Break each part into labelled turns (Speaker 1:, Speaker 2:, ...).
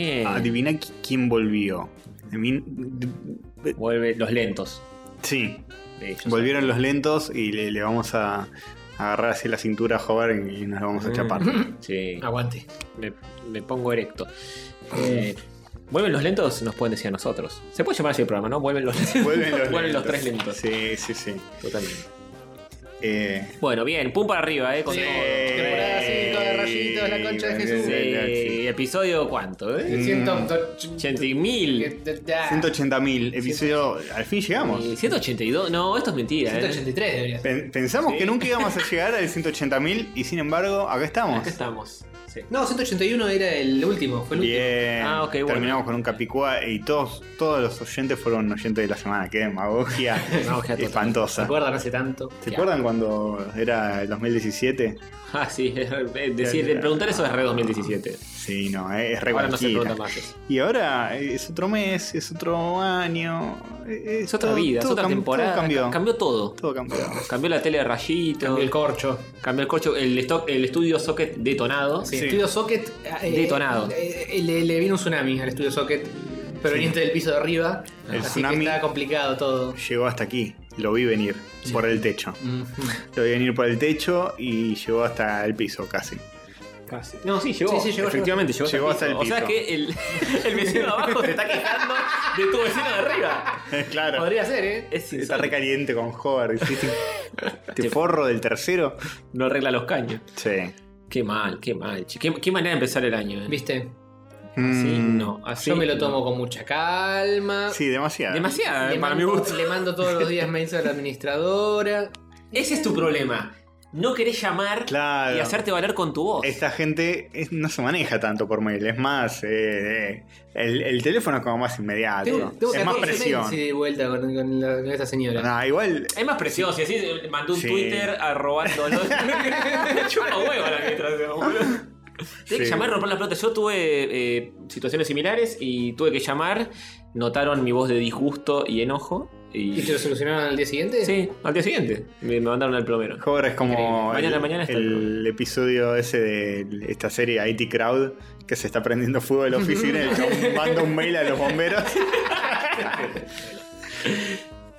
Speaker 1: Eh,
Speaker 2: adivina qui- quién volvió. Adivin-
Speaker 1: Vuelve los lentos.
Speaker 2: Sí,
Speaker 1: de ellos.
Speaker 2: volvieron los lentos y le, le vamos a agarrar así la cintura a joven y nos la
Speaker 1: Mm.
Speaker 2: vamos a chapar.
Speaker 1: Sí.
Speaker 3: Aguante.
Speaker 1: Ah, Me, me pongo erecto. Eh, ¿Vuelven los lentos? Nos pueden decir a nosotros. Se puede llamar así el programa, ¿no? Vuelven los lentos.
Speaker 2: Vuelven los, lentos.
Speaker 1: tres lentos.
Speaker 2: Sí, sí, sí.
Speaker 1: Totalmente.
Speaker 2: Eh,
Speaker 1: Bueno, bien, pum para arriba, ¿eh? Con
Speaker 3: Sí.
Speaker 1: todo.
Speaker 3: temporada cinco de Rayitos, la concha de Jesús.
Speaker 1: Sí, episodio cuánto, ¿eh?
Speaker 2: Mm.
Speaker 1: 80.000.
Speaker 3: ah,
Speaker 2: 180.000 episodio. Al fin llegamos.
Speaker 1: Eh, 182. No, esto es mentira, ¿eh?
Speaker 3: 183 debería ser.
Speaker 2: Pen- pensamos
Speaker 1: Sí.
Speaker 2: que nunca íbamos a llegar al 180.000 y sin embargo, acá estamos.
Speaker 1: Acá estamos. Sí.
Speaker 3: No, 181 era el último, fue el último.
Speaker 2: Bien.
Speaker 1: Ah, ok, bueno.
Speaker 2: Terminamos con un capicúa y todos, todos los oyentes fueron oyentes de la semana. Qué demagogia
Speaker 1: Demagogia total.
Speaker 3: ¿Se
Speaker 2: espantosa.
Speaker 3: acuerdan hace tanto?
Speaker 2: ¿Se acuerdan cuando era el 2017?
Speaker 1: Ah, sí. eh, Decir,
Speaker 2: Ya,
Speaker 1: preguntar eso es re 2017.
Speaker 2: Sí, no, eh, es re
Speaker 1: Ahora no se
Speaker 2: cualquiera.
Speaker 1: pregunta más. eso.
Speaker 2: Y ahora eh, es otro mes, es otro año. eh,
Speaker 1: Es otra
Speaker 2: todo-
Speaker 1: vida, es
Speaker 2: todo
Speaker 1: otra
Speaker 2: cam-
Speaker 1: temporada.
Speaker 2: Todo cambió.
Speaker 1: Ca- Cambió todo.
Speaker 2: Todo cambió.
Speaker 1: Cambió la tele de rayitos.
Speaker 3: Cambió el corcho.
Speaker 1: Cambió el corcho, el, stock- el estudio socket detonado.
Speaker 3: Sí,
Speaker 2: Sí.
Speaker 3: Estudio Socket. eh,
Speaker 1: Detonado.
Speaker 3: eh, le, le vino un tsunami al Estudio Socket, proveniente del piso de arriba.
Speaker 2: El
Speaker 3: así
Speaker 2: tsunami-
Speaker 3: que está complicado todo.
Speaker 2: Llegó hasta aquí, lo vi venir por el techo. Lo vi venir por el techo y llegó hasta el piso casi.
Speaker 1: Casi. No, sí, llegó.
Speaker 3: Sí, sí, llegó,
Speaker 1: Efectivamente, llegó,
Speaker 2: Llegó hasta el
Speaker 1: O sea
Speaker 2: piso.
Speaker 1: que el, el vecino de abajo se está quejando de tu vecino de arriba.
Speaker 2: claro.
Speaker 3: Podría ser, ¿eh?
Speaker 1: Es
Speaker 2: Está
Speaker 1: insólito.
Speaker 2: recaliente con Hover. ¿sí? Te forro del tercero.
Speaker 1: No arregla los caños.
Speaker 2: Sí.
Speaker 1: Qué mal, qué mal. che. Qué, qué manera de empezar el año, eh.
Speaker 3: ¿Viste?
Speaker 1: Sí,
Speaker 2: Mm,
Speaker 1: no. Así
Speaker 3: Yo me lo
Speaker 1: no.
Speaker 3: tomo con mucha calma.
Speaker 2: Sí, demasiado.
Speaker 1: Demasiado,
Speaker 3: Le
Speaker 1: eh, para mi
Speaker 3: mando,
Speaker 1: gusto.
Speaker 3: le mando todos los días mails a la administradora.
Speaker 1: Ese es tu problema. No querés llamar
Speaker 2: Claro.
Speaker 1: y hacerte valer con tu voz.
Speaker 2: Esta gente es- no se maneja tanto por mail. Es más, eh, eh, el, el teléfono es como más inmediato.
Speaker 3: Tengo, tengo
Speaker 2: es más
Speaker 3: 14
Speaker 2: presión.
Speaker 3: mails y de vuelta con, con la- con esta señora.
Speaker 2: Nah, igual
Speaker 1: Es más precioso, si así eh, mandó un
Speaker 2: Sí.
Speaker 1: Twitter arrobándolo. Me chupa huevo la administración, boludo. Tenés que
Speaker 2: Sí.
Speaker 1: llamar y romper la pelota. Yo tuve eh, situaciones similares y tuve que llamar. Notaron mi voz de disgusto y enojo. Y,
Speaker 3: ¿Y te lo solucionaron al día siguiente?
Speaker 1: Sí, al día siguiente. Me, me mandaron al plomero.
Speaker 2: Hover es como
Speaker 1: Increíble. Mañana
Speaker 2: el,
Speaker 1: mañana está
Speaker 2: el
Speaker 1: el-
Speaker 2: episodio ese de esta serie IT Crowd que se está prendiendo fuego de la oficina y el chabón manda un mail a los bomberos.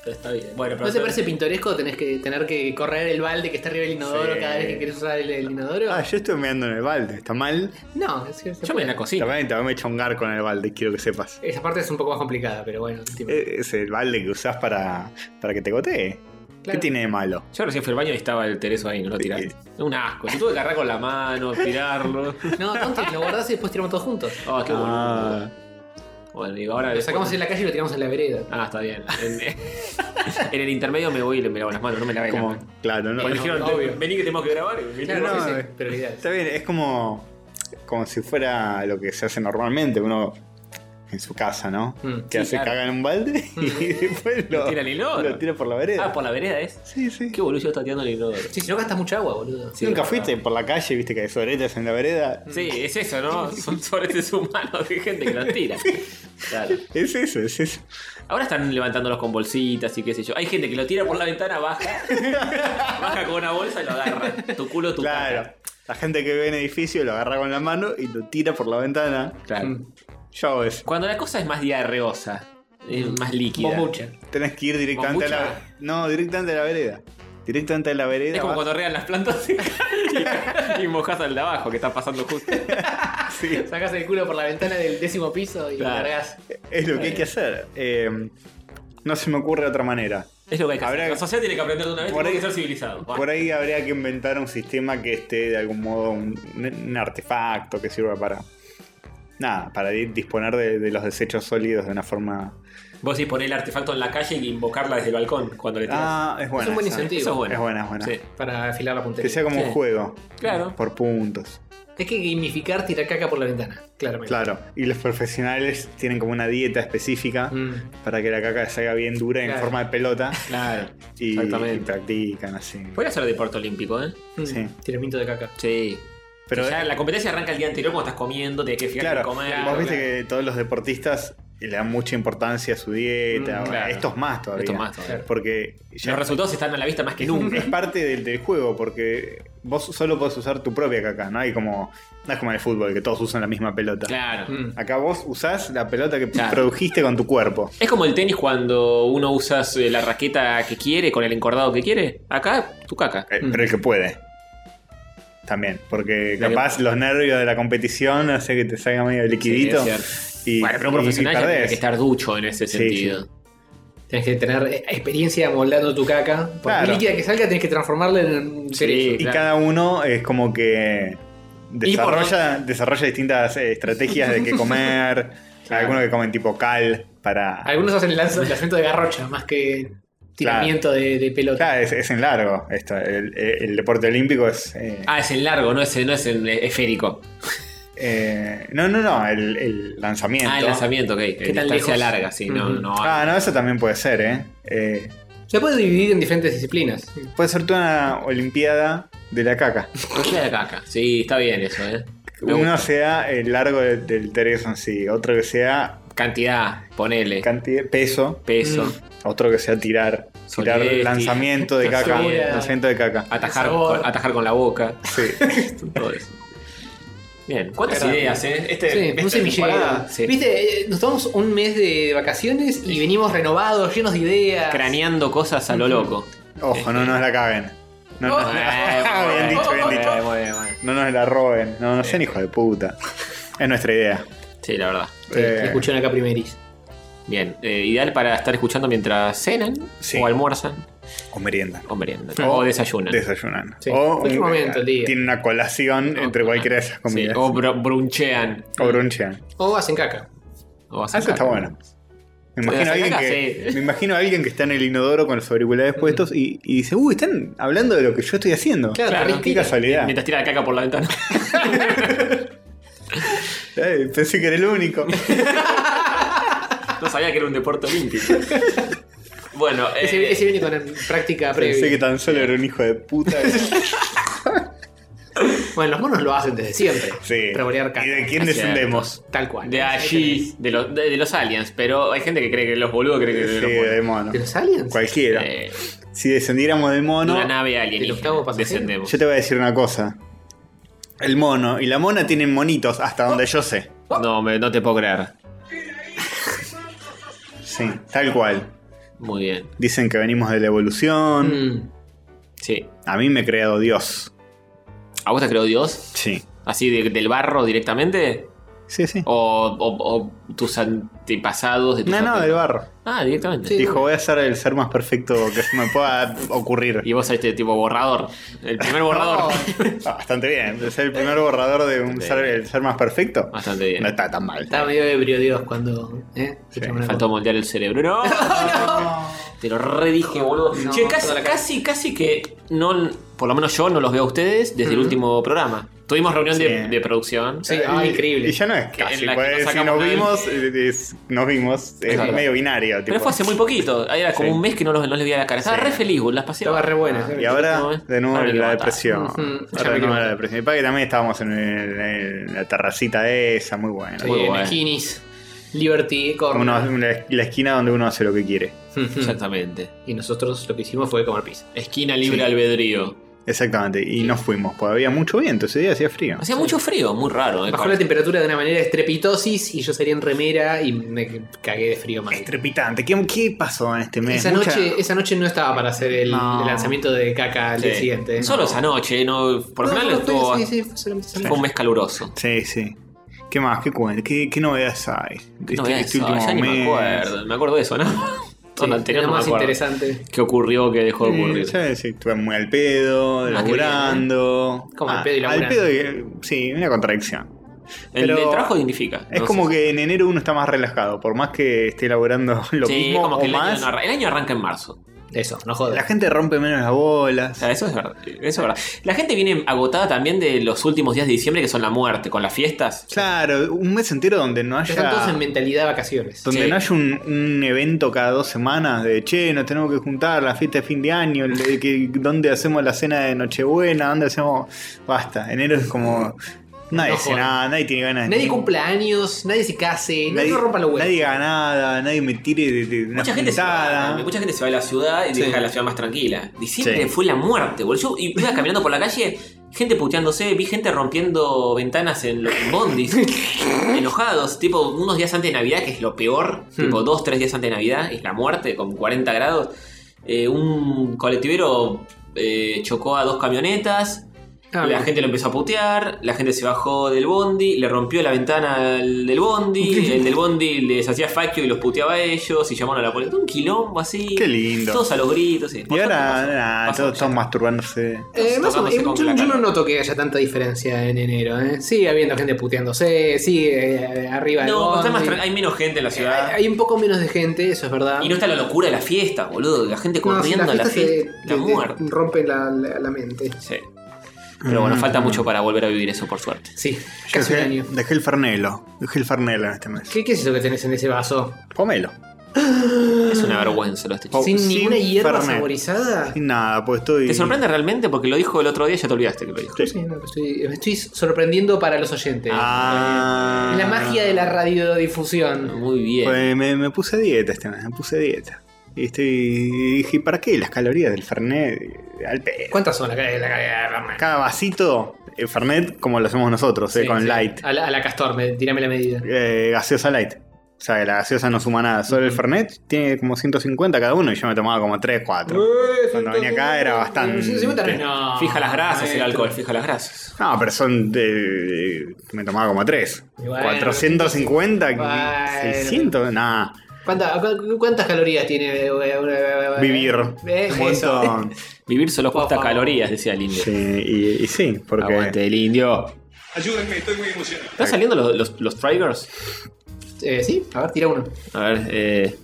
Speaker 1: Pero está bien. Bueno, pero
Speaker 3: ¿No te parece pintoresco tenés que, tener que correr el balde que está arriba del inodoro
Speaker 2: Sí.
Speaker 3: cada vez que querés usar el, el inodoro?
Speaker 2: Ah, yo estoy meando en el balde, ¿está mal?
Speaker 3: no, es que se
Speaker 1: Yo me
Speaker 3: puede.
Speaker 1: la cocina.
Speaker 2: También, también me echa un gar con el balde, quiero que sepas.
Speaker 3: Esa parte es un poco más complicada, pero bueno. tipo,
Speaker 2: E- Es el balde que usás para, para que te gotee. ¿Qué
Speaker 3: Claro.
Speaker 2: tiene de malo?
Speaker 1: Yo recién fui al baño y estaba el Tereso ahí, no lo tiraste. Un asco. Yo tuve que agarrar con la mano, tirarlo.
Speaker 3: No, entonces lo guardás y después tiramos todos juntos.
Speaker 1: Ah, qué boludo.
Speaker 2: Ah,
Speaker 1: Bueno, digo, ahora.
Speaker 3: Lo sacamos en la calle y lo tiramos en la vereda.
Speaker 1: Ah, está bien. En, en el intermedio me voy y le me lavo las manos, no me lavé las
Speaker 2: como,
Speaker 1: manos.
Speaker 2: claro, no,
Speaker 1: Porque
Speaker 2: no,
Speaker 1: dijeron,
Speaker 3: obvio.
Speaker 1: vení que tenemos que grabar. y-
Speaker 3: Claro,
Speaker 2: no,
Speaker 3: sí, sí,
Speaker 2: eh.
Speaker 3: prioridades.
Speaker 2: Está bien, es como, como si fuera lo que se hace normalmente, uno en su casa, ¿no?
Speaker 3: Mm,
Speaker 1: sí,
Speaker 2: que hace
Speaker 1: claro. Mm.
Speaker 2: caga en un balde y después lo,
Speaker 1: Lo tira al inodoro.
Speaker 2: lo tira por la vereda.
Speaker 1: Ah, por la vereda es.
Speaker 2: Sí, sí.
Speaker 1: Qué boludo yo estaba tirando el inodoro.
Speaker 3: Sí, si no gastas mucha agua, boludo.
Speaker 1: Sí,
Speaker 2: Nunca
Speaker 1: es
Speaker 2: fuiste
Speaker 1: verdad.
Speaker 2: por la calle, viste que hay sobretas en la vereda.
Speaker 1: Sí, es eso, ¿no? Son sobretes humanos de gente que los tira. Claro.
Speaker 2: Es eso, es eso.
Speaker 1: Ahora están levantándolos con bolsitas y qué sé yo. Hay gente que lo tira por la ventana, baja. baja con una bolsa y lo agarra. Tu culo, tu
Speaker 2: claro.
Speaker 1: caca.
Speaker 2: La gente que ve en edificio lo agarra con la mano y lo tira por la ventana.
Speaker 1: Claro.
Speaker 3: Mm.
Speaker 2: Yo hago eso.
Speaker 1: Cuando la cosa es más diarreosa, es más líquida.
Speaker 3: Bombucha.
Speaker 2: Tenés que ir directamente a la.
Speaker 1: ¿Bombucha?
Speaker 2: No, directamente a la vereda. Directamente a la vereda.
Speaker 1: Es como
Speaker 2: vas-
Speaker 1: cuando regan las plantas y, y mojas al de abajo que está pasando justo.
Speaker 2: Sí,
Speaker 3: Sacás el culo por la ventana del décimo piso y lo
Speaker 1: Claro.
Speaker 3: largás.
Speaker 2: es lo que hay que hacer. Eh, no se me ocurre otra manera.
Speaker 1: Es lo que hay que
Speaker 2: Habrá-
Speaker 1: hacer. La sociedad tiene que aprender de una vez y
Speaker 2: Por
Speaker 1: tiene
Speaker 2: ahí-
Speaker 1: que ser civilizado. Va.
Speaker 2: Por ahí habría que inventar un sistema que esté de algún modo un, un artefacto que sirva para. Nada, para di- disponer de, de los desechos sólidos de una forma.
Speaker 1: Vos decís poner el artefacto en la calle y invocarla desde el balcón cuando le tiras.
Speaker 2: Ah, es buena.
Speaker 3: es un buen
Speaker 2: esa.
Speaker 3: incentivo.
Speaker 1: Eso es bueno.
Speaker 2: Es buena, es buena.
Speaker 1: Sí.
Speaker 3: Para afilar la puntería.
Speaker 2: Que sea como
Speaker 1: Sí.
Speaker 2: un juego.
Speaker 1: Claro.
Speaker 2: Por puntos.
Speaker 3: Es que gamificar tirar caca por la ventana, claramente.
Speaker 2: Claro. Y los profesionales tienen como una dieta específica
Speaker 3: Mm.
Speaker 2: para que la caca salga bien dura en
Speaker 3: Claro.
Speaker 2: forma de pelota.
Speaker 1: Claro.
Speaker 2: Y, y
Speaker 1: Exactamente.
Speaker 2: practican así.
Speaker 1: Podría ser deporte olímpico, ¿eh?
Speaker 3: Mm.
Speaker 2: Sí.
Speaker 3: Tiramiento de caca.
Speaker 1: Sí.
Speaker 2: Pero eh,
Speaker 1: Pero ya la competencia arranca el día anterior cuando estás comiendo, tienes que fijarte
Speaker 2: claro,
Speaker 1: en comer.
Speaker 2: vos
Speaker 3: claro,
Speaker 2: viste
Speaker 3: claro.
Speaker 2: que todos los deportistas y le dan mucha importancia a su dieta.
Speaker 1: Mm,
Speaker 2: o-
Speaker 1: claro.
Speaker 2: Estos más todavía.
Speaker 1: Estos más todavía.
Speaker 2: Porque ya
Speaker 1: Los resultados están a la vista más que
Speaker 2: es,
Speaker 1: nunca.
Speaker 2: es parte del, del juego, porque vos solo podés usar tu propia caca, ¿no? Hay como. No es como en el fútbol, que todos usan la misma pelota.
Speaker 1: Claro.
Speaker 3: Mm.
Speaker 2: Acá vos usás la pelota que
Speaker 1: Claro.
Speaker 2: produjiste con tu cuerpo.
Speaker 1: Es como el tenis cuando uno usa su- la raqueta que quiere con el encordado que quiere. Acá, tu caca.
Speaker 2: Eh, Pero el que puede. También. Porque
Speaker 1: La que-
Speaker 2: capaz los nervios de la competición hace que te salga medio liquidito.
Speaker 1: Sí, es
Speaker 2: y,
Speaker 1: bueno, pero un
Speaker 2: y- y
Speaker 1: profesional ya tiene
Speaker 2: perdés.
Speaker 1: que estar ducho en ese
Speaker 2: Sí,
Speaker 1: sentido.
Speaker 3: Tenés que tener eh, experiencia moldando tu caca. Por
Speaker 2: Claro.
Speaker 3: muy líquida que salga, tenés que transformarla en un
Speaker 1: Sí.
Speaker 3: cerezo.
Speaker 2: Y
Speaker 1: Claro.
Speaker 2: cada uno es como que
Speaker 1: por-
Speaker 2: desarrolla, desarrolla distintas eh, estrategias de qué comer.
Speaker 1: Claro.
Speaker 2: Algunos que comen tipo cal para.
Speaker 3: Algunos hacen el lanza- lanzamiento de garrocha más que tiramiento de, de pelota.
Speaker 2: Claro, es, es en largo esto. El, el- el deporte olímpico es. eh,
Speaker 1: Ah, es en largo, no es, en- no es en esférico. Ah,
Speaker 2: eh, no, no, no. El, el lanzamiento.
Speaker 1: Ah, el lanzamiento, ok. en
Speaker 3: tan
Speaker 1: distancia
Speaker 3: lejos?
Speaker 1: larga, sí. no,
Speaker 3: Ujú.
Speaker 1: no,
Speaker 2: Ah, no, eso también puede ser, ¿eh? Eh,
Speaker 3: Se puede dividir en diferentes disciplinas.
Speaker 2: puede ser toda una olimpiada de la caca.
Speaker 1: Cogida de caca. Sí, está bien eso, ¿eh? Me
Speaker 2: Uno
Speaker 1: gusta.
Speaker 2: sea el largo del, del tereso en sí, otro que sea
Speaker 1: Cantidad, ponele.
Speaker 2: cantidad, peso,
Speaker 1: peso.
Speaker 3: Mm.
Speaker 2: otro que sea tirar, tirar
Speaker 1: Solesti.
Speaker 2: lanzamiento de caca,
Speaker 1: Solera.
Speaker 2: lanzamiento de caca.
Speaker 1: Atajar,
Speaker 3: Sabor.
Speaker 1: con, atajar con la boca.
Speaker 2: Sí.
Speaker 1: Todo eso. Bien, ¿cuántas
Speaker 3: Agradable.
Speaker 1: ideas, eh? Este,
Speaker 3: Sí,
Speaker 1: esta
Speaker 3: un semillero.
Speaker 1: temporada, sí.
Speaker 3: Viste, eh, nos tomamos un mes de vacaciones y venimos renovados, llenos de ideas.
Speaker 1: Craneando cosas a lo loco.
Speaker 2: Ojo, no nos la caguen. No, nos-
Speaker 3: Oh.
Speaker 2: bien dicho, bien dicho.
Speaker 1: Eh, muy bien, muy bien.
Speaker 2: No nos la roben. No, no sean hijos de puta. Es nuestra idea.
Speaker 1: Sí, la verdad.
Speaker 3: Sí, que
Speaker 2: Eh,
Speaker 3: escucharon acá primeris.
Speaker 1: Bien, eh, ideal para estar escuchando mientras cenan,
Speaker 2: Sí.
Speaker 1: o almuerzan,
Speaker 2: o meriendan.
Speaker 1: o meriendan, o desayunan.
Speaker 2: Desayunan.
Speaker 3: Sí,
Speaker 2: O
Speaker 3: cualquier momento del día.
Speaker 2: tienen una colación
Speaker 1: O-
Speaker 2: entre cualquiera de
Speaker 1: Sí,
Speaker 2: esas
Speaker 1: oh.
Speaker 2: comidas.
Speaker 1: o bro- brunchean.
Speaker 2: o brunchean.
Speaker 3: O hacen caca.
Speaker 1: o
Speaker 2: Ah,
Speaker 1: hacen
Speaker 2: eso está
Speaker 1: caca.
Speaker 2: bueno. Me
Speaker 1: Voy a hacer
Speaker 2: imagino, a alguien
Speaker 1: caca,
Speaker 2: que,
Speaker 1: sí.
Speaker 2: me imagino a alguien que está en el inodoro con los auriculares puestos y, y dice, uy, están hablando de lo que yo estoy haciendo.
Speaker 3: Claro,
Speaker 1: Claro,
Speaker 2: Qué
Speaker 3: respira.
Speaker 2: casualidad.
Speaker 1: Mientras tira la caca por la ventana.
Speaker 2: Ay, pensé que era el único.
Speaker 1: No sabía que era un deporte olímpico. Bueno, eh,
Speaker 3: Ese, ese viene con eh, práctica previa.
Speaker 2: pensé que tan solo era un hijo de puta.
Speaker 3: Bueno, los monos lo hacen desde siempre.
Speaker 2: Sí.
Speaker 3: Revolear caca.
Speaker 2: ¿Y de quién
Speaker 1: Es
Speaker 2: descendemos?
Speaker 3: Tal cual.
Speaker 1: de allí, de los, de, de los aliens, pero hay gente que cree que los boludos creen que
Speaker 2: Sí,
Speaker 1: los
Speaker 2: de
Speaker 1: boludos.
Speaker 2: mono.
Speaker 3: ¿De los aliens?
Speaker 2: Cualquiera.
Speaker 1: Eh,
Speaker 2: Si descendiéramos del
Speaker 1: de
Speaker 2: mono,
Speaker 1: una nave
Speaker 3: ¿Del
Speaker 1: alienígena.
Speaker 3: octavo pasajero?
Speaker 1: Descendemos.
Speaker 2: yo te voy a decir una cosa. El mono y la mona tienen monitos, hasta donde yo sé.
Speaker 3: Oh.
Speaker 1: No, me- no te puedo creer.
Speaker 2: Sí, tal cual.
Speaker 1: Muy bien.
Speaker 2: Dicen que venimos de la evolución.
Speaker 3: Mm.
Speaker 1: Sí.
Speaker 2: A mí me ha creado Dios.
Speaker 1: ¿A vos te creó Dios?
Speaker 2: Sí.
Speaker 1: ¿Así de- del barro directamente?
Speaker 2: Sí, sí.
Speaker 1: ¿O, o- o tus antepasados? De tus
Speaker 2: No, no,
Speaker 1: ante-
Speaker 2: del barro.
Speaker 1: Ah, directamente.
Speaker 3: Sí.
Speaker 2: Dijo, voy a ser el ser más perfecto que se me pueda ocurrir.
Speaker 1: Y vos saliste tipo borrador. El primer borrador.
Speaker 3: Oh.
Speaker 2: Ah, Bastante bien. Ser el primer borrador de un
Speaker 1: Sí.
Speaker 2: ser, el ser más perfecto.
Speaker 1: Bastante bien.
Speaker 2: No está tan mal.
Speaker 3: Estaba medio ebrio Dios cuando. ¿eh? Se echaba una
Speaker 1: Faltó moldear el cerebro. ¡No! Te lo redije, boludo.
Speaker 3: No,
Speaker 1: che, casi,
Speaker 3: toda la cara.
Speaker 1: casi, casi que no. Por lo menos yo no los veo a ustedes desde el
Speaker 3: Ujú.
Speaker 1: último programa. Tuvimos reunión
Speaker 2: Sí.
Speaker 1: de, de producción.
Speaker 3: Sí, ah, increíble.
Speaker 2: Eh, Y ya no es casi,
Speaker 1: en la que
Speaker 2: pues,
Speaker 1: no
Speaker 2: si
Speaker 1: sacamos
Speaker 2: nos
Speaker 1: nada.
Speaker 2: vimos, eh, es- nos vimos, es
Speaker 1: verdad.
Speaker 2: medio binario.
Speaker 1: Pero
Speaker 2: tipo.
Speaker 1: fue hace muy poquito. Era como
Speaker 2: Sí.
Speaker 1: un mes que no los, no les veía la cara. Estaba
Speaker 2: Sí.
Speaker 1: re feliz, boludo. Las pasé. eh.
Speaker 3: Estaba re buena.
Speaker 2: Y ahora, de nuevo,
Speaker 1: Ahora me quiero
Speaker 2: la
Speaker 1: matar.
Speaker 2: depresión.
Speaker 3: Ujú, ya
Speaker 2: Ahora
Speaker 3: me
Speaker 2: de
Speaker 3: quiero
Speaker 2: nuevo la
Speaker 3: matar.
Speaker 2: depresión. Y para que también estábamos en, el- en la terracita esa, muy buena.
Speaker 3: Sí,
Speaker 1: Muy
Speaker 3: en
Speaker 1: bueno.
Speaker 3: Skinnies, Liberty, Corner.
Speaker 2: Uno- una- la esquina donde uno hace lo que quiere.
Speaker 3: Ujú.
Speaker 1: Exactamente.
Speaker 3: Y nosotros lo que hicimos fue comer pizza.
Speaker 1: Esquina libre
Speaker 2: Sí.
Speaker 1: albedrío.
Speaker 2: Exactamente. Y nos fuimos, porque había mucho viento ese día, hacía frío.
Speaker 1: Hacía mucho frío, muy raro. eh,
Speaker 3: Bajó
Speaker 1: con-
Speaker 3: la temperatura de una manera estrepitosis y yo salí en remera y me cagué de frío mal.
Speaker 2: Estrepitante. ¿Qué, qué pasó en este mes?
Speaker 3: Esa
Speaker 2: Mucha-
Speaker 3: noche, esa noche no estaba para hacer el,
Speaker 2: No.
Speaker 3: el lanzamiento de caca al
Speaker 1: Sí.
Speaker 3: día siguiente. ¿eh?
Speaker 1: Solo esa noche, no. Por lo
Speaker 3: No,
Speaker 1: general
Speaker 3: no, fue-
Speaker 1: estuvo.
Speaker 3: Sí, sí, fue solamente esa
Speaker 1: Fue un
Speaker 3: noche.
Speaker 1: mes caluroso.
Speaker 2: Sí, sí. ¿Qué más? ¿Qué, cuen- ¿Qué, qué novedades hay? Este,
Speaker 1: ¿Qué no era eso? Ya ni me acuerdo. Me acuerdo de eso, ¿no? Todo lo
Speaker 3: Sí,
Speaker 1: anterior
Speaker 3: lo
Speaker 1: no me
Speaker 3: más
Speaker 1: acuerdo.
Speaker 3: interesante.
Speaker 1: ¿Qué ocurrió? ¿Qué dejó de ocurrir?
Speaker 2: Sí, sí, estuve muy al pedo,
Speaker 1: Ah, qué
Speaker 2: laburando. Ah,
Speaker 3: Como al pedo y
Speaker 2: Al
Speaker 3: laburando.
Speaker 2: pedo, y- sí, una contradicción.
Speaker 1: El,
Speaker 2: Pero-
Speaker 1: el trabajo dignifica.
Speaker 2: Es
Speaker 1: no
Speaker 2: como
Speaker 1: sé.
Speaker 2: que en enero uno está más relajado, por más que esté laburando lo
Speaker 1: Sí,
Speaker 2: mismo
Speaker 1: como
Speaker 2: o
Speaker 1: que el,
Speaker 2: más.
Speaker 1: año no arran- el año arranca en marzo.
Speaker 3: Eso, no jodas.
Speaker 2: La gente rompe menos las
Speaker 1: O
Speaker 2: bolas.
Speaker 1: sea, eso es verdad. Eso es verdad. La gente viene agotada también de los últimos días de diciembre, que son la muerte, con las fiestas.
Speaker 2: Claro, un mes entero donde no haya.
Speaker 3: Están todos en mentalidad vacaciones.
Speaker 2: Donde
Speaker 1: Sí.
Speaker 2: no haya un, un evento cada dos semanas de che, nos tenemos que juntar, la fiesta de fin de año, el- que- dónde hacemos la cena de Nochebuena, dónde hacemos. Basta, enero es como Nadie
Speaker 3: No
Speaker 2: dice
Speaker 3: jodan.
Speaker 2: nada, nadie tiene ganas de
Speaker 3: Nadie
Speaker 2: ningún-
Speaker 3: cumpla años, nadie se case, nadie,
Speaker 2: Nadie,
Speaker 3: no rompa los huevos.
Speaker 2: nadie haga nada, nadie me tire de, de una
Speaker 1: Mucha gente, se
Speaker 2: puntada.
Speaker 1: va, eh, mucha gente se va a la ciudad y
Speaker 3: Sí.
Speaker 1: deja la ciudad más tranquila. Diciembre
Speaker 2: Sí.
Speaker 1: fue la muerte, boludo. Yo iba caminando por la calle, gente puteándose, vi gente rompiendo ventanas en los bondis, enojados, tipo unos días antes de Navidad, que es lo peor,
Speaker 3: Hmm.
Speaker 1: tipo dos, tres días antes de Navidad, es la muerte con 40 grados. Eh, un colectivero eh, chocó a dos camionetas,
Speaker 3: Ah,
Speaker 1: la
Speaker 3: bien.
Speaker 1: gente lo empezó a putear, la gente se bajó del bondi, le rompió la ventana al del bondi, el del bondi les hacía faquio y los puteaba a ellos y llamaron a la policía. Un quilombo así.
Speaker 2: Qué lindo.
Speaker 1: Todos a los gritos. sí.
Speaker 2: Y
Speaker 1: Por
Speaker 2: ahora,
Speaker 1: suerte pasó,
Speaker 2: nada,
Speaker 1: pasó,
Speaker 2: todos
Speaker 1: ya
Speaker 2: están masturbándose.
Speaker 3: Eh, más o menos,
Speaker 1: Tocándose con
Speaker 3: yo,
Speaker 1: la
Speaker 3: yo no
Speaker 1: cara.
Speaker 3: noto que haya tanta diferencia en enero. ¿eh? Sigue habiendo gente puteándose, sigue eh, arriba
Speaker 1: está.
Speaker 3: del
Speaker 1: No, está
Speaker 3: bondi.
Speaker 1: más tra- hay menos gente en la ciudad.
Speaker 3: hay, hay un poco menos de gente, eso es verdad.
Speaker 1: y no está la locura de la fiesta, boludo. La gente
Speaker 3: No, si
Speaker 1: corriendo a la
Speaker 3: fiesta te-
Speaker 1: fiesta.
Speaker 3: te-
Speaker 1: la
Speaker 3: te
Speaker 1: muerte.
Speaker 3: rompe la, la- la mente.
Speaker 1: Sí. Pero bueno,
Speaker 2: Mm.
Speaker 1: falta mucho para volver a vivir eso, por suerte.
Speaker 3: Sí,
Speaker 2: Yo
Speaker 3: casi un
Speaker 2: dejé,
Speaker 3: año.
Speaker 2: dejé el farnelo, dejé el farnelo en este mes.
Speaker 3: ¿Qué, qué es eso que tenés en ese vaso?
Speaker 2: Pomelo.
Speaker 1: Es una vergüenza lo de este chico.
Speaker 2: Oh,
Speaker 3: ¿Sin,
Speaker 2: sin
Speaker 3: ninguna hierba
Speaker 2: Fernet.
Speaker 3: saborizada?
Speaker 2: Y nada, pues estoy.
Speaker 1: ¿Te sorprende realmente? Porque lo dijo el otro día y ya te olvidaste que lo dijo.
Speaker 2: Sí.
Speaker 3: Sí, no, estoy- me estoy sorprendiendo para los oyentes.
Speaker 2: Ah.
Speaker 3: La magia de la radiodifusión.
Speaker 1: Muy bien.
Speaker 2: Pues me, me puse a dieta este mes, me puse a dieta. Y estoy. y dije, ¿y ¿para qué las calorías del Fernet? eh, Al pedo.
Speaker 3: ¿Cuántas son la cara de la cara
Speaker 2: Cada vasito, el Fernet, como lo hacemos nosotros, eh, con light.
Speaker 3: A la, a la castor, me- tirame la medida.
Speaker 2: Eh, gaseosa light. O sea, que la gaseosa no suma nada. Solo el Fernet tiene como 150 cada uno y yo me tomaba como 3, 4.
Speaker 3: Uh. Eh,
Speaker 2: Cuando venía acá era bastante.
Speaker 3: No,
Speaker 1: Fija las grasas, el
Speaker 3: maestro.
Speaker 1: alcohol, fija las grasas.
Speaker 2: No, pero son. de- me tomaba como 3.
Speaker 3: Y bueno,
Speaker 2: 450,
Speaker 3: bueno.
Speaker 2: 600, nada.
Speaker 3: ¿Cuánta- cu- ¿Cuántas calorías tiene eh, eh, eh,
Speaker 2: Vivir.
Speaker 3: eh,
Speaker 2: Un
Speaker 3: eso.
Speaker 2: montón.
Speaker 1: Vivir solo
Speaker 3: Por
Speaker 1: cuesta
Speaker 3: favor.
Speaker 1: calorías, decía el indio.
Speaker 2: Sí, y, y sí,
Speaker 3: Ah,
Speaker 2: porque.
Speaker 1: Aguante el indio.
Speaker 4: Ayúdenme, estoy muy emocionado.
Speaker 1: ¿Están saliendo los, los, los drivers?
Speaker 3: Eh, sí, a ver, tira uno.
Speaker 1: A ver, eh,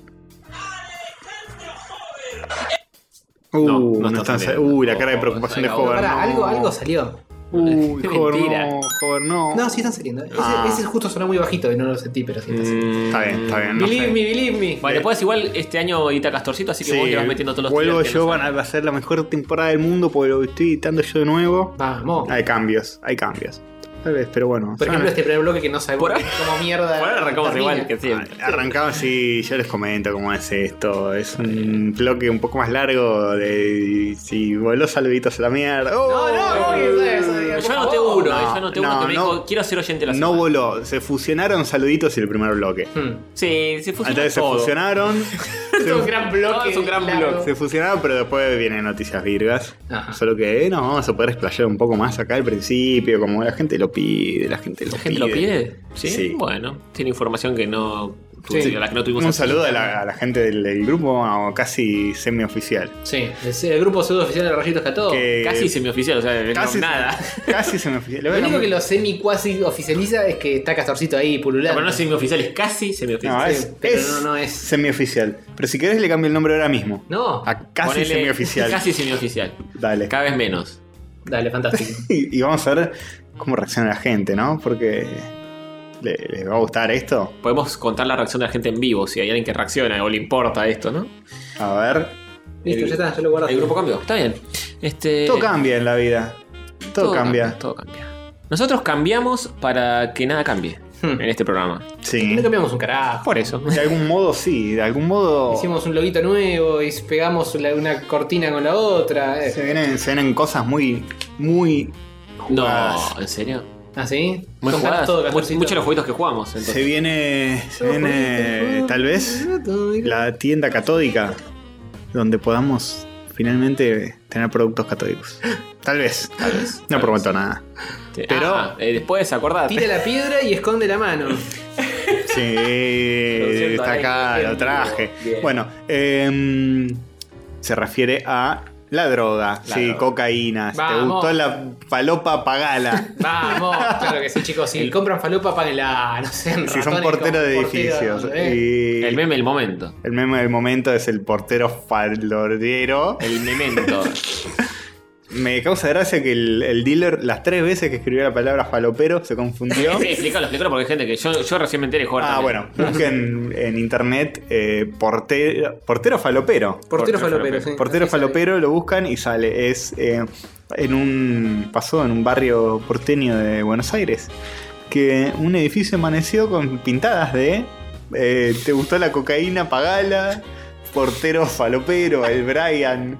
Speaker 2: Uh,
Speaker 1: No, no
Speaker 2: no
Speaker 1: está
Speaker 2: están-
Speaker 1: saliendo.
Speaker 2: uh, la cara de
Speaker 1: Oh,
Speaker 2: preocupación de
Speaker 1: no,
Speaker 2: Hover.
Speaker 3: Pará,
Speaker 2: no.
Speaker 3: algo, algo salió.
Speaker 2: Uy,
Speaker 1: Qué
Speaker 2: Hover,
Speaker 1: mentira.
Speaker 2: no, Hover, no.
Speaker 3: No, sí están saliendo. Ese,
Speaker 2: Ah.
Speaker 3: ese justo sonó muy bajito y no lo sentí, pero sí está saliendo.
Speaker 1: mm,
Speaker 2: Está bien, está bien. no
Speaker 3: Believe
Speaker 2: sé.
Speaker 3: me, believe me.
Speaker 1: Bueno, después igual este año edita Castorcito, así que
Speaker 2: Eh. Sí,
Speaker 1: vos te vas metiendo todos los
Speaker 2: Vuelvo
Speaker 1: tiros que
Speaker 2: yo,
Speaker 1: no
Speaker 2: van a, va a ser la mejor temporada del mundo porque lo estoy editando yo de nuevo.
Speaker 3: Vamos.
Speaker 2: Hay cambios, hay cambios. Tal vez, pero bueno.
Speaker 3: Por
Speaker 2: ya
Speaker 3: ejemplo,
Speaker 2: no-
Speaker 3: este primer bloque que no sabemos
Speaker 1: Por ahí-
Speaker 3: cómo mierda.
Speaker 1: salen. Bueno, arrancamos
Speaker 3: termina.
Speaker 1: igual que siempre.
Speaker 2: Arrancamos y yo les comento cómo es esto. Es un bloque un poco más largo de si voló saluditos a la mierda. Oh.
Speaker 3: No, no, no, que eso, eso,
Speaker 1: Yo anoté
Speaker 3: favor.
Speaker 1: uno,
Speaker 2: No,
Speaker 1: eh, yo anoté uno
Speaker 2: no,
Speaker 1: que me
Speaker 2: no.
Speaker 1: dijo, quiero ser oyente de la
Speaker 2: No
Speaker 1: semana.
Speaker 2: voló, se fusionaron saluditos y el primer bloque.
Speaker 3: Hmm.
Speaker 1: Sí, se fusionó
Speaker 2: Entonces se
Speaker 1: todo.
Speaker 2: fusionaron.
Speaker 3: Es un gran bloque.
Speaker 1: Es un gran
Speaker 3: largo.
Speaker 1: bloque.
Speaker 2: Se fusionaron, pero después vienen noticias virgas.
Speaker 3: Ajá.
Speaker 2: Solo que eh, nos vamos a poder explayar un poco más acá al principio, como la gente lo pide, la gente lo
Speaker 1: ¿La
Speaker 2: pide.
Speaker 1: gente lo pide? ¿Sí?
Speaker 2: Sí.
Speaker 1: Bueno, tiene información que no...
Speaker 3: Sí.
Speaker 1: tuvimos- La que no tuvimos
Speaker 2: Un
Speaker 1: acceso.
Speaker 2: saludo a la, a la gente del, del grupo bueno, casi semioficial.
Speaker 3: Sí, es el grupo pseudo oficial de Rayitos Cató.
Speaker 2: Que-
Speaker 1: Casi semioficial, o sea,
Speaker 2: eh, Casi
Speaker 1: no, nada.
Speaker 2: Casi semioficial.
Speaker 3: Lo
Speaker 2: Bueno,
Speaker 3: único que lo semi cuasi oficializa es que está Castorcito ahí
Speaker 1: No,
Speaker 3: pululando.
Speaker 1: pero no es semioficial, es casi semioficial.
Speaker 2: No,
Speaker 3: Sí,
Speaker 2: es,
Speaker 3: pero
Speaker 2: es
Speaker 3: no, no es.
Speaker 2: semioficial. Pero si querés le cambio el nombre ahora mismo.
Speaker 3: No.
Speaker 2: A casi
Speaker 1: Ponele-
Speaker 2: semioficial.
Speaker 1: Casi semioficial.
Speaker 2: Dale.
Speaker 1: Cada vez menos.
Speaker 3: Dale, fantástico.
Speaker 2: Y, y vamos a ver cómo reacciona la gente, ¿no? Porque le, le va a gustar esto.
Speaker 1: Podemos contar la reacción de la gente en vivo, si hay alguien que reacciona o le importa esto, ¿no?
Speaker 2: A ver.
Speaker 3: Listo,
Speaker 1: El-
Speaker 3: ya está, ya lo guardaste.
Speaker 1: El grupo cambió. Está bien. Este,
Speaker 2: Todo cambia en la vida. Eh, Todo, cambia.
Speaker 1: Todo cambia. Nosotros cambiamos para que nada cambie
Speaker 3: Hmm.
Speaker 2: Mm.
Speaker 1: en este programa.
Speaker 2: Sí.
Speaker 3: No cambiamos un carajo.
Speaker 1: Por eso.
Speaker 2: De algún modo sí, de algún modo
Speaker 3: Hicimos un loguito nuevo y pegamos la- una cortina con la otra. eh.
Speaker 2: se vienen, se vienen cosas muy, muy jugadas.
Speaker 1: No, ¿en serio?
Speaker 3: ¿Ah, sí?
Speaker 1: Muy
Speaker 3: Contanos
Speaker 1: jugadas.
Speaker 3: todo,
Speaker 1: Mu-
Speaker 3: Castorcito.
Speaker 1: Muchos los jueguitos que jugamos. entonces.
Speaker 2: Se viene, se viene tal vez la tienda catódica donde podamos finalmente tener productos catódicos. Tal vez, tal vez. No prometo nada.
Speaker 1: Este,
Speaker 2: pero-
Speaker 1: ah, eh, después acordate.
Speaker 3: Tira la piedra y esconde la mano.
Speaker 2: Sí, está acá, lo traje.
Speaker 1: Bien.
Speaker 2: Bueno, em, se refiere a la droga,
Speaker 1: La
Speaker 2: sí,
Speaker 1: droga.
Speaker 2: cocaína. Si te
Speaker 3: Vamos.
Speaker 2: gustó la palopa, pagala.
Speaker 3: Vamos, claro que sí, chicos. Si compran falopa, páguenla. No sean
Speaker 2: Si son
Speaker 3: ratones
Speaker 2: porteros
Speaker 3: como
Speaker 2: de
Speaker 3: porteros,
Speaker 2: edificios.
Speaker 3: ¿eh?
Speaker 2: Y
Speaker 1: El meme del momento.
Speaker 2: el meme del momento es el portero faldorero.
Speaker 1: El memento.
Speaker 2: Me causa gracia que el, el dealer, las tres veces que escribió la palabra falopero, se confundió.
Speaker 1: Sí, explícalo, explícalo porque hay gente que yo, yo recién me enteré, Jorge.
Speaker 2: Ah, bueno, busquen en internet eh, portero, portero falopero.
Speaker 1: Portero
Speaker 3: Portero falopero,
Speaker 1: falopero.
Speaker 3: sí.
Speaker 2: Portero
Speaker 3: Así sale.
Speaker 2: falopero, lo buscan y sale. Es eh, en un pasó en un barrio porteño de Buenos Aires que un edificio amaneció con pintadas de eh, te gustó la cocaína pagala portero falopero el Brian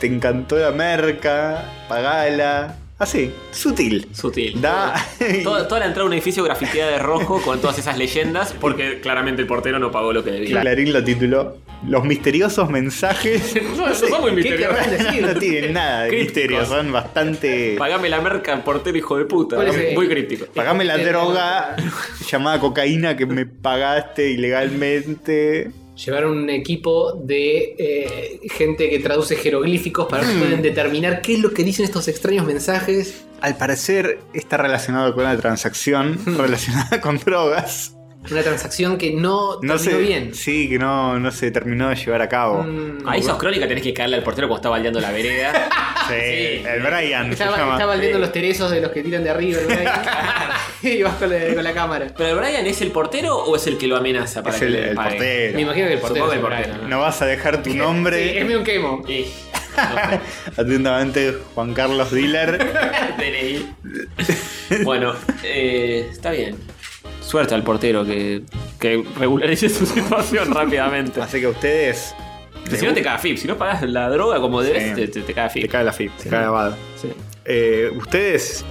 Speaker 2: te encantó la merca pagala así sutil
Speaker 1: Sutil.
Speaker 2: da
Speaker 1: Toda, toda la entrada a un edificio grafiteada de rojo con todas esas leyendas, porque claramente el portero no pagó lo que debía.
Speaker 2: Clarín lo tituló los misteriosos mensajes
Speaker 1: No, no son muy
Speaker 3: ¿Qué
Speaker 1: misteriosos.
Speaker 3: querrás decir?
Speaker 2: no tienen nada de
Speaker 1: Crípticos.
Speaker 2: misterio son bastante
Speaker 1: Pagame la merca, portero hijo de puta.
Speaker 3: ¿Cuál es el-
Speaker 1: Muy críptico.
Speaker 2: Pagame la
Speaker 3: Eh,
Speaker 2: droga llamada cocaína que me pagaste ilegalmente.
Speaker 3: Llevar un equipo de eh, gente que traduce jeroglíficos para
Speaker 2: Hmm.
Speaker 3: que puedan determinar qué es lo que dicen estos extraños mensajes.
Speaker 2: Al parecer está relacionado con una transacción relacionada con drogas.
Speaker 3: Una transacción que no,
Speaker 2: No
Speaker 3: terminó
Speaker 2: sé
Speaker 3: bien.
Speaker 2: Sí, que no, no se terminó de llevar a cabo.
Speaker 3: Mm,
Speaker 1: Ahí sos crónica, tenés que caerle al portero cuando está baldeando la vereda.
Speaker 2: Sí, el Brian se
Speaker 3: Estaba,
Speaker 2: llama.
Speaker 3: estaba viendo
Speaker 1: Sí.
Speaker 3: los teresos de los que tiran de arriba. ¿no? y vas con la, con la cámara.
Speaker 1: ¿Pero el Brian es el portero o es el que lo amenaza para
Speaker 2: es
Speaker 1: que
Speaker 2: el,
Speaker 1: le
Speaker 2: el
Speaker 1: pague?
Speaker 3: Me
Speaker 2: portero.
Speaker 3: imagino que el portero.
Speaker 1: Supongo que el
Speaker 3: es un
Speaker 1: portero,
Speaker 3: gran,
Speaker 2: No vas a dejar tu
Speaker 3: Sí, es
Speaker 2: nombre.
Speaker 3: medio un quemo.
Speaker 1: Y-
Speaker 2: Atentamente, Juan Carlos Diller.
Speaker 1: DNI. Bueno, eh, está bien. Suerte al portero que, que regularice su situación rápidamente.
Speaker 2: Así que a ustedes.
Speaker 1: Si no te caga FIP, si no pagas la droga como debes,
Speaker 2: Sí.
Speaker 1: te, te- te caga
Speaker 2: Te
Speaker 1: FIP.
Speaker 2: cae la FIP, te cae la vada.
Speaker 1: Sí.
Speaker 2: Eh, ¿Ustedes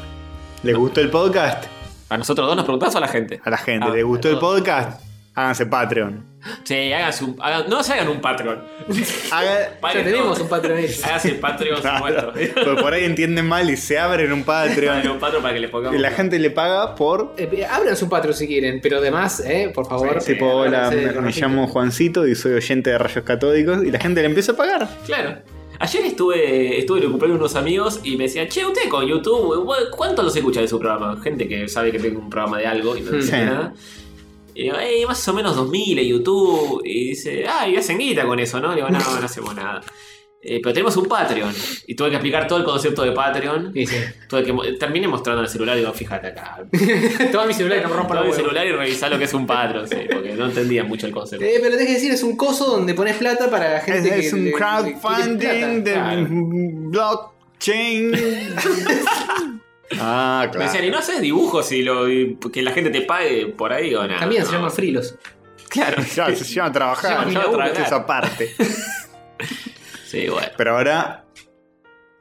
Speaker 2: les gustó el podcast?
Speaker 1: ¿A nosotros dos nos preguntás o a la gente?
Speaker 2: a la gente.
Speaker 1: Ah,
Speaker 2: ¿Les gustó
Speaker 1: a
Speaker 2: el
Speaker 1: todos.
Speaker 2: podcast? Háganse Patreon.
Speaker 1: Sí, háganse un, hagan- no se hagan un Patreon.
Speaker 2: Haga-
Speaker 1: Paguen
Speaker 3: ya tenemos
Speaker 1: todo.
Speaker 3: un patronage.
Speaker 1: Háganse Patreon supuesto.
Speaker 2: Porque por ahí entienden mal y se abren un
Speaker 1: Hagan
Speaker 2: Patreon.
Speaker 1: un Patreon para que les
Speaker 2: Y
Speaker 1: pongamos.
Speaker 2: la gente le paga por.
Speaker 3: Eh, abran su patro si quieren, pero además, eh, por favor.
Speaker 2: Tipo,
Speaker 3: eh,
Speaker 2: hola,
Speaker 3: abranse
Speaker 2: me,
Speaker 3: con
Speaker 2: me
Speaker 3: la gente.
Speaker 2: llamo Juancito y soy oyente de Rayos Catódicos. Y la gente le empieza a pagar.
Speaker 1: Claro. Ayer estuve, estuve en el cumpleaños de unos amigos y me decían, che, usted con YouTube, ¿cu- ¿cuánto los escucha de su programa? Gente que sabe que tengo un programa de algo y no dice
Speaker 2: Sí.
Speaker 1: nada. Y digo, "Eh, más o menos 2000 en YouTube. Y dice, ah, y hacen guita con eso, ¿no? Le digo, no, no hacemos nada. Eh, pero tenemos un Patreon. Y tuve que explicar todo el concepto de Patreon.
Speaker 3: Sí, sí.
Speaker 1: Tuve que, mo- terminé mostrando el celular y digo, fíjate acá.
Speaker 3: Toma mi celular y no me
Speaker 1: Toma
Speaker 3: rompa la
Speaker 1: el
Speaker 3: huevo.
Speaker 1: celular y revisá lo que es un Patreon, sí, porque no entendía mucho el concepto.
Speaker 3: Eh, pero tenés que decir, es un coso donde pones plata para la
Speaker 2: Es,
Speaker 3: gente que.
Speaker 2: es un
Speaker 3: que- que quiere
Speaker 2: crowdfunding de
Speaker 1: claro.
Speaker 2: blockchain. ah,
Speaker 1: Me decían,
Speaker 2: claro.
Speaker 1: y no haces dibujos y, lo, y que la gente te pague por ahí o nada.
Speaker 3: plata. También se
Speaker 1: No.
Speaker 3: llaman frilos.
Speaker 1: Claro.
Speaker 2: Ya, se llama
Speaker 1: Se
Speaker 2: trabajar.
Speaker 1: llama
Speaker 2: Se llama
Speaker 1: laburo,
Speaker 2: trabajar.
Speaker 1: claro.
Speaker 2: Esa parte.
Speaker 1: Sí, bueno.
Speaker 2: Pero ahora,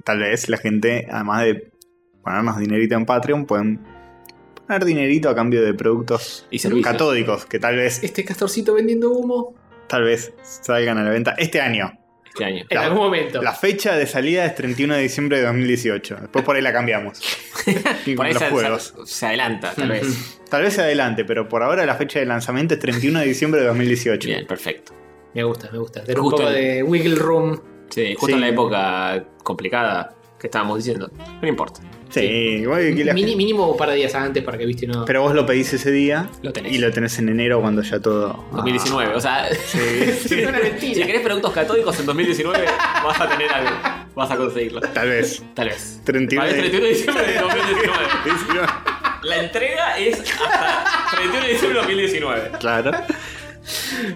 Speaker 2: tal vez la gente, además de ponernos dinerito en Patreon, pueden poner dinerito a cambio de productos
Speaker 1: Y servicios.
Speaker 2: catódicos que tal vez,
Speaker 3: Este castorcito vendiendo humo.
Speaker 2: tal vez salgan a la venta este año.
Speaker 1: Este año.
Speaker 3: En
Speaker 2: La-
Speaker 3: algún momento.
Speaker 2: La fecha de salida es 31 de diciembre de 2018. Después por ahí la cambiamos.
Speaker 1: Por
Speaker 2: Y con
Speaker 1: ahí
Speaker 2: los
Speaker 1: se,
Speaker 2: juegos.
Speaker 1: se- se adelanta, tal vez.
Speaker 2: Tal vez adelante, pero por ahora la fecha de lanzamiento es 31 de diciembre de 2018.
Speaker 1: Bien, perfecto.
Speaker 3: Me gusta, me gusta. Tener un
Speaker 1: Justo
Speaker 3: poco
Speaker 1: el-
Speaker 3: de wiggle room.
Speaker 1: Sí, justo
Speaker 2: Sí.
Speaker 1: en la época complicada que estábamos diciendo. No importa.
Speaker 2: Sí, igual que la
Speaker 3: Mini-
Speaker 2: gente-
Speaker 3: mínimo un par de días antes para que viste no.
Speaker 2: Pero vos lo pedís ese día
Speaker 1: Lo tenés.
Speaker 2: y lo tenés en enero cuando ya todo. Ah.
Speaker 1: 2019, o sea.
Speaker 3: Es una
Speaker 1: Ah. Si
Speaker 3: mentira.
Speaker 1: querés productos católicos en 2019, vas a tener algo. Vas a conseguirlo.
Speaker 2: Ah, tal vez.
Speaker 1: Tal vez.
Speaker 2: 31
Speaker 1: Para el
Speaker 2: de-
Speaker 1: 31 de diciembre de 2019.
Speaker 2: 19.
Speaker 1: La entrega es hasta 31 de diciembre de 2019.
Speaker 2: Claro.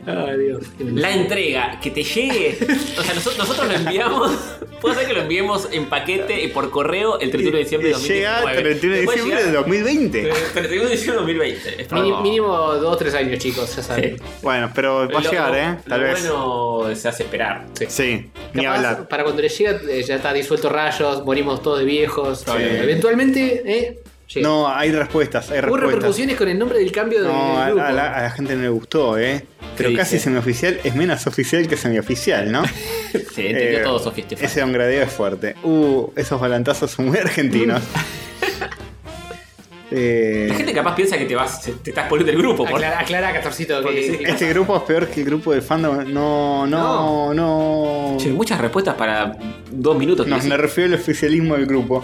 Speaker 3: Ay, Dios.
Speaker 1: La entrega, que te llegue. O sea, nosotros, nosotros lo enviamos. Puede ser que lo enviemos en paquete y por correo el 31 de diciembre de
Speaker 2: Y Llega
Speaker 1: 2019.
Speaker 2: 31 de
Speaker 1: Después
Speaker 2: diciembre de
Speaker 1: llega eh,
Speaker 2: 2020.
Speaker 1: 31 de diciembre de 2020. Es
Speaker 3: Mini-
Speaker 1: probable.
Speaker 3: Mínimo dos o tres años, chicos, ya saben.
Speaker 1: Sí.
Speaker 2: Bueno, pero va a
Speaker 1: Lo-
Speaker 2: llegar, ¿eh?
Speaker 1: lo
Speaker 2: Tal vez.
Speaker 1: bueno se hace esperar.
Speaker 2: Sí, ni
Speaker 3: Capaz,
Speaker 2: hablar.
Speaker 3: Para cuando les llega, eh, ya está disuelto rayos, morimos todos de viejos.
Speaker 2: bien.
Speaker 3: Eventualmente, eh. llega.
Speaker 2: No, hay respuestas, hay
Speaker 3: Hubo
Speaker 2: respuestas.
Speaker 3: repercusiones con el nombre del cambio de
Speaker 2: No, a,
Speaker 3: grupo.
Speaker 2: a la, a la gente no le gustó, ¿eh? Pero
Speaker 1: ¿Qué
Speaker 2: casi
Speaker 1: dice?
Speaker 2: semioficial es menos oficial que semioficial, ¿no?
Speaker 1: Se entendió
Speaker 2: Eh,
Speaker 1: todo, Sofía Estefan.
Speaker 2: Ese hongradeo es fuerte. Uh, esos balantazos son muy argentinos. Eh,
Speaker 1: La gente capaz piensa que te vas, te estás poniendo el grupo. por-
Speaker 3: Aclara, aclara, Castorcito,
Speaker 1: Porque
Speaker 3: que,
Speaker 1: sí.
Speaker 3: que-
Speaker 2: este grupo es peor que el grupo del fandom. No, no, no.
Speaker 1: Che, muchas respuestas para dos minutos.
Speaker 2: Nos nerfeó el oficialismo del grupo.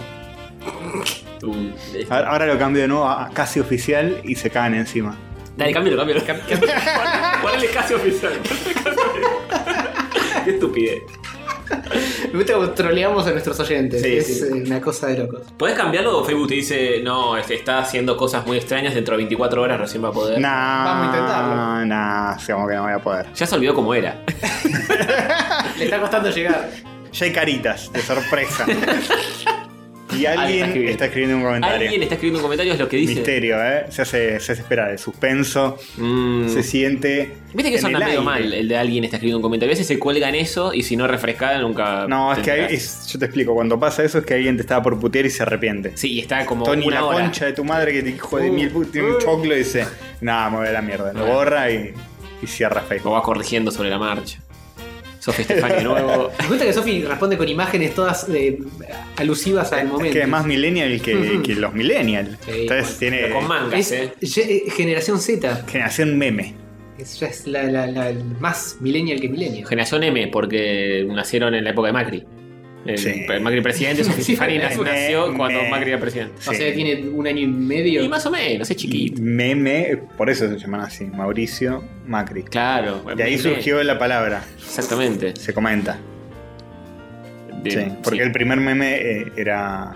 Speaker 1: Tu-
Speaker 2: Ahora ahora lo cambio de nuevo a casi oficial y se caen encima.
Speaker 1: Dale, cámbialo, cámbialo. Pon- Ponele casi oficial. ponele casi oficial. Qué estupidez.
Speaker 3: Me gusta cómo troleamos a nuestros oyentes.
Speaker 1: Sí,
Speaker 3: es
Speaker 1: sí.
Speaker 3: eh, una cosa de locos.
Speaker 1: ¿Podés cambiarlo o Facebook te dice, no, este, está haciendo cosas muy extrañas, dentro de 24 horas recién va Eh, a poder?
Speaker 2: Nah,
Speaker 3: Vamos a intentarlo.
Speaker 2: Nah, digamos que no voy a poder.
Speaker 1: Ya se olvidó cómo era.
Speaker 3: Le está costando llegar.
Speaker 2: Ya hay caritas de sorpresa. Y alguien
Speaker 1: escribiendo.
Speaker 2: está escribiendo un comentario.
Speaker 1: Alguien está escribiendo un comentario es lo que dice.
Speaker 2: Misterio, ¿eh? Se hace, se hace esperar el suspenso.
Speaker 1: Mm.
Speaker 2: Se siente.
Speaker 1: Viste que
Speaker 2: en
Speaker 1: eso
Speaker 2: el
Speaker 1: anda medio
Speaker 2: aire.
Speaker 1: mal, eh, el de alguien está escribiendo un comentario. A veces se cuelgan eso y si no refrescada nunca.
Speaker 2: No, es
Speaker 1: te
Speaker 2: que hay-
Speaker 1: enterás.
Speaker 2: es- yo te explico. Cuando pasa eso es que alguien te estaba por putear y se arrepiente.
Speaker 1: Sí, y está como
Speaker 2: Tony,
Speaker 1: una
Speaker 2: la
Speaker 1: hora.
Speaker 2: concha de tu madre que te hijo de
Speaker 1: Uh,
Speaker 2: mil putas, tiene
Speaker 1: uh.
Speaker 2: un choclo y dice: Nada, me voy a la mierda. Lo
Speaker 1: Ah.
Speaker 2: borra y, y cierra
Speaker 1: Lo
Speaker 2: Facebook.
Speaker 1: va corrigiendo sobre la marcha. Sofía Estefani de nuevo.
Speaker 3: Me gusta que Sofi responde con imágenes todas eh, alusivas al momento.
Speaker 2: Es que es más millennial que,
Speaker 3: Ujú.
Speaker 2: que los millennials.
Speaker 3: Sí,
Speaker 2: Entonces
Speaker 3: bueno,
Speaker 2: tiene.
Speaker 1: Pero con mangas,
Speaker 3: Es
Speaker 1: eh.
Speaker 3: ye- generación Z.
Speaker 2: Generación meme.
Speaker 3: Es, ya es la, la- la- más millennial que millennial.
Speaker 1: Generación M, porque nacieron en la época de Macri. El,
Speaker 2: Sí.
Speaker 1: el Macri presidente, Sofía
Speaker 3: Sí,
Speaker 1: Estefani
Speaker 3: me-
Speaker 1: nació
Speaker 2: me-
Speaker 1: cuando
Speaker 2: me-
Speaker 1: Macri era presidente.
Speaker 3: O
Speaker 2: Sí.
Speaker 3: sea, que tiene un año y medio.
Speaker 1: Y más o menos, es chiquito.
Speaker 2: Meme, por eso se llaman así: Mauricio Macri.
Speaker 1: Claro.
Speaker 2: De ahí
Speaker 1: Pues meme.
Speaker 2: surgió la palabra,
Speaker 1: Exactamente.
Speaker 2: se comenta.
Speaker 1: De-
Speaker 2: Sí, porque
Speaker 1: sí.
Speaker 2: el primer meme eh, era.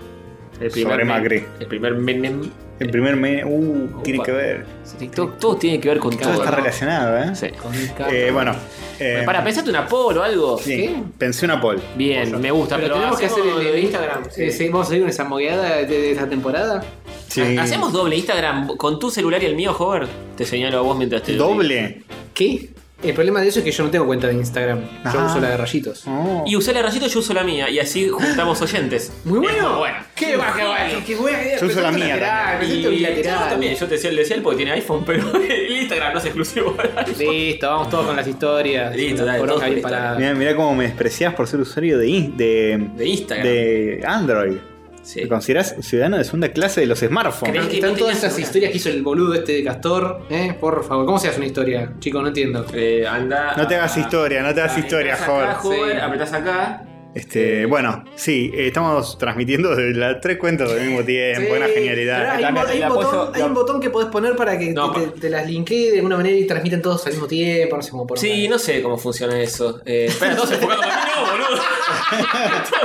Speaker 1: El
Speaker 2: sobre
Speaker 1: men-
Speaker 2: Macri.
Speaker 1: El primer Menem.
Speaker 2: El primer meme. Uh,
Speaker 1: Opa.
Speaker 2: tiene que ver.
Speaker 1: Sí, todo, todo tiene que ver con
Speaker 2: Todo
Speaker 1: todo.
Speaker 2: está
Speaker 1: ¿no?
Speaker 2: relacionado, ¿eh?
Speaker 1: Sí.
Speaker 3: Con un carro.
Speaker 2: Eh, bueno. eh,
Speaker 1: Para, pensate una polo o algo.
Speaker 2: sí,
Speaker 3: ¿qué?
Speaker 2: pensé una poll.
Speaker 1: Bien, me gusta,
Speaker 3: Pero
Speaker 1: pero,
Speaker 3: tenemos que hacer
Speaker 1: hacemos
Speaker 3: el de
Speaker 1: doble Instagram. sí.
Speaker 3: Eh, sí, ¿Vamos a seguir con esa mogueada de, de esta temporada?
Speaker 2: Sí.
Speaker 1: Ha- Ah, Hacemos doble Instagram con tu celular y el mío, Hover. Te señalo a vos mientras te.
Speaker 2: ¿Doble?
Speaker 3: ¿Qué? El problema de eso es que yo no tengo cuenta de Instagram. Yo
Speaker 2: Ajá.
Speaker 3: uso la de rayitos.
Speaker 2: Oh.
Speaker 1: Y usá la rayito, yo uso la mía. Y así juntamos oyentes.
Speaker 3: Muy bueno.
Speaker 1: Es bueno.
Speaker 3: Qué va, qué bueno. Qué buena idea.
Speaker 2: Yo uso la
Speaker 3: Pensando
Speaker 2: mía
Speaker 3: lateral,
Speaker 1: Y
Speaker 3: pensando bilateral.
Speaker 1: yo también, yo te decía el de Ciel porque tiene iPhone, pero el Instagram no es exclusivo.
Speaker 3: Listo, vamos todos con las historias.
Speaker 1: Listo,
Speaker 3: Una
Speaker 1: dale,
Speaker 3: poronga
Speaker 1: todos
Speaker 3: bien
Speaker 1: con
Speaker 3: parada.
Speaker 2: Mirá, mirá cómo me despreciás por ser usuario de, in- de,
Speaker 1: De Instagram.
Speaker 2: de Android.
Speaker 1: Sí.
Speaker 2: Te considerás ciudadano de segunda clase de los
Speaker 1: ¿Crees
Speaker 2: smartphones.
Speaker 1: que
Speaker 3: Están
Speaker 1: no
Speaker 3: todas
Speaker 1: tenías
Speaker 3: esas
Speaker 1: una?
Speaker 3: historias que hizo el boludo este de Castor. ¿eh? Por favor, ¿cómo se hace una historia? Chicos, no entiendo.
Speaker 1: Eh, anda.
Speaker 2: No te hagas
Speaker 1: a-
Speaker 2: historia, no te hagas
Speaker 1: a-
Speaker 2: historia,
Speaker 1: entras Ah, acá,
Speaker 2: joder.
Speaker 1: Hover,
Speaker 3: Sí.
Speaker 1: Apretás acá.
Speaker 2: Este, bueno, sí, eh, estamos transmitiendo de las tres cuentas al mismo tiempo. Una
Speaker 3: Pará,
Speaker 2: genialidad.
Speaker 3: Hay, un,
Speaker 1: La-
Speaker 3: bo- hay
Speaker 1: la
Speaker 3: un botón,
Speaker 1: apoyo-
Speaker 3: hay un
Speaker 1: la-
Speaker 3: botón que podés poner para que
Speaker 1: No,
Speaker 3: te,
Speaker 1: pa-
Speaker 3: te- te las linkee de alguna manera y transmiten todos al mismo tiempo. No sé cómo por
Speaker 1: Sí, no sé cómo funciona eso. Eh, espera, todos enfocando a mí, no, boludo.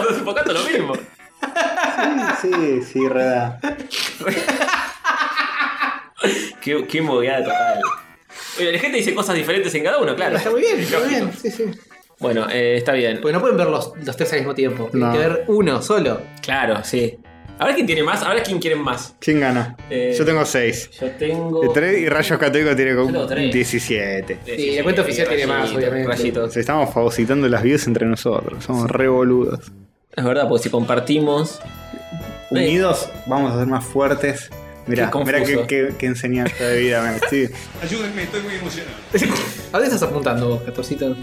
Speaker 1: todos enfocando lo mismo.
Speaker 2: Sí, sí, verdad.
Speaker 1: Qué, qué moviada total. Oye, la gente dice cosas diferentes en cada uno, claro.
Speaker 3: Está muy bien, está muy
Speaker 1: Lógico.
Speaker 3: bien. Sí, sí.
Speaker 1: Bueno, eh, está bien.
Speaker 3: Porque no pueden ver los, los tres al mismo tiempo. Tienen
Speaker 2: No.
Speaker 3: que ver uno solo.
Speaker 1: Claro, sí. A ver quién tiene más, a ver quién quiere más.
Speaker 2: ¿Quién gana?
Speaker 1: Eh,
Speaker 2: Yo tengo seis.
Speaker 1: Yo tengo.
Speaker 2: De tres y Rayos Católicos tiene
Speaker 1: tengo
Speaker 2: como
Speaker 1: tres.
Speaker 2: 17.
Speaker 3: Sí, la cuenta oficial tiene más,
Speaker 1: Rayito,
Speaker 3: obviamente.
Speaker 1: rayito.
Speaker 2: Nos estamos fagocitando las vidas entre nosotros. Somos re boludos.
Speaker 1: Es verdad, porque si compartimos.
Speaker 2: Unidos vamos a ser más fuertes. Mirá,
Speaker 1: Qué confuso.
Speaker 2: mirá qué, qué- qué enseñanza de vida. me- sí.
Speaker 5: Ayúdenme, estoy muy emocionado.
Speaker 3: ¿A dónde estás apuntando vos, Castorcito?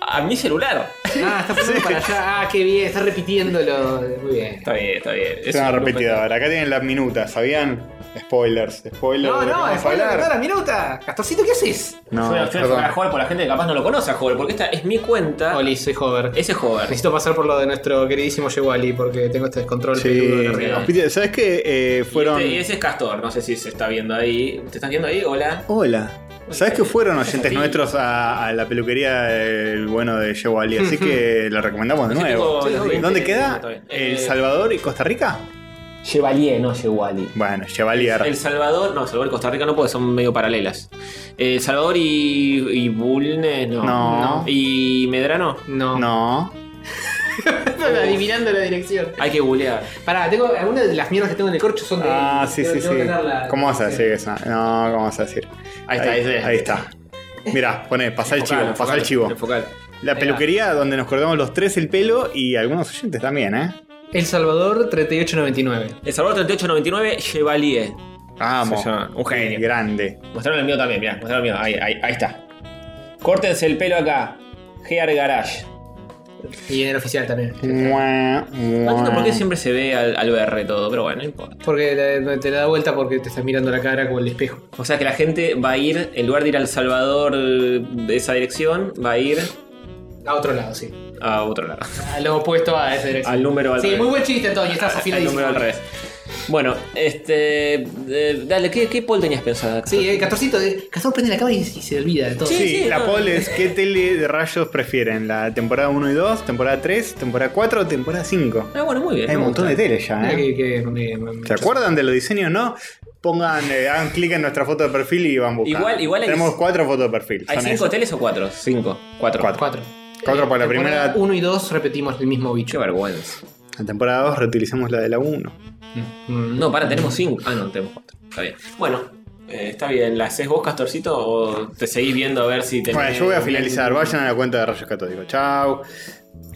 Speaker 1: A mi celular.
Speaker 3: Ah, estás apuntando para allá. Ah, qué bien, estás repitiéndolo. Muy bien.
Speaker 1: Está bien, está bien.
Speaker 2: Es una
Speaker 1: un grupo-
Speaker 2: repetidora. Acá tienen las minutas, ¿sabían? Spoilers, spoilers.
Speaker 3: No,
Speaker 2: de lo que
Speaker 3: no,
Speaker 2: vamos a
Speaker 3: es para
Speaker 2: hablar.
Speaker 3: la minuta. Castorcito, ¿qué haces?
Speaker 2: No,
Speaker 1: Yo voy a- yo voy a
Speaker 2: perdón. Oh,
Speaker 1: jugar a Hover por la gente que capaz no lo conoce a Hover, porque esta es mi cuenta.
Speaker 3: Oli, soy Hover.
Speaker 1: Ese Hover.
Speaker 3: Necesito pasar por lo de nuestro queridísimo Yewali porque tengo este descontrol
Speaker 2: Sí,
Speaker 3: peludo de la red.
Speaker 1: realidad.
Speaker 2: Pide- ¿sabes qué? Eh, fueron.
Speaker 1: Y, este- y ese es Castor, no sé si se está viendo ahí. ¿Te estás viendo ahí? Hola.
Speaker 2: Hola. ¿Sabes que fueron oyentes
Speaker 1: Sí.
Speaker 2: nuestros a, a la peluquería del bueno de Joe Ali? Así que la recomendamos de
Speaker 1: Yo
Speaker 2: nuevo.
Speaker 1: tengo los dientes-
Speaker 2: ¿Dónde queda?
Speaker 1: Está bien.
Speaker 2: ¿El
Speaker 1: Eh,
Speaker 2: Salvador y Costa Rica?
Speaker 1: Chevalier, no Chevalier.
Speaker 2: Bueno, Chevalier.
Speaker 1: El Salvador, no, Salvador y Costa Rica no puede, son medio paralelas. El Salvador y, y Bulnes, no.
Speaker 2: No.
Speaker 1: Y Medrano,
Speaker 3: No.
Speaker 2: No.
Speaker 3: Adivinando la dirección.
Speaker 1: hay que googlear.
Speaker 3: Pará, tengo algunas de las mierdas que tengo en el corcho son de.
Speaker 2: Ah,
Speaker 3: él.
Speaker 2: sí,
Speaker 3: Tengo-
Speaker 2: sí, sí.
Speaker 3: tengo que tenerla-
Speaker 2: ¿Cómo vas a
Speaker 3: Sí.
Speaker 2: decir eso? No, ¿cómo vas a decir?
Speaker 1: Ahí está,
Speaker 2: ahí,
Speaker 1: ese es.
Speaker 2: ahí está. Mirá, poné, pasá el chivo, pasá el chivo.
Speaker 1: Enfocal.
Speaker 2: La
Speaker 3: va.
Speaker 2: peluquería donde nos cortamos los tres el pelo y algunos oyentes también, ¿eh?
Speaker 3: El Salvador 3899.
Speaker 1: El Salvador 3899, Chevalier.
Speaker 2: Vamos.
Speaker 1: Se llama. Un genio.
Speaker 2: Grande.
Speaker 1: Mostraron el mío también, mirá, mostraron el mío. Ahí, ahí, ahí está. Córtense el pelo acá. Gear Garage.
Speaker 3: Y en el oficial también.
Speaker 2: Mm. Mua,
Speaker 1: No
Speaker 2: mua.
Speaker 1: entiendo por qué siempre se ve al, al BR todo, pero bueno, no importa.
Speaker 3: Porque la- te la da vuelta porque te estás mirando la cara como el espejo.
Speaker 1: O sea que la gente va a ir, en lugar de ir al Salvador eh, de esa dirección, va a ir
Speaker 3: A otro lado, sí.
Speaker 1: a otro lado.
Speaker 3: A lo opuesto a esa dirección.
Speaker 1: Al número al
Speaker 3: sí,
Speaker 1: revés.
Speaker 3: muy buen chiste, Antonio. Estás
Speaker 1: Al
Speaker 3: afiladísimo.
Speaker 1: número al revés. Bueno, este. eh, dale, ¿qué, ¿qué poll tenías pensada?
Speaker 3: Sí, el Castorcito. eh, Castor prende la cámara y, y se olvida de todo.
Speaker 2: Sí,
Speaker 1: Sí, sí,
Speaker 2: la
Speaker 1: no.
Speaker 2: poll es qué tele de rayos prefieren, la temporada 1 y 2, temporada 3, temporada 4 o temporada 5.
Speaker 1: Ah, bueno, muy bien.
Speaker 2: Hay un
Speaker 1: me
Speaker 2: montón de
Speaker 1: gusta.
Speaker 2: tele ya,
Speaker 3: Mira
Speaker 2: ¿eh?
Speaker 3: que- que- me- me-
Speaker 2: ¿Se acuerdan de los diseños, no? Pongan, eh, hagan clic en nuestra foto de perfil y van buscando.
Speaker 1: Igual- igual hay-
Speaker 2: Tenemos cuatro fotos de perfil.
Speaker 1: ¿Hay
Speaker 2: son
Speaker 1: cinco
Speaker 2: esas.
Speaker 1: teles o cuatro? Cinco. Cuatro.
Speaker 2: Cuatro.
Speaker 3: Cuatro. Eh,
Speaker 2: Cuatro para la
Speaker 3: Temporada
Speaker 2: primera.
Speaker 3: Uno y dos repetimos el mismo
Speaker 1: Qué
Speaker 3: bicho.
Speaker 1: vergüenza.
Speaker 2: La temporada 2 reutilizamos la de la 1.
Speaker 1: Mm, No, para, tenemos 5. Ah, no, tenemos 4. Está bien. Bueno, eh, está bien. ¿La haces vos, Castorcito? ¿O te seguís viendo a ver si tenés...
Speaker 2: Bueno, yo voy a finalizar. Vayan a la cuenta de Rayos Católicos. Chau.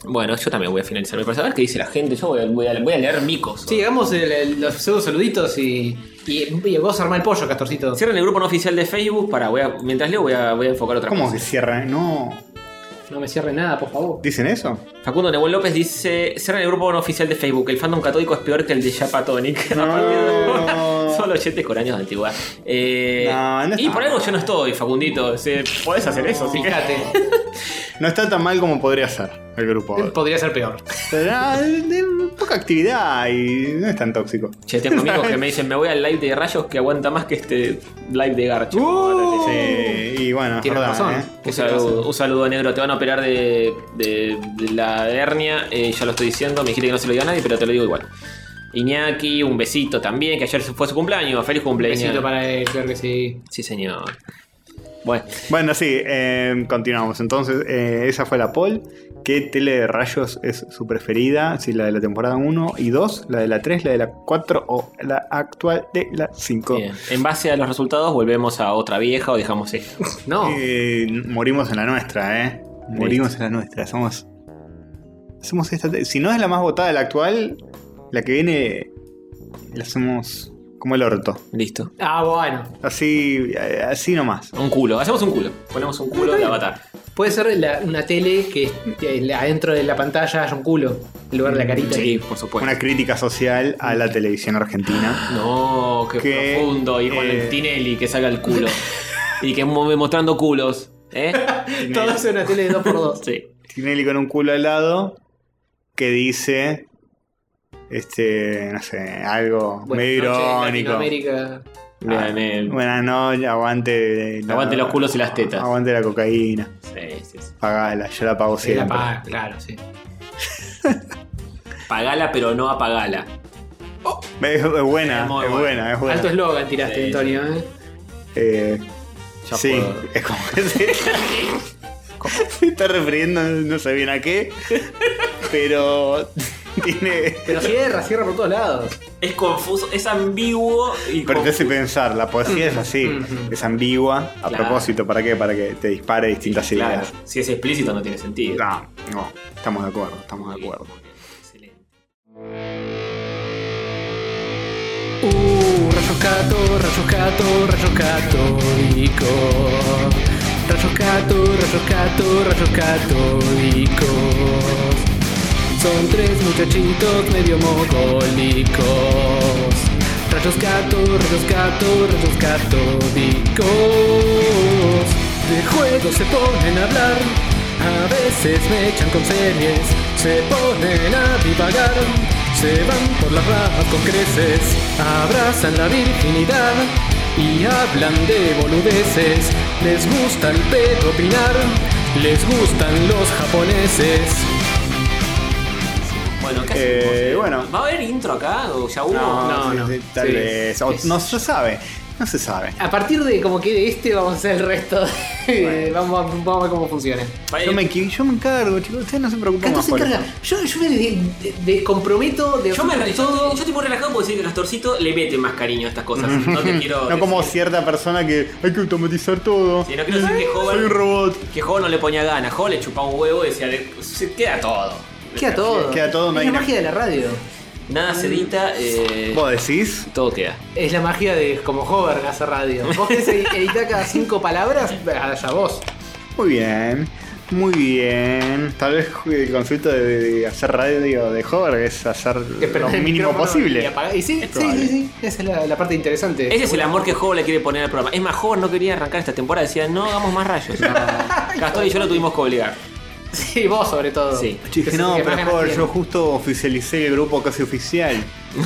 Speaker 1: Bueno, yo también voy a finalizar. Para saber qué dice la gente, yo voy a, voy a- voy a leer micos.
Speaker 3: Sí, hagamos el- el- los pseudo saluditos y, y, y vos armá el pollo, Castorcito.
Speaker 1: Cierren el grupo no oficial de Facebook. Para, voy a- mientras leo, voy a, voy a enfocar otra
Speaker 2: ¿Cómo
Speaker 1: cosa.
Speaker 2: que cierran? No.
Speaker 3: No me cierre nada, por favor.
Speaker 2: ¿Dicen eso?
Speaker 1: Facundo Nebuen López dice: Cierran el grupo no oficial de Facebook. El fandom católico es peor que el de Japatonic.
Speaker 2: No.
Speaker 1: Solo 80 con años de antigüedad. Eh,
Speaker 2: No, no
Speaker 1: y
Speaker 2: está
Speaker 1: por algo yo no estoy, Facundito. Podés puedes hacer eso, sí.
Speaker 3: Fíjate,
Speaker 2: No está tan mal como podría ser el grupo.
Speaker 3: podría ser peor.
Speaker 2: Pero, ah, de poca actividad y no es tan tóxico.
Speaker 1: Che, tengo amigos que me dicen: Me voy al live de rayos que aguanta más que este live de Garcho.
Speaker 2: Sí, y bueno, es
Speaker 3: Tienes
Speaker 2: verdad,
Speaker 3: razón.
Speaker 2: ¿eh?
Speaker 1: Un
Speaker 3: ¿Qué se le va a hacer?
Speaker 1: saludo, un saludo, negro, te van a operar de, de- de la hernia, eh, ya lo estoy diciendo, me dijiste que no se lo diga a nadie, pero te lo digo igual. Iñaki, un besito también, que ayer fue su cumpleaños, feliz cumpleaños.
Speaker 3: Besito para él, claro que sí.
Speaker 1: Sí, señor. Bueno,
Speaker 2: Bueno, sí, eh, continuamos. Entonces, eh, esa fue la poll. ¿Qué tele de rayos es su preferida? Si la de la temporada 1 y 2, la de la 3, la de la 4 o la actual de la 5.
Speaker 1: bien. en base a los resultados volvemos a otra vieja o dejamos esta.
Speaker 3: No,
Speaker 2: Eh, morimos en la nuestra, ¿eh? Morimos en la nuestra. Somos. Somos esta. te- Si no es la más votada, la actual, la que viene. La hacemos como el orto.
Speaker 1: Listo.
Speaker 3: Ah, bueno.
Speaker 2: Así, eh, así nomás.
Speaker 1: Un culo, hacemos un culo, ponemos un culo de avatar.
Speaker 3: Puede ser la- una tele que eh, la- adentro de la pantalla haya un culo en lugar de la carita.
Speaker 1: Sí, por supuesto.
Speaker 2: Una crítica social a la televisión argentina.
Speaker 1: No, qué
Speaker 2: Que,
Speaker 1: profundo, y Juan
Speaker 2: eh,
Speaker 1: Tinelli que saca el culo. y que mo- mostrando culos, ¿eh?
Speaker 3: Todo eso en una tele de 2x2.
Speaker 1: Sí.
Speaker 2: Tinelli con un culo al lado que dice. Este, no sé, algo medio irónico.
Speaker 3: América.
Speaker 2: Bien.
Speaker 1: Ah, en el-
Speaker 2: Buenas noches, aguante. la-
Speaker 1: Aguante los culos y las tetas.
Speaker 2: Aguante la cocaína.
Speaker 1: Sí, sí, sí.
Speaker 2: Pagala, yo la pago siempre.
Speaker 3: claro, sí.
Speaker 1: Pagala, pero no apagala.
Speaker 2: Es, es buena,
Speaker 1: Es muy
Speaker 2: es
Speaker 1: buena.
Speaker 2: buena, es buena.
Speaker 3: Alto eslogan tiraste,
Speaker 1: Sí, sí.
Speaker 3: Antonio. ¿eh?
Speaker 2: Eh,
Speaker 1: Ya
Speaker 2: sí,
Speaker 1: puedo.
Speaker 2: es como que se, se está refiriendo, no sé bien a qué, pero tiene.
Speaker 3: Pero cierra, cierra por todos lados.
Speaker 1: Es confuso, es ambiguo y
Speaker 2: Pero te hace
Speaker 1: confuso.
Speaker 2: pensar, la poesía es así,
Speaker 3: Ujú.
Speaker 2: es ambigua. A
Speaker 1: Claro.
Speaker 2: propósito, ¿para qué? Para que te dispare distintas
Speaker 1: Claro,
Speaker 2: ideas.
Speaker 1: si es explícito no tiene sentido.
Speaker 2: No, no, estamos de acuerdo, estamos de acuerdo.
Speaker 1: Excelente.
Speaker 3: Uh, rayos gato, rayos gato, rayos católico. Rayos gato, rayos gato, rayos católicos. Son tres muchachitos medio mogólicos. Rayos gato, rayos gato, rayos católicos. De juego se ponen a hablar. A veces me echan con series, se ponen a divagar, se van por las ramas con creces, abrazan la virginidad y hablan de boludeces. Les gusta el pedo opinar, les gustan los japoneses.
Speaker 1: Bueno, ¿qué
Speaker 2: Eh,
Speaker 1: hacemos?
Speaker 2: bueno.
Speaker 1: ¿Va a haber intro acá o ya hubo?
Speaker 3: No,
Speaker 2: sí,
Speaker 3: no.
Speaker 2: sí, Tal
Speaker 3: Sí.
Speaker 2: vez. o
Speaker 3: Es-
Speaker 2: No se sabe, no se sabe.
Speaker 3: A partir de como quede este, vamos a hacer el resto.
Speaker 2: Bueno.
Speaker 3: vamos, a, vamos a ver cómo funciona.
Speaker 1: Va-
Speaker 2: Yo me, equi- yo me encargo, chicos, ustedes no se preocupen.
Speaker 3: Cantor se
Speaker 2: más por
Speaker 3: encarga.
Speaker 2: eso.
Speaker 3: Yo, yo me de- de- descomprometo de
Speaker 1: yo
Speaker 3: hacer
Speaker 1: me yo, yo estoy muy relajado porque sé que Castorcito le mete más cariño a estas cosas. No te quiero.
Speaker 2: No como
Speaker 1: decir-
Speaker 2: cierta persona que hay que automatizar todo.
Speaker 1: Sí, no quiero decir que
Speaker 2: Soy un
Speaker 1: Hover,
Speaker 2: robot.
Speaker 1: que Hover no le ponía ganas. Hover le chupaba un huevo y decía, de- se queda todo.
Speaker 3: Queda todo.
Speaker 2: Queda todo, no hay
Speaker 3: es la
Speaker 2: nada.
Speaker 3: magia de la radio.
Speaker 1: Nada se edita, eh,
Speaker 2: ¿Vos decís?
Speaker 1: todo queda.
Speaker 3: Es la magia de como Hover que hace radio. Vos querés ed- editar cada cinco palabras, allá vos.
Speaker 2: Muy bien. Muy bien. Tal vez el concepto de, de hacer radio de Hover es hacer
Speaker 3: Que prender
Speaker 2: lo
Speaker 3: el
Speaker 2: mínimo
Speaker 3: micrófono
Speaker 2: posible.
Speaker 3: Y, apagar- y sí, sí,
Speaker 2: probable.
Speaker 3: sí, sí. Esa es la, la parte interesante.
Speaker 1: Ese es el amor que Hover le quiere poner al programa. Es más, Hover no quería arrancar esta temporada, decía, no hagamos más rayos. Gastón y yo lo tuvimos que obligar.
Speaker 3: Sí, vos sobre todo.
Speaker 1: Sí.
Speaker 2: Yo dije,
Speaker 3: Que
Speaker 2: no,
Speaker 3: sos el que
Speaker 2: pero
Speaker 3: más ganas
Speaker 2: Hover,
Speaker 3: tiene.
Speaker 2: yo justo oficialicé el grupo casi oficial.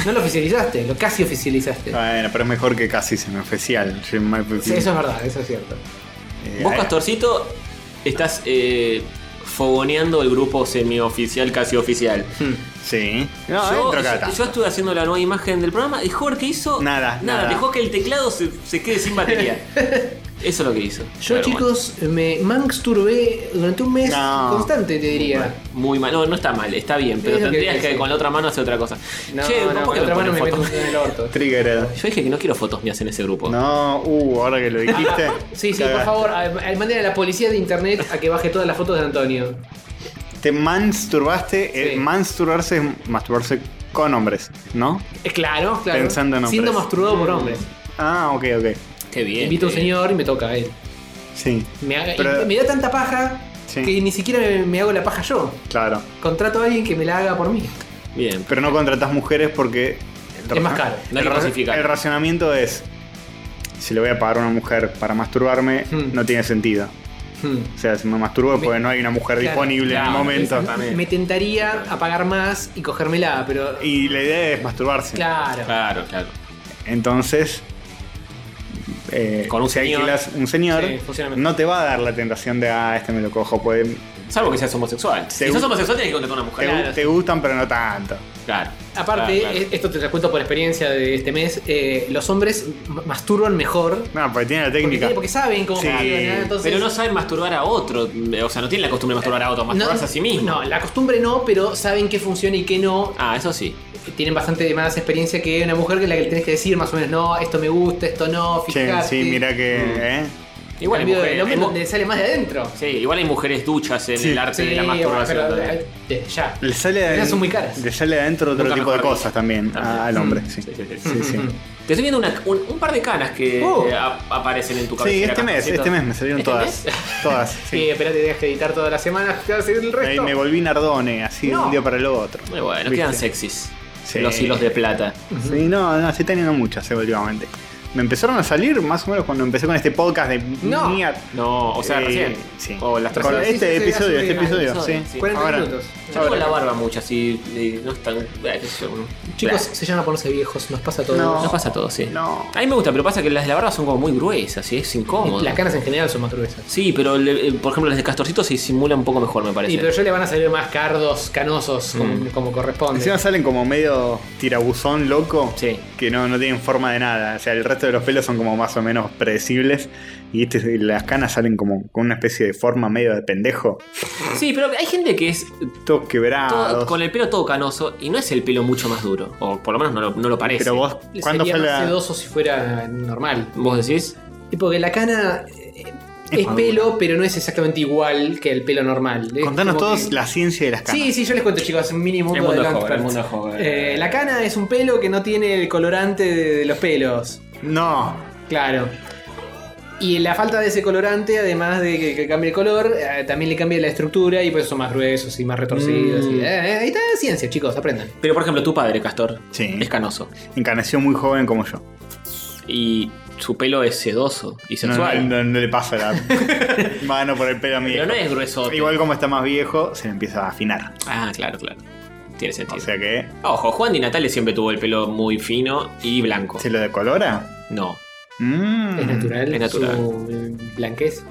Speaker 3: No lo oficializaste, lo casi oficializaste.
Speaker 2: Bueno, pero es mejor que casi semioficial. Yo me-
Speaker 3: Sí, eso es verdad, eso es cierto.
Speaker 2: Eh,
Speaker 1: Vos, Castorcito, estás eh, fogoneando el grupo semioficial, casi oficial.
Speaker 2: Sí. No,
Speaker 1: yo,
Speaker 2: entro
Speaker 1: yo-
Speaker 2: cada tanto.
Speaker 1: yo estuve haciendo la nueva imagen del programa y Hover, ¿qué hizo?
Speaker 2: Nada, nada.
Speaker 1: Dejó que el teclado se, se quede sin batería. Eso es lo que hizo.
Speaker 3: Yo,
Speaker 1: Pero
Speaker 3: chicos, me manxturbé durante un mes
Speaker 2: No.
Speaker 3: constante, te diría.
Speaker 1: bueno, muy mal. No, no está mal, está bien, pero
Speaker 3: Es lo que
Speaker 1: tendrías que,
Speaker 3: dice.
Speaker 1: con la otra mano hacer otra cosa.
Speaker 3: No,
Speaker 1: Che,
Speaker 3: no,
Speaker 1: ¿por
Speaker 3: con
Speaker 1: qué
Speaker 3: otra mano me meto
Speaker 1: fotos?
Speaker 3: un dedo en el orto.
Speaker 2: Triggerado.
Speaker 1: Yo dije que no quiero fotos mías en ese grupo.
Speaker 2: No, uh, ahora que lo dijiste.
Speaker 3: Sí, sí, por
Speaker 2: cagaste.
Speaker 3: favor, a- a- manden a la policía de internet a que baje todas las fotos de Antonio.
Speaker 2: Te mansturbaste. eh,
Speaker 3: Sí.
Speaker 2: mansturbarse es masturbarse con hombres, ¿no?
Speaker 3: Es Eh, claro, claro.
Speaker 2: Pensando en hombres.
Speaker 3: Siendo masturbado por hombres.
Speaker 2: Ah, ok, ok.
Speaker 1: Qué bien.
Speaker 3: Invito a un
Speaker 1: eh.
Speaker 3: señor y me toca a él.
Speaker 2: Sí,
Speaker 3: Me, haga-
Speaker 2: Pero-
Speaker 3: y me da tanta paja
Speaker 2: Sí.
Speaker 3: que ni siquiera me, me hago la paja yo.
Speaker 2: claro.
Speaker 3: Contrato a alguien que me la haga por mí.
Speaker 1: Bien.
Speaker 2: Pero no contratás mujeres porque. el
Speaker 3: Es más
Speaker 2: ra-
Speaker 1: no
Speaker 3: caro,
Speaker 1: hay
Speaker 2: el
Speaker 1: que
Speaker 2: ra-
Speaker 1: clasificar.
Speaker 2: El racionamiento es. Si le voy a pagar a una mujer para masturbarme,
Speaker 3: Hmm.
Speaker 2: no tiene sentido.
Speaker 3: Hmm.
Speaker 2: O sea, si me masturbo es porque no hay una mujer
Speaker 3: Claro,
Speaker 2: disponible en
Speaker 1: claro,
Speaker 2: el momento.
Speaker 1: exactamente.
Speaker 3: Me tentaría a pagar más y cogérmela, pero.
Speaker 2: Y la idea es masturbarse.
Speaker 3: Claro.
Speaker 1: Claro, claro.
Speaker 2: Entonces, eh,
Speaker 1: Con un
Speaker 2: si
Speaker 1: señor.
Speaker 2: alquilas un señor,
Speaker 3: Sí, funciona mejor.
Speaker 2: no te va a dar la tentación de, ah, este me lo cojo. Pues,
Speaker 1: Salvo que seas homosexual. Si
Speaker 2: Según-
Speaker 1: sos homosexual, tienes que contratar a una mujer.
Speaker 2: te,
Speaker 1: Claro,
Speaker 2: te gustan, pero no tanto.
Speaker 1: Claro.
Speaker 3: Aparte,
Speaker 1: Claro, claro.
Speaker 3: eh, esto te lo cuento por experiencia de este mes, eh, los hombres ma- masturban mejor.
Speaker 2: No, porque tiene la
Speaker 3: Porque,
Speaker 2: técnica.
Speaker 3: tienen- porque saben cómo
Speaker 2: Sí.
Speaker 3: funciona, entonces-
Speaker 1: Pero no saben masturbar a otro. eh, O sea, no tienen la costumbre de masturbar a otro, masturbarse a sí mismo.
Speaker 3: No, la costumbre no, pero saben qué funciona y qué no.
Speaker 1: Ah, eso sí.
Speaker 3: Tienen bastante más experiencia que una mujer que la que le tenés que decir más o menos, no, esto me gusta, esto no,
Speaker 2: Che,
Speaker 3: fijate.
Speaker 2: sí, mira que. ¿eh?
Speaker 1: Igual hay
Speaker 3: Cambio,
Speaker 1: mujeres.
Speaker 3: el hombre
Speaker 1: hay mu-
Speaker 3: donde sale más de adentro.
Speaker 1: Sí, igual hay mujeres duchas en
Speaker 2: Sí.
Speaker 1: el arte de la
Speaker 3: bueno,
Speaker 1: masturbación.
Speaker 3: pero,
Speaker 1: también.
Speaker 3: eh, desde ya.
Speaker 2: Le sale,
Speaker 3: Esas
Speaker 2: aden-
Speaker 3: son muy caras.
Speaker 2: le sale adentro otro
Speaker 1: Nunca
Speaker 2: tipo de
Speaker 1: mejor
Speaker 2: cosas también,
Speaker 1: También.
Speaker 2: a- al hombre.
Speaker 1: Mm.
Speaker 2: Sí, sí,
Speaker 1: Sí, sí, sí.
Speaker 2: sí. sí.
Speaker 1: Te estoy viendo una- un, un par de canas que
Speaker 3: Oh.
Speaker 1: eh, ap- aparecen en tu cabeza.
Speaker 2: Sí, este mes, este mes me salieron
Speaker 1: ¿Este
Speaker 2: todas. Todas.
Speaker 3: Sí,
Speaker 2: sí.
Speaker 3: espérate, tenías que editar todas las semanas, te vas a ir el
Speaker 2: Ahí
Speaker 3: resto.
Speaker 2: me volví nardone, así de
Speaker 3: No.
Speaker 2: un día para el otro.
Speaker 1: Muy bueno,
Speaker 2: ¿Viste?
Speaker 1: quedan sexys.
Speaker 2: Sí.
Speaker 1: Los hilos de plata.
Speaker 2: Sí, no, no, estoy teniendo muchas, eh, últimamente. Me empezaron a salir más o menos cuando empecé con este podcast de
Speaker 3: No.
Speaker 2: mierda.
Speaker 1: No, o sea,
Speaker 2: Eh,
Speaker 1: recién.
Speaker 2: sí.
Speaker 1: O las
Speaker 2: Con
Speaker 1: personas.
Speaker 3: Sí,
Speaker 2: este
Speaker 3: sí, sí,
Speaker 2: episodio,
Speaker 3: hace
Speaker 2: este
Speaker 3: un
Speaker 2: episodio,
Speaker 1: episodio,
Speaker 2: sí.
Speaker 1: sí.
Speaker 3: 40
Speaker 2: Ahora,
Speaker 3: minutos.
Speaker 1: Yo con la barba mucho, así. eh, no es tan. eh, qué sé yo,
Speaker 3: Chicos,
Speaker 1: blah.
Speaker 3: se llama ponerse viejos, nos pasa todo.
Speaker 2: No.
Speaker 1: nos pasa todo, sí.
Speaker 2: No.
Speaker 1: A mí me gusta, pero pasa que las de la barba son como muy gruesas y es incómodo.
Speaker 3: Las canas en general son más gruesas.
Speaker 1: Sí, pero le- eh, por ejemplo las de Castorcito se simulan un poco mejor, me parece.
Speaker 3: Y pero yo le van a salir más cardos, canosos, como, como corresponde.
Speaker 2: Mm. Encima salen como medio tirabuzón loco.
Speaker 1: Sí.
Speaker 2: Que no, no tienen forma de nada. O sea, el resto de los pelos son como más o menos predecibles. Y este- las canas salen como con una especie de forma medio de pendejo.
Speaker 1: Sí, pero hay gente que es
Speaker 2: Todos
Speaker 1: todo-
Speaker 2: quebrados.
Speaker 1: con el pelo todo canoso y no es el pelo mucho más duro. O por lo menos no lo, no lo parece.
Speaker 2: Pero vos,
Speaker 3: Le
Speaker 2: ¿cuándo
Speaker 3: sería
Speaker 2: fue
Speaker 3: más
Speaker 2: la.?
Speaker 3: sedoso si fuera normal.
Speaker 1: ¿Vos decís?
Speaker 3: Y porque la cana eh, es,
Speaker 2: madura.
Speaker 3: pelo, pero no es exactamente igual que el pelo normal. Es
Speaker 2: Contanos
Speaker 3: como
Speaker 2: todos
Speaker 3: que-
Speaker 2: la ciencia de las canas.
Speaker 3: Sí, sí, yo les cuento, chicos, un mínimo
Speaker 1: El mundo joven, el mundo joven.
Speaker 3: Eh, la cana es un pelo que no tiene el colorante de, de los pelos.
Speaker 2: No.
Speaker 3: Claro. Y la falta de ese colorante, además de que, que cambie el color, eh, también le cambia la estructura y por eso son más gruesos y más retorcidos.
Speaker 1: Mm.
Speaker 3: y- eh, eh, ahí está la ciencia, chicos, aprendan.
Speaker 1: Pero por ejemplo tu padre, Castor,
Speaker 2: Sí.
Speaker 1: es canoso.
Speaker 2: Encarneció muy joven como yo.
Speaker 1: Y su pelo es sedoso y
Speaker 2: No,
Speaker 1: sensual.
Speaker 2: no- no- no le pasa la mano por el pelo a mi
Speaker 1: pero
Speaker 2: viejo.
Speaker 1: no es grueso.
Speaker 2: Igual como está más viejo, se le empieza a afinar.
Speaker 1: Ah, claro, claro. Tiene sentido.
Speaker 2: O sea que,
Speaker 1: Ojo, Juan Di Natale siempre tuvo el pelo muy fino y blanco.
Speaker 2: ¿se lo decolora?
Speaker 1: No.
Speaker 2: Mm.
Speaker 3: Es natural,
Speaker 1: es natural.
Speaker 3: su eh, blanquez.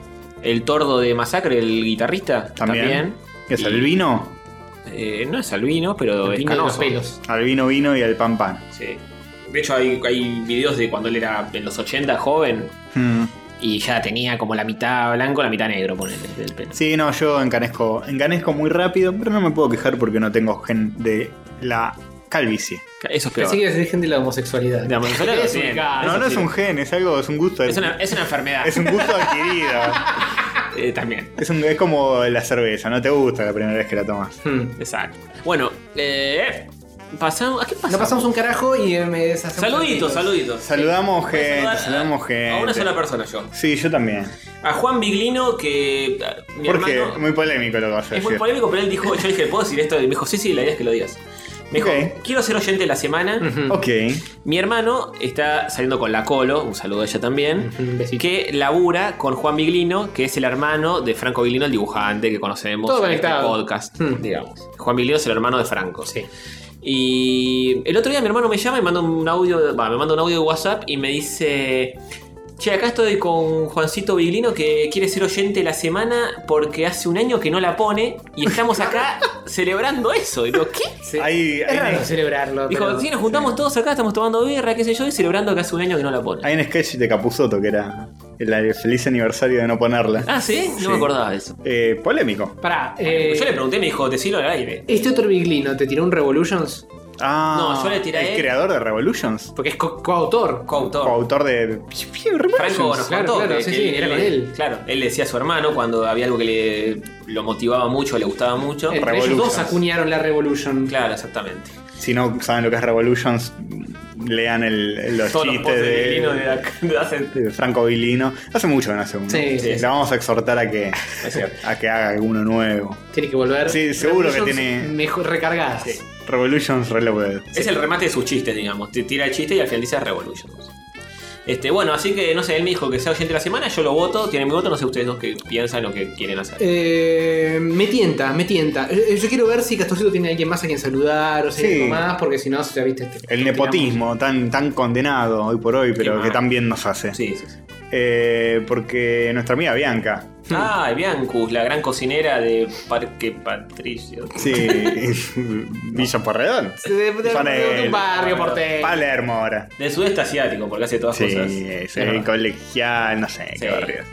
Speaker 1: El tordo de Masacre, el guitarrista,
Speaker 2: También.
Speaker 1: también.
Speaker 2: ¿Es
Speaker 1: Y-
Speaker 2: albino?
Speaker 1: Eh, no es albino, pero
Speaker 3: El
Speaker 1: es
Speaker 3: pino de los
Speaker 1: canoso.
Speaker 3: pelos.
Speaker 2: Albino vino y al pan pan.
Speaker 1: Sí. De hecho, hay, hay videos de cuando él era en los 80 joven
Speaker 2: Mm.
Speaker 1: y ya tenía como la mitad blanco, la mitad negro, ponele, del pelo.
Speaker 2: Sí, no, yo encanezco, encanezco muy rápido, pero no me puedo quejar porque no tengo gen de la calvicie.
Speaker 1: Eso es peor.
Speaker 3: Así que es virgen de la homosexualidad.
Speaker 1: De homosexual
Speaker 3: Es
Speaker 1: también.
Speaker 3: un caso.
Speaker 2: No,
Speaker 1: Ah, Eso
Speaker 2: no es
Speaker 1: sí.
Speaker 2: un gen, es algo, es un gusto.
Speaker 1: Es una, es una enfermedad.
Speaker 2: es un gusto adquirido.
Speaker 1: Eh, también.
Speaker 2: Es, un- es como la cerveza, no te gusta la primera vez que la tomas.
Speaker 3: Hmm.
Speaker 1: Exacto. Bueno, eh, pasamos. ¿A qué pasamos?
Speaker 3: No pasamos un carajo y eh, me deshacemos.
Speaker 1: Saluditos, saluditos.
Speaker 2: Saludamos
Speaker 1: Voy a
Speaker 2: gente,
Speaker 1: saludar a-
Speaker 2: saludamos gente.
Speaker 1: A una sola persona yo.
Speaker 2: Sí, yo también.
Speaker 1: A Juan Biglino, que. eh, Mi
Speaker 2: Porque
Speaker 1: hermano,
Speaker 2: muy polémico lo que vas a
Speaker 1: es muy
Speaker 2: decir.
Speaker 1: Eh, polémico, pero él dijo, yo dije, ¿puedo decir esto? Y me dijo, sí, sí, la idea es que lo digas. Me dijo,
Speaker 2: Ok.
Speaker 1: quiero ser oyente de la semana.
Speaker 3: Ujú.
Speaker 2: Ok.
Speaker 1: Mi hermano está saliendo con la Colo, un saludo a ella también,
Speaker 3: Ujú, un besito.
Speaker 1: que labura con Juan Biglino, que es el hermano de Franco Biglino, el dibujante que conocemos
Speaker 3: Todo
Speaker 1: en este
Speaker 3: conectado.
Speaker 1: podcast,
Speaker 3: Mm.
Speaker 1: digamos. Juan Biglino es el hermano de Franco. Sí. Y el otro día mi hermano me llama y manda un audio, va, me manda un audio de WhatsApp y me dice, che, acá estoy con Juancito Biglino que quiere ser oyente la semana porque hace un año que no la pone y estamos acá celebrando eso. Y digo, ¿qué?
Speaker 3: Sí.
Speaker 2: Hay- hay-
Speaker 3: es raro celebrarlo.
Speaker 1: Dijo,
Speaker 3: pero-
Speaker 1: sí, nos juntamos todos acá, estamos tomando birra, qué sé yo, y celebrando que hace un año que no la pone.
Speaker 2: Hay un sketch de Capuzoto que era el feliz aniversario de no ponerla.
Speaker 1: Ah, ¿sí? No
Speaker 2: Sí.
Speaker 1: me acordaba de eso.
Speaker 2: Eh, polémico.
Speaker 3: Pará, eh,
Speaker 1: Yo le pregunté, me dijo, decilo al aire.
Speaker 3: ¿este otro Biglino te tiró un Revolutions?
Speaker 2: Ah,
Speaker 1: No, yo le tiré a
Speaker 2: El
Speaker 1: él.
Speaker 2: creador de Revolutions.
Speaker 3: Porque es co- coautor.
Speaker 1: Coautor.
Speaker 2: Coautor de.
Speaker 1: Franco nos
Speaker 3: Claro,
Speaker 1: contó
Speaker 3: claro,
Speaker 1: que,
Speaker 3: sí,
Speaker 1: que
Speaker 3: sí, era con él.
Speaker 1: Claro, él decía a su hermano cuando había algo que le lo motivaba mucho, le gustaba mucho.
Speaker 3: Entre ellos
Speaker 2: Revolutions.
Speaker 3: dos acuñaron la Revolution.
Speaker 1: Claro, exactamente.
Speaker 2: Si no saben lo que es Revolutions, lean el, los
Speaker 1: Todos los
Speaker 2: chistes
Speaker 1: posts de
Speaker 2: de-
Speaker 1: Vilino de la- de hace-
Speaker 2: de Franco Vilino. Hace mucho que no hace uno.
Speaker 3: Sí, sí.
Speaker 2: La vamos a exhortar a que,
Speaker 1: cierto.
Speaker 2: a que haga alguno nuevo.
Speaker 3: Tiene que volver.
Speaker 2: Sí, seguro que
Speaker 3: Revolutions
Speaker 2: tiene-
Speaker 3: Mejor recargadas.
Speaker 1: Sí.
Speaker 2: Revolutions Reloaded.
Speaker 1: Es el remate de sus chistes, digamos. Te tira el chiste y al final dice Revolutions. Este, bueno, así que no sé, él me dijo que sea oyente de la semana, yo lo voto, tiene mi voto, no sé ustedes dos qué piensan o qué quieren hacer.
Speaker 3: Eh, me tienta, me tienta. Eh, Yo, yo quiero ver si Castorcito tiene a alguien más a quien saludar o si hay
Speaker 2: Sí.
Speaker 3: algo más, porque si no, ya viste este.
Speaker 2: El nepotismo tan, tan condenado hoy por hoy, pero
Speaker 1: Qué
Speaker 2: que
Speaker 1: mal.
Speaker 2: tan bien nos hace.
Speaker 1: Sí, sí, sí.
Speaker 2: Eh, porque nuestra amiga Bianca.
Speaker 1: Ah, Biancus, la gran cocinera de Parque Patricio.
Speaker 2: Sí, Villa Porredón.
Speaker 3: De, de- de- de un barrio porteño.
Speaker 2: Palermo ahora.
Speaker 1: Del sudeste asiático, porque hace todas
Speaker 2: Sí,
Speaker 1: cosas.
Speaker 2: sí,
Speaker 1: verdad.
Speaker 2: colegial, no sé
Speaker 1: Sí.
Speaker 2: qué barrio.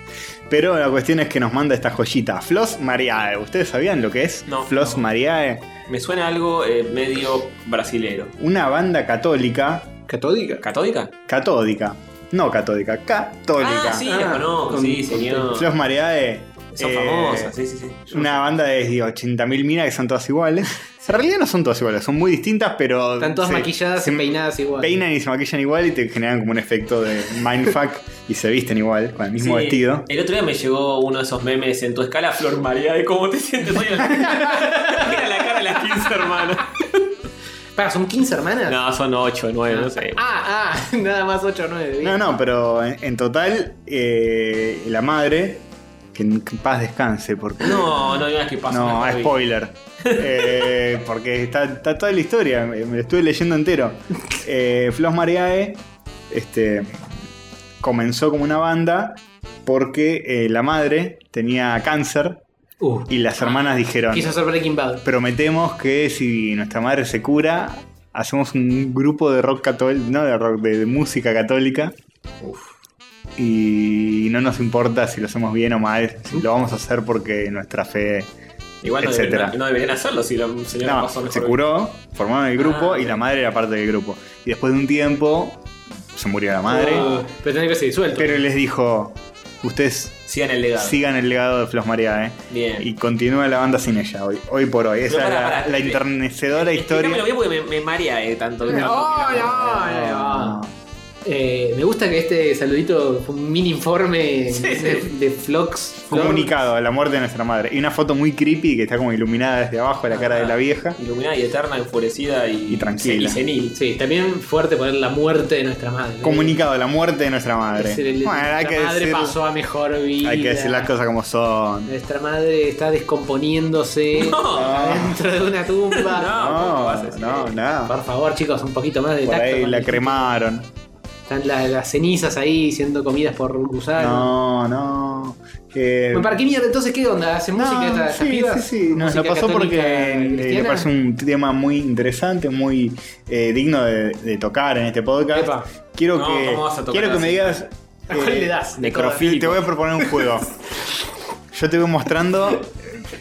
Speaker 2: Pero la cuestión es que nos manda esta joyita, Flos Mariae. ¿Ustedes sabían lo que es?
Speaker 1: No.
Speaker 2: Flos Mariae,
Speaker 1: Me suena algo eh, medio brasilero.
Speaker 2: una banda católica,
Speaker 3: ¿Catódica?
Speaker 1: ¿Católica?
Speaker 2: catódica, no católica, católica.
Speaker 1: Ah, sí,
Speaker 3: Ah,
Speaker 1: la conozco,
Speaker 3: con-
Speaker 1: sí,
Speaker 3: con-
Speaker 1: señor.
Speaker 2: Flos Mariae.
Speaker 1: Son
Speaker 2: eh,
Speaker 1: famosas, sí, sí, sí.
Speaker 2: Una banda de 80.000 minas que son todas iguales. En realidad no son todas iguales, son muy distintas, pero.
Speaker 3: Están todas
Speaker 2: se-
Speaker 3: maquilladas
Speaker 2: se
Speaker 3: y peinadas igual.
Speaker 2: Peinan y se maquillan igual y te generan como un efecto de mindfuck y se visten igual, con el mismo
Speaker 1: Sí.
Speaker 2: vestido.
Speaker 1: El otro día me llegó uno de esos memes en tu escala Flor María de cómo te sientes hoy. Mira la cara de las 15 hermanas.
Speaker 3: Pará, ¿son 15 hermanas?
Speaker 1: No, son 8, 9, no sé.
Speaker 3: Ah, ah, nada más 8 o 9.
Speaker 2: No, no, pero en, en total, eh, la madre, que en paz descanse, porque.
Speaker 1: No, no digas que pasa.
Speaker 2: No,
Speaker 1: nada,
Speaker 2: ah,
Speaker 1: vi.
Speaker 2: spoiler. Eh, porque está, está toda la historia, me me lo estuve leyendo entero. Eh, Flos Mariae este, comenzó como una banda porque eh, la madre tenía cáncer
Speaker 3: Uh,
Speaker 2: Ah, y las hermanas dijeron,
Speaker 3: quiso hacer Breaking Bad.
Speaker 2: prometemos que si nuestra madre se cura, hacemos un grupo de rock católico, no de rock, de, de música católica. Y no nos importa si lo hacemos bien o mal, lo vamos a hacer porque nuestra fe
Speaker 1: Igual no,
Speaker 2: etcétera.
Speaker 1: deberían, no deberían hacerlo si la señora
Speaker 2: no,
Speaker 1: pasó mejor.
Speaker 2: se curó, formaron el grupo
Speaker 1: Ah,
Speaker 2: y la madre era parte del grupo. Y después de un tiempo se murió la madre,
Speaker 1: Oh.
Speaker 3: Uh, pero tenía que ser disuelto.
Speaker 2: pero les dijo, ustedes
Speaker 1: Sigan el legado.
Speaker 2: sigan el legado de Flos María, ¿eh?
Speaker 1: Bien.
Speaker 2: Y continúa la banda sin ella hoy, hoy por hoy. Esa
Speaker 1: No, pará,
Speaker 2: es la,
Speaker 1: pará. eh,
Speaker 2: la enternecedora
Speaker 1: Explícamelo
Speaker 2: historia.
Speaker 1: bien porque me, me marea eh, tanto.
Speaker 3: No,
Speaker 2: Ah.
Speaker 3: no, no. Eh, me gusta que este saludito fue un mini informe de, de Flox. Flor.
Speaker 2: Comunicado a la muerte de nuestra madre. Y una foto muy creepy que está como iluminada desde abajo la cara de
Speaker 1: Ah.
Speaker 2: la vieja.
Speaker 1: Iluminada y eterna, enfurecida y,
Speaker 2: Y
Speaker 1: Y
Speaker 2: tranquila.
Speaker 1: senil.
Speaker 3: Sí, también fuerte poner la muerte de nuestra madre.
Speaker 2: Comunicado a la muerte de nuestra madre.
Speaker 3: Decir, el-
Speaker 2: Bueno,
Speaker 3: nuestra
Speaker 2: hay que,
Speaker 3: madre
Speaker 2: decir,
Speaker 3: pasó a mejor vida.
Speaker 2: hay que decir las cosas como son.
Speaker 3: Nuestra madre está descomponiéndose
Speaker 1: No,
Speaker 3: dentro de una tumba.
Speaker 1: No, ¿cómo vas a
Speaker 2: No,
Speaker 1: decir
Speaker 2: no,
Speaker 1: eso?
Speaker 2: nada.
Speaker 3: Por favor, chicos, un poquito más de
Speaker 2: Por
Speaker 3: tacto
Speaker 2: ahí
Speaker 3: con
Speaker 2: la
Speaker 3: el-
Speaker 2: cremaron.
Speaker 3: Están la- las cenizas ahí siendo comidas por gusanos.
Speaker 2: No, no. Eh,
Speaker 3: Bueno, ¿Para qué mierda entonces qué onda? ¿Hace
Speaker 2: no,
Speaker 3: música esta, esta
Speaker 2: sí,
Speaker 3: piba?
Speaker 2: sí, sí. Nos lo
Speaker 3: ¿Música
Speaker 2: pasó porque eh,
Speaker 3: católica
Speaker 2: le- le
Speaker 3: cristiana?
Speaker 2: parece un tema muy interesante, muy eh, digno de, de tocar en este podcast.
Speaker 3: Epa.
Speaker 2: Quiero
Speaker 1: No,
Speaker 2: que,
Speaker 1: ¿cómo vas a tocar
Speaker 2: quiero que me
Speaker 1: así?
Speaker 2: digas.
Speaker 3: ¿A cuál
Speaker 2: eh,
Speaker 3: le das?
Speaker 1: necrofílico.
Speaker 2: Te voy a proponer un juego. Yo te voy mostrando.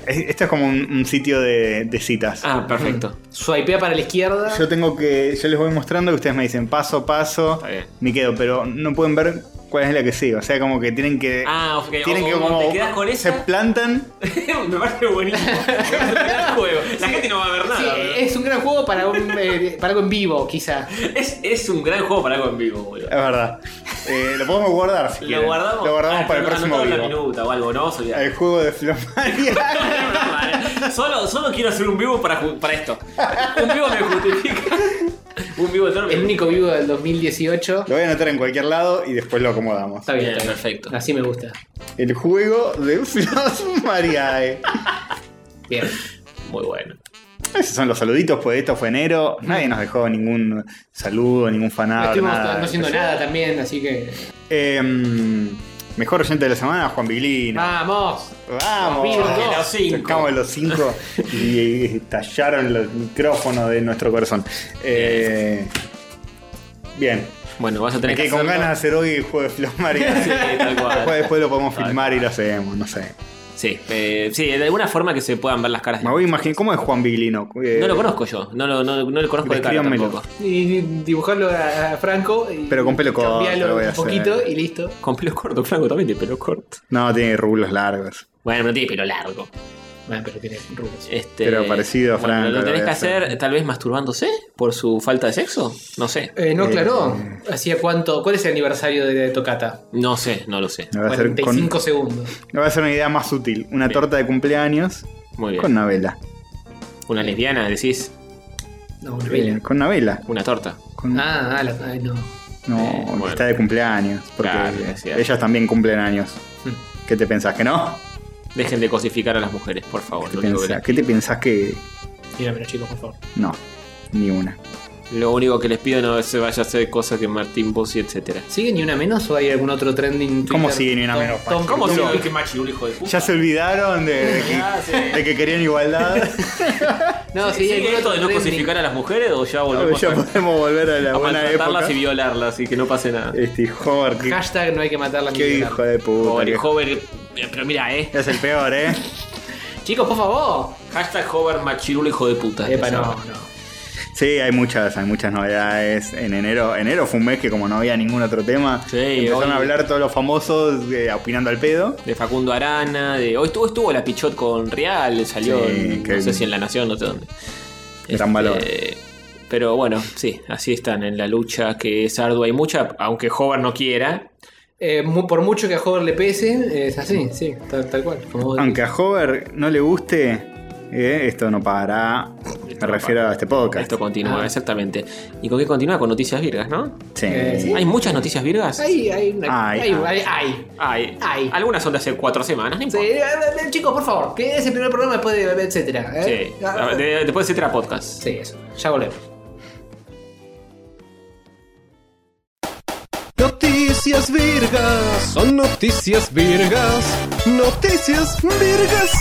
Speaker 2: eh, Esto es como un, un sitio de, de citas.
Speaker 1: Ah,
Speaker 2: Mm.
Speaker 1: perfecto.
Speaker 3: Swipea Mm. para la izquierda.
Speaker 2: Yo tengo que. Yo les voy mostrando y ustedes me dicen paso a paso.
Speaker 1: Está bien.
Speaker 2: Me quedo, pero no pueden ver cuál es la que sigue. O sea, como que tienen que.
Speaker 1: Ah, ok.
Speaker 2: tienen
Speaker 1: o-
Speaker 2: que
Speaker 1: o
Speaker 2: como.
Speaker 1: te quedas con
Speaker 2: se
Speaker 1: esa.
Speaker 2: plantan.
Speaker 1: me parece buenísimo. Es un gran juego. La gente no va a ver
Speaker 3: Sí,
Speaker 1: nada.
Speaker 2: eh.
Speaker 1: pero-
Speaker 3: es un gran juego para, un, eh, para algo en vivo, quizá.
Speaker 1: Es, es un gran juego para algo en vivo, boludo.
Speaker 2: Es verdad. Eh, lo podemos guardar si
Speaker 1: Lo
Speaker 2: quieren.
Speaker 1: guardamos,
Speaker 2: Lo guardamos
Speaker 1: ah,
Speaker 2: para el
Speaker 1: no,
Speaker 2: próximo Eh.
Speaker 1: anotado en la
Speaker 2: vivo.
Speaker 1: minuta o algo, no vamos a olvidar.
Speaker 2: El juego de Flomaria.
Speaker 1: solo, solo quiero hacer un vivo para, ju- para esto. Un vivo me justifica. Un vivo eterno.
Speaker 3: El único vivo del 2018.
Speaker 2: lo voy a anotar en cualquier lado y después lo acomodamos.
Speaker 3: Está bien,
Speaker 1: Bien,
Speaker 3: está bien.
Speaker 1: perfecto.
Speaker 3: Así me gusta.
Speaker 2: El juego de Flomaria. eh.
Speaker 3: Bien.
Speaker 1: Muy bueno.
Speaker 2: Esos son los saluditos, pues esto fue enero. Nadie nos dejó ningún saludo, ningún
Speaker 3: no
Speaker 2: fanado.
Speaker 3: estuvimos
Speaker 2: nada.
Speaker 3: no haciendo nada también, así que.
Speaker 2: Em, mejor oyente de la semana, Juan Biglino.
Speaker 3: Ah, ¡Vamos!
Speaker 2: Vamos,
Speaker 3: Virgo.
Speaker 1: De los cinco.
Speaker 2: Tocamos los cinco y tallaron los micrófonos de nuestro corazón. Eh, bien,
Speaker 1: Bueno, vas a tener
Speaker 2: Es que con
Speaker 1: hacerlo.
Speaker 2: ganas de hacer hoy juego de Flomar y
Speaker 1: Sí, tal cual.
Speaker 2: después, después lo podemos
Speaker 1: Tal
Speaker 2: filmar y lo hacemos, no sé.
Speaker 1: Sí, eh, sí, de alguna forma que se puedan ver las caras.
Speaker 2: Me voy a imaginar, ¿cómo es Juan Biglino? Eh,
Speaker 1: No lo conozco yo, no lo, no, no lo conozco de cara
Speaker 2: Descríbanmelo.
Speaker 1: tampoco.
Speaker 3: Y dibujarlo a a Franco. y
Speaker 2: Pero con pelo corto,
Speaker 3: cambiarlo
Speaker 2: lo voy a
Speaker 3: un
Speaker 2: hacer.
Speaker 3: poquito y listo.
Speaker 1: Con pelo corto, Franco también tiene pelo corto.
Speaker 2: No, tiene rulos largos.
Speaker 1: Bueno, no tiene pelo largo.
Speaker 3: Bueno, Ah, pero tiene rulos.
Speaker 1: Este,
Speaker 2: Pero parecido a
Speaker 1: bueno,
Speaker 2: Franco,
Speaker 1: ¿Lo
Speaker 2: lo
Speaker 1: tenés
Speaker 2: voy
Speaker 1: que
Speaker 2: a
Speaker 1: hacer,
Speaker 2: hacer.
Speaker 1: tal vez masturbándose por su falta de sexo? No sé.
Speaker 3: Eh, no
Speaker 2: Eh,
Speaker 3: aclaró. ¿Hacía cuánto? ¿Cuál es el aniversario de, de Tocata?
Speaker 1: No sé, no lo sé.
Speaker 2: Me va a hacer, con-
Speaker 3: 45 segundos.
Speaker 2: me va a hacer una idea más útil. Una torta de cumpleaños
Speaker 1: Muy bien.
Speaker 2: con una vela.
Speaker 1: Una lesbiana, decís.
Speaker 3: No,
Speaker 2: Eh, con una vela.
Speaker 1: Una torta.
Speaker 2: Con-
Speaker 3: Ah, ah, la- ay, no.
Speaker 2: no,
Speaker 1: eh, bueno.
Speaker 2: está de cumpleaños. Porque
Speaker 1: Claro, es cierto. Hmm.
Speaker 2: ellas también cumplen años. ¿Qué te pensás que no?
Speaker 1: Dejen de cosificar a las mujeres, por favor.
Speaker 2: ¿Qué,
Speaker 1: Lo
Speaker 2: te
Speaker 1: único, que
Speaker 2: pensás- qué te pensás que.?
Speaker 3: Tíramelo, chicos, por favor.
Speaker 2: No, ni una.
Speaker 1: les- lo único que les pido no se vaya a hacer cosas que Martín Bossi, etcétera.
Speaker 3: ¿Sigue ni una menos o hay algún otro trending?
Speaker 2: ¿Cómo
Speaker 3: Twitter?
Speaker 2: sigue ni una
Speaker 3: Tom-
Speaker 2: menos,
Speaker 3: Tom-
Speaker 2: Maxi?
Speaker 3: ¿Cómo
Speaker 2: No.
Speaker 3: sigue?
Speaker 1: que Machi, un hijo de puta?
Speaker 2: Ya se olvidaron de, de
Speaker 1: Ah,
Speaker 2: que, de que querían igualdad.
Speaker 3: No, sí, hay
Speaker 1: ¿Sigue
Speaker 3: algún
Speaker 1: esto de no
Speaker 3: trending.
Speaker 1: cosificar a las mujeres o ya volvemos
Speaker 2: ya
Speaker 1: a-
Speaker 2: podemos volver a la
Speaker 1: a
Speaker 2: buena época.
Speaker 1: maltratarlas y violarlas y que no pase nada?
Speaker 2: Este hijo, qué,
Speaker 3: Hashtag no hay que matar las
Speaker 2: qué hijo de puta.
Speaker 1: Pobre
Speaker 2: que-
Speaker 1: Hover. eh, Pero mira, eh.
Speaker 2: Es el peor, ¿eh?
Speaker 3: Chicos, por favor.
Speaker 1: Hashtag Hover Machirulo, hijo de puta.
Speaker 3: Epa,
Speaker 1: Esa.
Speaker 3: no, no.
Speaker 2: Sí, hay muchas, hay muchas novedades. En enero, enero fue un mes que como no había ningún otro tema,
Speaker 1: Sí,
Speaker 2: empezaron
Speaker 1: hoy-
Speaker 2: a hablar todos los famosos eh, opinando al pedo.
Speaker 1: De Facundo Arana, de. Hoy estuvo, estuvo la Pichot con Real, salió,
Speaker 2: Sí,
Speaker 1: en-
Speaker 2: que-
Speaker 1: no sé si en La Nación, no sé dónde. Este,
Speaker 2: Gran valor.
Speaker 1: Pero bueno, sí, así están en la lucha que es ardua y mucha, aunque Hover no quiera.
Speaker 3: Eh, mu- por mucho que a Hover le pese, es así, sí, tal, tal cual. Como vos
Speaker 2: Aunque a Hover no le guste, eh, esto no pagará. Me
Speaker 1: no
Speaker 2: refiero
Speaker 1: para.
Speaker 2: a este podcast.
Speaker 1: Esto continúa,
Speaker 3: Ah.
Speaker 1: exactamente. ¿Y con qué continúa? Con noticias virgas, ¿no?
Speaker 2: Sí.
Speaker 3: Eh, sí.
Speaker 1: ¿Hay muchas noticias virgas?
Speaker 3: decís. Ay, ay, una-
Speaker 2: Ay,
Speaker 3: ay,
Speaker 2: ay.
Speaker 3: ay, ay.
Speaker 1: Ay,
Speaker 3: Ay.
Speaker 1: Algunas son de hace cuatro semanas, no
Speaker 3: Sí,
Speaker 1: importa.
Speaker 3: eh, eh, chicos, por favor, que es el primer programa después de etcétera. ¿eh?
Speaker 1: Sí.
Speaker 3: Ah,
Speaker 1: De- Después de Cetera Podcast.
Speaker 3: sí, eso. Ya volvemos.
Speaker 6: Noticias virgas, son noticias virgas, noticias virgas.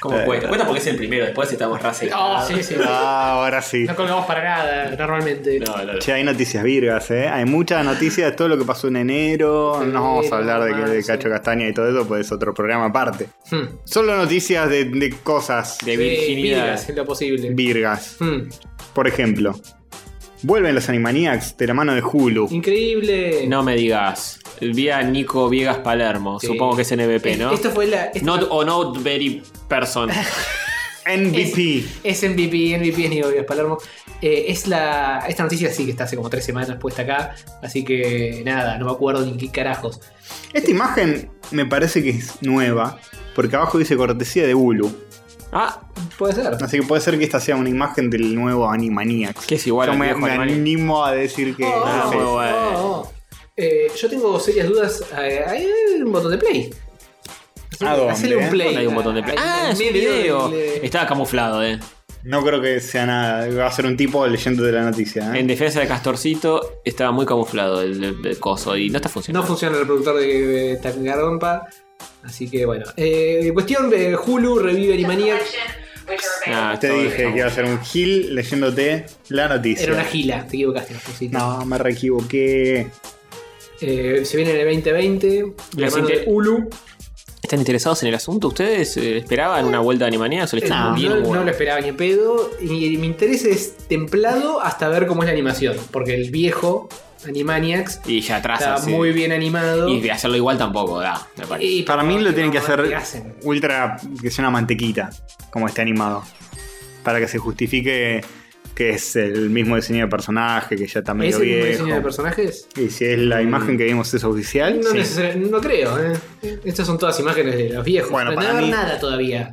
Speaker 1: ¿Cómo cuenta? Cuenta porque es el primero, después estamos raza. y-
Speaker 3: Oh, sí, sí.
Speaker 2: Ah, ahora sí.
Speaker 3: No colgamos para nada normalmente.
Speaker 1: No, no, no.
Speaker 2: Che, hay noticias virgas, ¿eh? Hay muchas noticias de todo lo que pasó en enero.
Speaker 3: Sí,
Speaker 2: no vamos a hablar de, que- de
Speaker 3: marzo.
Speaker 2: Cacho Castaña y todo eso, pues es otro programa aparte.
Speaker 3: Hmm.
Speaker 2: Solo noticias de, de cosas
Speaker 1: De
Speaker 3: Sí,
Speaker 1: virginidad.
Speaker 3: virgas, en lo posible.
Speaker 2: virgas.
Speaker 3: Hmm.
Speaker 2: Por ejemplo, vuelven los Animaniacs de la mano de Hulu.
Speaker 3: Increíble.
Speaker 1: No me digas. Vía Nico Viegas Palermo.
Speaker 3: Sí.
Speaker 1: Supongo que es NBP, ¿no?
Speaker 3: Eh, Esto fue la. esto-
Speaker 1: Not or not very person.
Speaker 2: MVP.
Speaker 3: Es MVP, MVP es Nico Díaz Palermo. Eh, es la, esta noticia sí que está hace como tres semanas puesta acá, así que nada, no me acuerdo ni qué carajos.
Speaker 2: Esta imagen me parece que es nueva, porque abajo dice cortesía de Hulu.
Speaker 1: Ah,
Speaker 3: Puede ser.
Speaker 2: Así que puede ser que esta sea una imagen del nuevo Animaniacs.
Speaker 1: Que es igual
Speaker 2: Yo
Speaker 1: al
Speaker 2: me,
Speaker 1: viejo
Speaker 2: me
Speaker 1: Animaniacs.
Speaker 2: animo a decir que.
Speaker 3: Oh,
Speaker 2: no
Speaker 1: Ah,
Speaker 2: sé.
Speaker 1: muy bueno.
Speaker 3: Oh, oh. Eh, yo tengo serias dudas. eh, Hay un botón de play.
Speaker 2: ¿A dónde,
Speaker 3: Hacele un
Speaker 2: eh?
Speaker 3: play.
Speaker 1: hay un botón de play.
Speaker 3: Ahí en
Speaker 1: Ah,
Speaker 3: el
Speaker 1: es un
Speaker 3: medio
Speaker 1: video.
Speaker 3: del, eh,
Speaker 1: Estaba camuflado, eh.
Speaker 2: No creo que sea nada. Va a ser un tipo leyendo de la noticia. ¿eh?
Speaker 1: En defensa de Castorcito, estaba muy camuflado el, el- el coso y no está
Speaker 3: No
Speaker 1: funcionando.
Speaker 3: funciona el reproductor de, eh, Tangarompa. Así que bueno. Eh, cuestión de Hulu, revive Animaniacs.
Speaker 1: Ah,
Speaker 2: Te
Speaker 1: todo
Speaker 2: dije
Speaker 1: bien.
Speaker 2: que iba a ser un gil leyéndote la noticia.
Speaker 3: Era una gila, te equivocaste. Marcosito.
Speaker 2: No, me reequivoqué.
Speaker 3: Eh, se viene en el 2020. de
Speaker 1: Les
Speaker 3: la mano de
Speaker 1: inter-
Speaker 3: Hulu.
Speaker 1: ¿Están interesados en el asunto? ¿Ustedes eh, esperaban una vuelta de Animaniacs? ¿O le
Speaker 3: Eh, No,
Speaker 1: están bien
Speaker 3: no,
Speaker 1: huevo?
Speaker 3: no lo esperaba ni en pedo. Y mi interés es templado hasta ver cómo es la animación. Porque el viejo Animaniacs
Speaker 1: Y ya atrás
Speaker 3: está
Speaker 1: así.
Speaker 3: muy bien animado.
Speaker 1: Y de hacerlo igual tampoco, da, me parece.
Speaker 3: Y
Speaker 2: Para mí lo tienen que hacer
Speaker 3: hacen.
Speaker 2: ultra. que sea una mantequita, como esté animado. Para que se justifique que es el mismo diseño de personaje, que ya está
Speaker 3: ¿Es
Speaker 2: medio
Speaker 3: el mismo diseño de
Speaker 2: viejo.
Speaker 3: personajes?
Speaker 2: Y si es la imagen que vimos es oficial.
Speaker 3: No,
Speaker 2: sí.
Speaker 3: necesari- no creo. ¿eh? Estas son todas imágenes de los viejos.
Speaker 2: Bueno,
Speaker 3: Pero no
Speaker 2: para
Speaker 3: va a haber
Speaker 2: mí-
Speaker 3: nada todavía.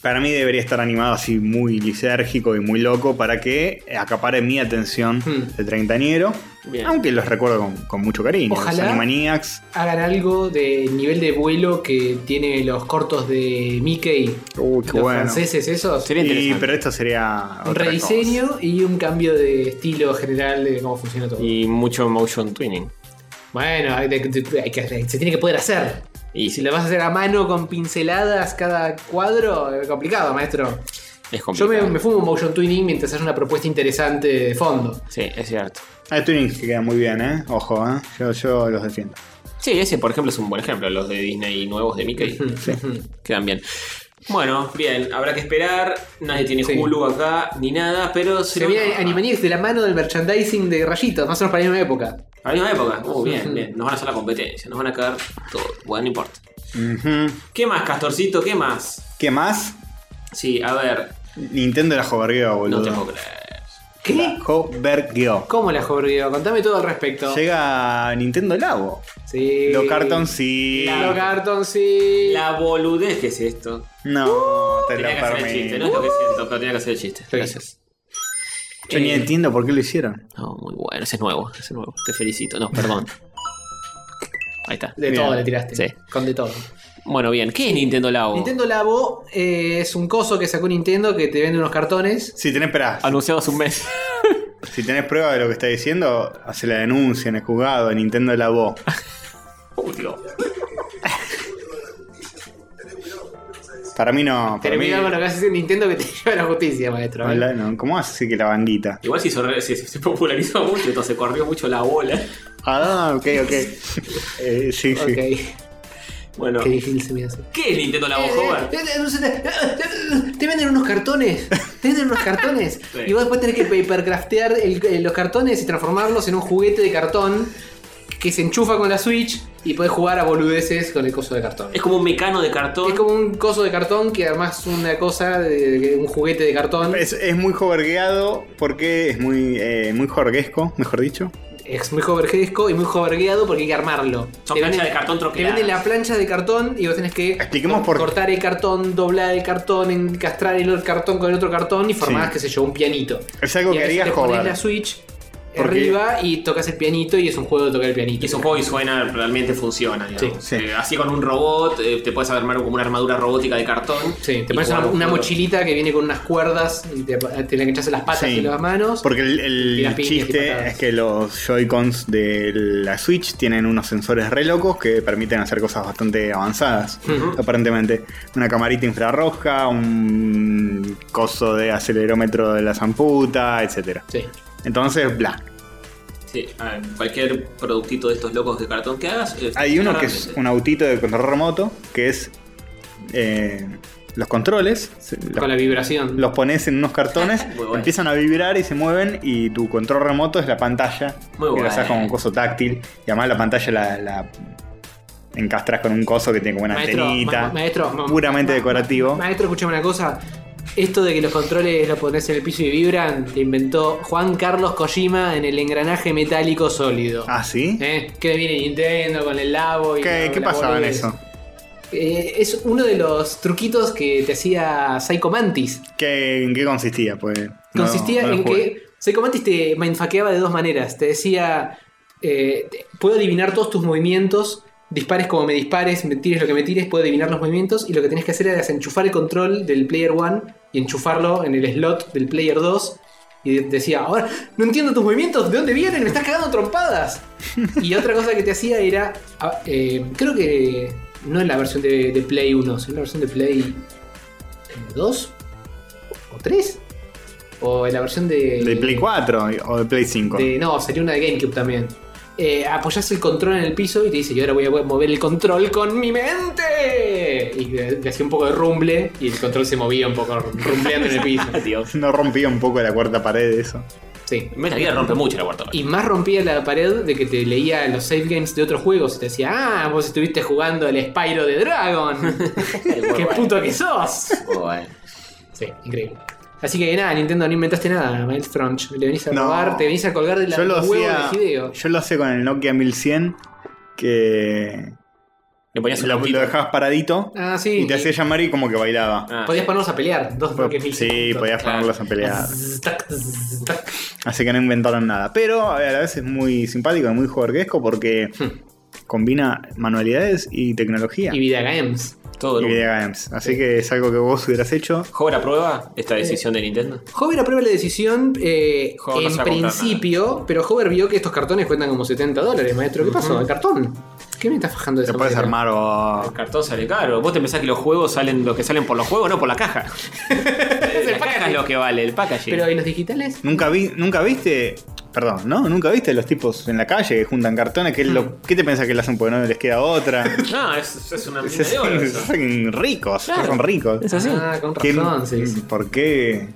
Speaker 2: Para mí debería estar animado así muy lisérgico y muy loco para que acapare mi atención
Speaker 3: Hmm.
Speaker 2: de treintañero.
Speaker 1: Bien.
Speaker 2: Aunque los recuerdo con, con mucho cariño.
Speaker 3: Ojalá.
Speaker 2: Los Animaniacs.
Speaker 3: Hagan algo del nivel de vuelo que tiene los cortos de Mickey.
Speaker 2: Uy, qué
Speaker 3: los
Speaker 2: bueno.
Speaker 3: franceses esos.
Speaker 1: Sería
Speaker 2: Y,
Speaker 1: interesante.
Speaker 2: pero esto sería.
Speaker 3: un
Speaker 2: otra
Speaker 3: rediseño y un cambio de estilo general de cómo funciona todo.
Speaker 1: Y mucho motion twinning.
Speaker 3: Bueno, hay de- de- hay que- se tiene que poder hacer.
Speaker 1: Y
Speaker 3: Y si lo vas a hacer a mano con pinceladas cada cuadro, es complicado, maestro.
Speaker 1: Es
Speaker 3: Yo
Speaker 1: complicado.
Speaker 3: me, me fumo un motion twinning mientras haya una propuesta interesante de fondo.
Speaker 1: Sí, es cierto.
Speaker 2: Ah, Turing que queda muy bien, ¿eh? Ojo, ¿eh? Yo, yo los defiendo.
Speaker 1: Sí, ese por ejemplo es un buen ejemplo. Los de Disney nuevos de Mickey quedan bien. Bueno, bien, habrá que esperar. Nadie tiene
Speaker 3: Sí.
Speaker 1: Hulu acá ni nada, pero
Speaker 3: Se
Speaker 1: lo-
Speaker 3: viene Animaniacs de la mano del merchandising de rayitos, más o menos para la misma época.
Speaker 1: A la misma época. Uh, bien,
Speaker 3: Ujú.
Speaker 1: bien. Nos van a hacer la competencia, nos van a cagar todo. Bueno, no importa.
Speaker 2: Ujú.
Speaker 1: ¿Qué más, Castorcito? ¿Qué más?
Speaker 2: ¿Qué más?
Speaker 1: Sí, a ver.
Speaker 2: Nintendo la jovergueó, boludo.
Speaker 1: No te puedo creer.
Speaker 3: ¿Qué?
Speaker 2: Jovergueó.
Speaker 3: ¿Cómo la jodió? Contame todo al respecto.
Speaker 2: Llega Nintendo Labo.
Speaker 1: Eh,
Speaker 3: Sí.
Speaker 2: Los Carton sí.
Speaker 3: Los Carton, sí.
Speaker 1: La boludez que es esto.
Speaker 2: No, te
Speaker 1: Uh, Tenía que
Speaker 2: lo
Speaker 1: hacer el chiste, no es
Speaker 2: permito.
Speaker 3: Uh.
Speaker 1: lo que siento, pero tenía que hacer el chiste. Gracias.
Speaker 2: Yo ni
Speaker 1: Eh,
Speaker 2: entiendo por qué lo hicieron.
Speaker 1: No, muy bueno, ese es nuevo, ese es nuevo. Te felicito. No, perdón. Ahí está.
Speaker 3: De
Speaker 2: Bien.
Speaker 3: todo le tiraste.
Speaker 1: Sí.
Speaker 3: Con de todo.
Speaker 1: Bueno, bien, ¿qué es Nintendo
Speaker 2: Oh.
Speaker 1: Labo?
Speaker 3: Nintendo Labo eh, es un coso que sacó Nintendo que te vende unos cartones.
Speaker 2: Si tenés, esperá,
Speaker 1: Anunciado hace un mes.
Speaker 2: si tenés prueba de lo que está diciendo, hace la denuncia en el juzgado, Nintendo Labo. Para mí no. Para mí,
Speaker 3: Termina con lo que hace Nintendo que te lleva a la justicia, maestro. ¿eh?
Speaker 2: Hola, no, ¿Cómo hace así que la banguita?
Speaker 1: Igual se, hizo re- se, se popularizó mucho, entonces corrió mucho la bola.
Speaker 2: Ah, ok, ok. Eh, sí, sí.
Speaker 3: Ok.
Speaker 1: Bueno,
Speaker 3: Qué difícil se me hace.
Speaker 1: ¿qué es Nintendo Labo,
Speaker 3: Eh,
Speaker 1: joven?
Speaker 3: eh, eh, no sé, eh, eh, Te venden unos cartones. Te venden unos cartones. Y vos después tenés que papercraftear el- eh, los cartones y transformarlos en un juguete de cartón que se enchufa con la Switch y podés jugar a boludeces con el coso de cartón.
Speaker 1: Es como un mecano de cartón.
Speaker 3: Es como un coso de cartón que armás una cosa, de, de- un juguete de cartón. Es,
Speaker 2: Es, es muy jovergueado porque es muy, eh, muy jorguesco, mejor dicho.
Speaker 3: muy jovergesco y muy jovergueado porque hay que armarlo.
Speaker 1: Son
Speaker 3: Te
Speaker 1: planchas
Speaker 3: venden-
Speaker 1: de cartón
Speaker 3: Te
Speaker 1: troqueladas.
Speaker 3: venden la plancha de cartón y vos tenés que
Speaker 2: Expliquemos
Speaker 3: co-
Speaker 2: por qué.
Speaker 3: cortar el cartón, doblar el cartón, encastrar el otro cartón con el otro cartón y formás,
Speaker 2: Sí.
Speaker 3: qué sé yo, un pianito.
Speaker 2: Es algo
Speaker 3: y
Speaker 2: que
Speaker 3: a veces
Speaker 2: haría
Speaker 3: te pones la
Speaker 2: joven.
Speaker 3: Switch
Speaker 2: Porque-
Speaker 3: arriba y tocas el pianito y es un juego de tocar el pianito.
Speaker 1: Y es un juego y suena, realmente funciona. digamos.
Speaker 2: Sí, sí.
Speaker 1: Eh, así con un robot, eh, te puedes armar como una armadura robótica de cartón.
Speaker 3: Sí, te
Speaker 1: Y
Speaker 3: pones una,
Speaker 1: jugar un
Speaker 3: una
Speaker 1: juego.
Speaker 3: mochilita que viene con unas cuerdas y te, te la enganchas en las patas
Speaker 2: Sí.
Speaker 3: y las manos.
Speaker 2: Porque el,
Speaker 3: Y
Speaker 2: el
Speaker 3: las piñas y
Speaker 2: chiste
Speaker 3: patadas.
Speaker 2: es que los Joy-Cons de la Switch tienen unos sensores re locos que permiten hacer cosas bastante avanzadas,
Speaker 3: Ujú.
Speaker 2: aparentemente. Una camarita infrarroja, un coso de acelerómetro de la zamputa, etcétera.
Speaker 3: Sí.
Speaker 2: Entonces, bla.
Speaker 1: Sí, ah, cualquier productito de estos locos de cartón que hagas. eh,
Speaker 2: Hay uno
Speaker 1: funciona
Speaker 2: que es
Speaker 1: realmente.
Speaker 2: un autito de control remoto, que es eh, los controles. se- los-
Speaker 3: Con la vibración.
Speaker 2: los pones en unos cartones,
Speaker 1: Muy bueno.
Speaker 2: empiezan a vibrar y se mueven y tu control remoto es la pantalla.
Speaker 1: Muy
Speaker 2: que lo haces
Speaker 1: bueno.
Speaker 2: con un coso táctil. Y además la pantalla la, la encastras con un coso que tiene como una
Speaker 3: Maestro,
Speaker 2: antenita.
Speaker 3: ma- maestro, ma-
Speaker 2: puramente
Speaker 3: ma-
Speaker 2: decorativo.
Speaker 3: Maestro, escuchame una cosa. Esto de que los controles los pones en el piso y vibran, lo inventó Juan Carlos Kojima en el engranaje metálico sólido.
Speaker 2: ah, ¿sí?
Speaker 3: ¿Eh? Que viene Nintendo con el labo y
Speaker 2: ¿Qué,
Speaker 3: la-
Speaker 2: qué
Speaker 3: la
Speaker 2: pasaba en
Speaker 3: boludez.
Speaker 2: eso?
Speaker 3: Eh, es uno de los truquitos que te hacía Psycho Mantis.
Speaker 2: ¿Qué, ¿En qué consistía? Pues, no-
Speaker 3: Consistía
Speaker 2: no lo
Speaker 3: en
Speaker 2: jugué.
Speaker 3: que Psycho Mantis te mindfaqueaba de dos maneras. Te decía, eh, te- puedo adivinar todos tus movimientos, dispares como me dispares, me tires lo que me tires, puedo adivinar los movimientos y lo que tenés que hacer era desenchufar el control del Player 1 y enchufarlo en el slot del Player 2. Y de- decía, ahora no entiendo tus movimientos, ¿de dónde vienen? Me estás cagando trompadas. y otra cosa que te hacía era, ah, eh, creo que no en la versión de, de Play 1, sino en la versión de Play 2 o 3. O en la versión de.
Speaker 2: ¿De Play 4 o de Play 5?
Speaker 3: de- no, salió una de GameCube también. Eh, apoyás el control en el piso y te dice: Yo ahora voy a mover el control con mi mente. Y le, le hacía un poco de rumble y el control se movía un poco rumbleando en el piso.
Speaker 1: Dios.
Speaker 2: No rompía un poco la cuarta pared de eso.
Speaker 3: Sí.
Speaker 1: Metal Gear rompe mucho la cuarta pared.
Speaker 3: Y más rompía la pared de que te leía los save games de otros juegos y te decía: Ah, vos estuviste jugando el Spyro de Dragon. ¡Qué puto que sos! Sí, increíble. Así que nada, Nintendo, no inventaste nada, Maelstrom. Le venís a
Speaker 2: No.
Speaker 3: robar, te venís a colgar de la
Speaker 2: yo lo
Speaker 3: huevo
Speaker 2: hacía,
Speaker 3: de Hideo.
Speaker 2: yo lo hacía con el Nokia 1100 que
Speaker 1: Le ponías un
Speaker 2: Eh, lo,
Speaker 1: loquito.
Speaker 2: lo dejabas paradito
Speaker 3: Ah, sí. Ah,
Speaker 2: y te hacía llamar y como que bailaba.
Speaker 1: Ah,
Speaker 3: Podías ponernos a pelear, dos bloques mil.
Speaker 2: Sí, podías
Speaker 1: claro.
Speaker 2: ponerlos a pelear.
Speaker 3: Zzz, tac, zzz, tac.
Speaker 2: Así que no inventaron nada. Pero a la vez es muy simpático y muy juerguesco porque
Speaker 1: Hmm.
Speaker 2: combina manualidades y tecnología
Speaker 3: Y
Speaker 2: y,
Speaker 3: Vida Games.
Speaker 1: todo el
Speaker 2: video games. Así que es algo que vos hubieras hecho.
Speaker 1: ¿Joven aprueba esta decisión de Nintendo?
Speaker 3: Hover aprueba la decisión eh,
Speaker 1: Hover no
Speaker 3: en
Speaker 1: se va a comprar
Speaker 3: principio, pero Hover vio que estos cartones cuentan como 70 dólares, maestro. ¿Qué pasó? ¿El cartón? ¿Qué me estás fajando de
Speaker 2: Te
Speaker 3: esa
Speaker 2: puedes
Speaker 3: manera?
Speaker 2: armar o.
Speaker 1: El cartón sale caro. Vos te pensás que los juegos salen los que salen por los juegos, no por la caja.
Speaker 3: Es el
Speaker 1: La es lo que vale el packaging.
Speaker 3: Pero ¿y los digitales?
Speaker 2: ¿Nunca, vi, ¿Nunca viste? Perdón, ¿no? ¿Nunca viste los tipos en la calle que juntan cartones? ¿Qué, es
Speaker 1: Hmm.
Speaker 2: lo, ¿qué te pensás que le hacen porque no les queda otra?
Speaker 1: No, es, es una mina
Speaker 2: se
Speaker 1: de oro.
Speaker 2: hacen,
Speaker 1: eso.
Speaker 2: se hacen ricos, se
Speaker 1: Claro.
Speaker 2: hacen ricos.
Speaker 1: Es así.
Speaker 3: Ah, con
Speaker 2: ¿Qué-
Speaker 3: razón, sí, sí.
Speaker 2: ¿Por qué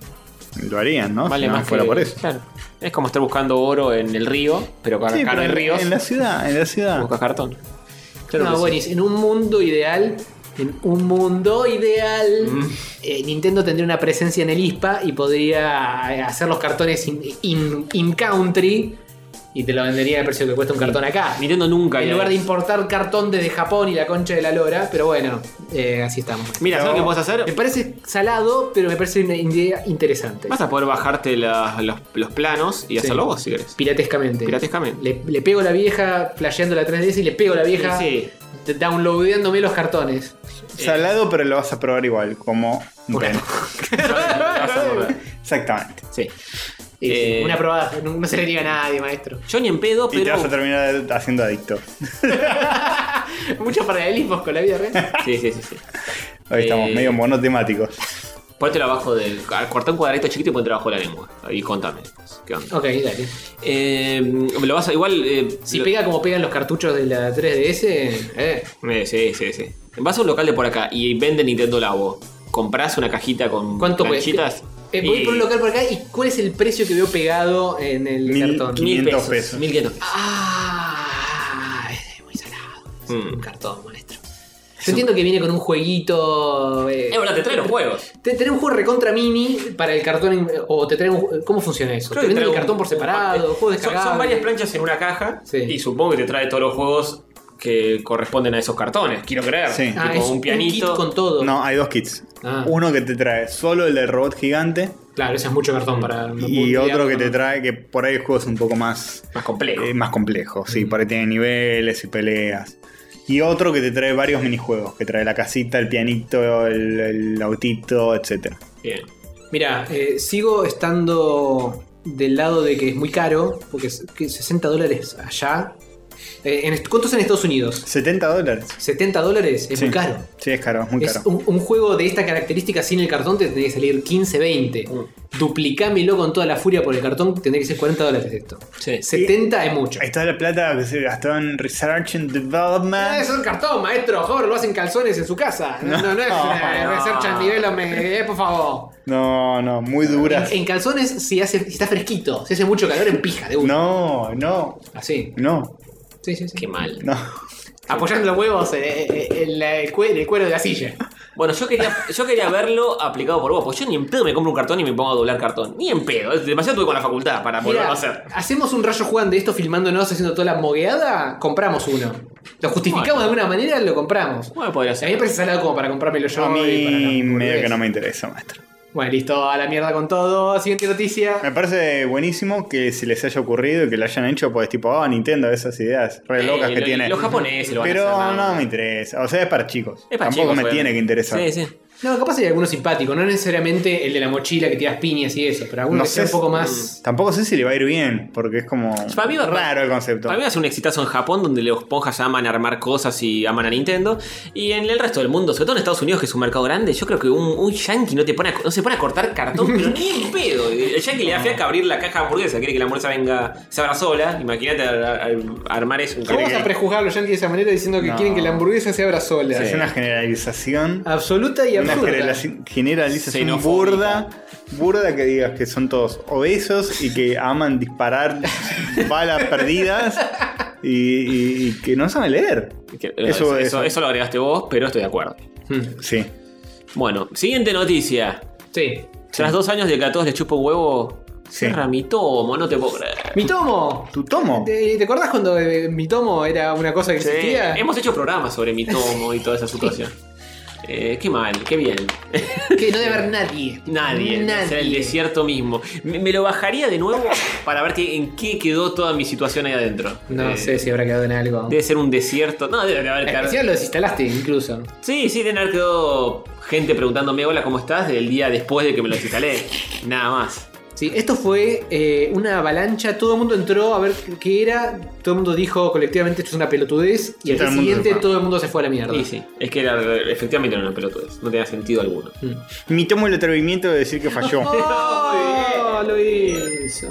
Speaker 2: lo harían, no?
Speaker 1: Vale
Speaker 2: si no
Speaker 1: más
Speaker 2: fuera
Speaker 1: que-
Speaker 2: por eso.
Speaker 1: claro. Es como estar buscando oro en el río, pero acá
Speaker 2: Sí,
Speaker 1: acá no
Speaker 2: pero
Speaker 1: hay
Speaker 2: en-
Speaker 1: ríos.
Speaker 2: En la ciudad, en la ciudad.
Speaker 1: Buscas cartón. Claro
Speaker 3: no,
Speaker 1: que sí.
Speaker 3: bueno, y en un mundo ideal, en un mundo ideal,
Speaker 1: Mm.
Speaker 3: eh, Nintendo tendría una presencia en el ISPA y podría eh, hacer los cartones in, in- in country y te lo vendería al precio que cuesta un cartón acá.
Speaker 1: Nintendo nunca.
Speaker 3: En
Speaker 1: haría
Speaker 3: lugar de
Speaker 1: eso.
Speaker 3: importar cartón desde Japón y la concha de la lora, pero bueno, eh, así estamos.
Speaker 1: Mira, ¿sabes
Speaker 2: No.
Speaker 1: lo que puedes
Speaker 3: Me
Speaker 1: hacer?
Speaker 3: parece salado, pero me parece una idea interesante.
Speaker 1: Vas a poder bajarte la- los, los planos y hacerlo vos si querés.
Speaker 3: Piratescamente.
Speaker 1: Piratescamente.
Speaker 3: Le, le pego a la vieja, flasheando la 3DS y le pego a la vieja,
Speaker 1: Sí,
Speaker 3: d- downloadeándome los cartones.
Speaker 2: Salado, pero lo vas a probar igual, como un
Speaker 3: Bueno.
Speaker 2: pene.
Speaker 1: Vas a poder.
Speaker 2: Exactamente.
Speaker 1: Sí.
Speaker 3: Sí, sí,
Speaker 1: Eh,
Speaker 3: Una probada, no, no se le niega a nadie, maestro.
Speaker 1: Yo ni en pedo,
Speaker 2: Y te
Speaker 1: pero.
Speaker 2: vas a terminar haciendo adicto.
Speaker 3: Muchos paralelismos con la vida real.
Speaker 1: Sí, sí, sí. sí.
Speaker 2: Hoy estamos
Speaker 1: Eh,
Speaker 2: medio monotemáticos.
Speaker 1: Ponte abajo del. al- Cortá un cuadradito chiquito y ponte abajo de la lengua. Y contame. pues, ¿Qué onda?
Speaker 3: ok, dale.
Speaker 1: Eh, lo vas a. Igual. eh,
Speaker 3: Si
Speaker 1: lo-
Speaker 3: pega como pegan los cartuchos de la 3DS, eh,
Speaker 1: Eh, sí, sí, sí. Vas a un local de por acá y venden Nintendo Labo. Comprás una cajita con
Speaker 3: ¿cuánto cuesta?
Speaker 1: planchitas.
Speaker 3: Eh, voy
Speaker 1: y-
Speaker 3: por un local por acá y ¿cuál es el precio que veo pegado en el
Speaker 2: Mil-
Speaker 3: cartón?
Speaker 1: Mil
Speaker 2: 500
Speaker 1: pesos.
Speaker 2: pesos.
Speaker 1: 1500 pesos.
Speaker 3: Ah, es muy salado. Es
Speaker 1: Mm.
Speaker 3: un cartón, maestro. Yo entiendo que viene con un jueguito. eh,
Speaker 1: Es verdad, te traen los juegos.
Speaker 3: te traen un juego recontra mini para el cartón. en- O te traen un ju- ¿Cómo funciona eso?
Speaker 1: Creo
Speaker 3: te
Speaker 1: que
Speaker 3: venden
Speaker 1: trae
Speaker 3: el
Speaker 1: un-
Speaker 3: cartón por
Speaker 1: un
Speaker 3: separado,
Speaker 1: paquete.
Speaker 3: juegos
Speaker 1: Son,
Speaker 3: descargables.
Speaker 1: son varias planchas en una caja
Speaker 3: Sí.
Speaker 1: y supongo que te trae todos los juegos que corresponden a esos cartones. Quiero creer.
Speaker 2: Sí.
Speaker 1: Tipo
Speaker 3: Ah, es
Speaker 1: un pianito.
Speaker 3: kit con todo.
Speaker 2: No, hay dos kits.
Speaker 3: Ah.
Speaker 2: Uno que te trae solo el del robot gigante
Speaker 3: Claro, eso es mucho cartón para.
Speaker 2: y
Speaker 3: para-
Speaker 2: otro que te trae que por ahí el juego es un poco más,
Speaker 1: Más complejo.
Speaker 2: eh, más complejo. Sí, por ahí tiene niveles y peleas. Y otro que te trae varios minijuegos, que trae la casita, el pianito, el, el autito, etc.
Speaker 1: Bien.
Speaker 3: Mira, eh, sigo estando del lado de que es muy caro, porque es- que 60 dólares allá. Eh, en, est- ¿Cuántos en Estados Unidos?
Speaker 2: 70 dólares.
Speaker 3: 70 dólares es
Speaker 2: Sí.
Speaker 3: muy caro.
Speaker 2: Sí, es caro, es muy
Speaker 3: Es
Speaker 2: caro.
Speaker 3: un, un juego de esta característica sin el cartón te tendría que salir 15, 20. Duplicámelo con toda la furia por el cartón, tendría que ser 40 dólares esto.
Speaker 1: Sí.
Speaker 3: 70 es mucho.
Speaker 2: Ahí está la plata que se gastó en Research and
Speaker 3: Ah,
Speaker 2: Development.
Speaker 3: Es un cartón, maestro. Joder, lo hacen calzones en su casa. No, no, no es eh,
Speaker 1: No.
Speaker 3: research and development, eh, por favor.
Speaker 2: No, no, muy duras.
Speaker 3: En calzones, si, hace, si está fresquito, si hace mucho calor, en pija de uno.
Speaker 2: No, no,
Speaker 3: Así.
Speaker 2: no,
Speaker 3: Sí, sí, sí.
Speaker 1: Qué mal.
Speaker 2: no.
Speaker 3: Apoyando los huevos eh, eh, en, la- el cue- en el cuero de la silla.
Speaker 1: Bueno, yo quería, yo quería verlo aplicado por vos, porque yo ni en pedo me compro un cartón y me pongo a doblar cartón. Ni en pedo, es demasiado tuve con la facultad para
Speaker 3: Mirá,
Speaker 1: volverlo a hacer.
Speaker 3: hacemos un rayo Juan de esto filmándonos, haciendo toda la mogueada, compramos uno. Lo justificamos
Speaker 1: Bueno.
Speaker 3: de alguna manera, lo compramos.
Speaker 1: Bueno, podría
Speaker 3: A mí me
Speaker 1: ser.
Speaker 3: parece salado como para comprármelo yo.
Speaker 2: A
Speaker 3: y para
Speaker 2: mí
Speaker 3: no-
Speaker 2: medio que no me interesa, maestro.
Speaker 3: Bueno, listo, a la mierda con todo. Siguiente noticia.
Speaker 2: Me parece buenísimo que se les haya ocurrido y que lo hayan hecho, pues tipo, oh, Nintendo, esas ideas re
Speaker 1: Eh,
Speaker 2: locas que
Speaker 1: lo-
Speaker 2: tiene.
Speaker 1: los japoneses lo van a
Speaker 2: Pero
Speaker 1: hacer, nada
Speaker 2: no
Speaker 1: más.
Speaker 2: me interesa, o sea, es para chicos.
Speaker 1: Es para
Speaker 2: Tampoco
Speaker 1: chicos,
Speaker 2: me
Speaker 1: obviamente.
Speaker 2: tiene que interesar.
Speaker 1: Sí, sí.
Speaker 3: No, capaz hay alguno simpático, no necesariamente el de la mochila que tiras piñas y eso, pero alguno
Speaker 2: No
Speaker 3: que sea
Speaker 2: sé
Speaker 3: un poco
Speaker 2: si-
Speaker 3: más.
Speaker 2: Tampoco sé si le va a ir bien, porque es como
Speaker 1: Para mí va-
Speaker 2: raro el concepto.
Speaker 1: Para mí va a ser un exitazo en Japón, donde los ponjas aman armar cosas y aman a Nintendo. Y en el resto del mundo, sobre todo en Estados Unidos, que es un mercado grande, yo creo que un, un yankee no, te pone a, no se pone a cortar cartón, pero ni en pedo. El yankee le da fiaca abrir la caja de hamburguesa, quiere que la hamburguesa venga, se abra sola. Imagínate a- a- a armar eso.
Speaker 3: ¿Cómo vas
Speaker 2: que-
Speaker 3: a prejuzgar a los yankees de esa manera diciendo que
Speaker 2: No.
Speaker 3: quieren que la hamburguesa se abra sola?
Speaker 2: Es una generalización.
Speaker 3: Absoluta y
Speaker 2: una
Speaker 3: absurda.
Speaker 2: generaliz- generalización
Speaker 1: Ah, Xenofóbica.
Speaker 2: burda, burda que digas que son todos obesos y que aman disparar balas perdidas y, y- y que no saben leer.
Speaker 1: que- eh, eso,
Speaker 2: Eso- eso.
Speaker 1: eso lo agregaste vos, pero estoy de acuerdo.
Speaker 3: Hmm,
Speaker 2: Sí.
Speaker 1: Bueno, siguiente noticia.
Speaker 3: Sí.
Speaker 1: Tras dos años de que a todos les chupa un huevo,
Speaker 2: Sí.
Speaker 1: cierra mi tomo, no te puedo creer.
Speaker 3: Mi tomo.
Speaker 2: Tu tomo.
Speaker 3: ¿Te, te acordás cuando eh, mi tomo era una cosa que existía?
Speaker 1: Hemos hecho programas sobre mi tomo y toda esa situación. Eh, qué mal, qué bien.
Speaker 3: Que no debe haber nadie.
Speaker 1: Nadie,
Speaker 3: Nadie.
Speaker 1: o sea, el desierto mismo. Me, me lo bajaría de nuevo para ver qué- en qué quedó toda mi situación ahí adentro.
Speaker 3: No
Speaker 1: Eh,
Speaker 3: sé Eh, si habrá quedado en algo.
Speaker 1: Debe ser un desierto. No, debe haber
Speaker 3: Al
Speaker 1: quedado.
Speaker 3: principio lo desinstalaste incluso.
Speaker 1: Sí, sí, deben haber quedado gente preguntándome, hola, ¿cómo estás? Del día después de que me lo instalé. Nada más.
Speaker 3: Sí, esto fue eh, una avalancha, todo el mundo entró a ver qué era, todo el mundo dijo colectivamente esto es una pelotudez y
Speaker 2: todo
Speaker 3: al día
Speaker 2: el mundo se
Speaker 3: siguiente
Speaker 2: fue.
Speaker 3: todo el mundo se fue a la mierda.
Speaker 1: Y sí, es que era, efectivamente era una pelotudez, no tenía sentido alguno.
Speaker 3: Mm.
Speaker 2: Me tomo el atrevimiento de decir que falló.
Speaker 3: ¡Oh, lo hizo!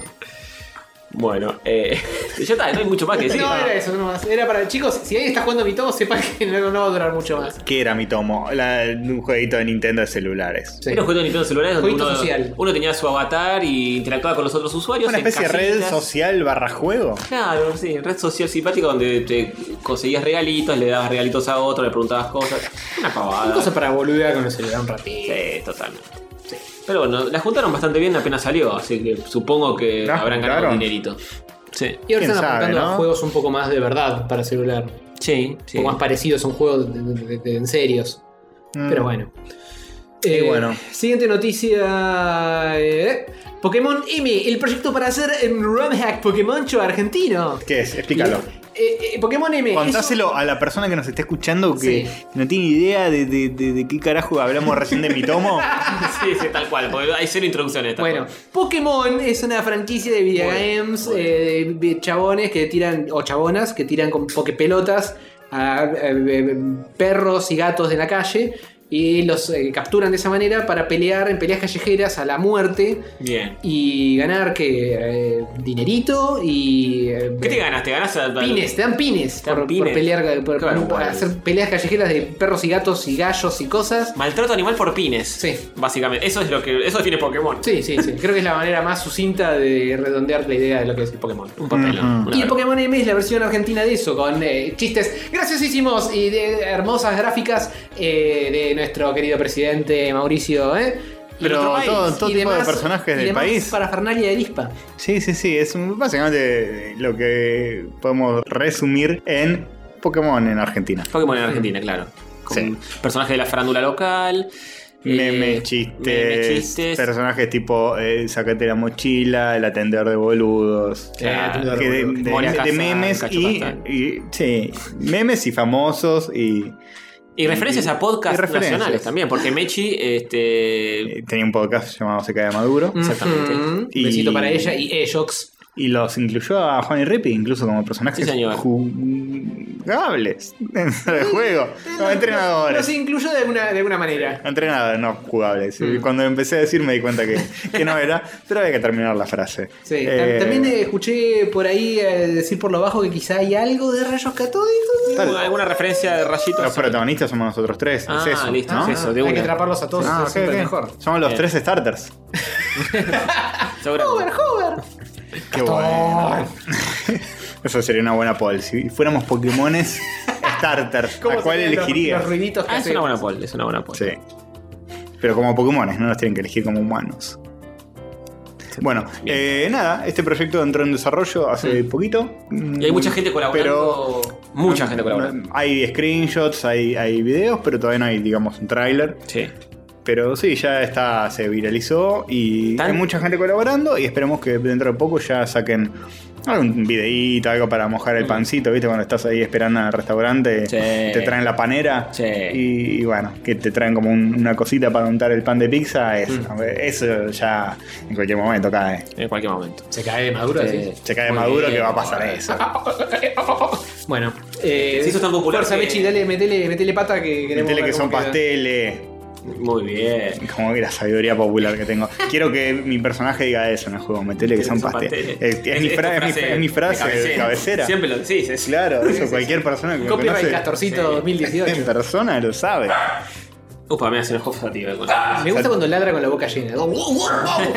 Speaker 1: Bueno, eh, ya está, no hay mucho más que decir.
Speaker 3: no era eso nomás, era para chicos, si alguien está jugando mi tomo, sepa que no, no va a durar mucho más.
Speaker 2: ¿Qué era mi tomo? La- un jueguito de Nintendo de celulares.
Speaker 3: Sí.
Speaker 1: Era un juego de Nintendo celulares donde
Speaker 3: Jueguito
Speaker 1: uno,
Speaker 3: social.
Speaker 1: uno tenía su avatar y interactuaba con los otros usuarios.
Speaker 2: Una
Speaker 1: en
Speaker 2: especie de red
Speaker 1: casitas.
Speaker 2: social barra juego.
Speaker 1: Claro, sí, red social simpática donde te conseguías regalitos, le dabas regalitos a otro, le preguntabas cosas. Una
Speaker 3: Una
Speaker 1: pavada.
Speaker 3: cosa para boludear con el celular un ratito.
Speaker 1: Sí, totalmente. Sí. Pero bueno, la juntaron bastante bien apenas salió, así que supongo que
Speaker 2: La
Speaker 1: habrán ganado
Speaker 2: juntaron.
Speaker 1: dinerito. Sí.
Speaker 3: Y ahora
Speaker 2: ¿Quién
Speaker 3: están
Speaker 2: sabe,
Speaker 3: apuntando a
Speaker 2: no?
Speaker 3: juegos un poco más de verdad para celular, un
Speaker 1: Sí, sí.
Speaker 3: poco más parecidos a un juego de, de- de- de- en serios.
Speaker 2: Mm.
Speaker 3: Pero bueno. Eh,
Speaker 2: Y bueno.
Speaker 3: Siguiente noticia. eh, Pokémon M, el proyecto para hacer en Romhack Pokémoncho argentino.
Speaker 2: ¿Qué es? Explícalo.
Speaker 3: Eh, eh, Pokémon M. es un-
Speaker 2: Contáselo a la persona que nos está escuchando que
Speaker 3: Sí.
Speaker 2: no tiene idea de, de- de- de qué carajo hablamos recién de mi tomo.
Speaker 1: Sí, sí, tal cual, porque hay cero introducciones. tal
Speaker 3: Bueno,
Speaker 1: cual.
Speaker 3: Pokémon es una franquicia de videogames
Speaker 1: Bueno, bueno.
Speaker 3: eh, de chabones que tiran, o chabonas, que tiran con pokepelotas a, eh, perros y gatos de la calle y los eh, capturan de esa manera para pelear en peleas callejeras a la muerte
Speaker 1: Bien.
Speaker 3: y ganar que dinerito y eh,
Speaker 1: ¿Qué te ganas? ¿Te ganas a,
Speaker 3: pines, te dan pines,
Speaker 1: Te dan
Speaker 3: por, por
Speaker 1: pines.
Speaker 3: pelear por,
Speaker 1: Claro,
Speaker 3: por
Speaker 1: guay.
Speaker 3: hacer peleas callejeras de perros y gatos y gallos y cosas.
Speaker 1: Maltrato animal por pines.
Speaker 3: Sí.
Speaker 1: Básicamente, eso es lo que. Eso define Pokémon.
Speaker 3: Sí, sí, sí. Creo que es la manera más sucinta de redondear la idea de lo que es el Pokémon.
Speaker 1: Un papel.
Speaker 2: Ujú.
Speaker 1: una
Speaker 3: Y el
Speaker 1: verga.
Speaker 3: Pokémon M es la versión argentina de eso, con eh, chistes graciosísimos y de hermosas gráficas eh, de nuestro querido presidente Mauricio, ¿eh?
Speaker 2: Pero
Speaker 3: Y demás-
Speaker 2: todo- todo
Speaker 3: y
Speaker 2: tipo de
Speaker 3: demás-
Speaker 2: personajes
Speaker 3: y
Speaker 2: del
Speaker 3: demás
Speaker 2: país.
Speaker 3: Parafernalia de Arispa.
Speaker 2: Sí, sí, sí. Es un- básicamente lo que podemos resumir en Pokémon en Argentina.
Speaker 1: Pokémon en Argentina, claro. Con
Speaker 2: Sí.
Speaker 1: personajes de la farándula local.
Speaker 2: Memes,
Speaker 1: eh,
Speaker 2: chistes,
Speaker 1: memes, chistes.
Speaker 2: personajes tipo eh, sacate la mochila, el atender de boludos.
Speaker 1: Claro,
Speaker 2: Que de, de-
Speaker 1: Ah, Moria
Speaker 2: de
Speaker 1: Kazan,
Speaker 2: memes
Speaker 1: Cacho
Speaker 2: y,
Speaker 1: Castaño.
Speaker 2: y- sí, memes y famosos y
Speaker 1: Y referencias a podcasts
Speaker 2: Y referencias.
Speaker 1: nacionales también, porque Mechi, este.
Speaker 2: eh, tenía un podcast llamado Se cae de Maduro
Speaker 1: Mm. Exactamente.
Speaker 3: Ujú.
Speaker 2: Y-
Speaker 3: Mm. Besito para ella y Ejox.
Speaker 2: y los incluyó a Juan y Rippy incluso como personajes
Speaker 1: Sí, señor.
Speaker 2: jugables dentro del juego, como
Speaker 3: Los
Speaker 2: entrenadores.
Speaker 3: incluyó de alguna, de alguna manera.
Speaker 2: Entrenadores, no jugables. Y
Speaker 1: Mm.
Speaker 2: Cuando empecé a decir me di cuenta que, que no era, pero había que terminar la frase.
Speaker 3: Sí,
Speaker 2: Eh,
Speaker 3: También eh, escuché por ahí eh, decir por lo bajo que quizá hay algo de rayos catódicos.
Speaker 2: tal.
Speaker 1: ¿Alguna referencia de
Speaker 2: Los
Speaker 1: rayitos?
Speaker 2: protagonistas somos nosotros tres.
Speaker 1: Ah,
Speaker 2: es eso.
Speaker 1: listo,
Speaker 2: ¿no?
Speaker 1: es eso, de
Speaker 3: hay que
Speaker 1: una.
Speaker 3: atraparlos a todos.
Speaker 2: Ah,
Speaker 3: eso
Speaker 2: ok,
Speaker 3: es siempre
Speaker 2: ok.
Speaker 3: mejor.
Speaker 2: Somos los
Speaker 1: Bien.
Speaker 2: tres starters.
Speaker 1: Seguro-
Speaker 3: Hover, hover.
Speaker 2: Qué bueno. Eso sería una buena poll. Si fuéramos Pokémones starters, ¿a cuál
Speaker 3: serían los-
Speaker 2: elegirías?
Speaker 3: Los ruiditos que
Speaker 1: Ah, es
Speaker 3: hacen?
Speaker 1: una buena poll, es una buena poll.
Speaker 2: Sí. Pero como Pokémones, no los tienen que elegir como humanos. Bueno, eh, nada, este proyecto entró en desarrollo hace poquito.
Speaker 1: Mm. Y hay mucha gente colaborando. mucha gente colaborando.
Speaker 2: Hay screenshots, hay, hay videos, pero todavía no hay, digamos, un tráiler.
Speaker 1: Sí.
Speaker 2: Pero sí, ya está, se viralizó y
Speaker 1: Tan-
Speaker 2: hay mucha gente colaborando y esperemos que dentro de poco ya saquen algún videíto, algo para mojar el pancito, ¿viste? Cuando estás ahí esperando en el restaurante,
Speaker 1: Mm. Sí.
Speaker 2: te traen la panera
Speaker 1: Sí.
Speaker 2: y, y bueno, que te traen como un- una cosita para untar el pan de pizza, eso,
Speaker 1: Mm.
Speaker 2: eso ya en cualquier momento cae.
Speaker 1: En cualquier momento.
Speaker 3: Se cae de maduro.
Speaker 1: Sí.
Speaker 2: Se cae
Speaker 1: Muy
Speaker 2: maduro
Speaker 1: bien.
Speaker 2: que va a pasar eso.
Speaker 3: Bueno, eh,
Speaker 1: Se hizo tan popular
Speaker 3: Fuerza,
Speaker 1: que-
Speaker 3: Mechi, dale, metele, metele pata que queremos.
Speaker 2: Metele
Speaker 3: ver
Speaker 2: que
Speaker 3: cómo
Speaker 2: son
Speaker 3: queda.
Speaker 2: pasteles.
Speaker 1: Muy bien.
Speaker 2: Como que la sabiduría popular que tengo. Quiero que mi personaje diga eso en el juego. Metele que son pasteles. Eh, Es, es mi,
Speaker 1: tu
Speaker 2: fra- es mi- es mi frase de cabecera.
Speaker 1: Siempre lo decís. es-
Speaker 2: Claro, eso cualquier persona que me
Speaker 3: Copyright
Speaker 2: conoce.
Speaker 3: Castorcito
Speaker 1: Sí.
Speaker 3: 2018.
Speaker 2: En persona lo sabe.
Speaker 1: Upa, me hace enojó fativa. con-
Speaker 2: Ah.
Speaker 3: Me gusta cuando ladra con la boca llena. Wow, wow, wow.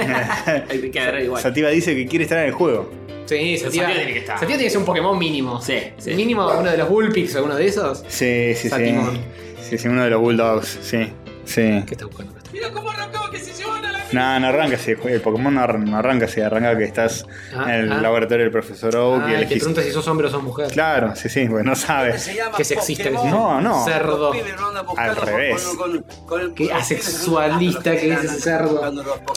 Speaker 1: Hay que quedar igual.
Speaker 2: Sativa dice que quiere estar en el juego.
Speaker 3: Sí, Sativa
Speaker 1: Sativa tiene que estar.
Speaker 3: Sativa tiene que ser un Pokémon mínimo.
Speaker 1: Sí, sí.
Speaker 3: Mínimo uno de los Bullpix o uno de esos.
Speaker 2: Sí, sí, sí.
Speaker 3: Satimón.
Speaker 2: Sí, sí, uno de los Bulldogs. Sí, sí.
Speaker 3: ¿Qué está buscando?
Speaker 2: No, no arranca así. El Pokémon no, ar- no arranca así. Arranca que estás
Speaker 3: Ah,
Speaker 2: en el
Speaker 3: ah.
Speaker 2: laboratorio del profesor Oak
Speaker 3: Ah,
Speaker 2: y
Speaker 3: te
Speaker 2: elegís.
Speaker 3: pregunta si sos hombre o sos mujer.
Speaker 2: Claro, sí, sí, pues no sabes.
Speaker 3: Que sexista que sos.
Speaker 2: No, no.
Speaker 3: Cerdo.
Speaker 2: Al revés.
Speaker 3: Qué asexualista que es ese cerdo.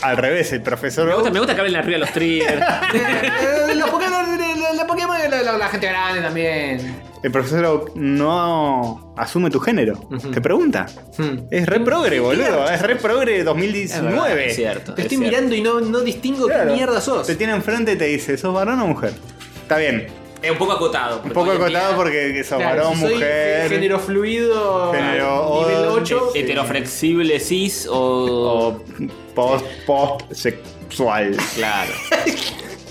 Speaker 2: Al revés, el profesor
Speaker 1: Me gusta,
Speaker 2: Oak.
Speaker 1: me gusta que hablen arriba los triggers.
Speaker 3: Eh, eh, los Pokémon, la, la- la Pokémon, la, la- la gente grande también.
Speaker 2: El profesor Oak no asume tu género.
Speaker 3: Ujú.
Speaker 2: Te pregunta.
Speaker 3: Hmm.
Speaker 2: Es re progre, boludo. Es re progre 2019.
Speaker 1: Es cierto.
Speaker 3: Te
Speaker 1: es
Speaker 3: estoy
Speaker 1: cierto.
Speaker 3: mirando y no, no distingo
Speaker 2: Claro.
Speaker 3: qué mierda sos.
Speaker 2: Te tiene enfrente y te dice, ¿sos varón o mujer? Está bien.
Speaker 1: Es un poco acotado.
Speaker 2: Un poco
Speaker 1: hoy en
Speaker 2: acotado
Speaker 1: día,
Speaker 2: porque que sos
Speaker 3: Claro,
Speaker 2: varón,
Speaker 3: si soy
Speaker 2: mujer.
Speaker 3: Género fluido.
Speaker 2: Género
Speaker 3: nivel
Speaker 2: o-
Speaker 3: 8.
Speaker 2: eh,
Speaker 1: Heteroflexible cis
Speaker 2: O
Speaker 1: o.
Speaker 2: post, post sexual.
Speaker 1: Claro.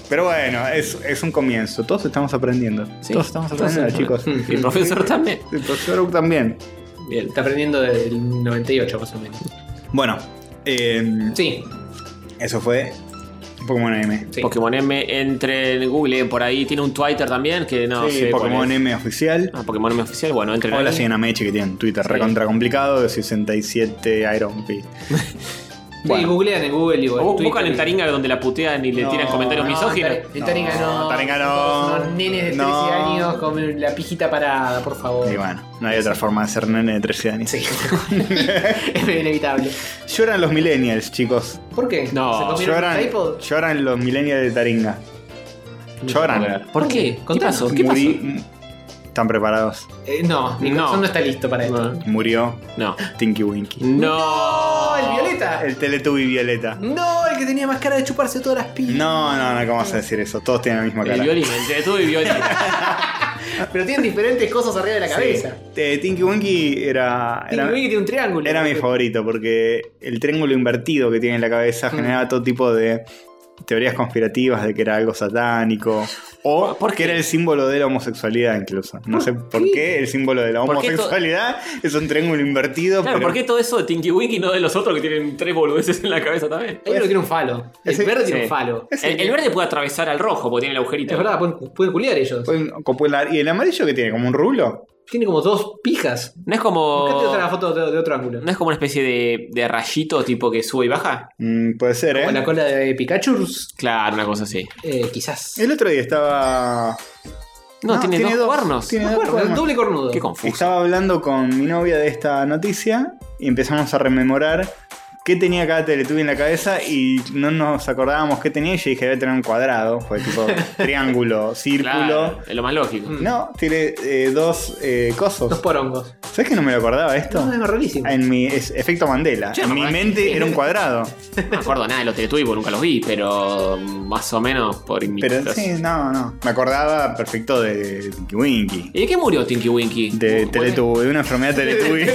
Speaker 2: Pero bueno, es, es un comienzo. Todos estamos aprendiendo.
Speaker 1: Sí,
Speaker 2: todos estamos
Speaker 1: todos
Speaker 2: aprendiendo,
Speaker 1: estamos
Speaker 2: chicos.
Speaker 1: Y el profesor también.
Speaker 2: El profesor Oak también.
Speaker 1: Bien.
Speaker 3: eh, Está aprendiendo del 98 más o menos.
Speaker 2: Bueno, eh,
Speaker 3: Sí,
Speaker 2: eso fue Pokémon M.
Speaker 3: sí.
Speaker 1: Pokémon M entre en Google, por ahí tiene un Twitter también que no
Speaker 2: Sí,
Speaker 1: sé. cuál
Speaker 2: Pokémon
Speaker 1: es.
Speaker 2: M oficial.
Speaker 1: Ah, Pokémon M oficial, bueno, entre
Speaker 2: Hola,
Speaker 1: ahí.
Speaker 2: siguen a Meche que tiene un Twitter recontra complicado de 67 Iron P.
Speaker 3: Sí, googlean en Google y
Speaker 1: O vos buscan en Taringa donde la putean y le
Speaker 2: No,
Speaker 1: tiran comentarios misóginos.
Speaker 3: En Taringa no.
Speaker 2: No, Taringa
Speaker 3: son
Speaker 2: no.
Speaker 3: Unos nenes de 13
Speaker 2: No.
Speaker 3: años con la pijita parada, por favor.
Speaker 2: Y bueno, no hay otra forma de ser nene de 13 años.
Speaker 3: Sí. es inevitable.
Speaker 2: Lloran los millennials, chicos.
Speaker 3: ¿Por qué?
Speaker 1: No,
Speaker 3: ¿Se comieron
Speaker 2: Lloran,
Speaker 3: el iPod?
Speaker 2: lloran los millennials de Taringa. Lloran.
Speaker 1: ¿Por qué? ¿Qué
Speaker 3: Contanos.
Speaker 1: pasó? ¿Qué pasó?
Speaker 2: Muri- Están preparados.
Speaker 3: Eh, no, mi
Speaker 1: No.
Speaker 3: corazón no está listo para esto.
Speaker 1: No.
Speaker 2: Murió
Speaker 1: No.
Speaker 2: Tinky Winky.
Speaker 3: ¡No!
Speaker 1: No.
Speaker 3: ¡El violeta!
Speaker 2: El Teletubby Violeta.
Speaker 3: ¡No! El que tenía más cara de chuparse todas las pilas.
Speaker 2: No, no, no, ¿cómo vas a decir eso? Todos tienen la misma
Speaker 1: El
Speaker 2: cara.
Speaker 1: violín, entre tú y violín.
Speaker 3: Pero tienen diferentes cosas arriba de la cabeza.
Speaker 2: Eh, Tinky Winky era.
Speaker 3: Tinky
Speaker 2: era-
Speaker 3: Winky tiene un triángulo.
Speaker 2: Era mi favorito porque el triángulo invertido que tiene en la
Speaker 1: Mm.
Speaker 2: cabeza generaba todo tipo de teorías conspirativas de que era algo satánico o
Speaker 1: ¿Por
Speaker 2: porque
Speaker 1: qué?
Speaker 2: era el símbolo de la homosexualidad incluso. No sé por
Speaker 3: qué?
Speaker 2: qué? el símbolo de la
Speaker 1: ¿Por qué to-
Speaker 2: homosexualidad es un triángulo invertido,
Speaker 1: Claro,
Speaker 2: pero
Speaker 1: ¿por qué todo eso de Tinky Winky y no de los otros que tienen tres boludeces en la cabeza también?
Speaker 3: Hay uno que tiene un falo. El
Speaker 2: Ese-
Speaker 3: verde tiene
Speaker 1: sí.
Speaker 3: un falo. Es
Speaker 1: El, el verde puede atravesar al rojo porque tiene el agujerito.
Speaker 3: verdad, pueden, pueden culiar ellos.
Speaker 2: pueden copular. y el amarillo que tiene como un rulo.
Speaker 3: Tiene como dos pijas.
Speaker 1: No es
Speaker 3: Buscate otra
Speaker 1: como.
Speaker 3: foto de, de otro ángulo.
Speaker 1: No es como una especie de, de rayito tipo que sube y baja.
Speaker 2: Mm, puede ser,
Speaker 3: Como
Speaker 2: ¿eh?
Speaker 3: la cola de Pikachu.
Speaker 1: Claro, una cosa así.
Speaker 3: Eh, quizás.
Speaker 2: El otro día estaba
Speaker 1: No,
Speaker 2: No,
Speaker 1: tiene,
Speaker 2: tiene
Speaker 1: dos,
Speaker 2: dos.
Speaker 1: cuernos.
Speaker 2: Tiene-
Speaker 3: No me acuerdo, el doble cornudo.
Speaker 1: Qué confuso.
Speaker 2: Estaba hablando con mi novia de esta noticia y empezamos a rememorar qué tenía cada Teletubby en la cabeza y no nos acordábamos qué tenía y yo dije, debe tener un cuadrado, fue tipo triángulo, círculo. Mm.
Speaker 1: Claro, es lo más lógico.
Speaker 2: No, tiene eh, dos eh,
Speaker 3: Dos
Speaker 2: cosos.
Speaker 3: porongos.
Speaker 2: ¿Sabes que no me lo acordaba esto?
Speaker 3: No, es rarísimo.
Speaker 2: En mi es efecto Mandela.
Speaker 1: Yo no
Speaker 2: en mi
Speaker 1: me acuerdo.
Speaker 2: mente era un cuadrado.
Speaker 1: No me acuerdo nada de los Teletubbies porque nunca los vi, pero más o menos por imitación.
Speaker 2: Pero sí, no, no. Me acordaba perfecto de Tinky Winky.
Speaker 1: ¿Y de qué murió Tinky Winky?
Speaker 2: De
Speaker 1: Bueno,
Speaker 2: Teletubby, de una enfermedad Teletubby.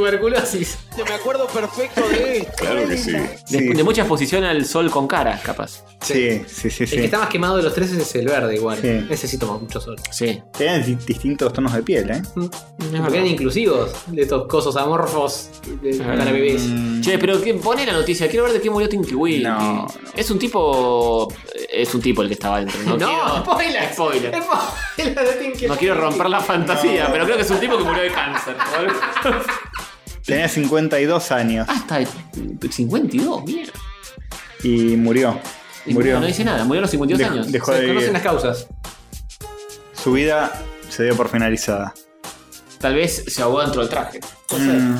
Speaker 3: Teletuberculosis.
Speaker 7: Me acuerdo perfecto de esto.
Speaker 2: claro que sí.
Speaker 1: De,
Speaker 2: Sí,
Speaker 1: de mucha exposición al sol con cara, capaz.
Speaker 2: sí, sí, sí.
Speaker 3: El que está más quemado de los tres es el verde, igual.
Speaker 2: Sí.
Speaker 3: Ese sí toma mucho sol.
Speaker 1: Sí.
Speaker 2: Tenían di- distintos tonos de piel, ¿eh?
Speaker 3: Mm.
Speaker 1: verdad.
Speaker 3: Porque eran inclusivos de estos cosos amorfos de, para bebés.
Speaker 2: Mm,
Speaker 1: Che, pero ¿qué, pone la noticia, quiero ver de qué murió Tinky Winky.
Speaker 2: No, no.
Speaker 1: Es un tipo. eh, Es un tipo el que estaba dentro, ¿no?
Speaker 3: No,
Speaker 1: quiero-
Speaker 3: spoiler.
Speaker 1: Spoiler.
Speaker 3: Spoiler de Tinky
Speaker 1: No quiero
Speaker 3: Winky.
Speaker 1: romper la fantasía,
Speaker 2: No.
Speaker 1: pero creo que es un tipo que murió de cáncer. o algo.
Speaker 2: Tenía 52 años
Speaker 1: Hasta el 52, mierda.
Speaker 2: y murió.
Speaker 1: Y
Speaker 2: Murió.
Speaker 1: No dice nada, murió a los 52
Speaker 2: Dej-
Speaker 1: años.
Speaker 2: dejó
Speaker 3: Se
Speaker 2: de
Speaker 3: desconocen las
Speaker 2: vivir.
Speaker 3: causas.
Speaker 2: Su vida se dio por finalizada.
Speaker 1: Tal vez se ahogó dentro del traje.
Speaker 2: Mm,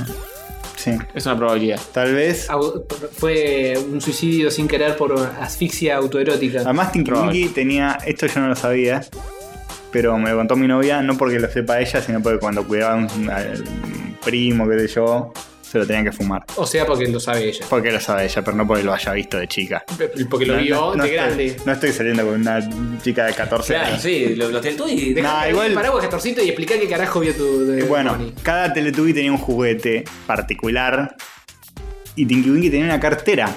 Speaker 2: sí.
Speaker 1: Es una probabilidad.
Speaker 2: Tal vez.
Speaker 3: Au- Fue un suicidio sin querer por asfixia autoerótica.
Speaker 2: Además, Tinky
Speaker 1: Probable.
Speaker 2: Winky tenía. Esto yo no lo sabía. Pero me lo contó mi novia, no porque lo sepa ella, sino porque cuando cuidaba a un, a un primo, qué sé yo, se lo tenían que fumar.
Speaker 3: O sea, porque lo sabe ella.
Speaker 2: Porque lo sabe ella, pero no porque lo haya visto de chica.
Speaker 3: Porque lo
Speaker 2: No-
Speaker 3: vio
Speaker 2: no- no
Speaker 3: de
Speaker 2: estoy-
Speaker 3: grande.
Speaker 2: No estoy saliendo con una chica de 14 años.
Speaker 1: sí, lo, lo tentó y.
Speaker 2: Nah,
Speaker 3: Dejá
Speaker 2: igual-
Speaker 3: el paraguas catorcito y explicar qué carajo vio tu. de-
Speaker 2: Eh, Bueno,
Speaker 3: Bonnie.
Speaker 2: cada Teletubby tenía un juguete particular. Y Tinky Winky tenía una cartera.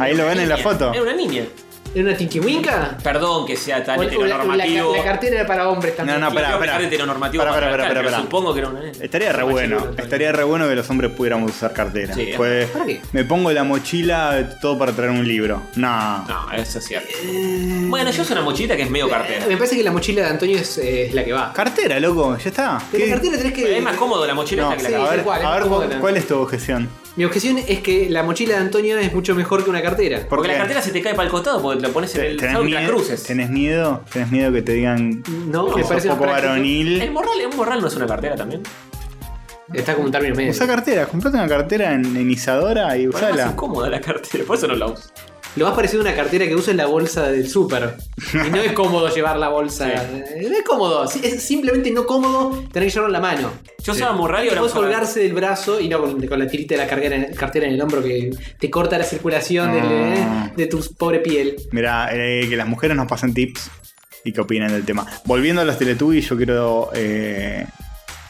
Speaker 2: Ahí lo ven en la foto.
Speaker 1: Era una niña.
Speaker 3: ¿Era una tinkiwinka?
Speaker 1: Perdón que sea tan
Speaker 3: O- o la- o La,
Speaker 1: heteronormativo.
Speaker 3: la cartera era para hombres también.
Speaker 2: No, no, pará,
Speaker 1: Quiero
Speaker 2: pará.
Speaker 1: pecar heteronormativo
Speaker 2: Pará, pará, pará,
Speaker 1: patriarcal,
Speaker 2: pará,
Speaker 1: pero
Speaker 2: pará. Eh,
Speaker 1: Supongo que era una nena.
Speaker 2: Estaría re bueno.
Speaker 3: también.
Speaker 2: Estaría re bueno que los hombres pudiéramos usar cartera.
Speaker 1: Sí.
Speaker 2: Pues,
Speaker 3: ¿Para qué?
Speaker 2: me pongo la mochila todo para traer un libro. No.
Speaker 1: No, eso es cierto. Bueno, yo uso una mochilita que es medio cartera.
Speaker 3: Mm, eh, Me parece que la mochila de Antonio es, eh, es la que va.
Speaker 2: Cartera, loco, ya está.
Speaker 3: Pero
Speaker 2: ¿Qué?
Speaker 3: la cartera tenés que.
Speaker 1: Es más cómodo la mochila
Speaker 2: No,
Speaker 1: esta que la
Speaker 3: sí.
Speaker 2: a
Speaker 1: cartera.
Speaker 2: ver,
Speaker 3: tal cual,
Speaker 2: a
Speaker 3: es
Speaker 2: ver,
Speaker 3: como
Speaker 2: ¿cuál,
Speaker 3: la-
Speaker 2: cuál es tu objeción?
Speaker 3: Mi objeción es que la mochila de Antonio es mucho mejor que una cartera.
Speaker 2: ¿Por
Speaker 1: Porque la
Speaker 2: qué?
Speaker 1: cartera se te cae para el costado porque la pones en el
Speaker 2: ¿Tenés
Speaker 1: sábado y la
Speaker 2: miedo?
Speaker 1: cruces.
Speaker 2: ¿Tenés miedo? ¿Tenés miedo que te digan
Speaker 3: No,
Speaker 2: que
Speaker 3: me
Speaker 2: sos
Speaker 3: parece más
Speaker 2: poco
Speaker 3: práctico.
Speaker 1: El
Speaker 2: varonil?
Speaker 1: morral, el morral no es una cartera también.
Speaker 3: Está como un término medio.
Speaker 2: Usa cartera, comprate una cartera en, en Isadora y
Speaker 1: Por ahí Es
Speaker 2: usala.
Speaker 1: más incómoda la cartera, por eso no la uso.
Speaker 3: Lo más parecido a una cartera que uso es la bolsa del súper. Y no es cómodo llevar la bolsa. Eh, No es cómodo. Sí, Es simplemente no cómodo tener que llevarlo en la mano.
Speaker 1: Yo usaba Murray y ahora
Speaker 3: Puedes
Speaker 1: usaba-
Speaker 3: colgarse del brazo y no con, con la tirita de la carguera- cartera en el hombro que te corta la circulación del,
Speaker 2: Ah.
Speaker 3: eh, de tu pobre piel.
Speaker 2: Mira, eh, que las mujeres nos pasen tips y qué opinan del tema. Volviendo a los Teletubbies, yo quiero. eh,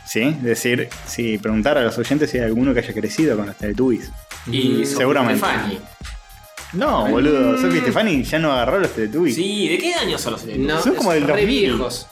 Speaker 2: sí, decir, sí, preguntar a los oyentes si hay alguno que haya crecido con los Teletubbies.
Speaker 1: Y Sophie
Speaker 2: seguramente.
Speaker 1: Stefani.
Speaker 2: No, boludo, Sophie Stefani ya no agarró los Teletubbies.
Speaker 1: Sí, ¿de qué año son los Teletubbies?
Speaker 3: No,
Speaker 2: Son como
Speaker 3: es
Speaker 2: del
Speaker 3: re
Speaker 2: 2000.
Speaker 3: viejos.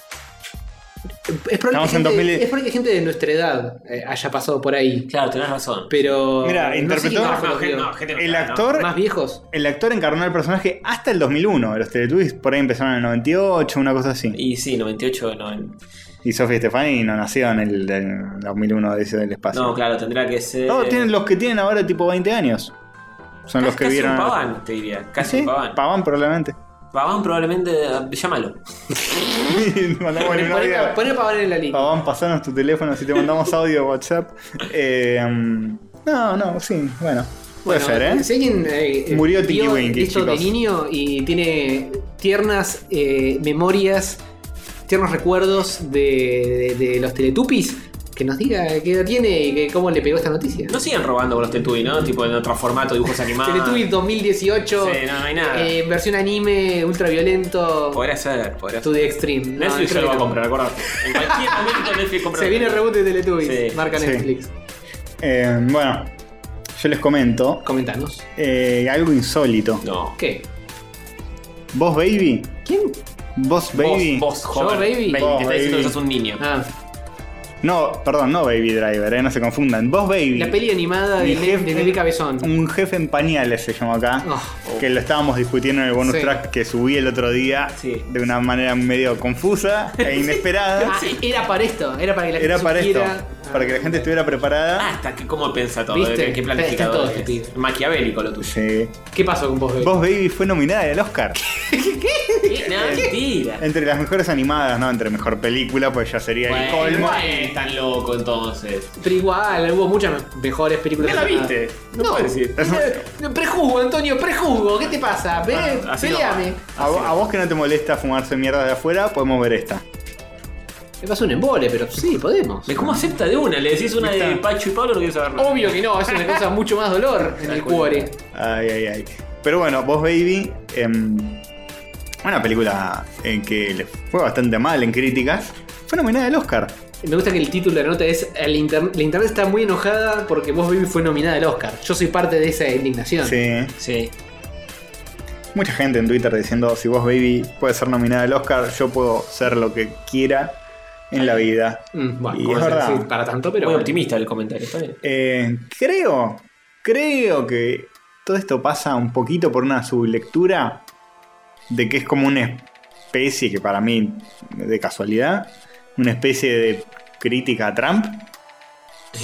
Speaker 3: Es probable,
Speaker 2: Estamos
Speaker 3: que
Speaker 2: en
Speaker 3: gente,
Speaker 2: 2000.
Speaker 3: es probable que gente de nuestra edad eh, haya pasado por ahí.
Speaker 1: Claro, tenés razón.
Speaker 3: Pero.
Speaker 2: Mira,
Speaker 3: no sé
Speaker 2: interpretó-
Speaker 3: quién
Speaker 2: No,
Speaker 3: fue los vio.
Speaker 2: El actor.
Speaker 3: Más viejos.
Speaker 2: El actor encarnó el personaje hasta el 2001. Los Teletubbies por ahí empezaron en el 98, una cosa así.
Speaker 1: Y sí, 98, 90.
Speaker 2: Y Sophie Stefani no nació en el, en 2001 de ese del espacio.
Speaker 1: No, claro, tendrá que ser.
Speaker 2: Ah, Todos tienen los que tienen ahora tipo 20 años. Son los que
Speaker 1: casi
Speaker 2: vieron.
Speaker 1: Un paván, te diría. Casi
Speaker 2: Sí,
Speaker 1: un paván.
Speaker 2: Paván probablemente.
Speaker 1: paván probablemente. ah, Llámalo.
Speaker 2: Mandamos
Speaker 3: Poné
Speaker 2: un audio.
Speaker 3: poné- poné pavón en la línea.
Speaker 2: Paván, pasanos tu teléfono si te mandamos audio de WhatsApp. Eh, mm, no, no, sí, bueno. Puede
Speaker 3: Bueno,
Speaker 2: ser, ¿eh?
Speaker 3: Si alguien eh, eh,
Speaker 2: Murió Tinky
Speaker 3: vio
Speaker 2: Winky,
Speaker 3: esto de
Speaker 2: chicos.
Speaker 3: niño y tiene tiernas eh, memorias, tiernos recuerdos de, de- de los Teletupis, que nos diga qué edad tiene y que, cómo le pegó esta noticia. Ah.
Speaker 1: No siguen robando con los Teletubbies, ¿no? Tipo en otro formato, dibujos animados.
Speaker 3: Teletubbies 2018,
Speaker 1: Sí, no, no hay nada.
Speaker 3: eh, versión anime, ultraviolento,
Speaker 1: Podría ser, podría ser.
Speaker 3: to the extreme. No,
Speaker 1: Netflix ya lo
Speaker 3: creo que
Speaker 1: va a
Speaker 3: no.
Speaker 1: comprar, acordate. En cualquier momento Netflix compra.
Speaker 3: Se viene el reboot de Teletubbies,
Speaker 1: Sí.
Speaker 3: marca
Speaker 2: Sí.
Speaker 3: Netflix.
Speaker 2: Eh, bueno, yo les comento
Speaker 3: Comentanos.
Speaker 2: eh, algo insólito.
Speaker 1: No.
Speaker 3: ¿Qué?
Speaker 2: ¿Vos, baby?
Speaker 3: ¿Quién?
Speaker 2: ¿Vos, baby?
Speaker 1: Vos, vos, joven.
Speaker 3: baby.
Speaker 1: Baby,
Speaker 2: Vos,
Speaker 1: te está diciendo que
Speaker 2: baby.
Speaker 1: sos un niño.
Speaker 3: Ah,
Speaker 2: No, perdón, no Baby Driver, eh, no se confundan. Vos, baby.
Speaker 3: la peli animada de,
Speaker 2: Mi
Speaker 3: Ne-
Speaker 2: jefe-
Speaker 3: de Nelly Cabezón.
Speaker 2: Un jefe en pañales se llamó acá.
Speaker 3: Oh.
Speaker 2: Que lo estábamos discutiendo en el bonus
Speaker 3: Sí.
Speaker 2: track que subí el otro día.
Speaker 1: Sí.
Speaker 2: De una manera medio confusa e inesperada.
Speaker 3: Ah, Era para esto, era para que la gente
Speaker 2: Era para esto.
Speaker 3: supiera-
Speaker 2: Para que la
Speaker 3: Ah.
Speaker 2: gente estuviera preparada.
Speaker 1: Hasta que cómo piensa todo,
Speaker 3: ¿Viste?
Speaker 1: ¿Viste? qué
Speaker 3: Está
Speaker 1: planificador
Speaker 3: todo
Speaker 1: es.
Speaker 3: estúpido.
Speaker 1: Maquiavélico lo tuyo.
Speaker 2: Sí.
Speaker 3: ¿Qué pasó con vos, baby?
Speaker 2: Vos Baby fue nominada al Oscar.
Speaker 1: ¿Qué? No, mentira.
Speaker 2: Entre las mejores animadas, ¿no? Entre mejor película, pues ya sería el
Speaker 1: Bueno,
Speaker 2: colmo.
Speaker 1: igual es tan loco entonces.
Speaker 3: Pero igual, hubo muchas me- mejores películas.
Speaker 1: ¿Ya la
Speaker 3: animadas.
Speaker 1: viste? No
Speaker 3: No,
Speaker 1: puedes decir.
Speaker 3: Eh, prejuzgo, Antonio, prejuzgo. ¿Qué te pasa? Ve,
Speaker 1: Bueno, así no.
Speaker 3: peleame.
Speaker 2: A, vo- a vos que no te molesta fumarse mierda de afuera, podemos ver esta.
Speaker 3: Me pasó un embole, pero sí, podemos.
Speaker 1: ¿Cómo acepta de una? Le decís una de
Speaker 2: ¿Viste?
Speaker 1: Pacho y Pablo, no quieres saber nada.
Speaker 3: Obvio que no, eso me causa mucho más dolor en el cuore.
Speaker 2: Ay, ay, ay. Pero bueno, Vos Baby, em, una película en que le fue bastante mal en críticas, fue nominada al Oscar.
Speaker 3: Me gusta que el título de la nota es "El inter- La internet está muy enojada porque vos, Baby, fue nominada al Oscar. Yo soy parte de esa indignación.
Speaker 2: Sí.
Speaker 1: Sí.
Speaker 2: Mucha gente en Twitter diciendo, si Vos Baby puede ser nominada al Oscar, yo puedo ser lo que quiera en la vida.
Speaker 3: Mm, bueno,
Speaker 2: Y
Speaker 3: como
Speaker 2: es
Speaker 3: se
Speaker 2: verdad.
Speaker 3: dice, para tanto, pero
Speaker 1: Muy
Speaker 3: bueno.
Speaker 1: optimista el comentario, está bien.
Speaker 2: Eh, creo, creo que todo esto pasa un poquito por una sublectura de que es como una especie que para mí, de casualidad, una especie de crítica a Trump.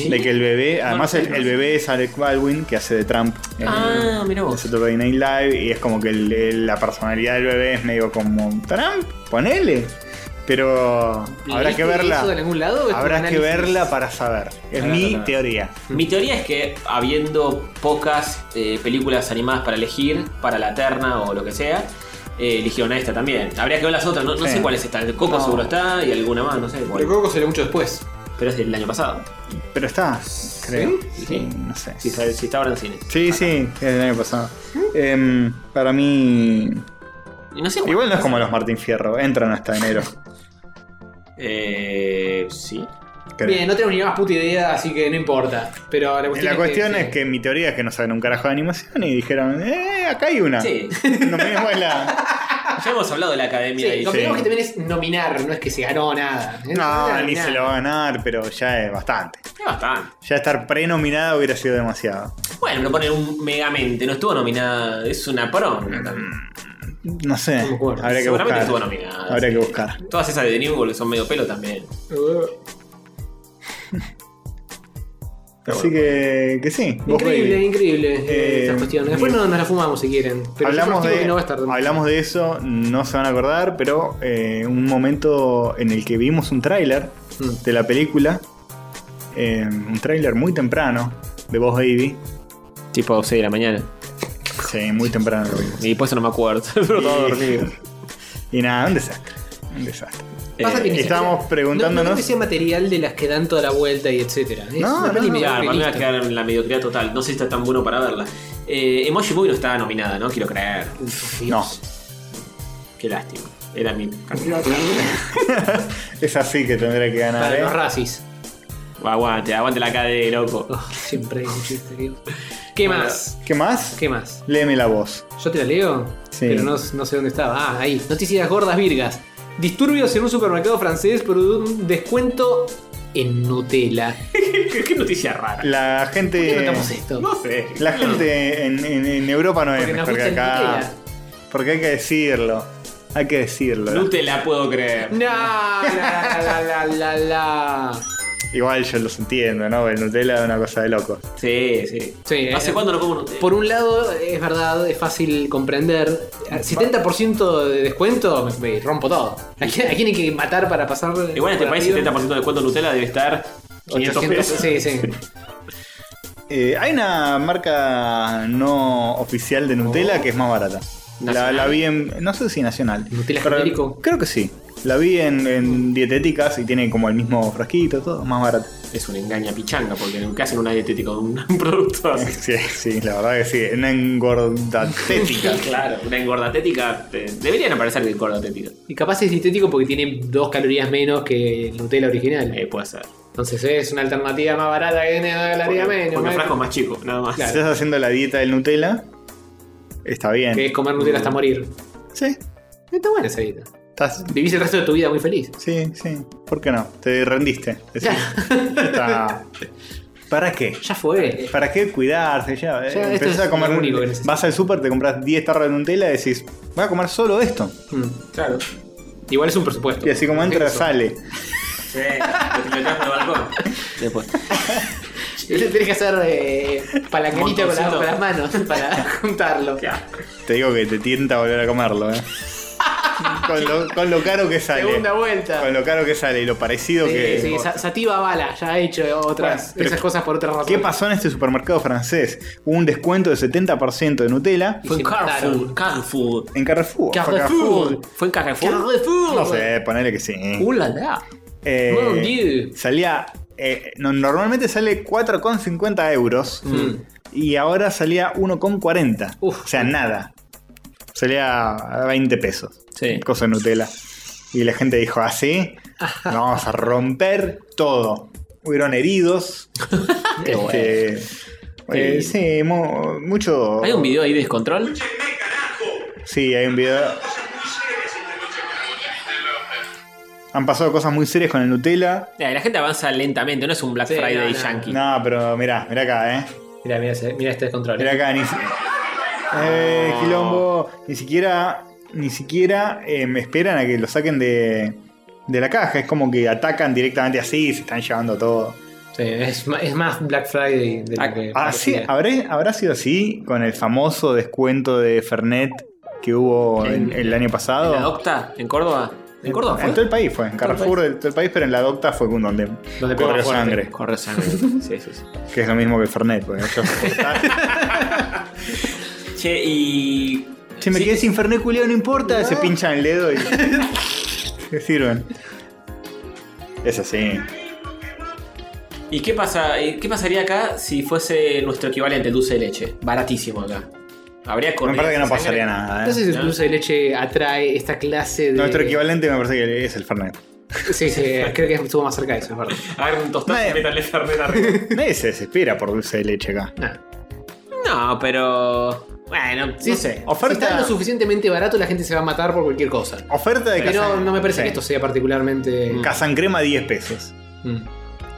Speaker 2: De que el bebé, además el, el bebé es Alec Baldwin que hace de Trump en
Speaker 1: Ah, mira
Speaker 2: en
Speaker 1: vos.
Speaker 2: Saturday Night Live y es como que el- el- la personalidad del bebé es medio como Trump, ponele. Pero habrá que
Speaker 3: ¿Leíste
Speaker 2: verla,
Speaker 3: eso de algún lado o es un
Speaker 2: habrá que
Speaker 3: análisis?
Speaker 2: verla para saber. Es
Speaker 1: Habrá que
Speaker 2: mi
Speaker 1: ver.
Speaker 2: teoría.
Speaker 1: Mi teoría es que habiendo pocas eh, películas animadas para elegir, para la terna o lo que sea, eh, eligieron a esta también. Habría que ver las otras, no, no
Speaker 2: Sí.
Speaker 1: sé cuál es esta. El Coco
Speaker 2: No.
Speaker 1: seguro está y alguna más, no sé cuál.
Speaker 3: Pero creo que será mucho después.
Speaker 1: Pero es del año pasado.
Speaker 2: Pero está, creo.
Speaker 1: Sí.
Speaker 2: Sí, no sé.
Speaker 1: Si,
Speaker 2: Sí,
Speaker 1: está- si está ahora en cine. Ah,
Speaker 2: sí, es del año pasado. Em, para mí.
Speaker 1: Y no sé cuál.
Speaker 2: Igual no es como los Martín Fierro, entran hasta enero.
Speaker 1: Eh, sí.
Speaker 2: creo.
Speaker 3: Bien, no tenemos ni más puta idea, así que no importa. Pero la cuestión,
Speaker 2: La cuestión es
Speaker 3: sí.
Speaker 2: que mi teoría es que no saben un carajo de animación y dijeron, eh, acá hay una.
Speaker 1: Sí.
Speaker 2: No me la.
Speaker 1: Ya hemos hablado de la
Speaker 3: Sí,
Speaker 1: academia. y-
Speaker 2: Ah.
Speaker 3: lo que
Speaker 2: sí.
Speaker 3: tenemos que también es nominar, no es que se ganó nada.
Speaker 2: No,
Speaker 3: ganaron
Speaker 2: ni
Speaker 3: nada.
Speaker 2: se lo va a ganar, pero ya es bastante.
Speaker 1: Es bastante.
Speaker 2: Ya estar prenominada hubiera sido demasiado.
Speaker 1: Bueno, pero ponen un Megamente. No estuvo nominada. Es una prona también.
Speaker 2: No sé,
Speaker 3: No me acuerdo.
Speaker 2: habría Mm, que
Speaker 1: Seguramente
Speaker 2: buscar.
Speaker 1: estuvo nominada.
Speaker 2: Habría
Speaker 1: sí.
Speaker 2: que buscar.
Speaker 1: Todas esas de New que son medio pelo también.
Speaker 3: Uh,
Speaker 1: Pero
Speaker 2: Así
Speaker 1: bueno.
Speaker 2: que, que sí. vos
Speaker 3: Increíble,
Speaker 2: baby.
Speaker 3: increíble eh,
Speaker 2: Eh,
Speaker 3: esas cuestiones. Después
Speaker 2: bien.
Speaker 3: no, nos la fumamos si quieren. Pero yo
Speaker 2: hablamos,
Speaker 3: pronostico
Speaker 2: de,
Speaker 3: que no va a estar tan-
Speaker 2: hablamos de eso, no se van a acordar, pero eh, un momento en el que vimos un tráiler
Speaker 3: Mm.
Speaker 2: de la película, eh, un tráiler muy temprano de Boss Baby,
Speaker 1: Tipo 6 de la mañana.
Speaker 2: Sí, muy temprano lo vimos.
Speaker 1: Y por eso no me acuerdo. Pero todo dormido.
Speaker 2: Y nada, un desastre. Un desastre.
Speaker 3: Pasa que ni
Speaker 2: Eh, estábamos
Speaker 3: siquiera-
Speaker 2: preguntándonos-
Speaker 3: No, no creo que sea material de las que dan toda la vuelta y etcétera. Es
Speaker 2: No,
Speaker 3: una
Speaker 2: no,
Speaker 3: peli
Speaker 2: no,
Speaker 1: Claro,
Speaker 3: mediocre y
Speaker 1: para mí va a
Speaker 3: listo.
Speaker 1: quedar en la mediocridad total. No sé si está tan bueno para verla. Eh, Emoji Movie no está nominada, ¿no? Quiero creer.
Speaker 2: No,
Speaker 1: Qué lástima. Era mi.
Speaker 2: es así que tendría que ganar.
Speaker 3: Para
Speaker 2: ¿eh?
Speaker 3: los racis.
Speaker 1: Aguante, aguante la KD, loco.
Speaker 3: Oh, siempre hay un chiste, tío. ¿Qué
Speaker 1: Bueno.
Speaker 3: más?
Speaker 2: ¿Qué más?
Speaker 3: ¿Qué más?
Speaker 2: Léeme la voz.
Speaker 3: Yo te la leo,
Speaker 2: Sí.
Speaker 3: pero no, no sé dónde estaba. Ah, ahí. Noticias gordas virgas. Disturbios en un supermercado francés por un descuento en Nutella.
Speaker 1: Qué noticia rara.
Speaker 2: La
Speaker 3: ¿Qué
Speaker 2: gente.
Speaker 3: notamos esto?
Speaker 1: No sé.
Speaker 2: La gente en, en- en Europa no es
Speaker 3: Porque nos
Speaker 2: mejor que
Speaker 3: gusta el
Speaker 2: acá.
Speaker 3: Nutella.
Speaker 2: Porque hay que decirlo. Hay que decirlo.
Speaker 1: No te la puedo creer.
Speaker 3: No, la, la, la, la, la, la.
Speaker 2: Igual yo los entiendo, ¿no? El Nutella es una cosa de locos.
Speaker 1: Sí, sí.
Speaker 3: Sí,
Speaker 1: ¿Hace
Speaker 3: eh,
Speaker 1: cuándo no como Nutella?
Speaker 3: Por un lado, es verdad, es fácil comprender. Ah, 70% de descuento, me, me rompo todo. ¿A quién, a quién hay que matar para pasar?
Speaker 1: Igual en este
Speaker 3: por
Speaker 1: país
Speaker 3: arriba?
Speaker 1: 70% de descuento en Nutella debe estar 500
Speaker 3: 800,
Speaker 1: pesos.
Speaker 3: Sí, sí.
Speaker 2: Eh, hay una marca no oficial de Nutella que es más barata. La,
Speaker 1: ¿Nacional?
Speaker 2: la vi en. No sé si nacional.
Speaker 3: ¿Nutella
Speaker 2: pero
Speaker 3: genérico?
Speaker 2: Creo que sí. La vi en, en dietéticas y tiene como el mismo frasquito, todo más barato.
Speaker 1: Es una engaña pichanga porque nunca hacen una dietética con un producto así.
Speaker 2: Sí, sí, la verdad que sí. Una engordatética.
Speaker 1: Claro, una engordatética. eh, Deberían aparecer de engordatética.
Speaker 3: Y capaz es sintético porque tiene dos calorías menos que el Nutella original.
Speaker 1: Eh, puede ser.
Speaker 3: Entonces es una alternativa más barata que tiene dos
Speaker 1: Porque,
Speaker 3: calorías menos.
Speaker 1: porque el
Speaker 3: más-
Speaker 1: frasco es más chico, nada más.
Speaker 2: Si
Speaker 3: Claro.
Speaker 2: estás haciendo la dieta del Nutella, está bien.
Speaker 3: Que es comer Nutella hasta morir.
Speaker 2: Sí,
Speaker 3: Está buena esa dieta.
Speaker 2: estás.
Speaker 3: Vivís el resto de tu vida muy feliz.
Speaker 2: Sí, sí. ¿Por qué no? Te rendiste. Decís, ya está. ¿Para qué?
Speaker 3: Ya fue.
Speaker 2: ¿Para qué cuidarse ya? eh?
Speaker 3: Ya, esto
Speaker 2: Empezás
Speaker 3: es
Speaker 2: a comer.
Speaker 3: lo único que necesito.
Speaker 2: vas al súper, te compras 10 tarros de Nutella y decís, voy a comer solo esto.
Speaker 3: Mm.
Speaker 1: Claro.
Speaker 3: Igual es un presupuesto.
Speaker 2: Y así como entra,
Speaker 3: Eso.
Speaker 2: sale.
Speaker 1: Sí, lo tirás del balcón. Después.
Speaker 3: Tienes que hacer eh, palancanita con, la- con las manos para juntarlo.
Speaker 2: Te digo que te tienta volver a comerlo, ¿eh? con, lo, con lo caro que sale.
Speaker 3: Segunda vuelta.
Speaker 2: Con lo caro que sale y lo parecido que.
Speaker 3: Sí, sí, Sa- Sativa Bala ya ha hecho otras
Speaker 2: Bueno, pero
Speaker 3: esas cosas por otras razones.
Speaker 2: ¿Qué pasó en este supermercado francés? Hubo un descuento de 70% de Nutella
Speaker 1: Fue en
Speaker 3: Y se
Speaker 1: Carrefour.
Speaker 3: mataron.
Speaker 1: Carrefour.
Speaker 2: en Carrefour. Fue
Speaker 3: Carrefour.
Speaker 1: Fue en Carrefour.
Speaker 3: Carrefour.
Speaker 2: No sé, ponele que sí.
Speaker 3: Uh, la, la.
Speaker 2: Eh,
Speaker 3: Mon Dieu.
Speaker 2: salía. eh, no- normalmente sale 4,50 euros.
Speaker 3: Mm.
Speaker 2: Y ahora salía 1,40.
Speaker 3: Uf.
Speaker 2: O sea, nada. Salía a 20 pesos.
Speaker 1: Sí.
Speaker 2: Cosa de Nutella. Y la gente dijo, así, vamos a romper todo. Hubieron heridos.
Speaker 1: Qué bueno.
Speaker 2: Este, eh, sí, mu- mucho.
Speaker 1: ¿Hay un video ahí de descontrol?
Speaker 8: ¡Escúchenme, carajo!
Speaker 2: Sí, hay un video.
Speaker 8: Cosas muy serias en la noche.
Speaker 2: Han pasado cosas muy serias con el Nutella.
Speaker 1: Eh, La gente avanza lentamente, no es un Black
Speaker 3: Sí,
Speaker 1: Friday
Speaker 3: no, no.
Speaker 1: yankee.
Speaker 2: No, pero mirá, mirá acá, eh.
Speaker 3: Mira, mira, ese- mira este descontrol.
Speaker 2: Mirá acá, ni si- Eh, quilombo. Ni siquiera. Ni siquiera eh, me esperan a que lo saquen de. De la caja, es como que atacan directamente así, se están llevando todo.
Speaker 3: Sí, es, ma- es más Black Friday de lo que.
Speaker 2: Así,
Speaker 3: parecía.
Speaker 2: ¿habré- ¿Habrá sido así con el famoso descuento de Fernet que hubo
Speaker 1: En-
Speaker 2: en- el año pasado?
Speaker 1: ¿En la Docta? ¿En Córdoba? ¿En Córdoba
Speaker 2: En todo
Speaker 1: fue?
Speaker 2: el país fue, en Carrefour de todo el país, pero en la docta fue con donde,
Speaker 3: Donde pegó
Speaker 2: corrió
Speaker 3: fuerte.
Speaker 2: sangre,
Speaker 1: Corre sangre. Sí, sí, sí.
Speaker 2: que es lo mismo que el Fernet. porque ellos cortaron.
Speaker 1: Che, y.
Speaker 2: che, me
Speaker 1: Sí.
Speaker 2: quedé sin Fernet, culiao, no importa, se pinchan el dedo y. que sirven. Es así.
Speaker 1: ¿Y qué, pasa, y qué pasaría acá si fuese nuestro equivalente, el dulce de leche? Baratísimo acá. Habría
Speaker 2: Me
Speaker 1: corrido.
Speaker 2: parece que no pasaría nada.
Speaker 3: No sé
Speaker 2: ¿eh?
Speaker 3: si el
Speaker 1: ¿No?
Speaker 3: dulce de leche atrae esta clase de.
Speaker 2: Nuestro equivalente me parece que es el Fernet.
Speaker 3: Sí, sí, creo que estuvo más cerca de eso, es verdad.
Speaker 1: Hagan un tostado
Speaker 2: Nadie-
Speaker 1: y métanle Fernet arriba.
Speaker 2: Nadie se desespera por dulce de leche acá.
Speaker 3: Nada.
Speaker 1: No, pero. Bueno,
Speaker 3: Sí,
Speaker 1: no sé.
Speaker 2: oferta-
Speaker 3: Si está lo suficientemente barato, la gente se va a matar por cualquier cosa.
Speaker 2: Oferta de
Speaker 3: Pero
Speaker 2: casan-
Speaker 3: no me parece
Speaker 2: sí. Mm.
Speaker 3: que esto sea particularmente.
Speaker 2: Casan crema 10 pesos.
Speaker 3: Mm.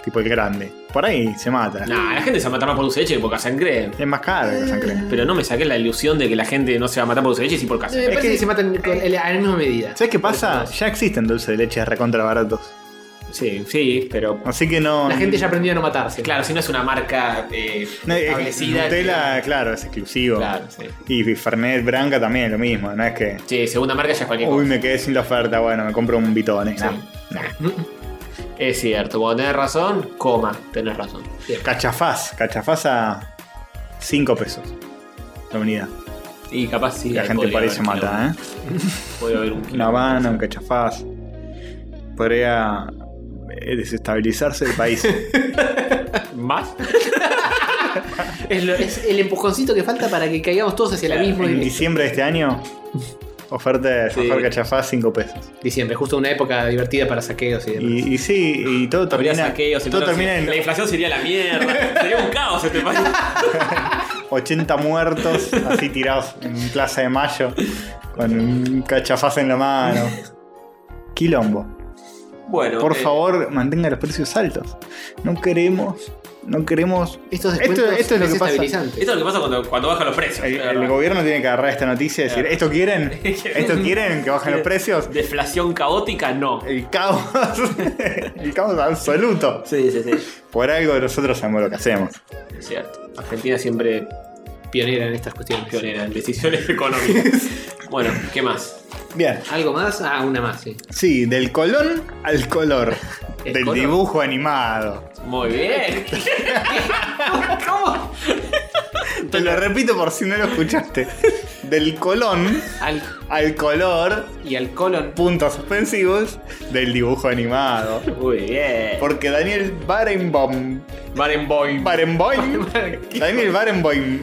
Speaker 2: Tipo el grande. Por ahí se mata.
Speaker 1: Nah, la gente se va a matar más por dulce de leche que por sangre.
Speaker 2: Es más caro que casan crema.
Speaker 1: Pero no me saqué la ilusión de que la gente no se va a matar por dulce de leche, sí por casa.
Speaker 3: Me
Speaker 2: Es
Speaker 3: parece
Speaker 2: que-
Speaker 3: que, se matan con- a la misma medida.
Speaker 2: ¿Sabes qué pasa? Ya existen dulces de leche recontra baratos.
Speaker 1: Sí, sí, pero.
Speaker 2: Así que no.
Speaker 3: La gente ya aprendió a no matarse.
Speaker 1: Claro, si no es una marca eh,
Speaker 2: No, eh,
Speaker 1: establecida.
Speaker 2: Nutella,
Speaker 3: eh,
Speaker 2: claro, es exclusivo.
Speaker 1: Claro, sí.
Speaker 2: Y Fernet Branca también, lo mismo. No es que.
Speaker 1: Sí, segunda marca ya es cualquier
Speaker 2: Uy,
Speaker 1: cosa.
Speaker 2: me quedé sin la oferta, bueno, me compro un bitone.
Speaker 1: Sí.
Speaker 2: Nah, nah.
Speaker 1: Es cierto, cuando tenés razón, coma, tenés razón.
Speaker 2: Cachafaz, cachafaz a 5 pesos la unidad.
Speaker 1: Y capaz sí.
Speaker 2: La
Speaker 1: ahí
Speaker 2: gente
Speaker 1: podría
Speaker 2: parece
Speaker 1: haber
Speaker 2: mata, ¿eh?
Speaker 1: quilombo. Podría haber un
Speaker 2: Una
Speaker 1: quilombo.
Speaker 2: habana, un cachafaz. Podría eh, desestabilizarse el país.
Speaker 1: ¿Más?
Speaker 3: Es, lo- es el empujoncito que falta para que caigamos todos hacia el abismo.
Speaker 2: en
Speaker 3: en
Speaker 2: diciembre de este año, oferta de
Speaker 1: Sí.
Speaker 2: alfajor cachafaz 5 pesos.
Speaker 3: Diciembre, justo una época divertida para saqueos y demás.
Speaker 2: Y, y sí, y todo
Speaker 1: Habría
Speaker 2: termina,
Speaker 1: saqueos.
Speaker 2: todo
Speaker 1: entonces,
Speaker 2: termina
Speaker 1: La
Speaker 2: en
Speaker 1: inflación sería la mierda. Sería un caos este país.
Speaker 2: 80 muertos así tirados en Plaza de Mayo con un cachafaz en la mano. Quilombo.
Speaker 1: Bueno.
Speaker 2: Por
Speaker 1: eh,
Speaker 2: favor, mantenga los precios altos. No queremos, no queremos.
Speaker 3: Estos
Speaker 2: esto,
Speaker 3: descuentos
Speaker 2: esto es lo que pasa.
Speaker 3: desestabilizantes.
Speaker 1: Esto es lo que pasa cuando, cuando bajan los precios.
Speaker 2: El,
Speaker 1: la
Speaker 2: el
Speaker 1: verdad.
Speaker 2: gobierno tiene que agarrar esta noticia y decir,
Speaker 1: Claro.
Speaker 2: ¿esto quieren? ¿Esto quieren que bajen los precios?
Speaker 1: Deflación caótica, no.
Speaker 2: El caos. el caos absoluto.
Speaker 1: Sí, sí, sí.
Speaker 2: Por algo nosotros sabemos lo que hacemos.
Speaker 1: Es cierto. Argentina siempre
Speaker 3: Pionera en estas cuestiones.
Speaker 1: pionera en decisiones económicas. bueno, ¿qué más?
Speaker 2: Bien.
Speaker 3: ¿Algo más? Ah, una más, sí.
Speaker 2: Sí, del colón al color.
Speaker 3: ¿El
Speaker 2: Del
Speaker 3: color?
Speaker 2: dibujo animado.
Speaker 1: Muy bien.
Speaker 3: ¿Cómo?
Speaker 2: Te lo repito por si no lo escuchaste. Del colón
Speaker 3: Al-
Speaker 2: al color,
Speaker 3: y al colon.
Speaker 2: puntos suspensivos, del dibujo animado.
Speaker 1: Muy bien.
Speaker 2: Porque Daniel Barenboim.
Speaker 1: Barenboim.
Speaker 2: Barenboim. Daniel Barenboim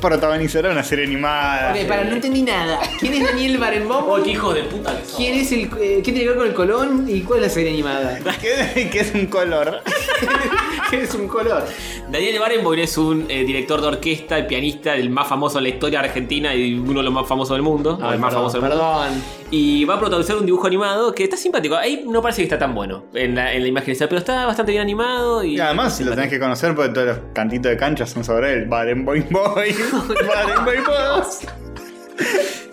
Speaker 2: protagonizará una serie animada.
Speaker 3: Ok, para, no entendí nada. ¿Quién es Daniel
Speaker 1: Oh,
Speaker 3: Barenboim?
Speaker 1: qué hijos de puta que son.
Speaker 3: ¿Quién es el, eh, ¿Qué tiene que ver con el colón? ¿Y cuál es la serie animada?
Speaker 2: Que, que es un color.
Speaker 3: ¿Qué es un color?
Speaker 1: Daniel Barenboim es un eh, director de orquesta y pianista, el más famoso en la historia argentina y uno de los más famosos del mundo.
Speaker 2: Ah,
Speaker 1: o el más famoso del mundo.
Speaker 3: perdón.
Speaker 1: Y va a protagonizar un dibujo animado que está simpático. Ahí no parece que está tan bueno en la, en la imagen esa, pero está bastante bien animado. Y,
Speaker 2: Y además lo tenés que conocer porque todos los cantitos de cancha son sobre él. Barenboim Boy. Barenboim Boy.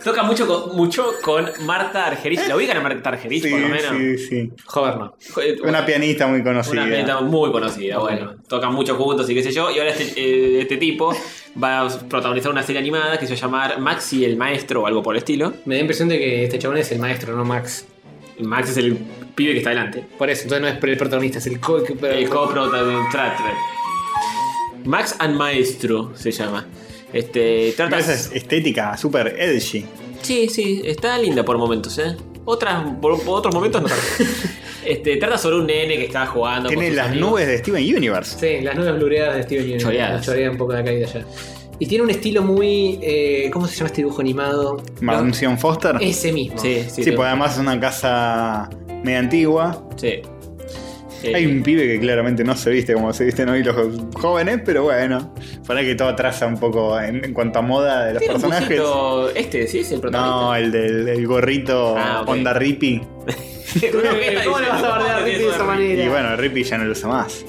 Speaker 1: Toca mucho con, mucho con Marta Argerich. ¿La ubican a Marta Argerich, por lo
Speaker 2: Sí,
Speaker 1: menos?
Speaker 2: sí, sí.
Speaker 3: Joder, no.
Speaker 1: Eh,
Speaker 2: Una pianista muy conocida.
Speaker 1: Una planeta muy conocida, bueno. Tocan muchos juntos y qué sé yo. Y ahora este, eh, este tipo va a protagonizar una serie animada que se va a llamar Maxi el Maestro o algo por el estilo.
Speaker 3: Me da impresión de que este chabón es el maestro, no Max.
Speaker 1: Max es el pibe que está delante.
Speaker 3: Por eso, entonces no es el protagonista, es el co...
Speaker 1: El coprotagonista. Max and Maestro se llama. Este, trata...
Speaker 2: Esa es estética súper edgy.
Speaker 1: Sí, sí, está linda por momentos, ¿eh? Otras, por, por otros momentos no tanto. Este, trata sobre un nene que está jugando. con
Speaker 2: Tiene
Speaker 1: sus
Speaker 2: las
Speaker 1: amigos.
Speaker 2: nubes de Steven Universe.
Speaker 3: Sí, las nuevas blureadas de Steven Universe.
Speaker 1: Choreadas.
Speaker 3: Chorea un poco de acá y de allá. Y tiene un estilo muy... eh, ¿Cómo se llama este dibujo animado?
Speaker 2: Mansión Foster. Sí,
Speaker 3: Ese mismo.
Speaker 1: Sí, sí.
Speaker 2: porque además es una casa media antigua.
Speaker 1: sí. Eh,
Speaker 2: Hay un pibe que claramente no se viste como se visten hoy los jóvenes, pero bueno. Para que todo atrasa un poco en, en cuanto a moda de los
Speaker 1: Tiene un
Speaker 2: personajes.
Speaker 1: bucito- Este, sí, es el
Speaker 2: No,
Speaker 1: protagonista.
Speaker 2: el del el gorrito
Speaker 1: Ah, ok.
Speaker 2: Honda Rippy.
Speaker 3: ¿Cómo le vas a bardear a Ricky de esa manera?
Speaker 2: Y bueno, Rippy ya no lo usa más.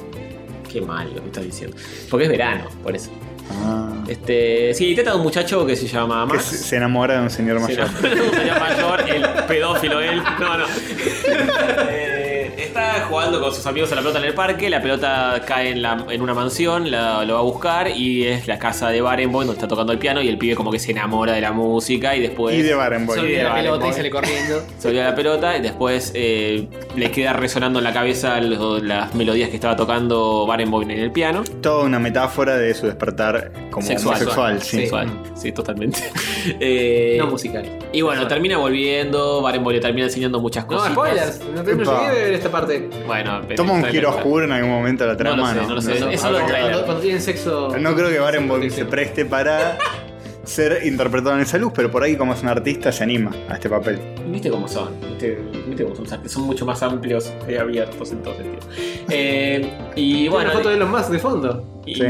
Speaker 1: Qué mal lo que estás diciendo. Porque es verano, por eso.
Speaker 2: Ah.
Speaker 1: Este, sí, trata de un muchacho que se llama
Speaker 2: Que
Speaker 1: Max.
Speaker 2: se se enamora de un señor
Speaker 1: Sí,
Speaker 2: mayor.
Speaker 1: no. Un señor mayor, el pedófilo él. No, no. Eh, está jugando con sus amigos a la pelota en el parque. La pelota cae en, la- en una mansión, la- lo va a buscar y es la casa de Barenboim donde está tocando el piano y el pibe como que se enamora de la música y después...
Speaker 2: Y de Barenboy.
Speaker 3: Se olvida la
Speaker 1: Vale,
Speaker 3: pelota y
Speaker 1: vale.
Speaker 3: sale corriendo.
Speaker 1: Se olvida la pelota y después eh, le queda resonando en la cabeza lo- las melodías que estaba tocando Barenboim en el piano.
Speaker 2: Toda una metáfora de su despertar como
Speaker 1: Sexual.
Speaker 2: homosexual. sí.
Speaker 1: Sexual, sí, totalmente. Eh,
Speaker 3: No musical.
Speaker 1: y bueno, termina volviendo, Barenboim le termina enseñando muchas
Speaker 3: No,
Speaker 1: cosas.
Speaker 3: spoilers. No te no
Speaker 2: Epa.
Speaker 3: llegué a ver esta parte.
Speaker 1: Bueno, pero
Speaker 2: Toma un
Speaker 1: está
Speaker 2: giro
Speaker 1: bien.
Speaker 2: oscuro en algún momento la
Speaker 1: No lo
Speaker 2: trama,
Speaker 1: sé,
Speaker 2: ¿no?
Speaker 1: no lo sé.
Speaker 2: No,
Speaker 1: Eso lo
Speaker 2: no,
Speaker 1: trailer.
Speaker 3: Cuando, cuando tienen sexo.
Speaker 2: no creo que Barenboim se
Speaker 3: protección.
Speaker 2: preste para ser interpretado en esa luz, pero por ahí como es un artista se anima a este papel.
Speaker 1: Viste cómo son, viste, viste cómo son, o sea, que son mucho más amplios y abiertos en todo sentido. Eh, y
Speaker 3: Tiene
Speaker 1: bueno,
Speaker 3: una foto de los más de fondo.
Speaker 1: y-
Speaker 2: Sí.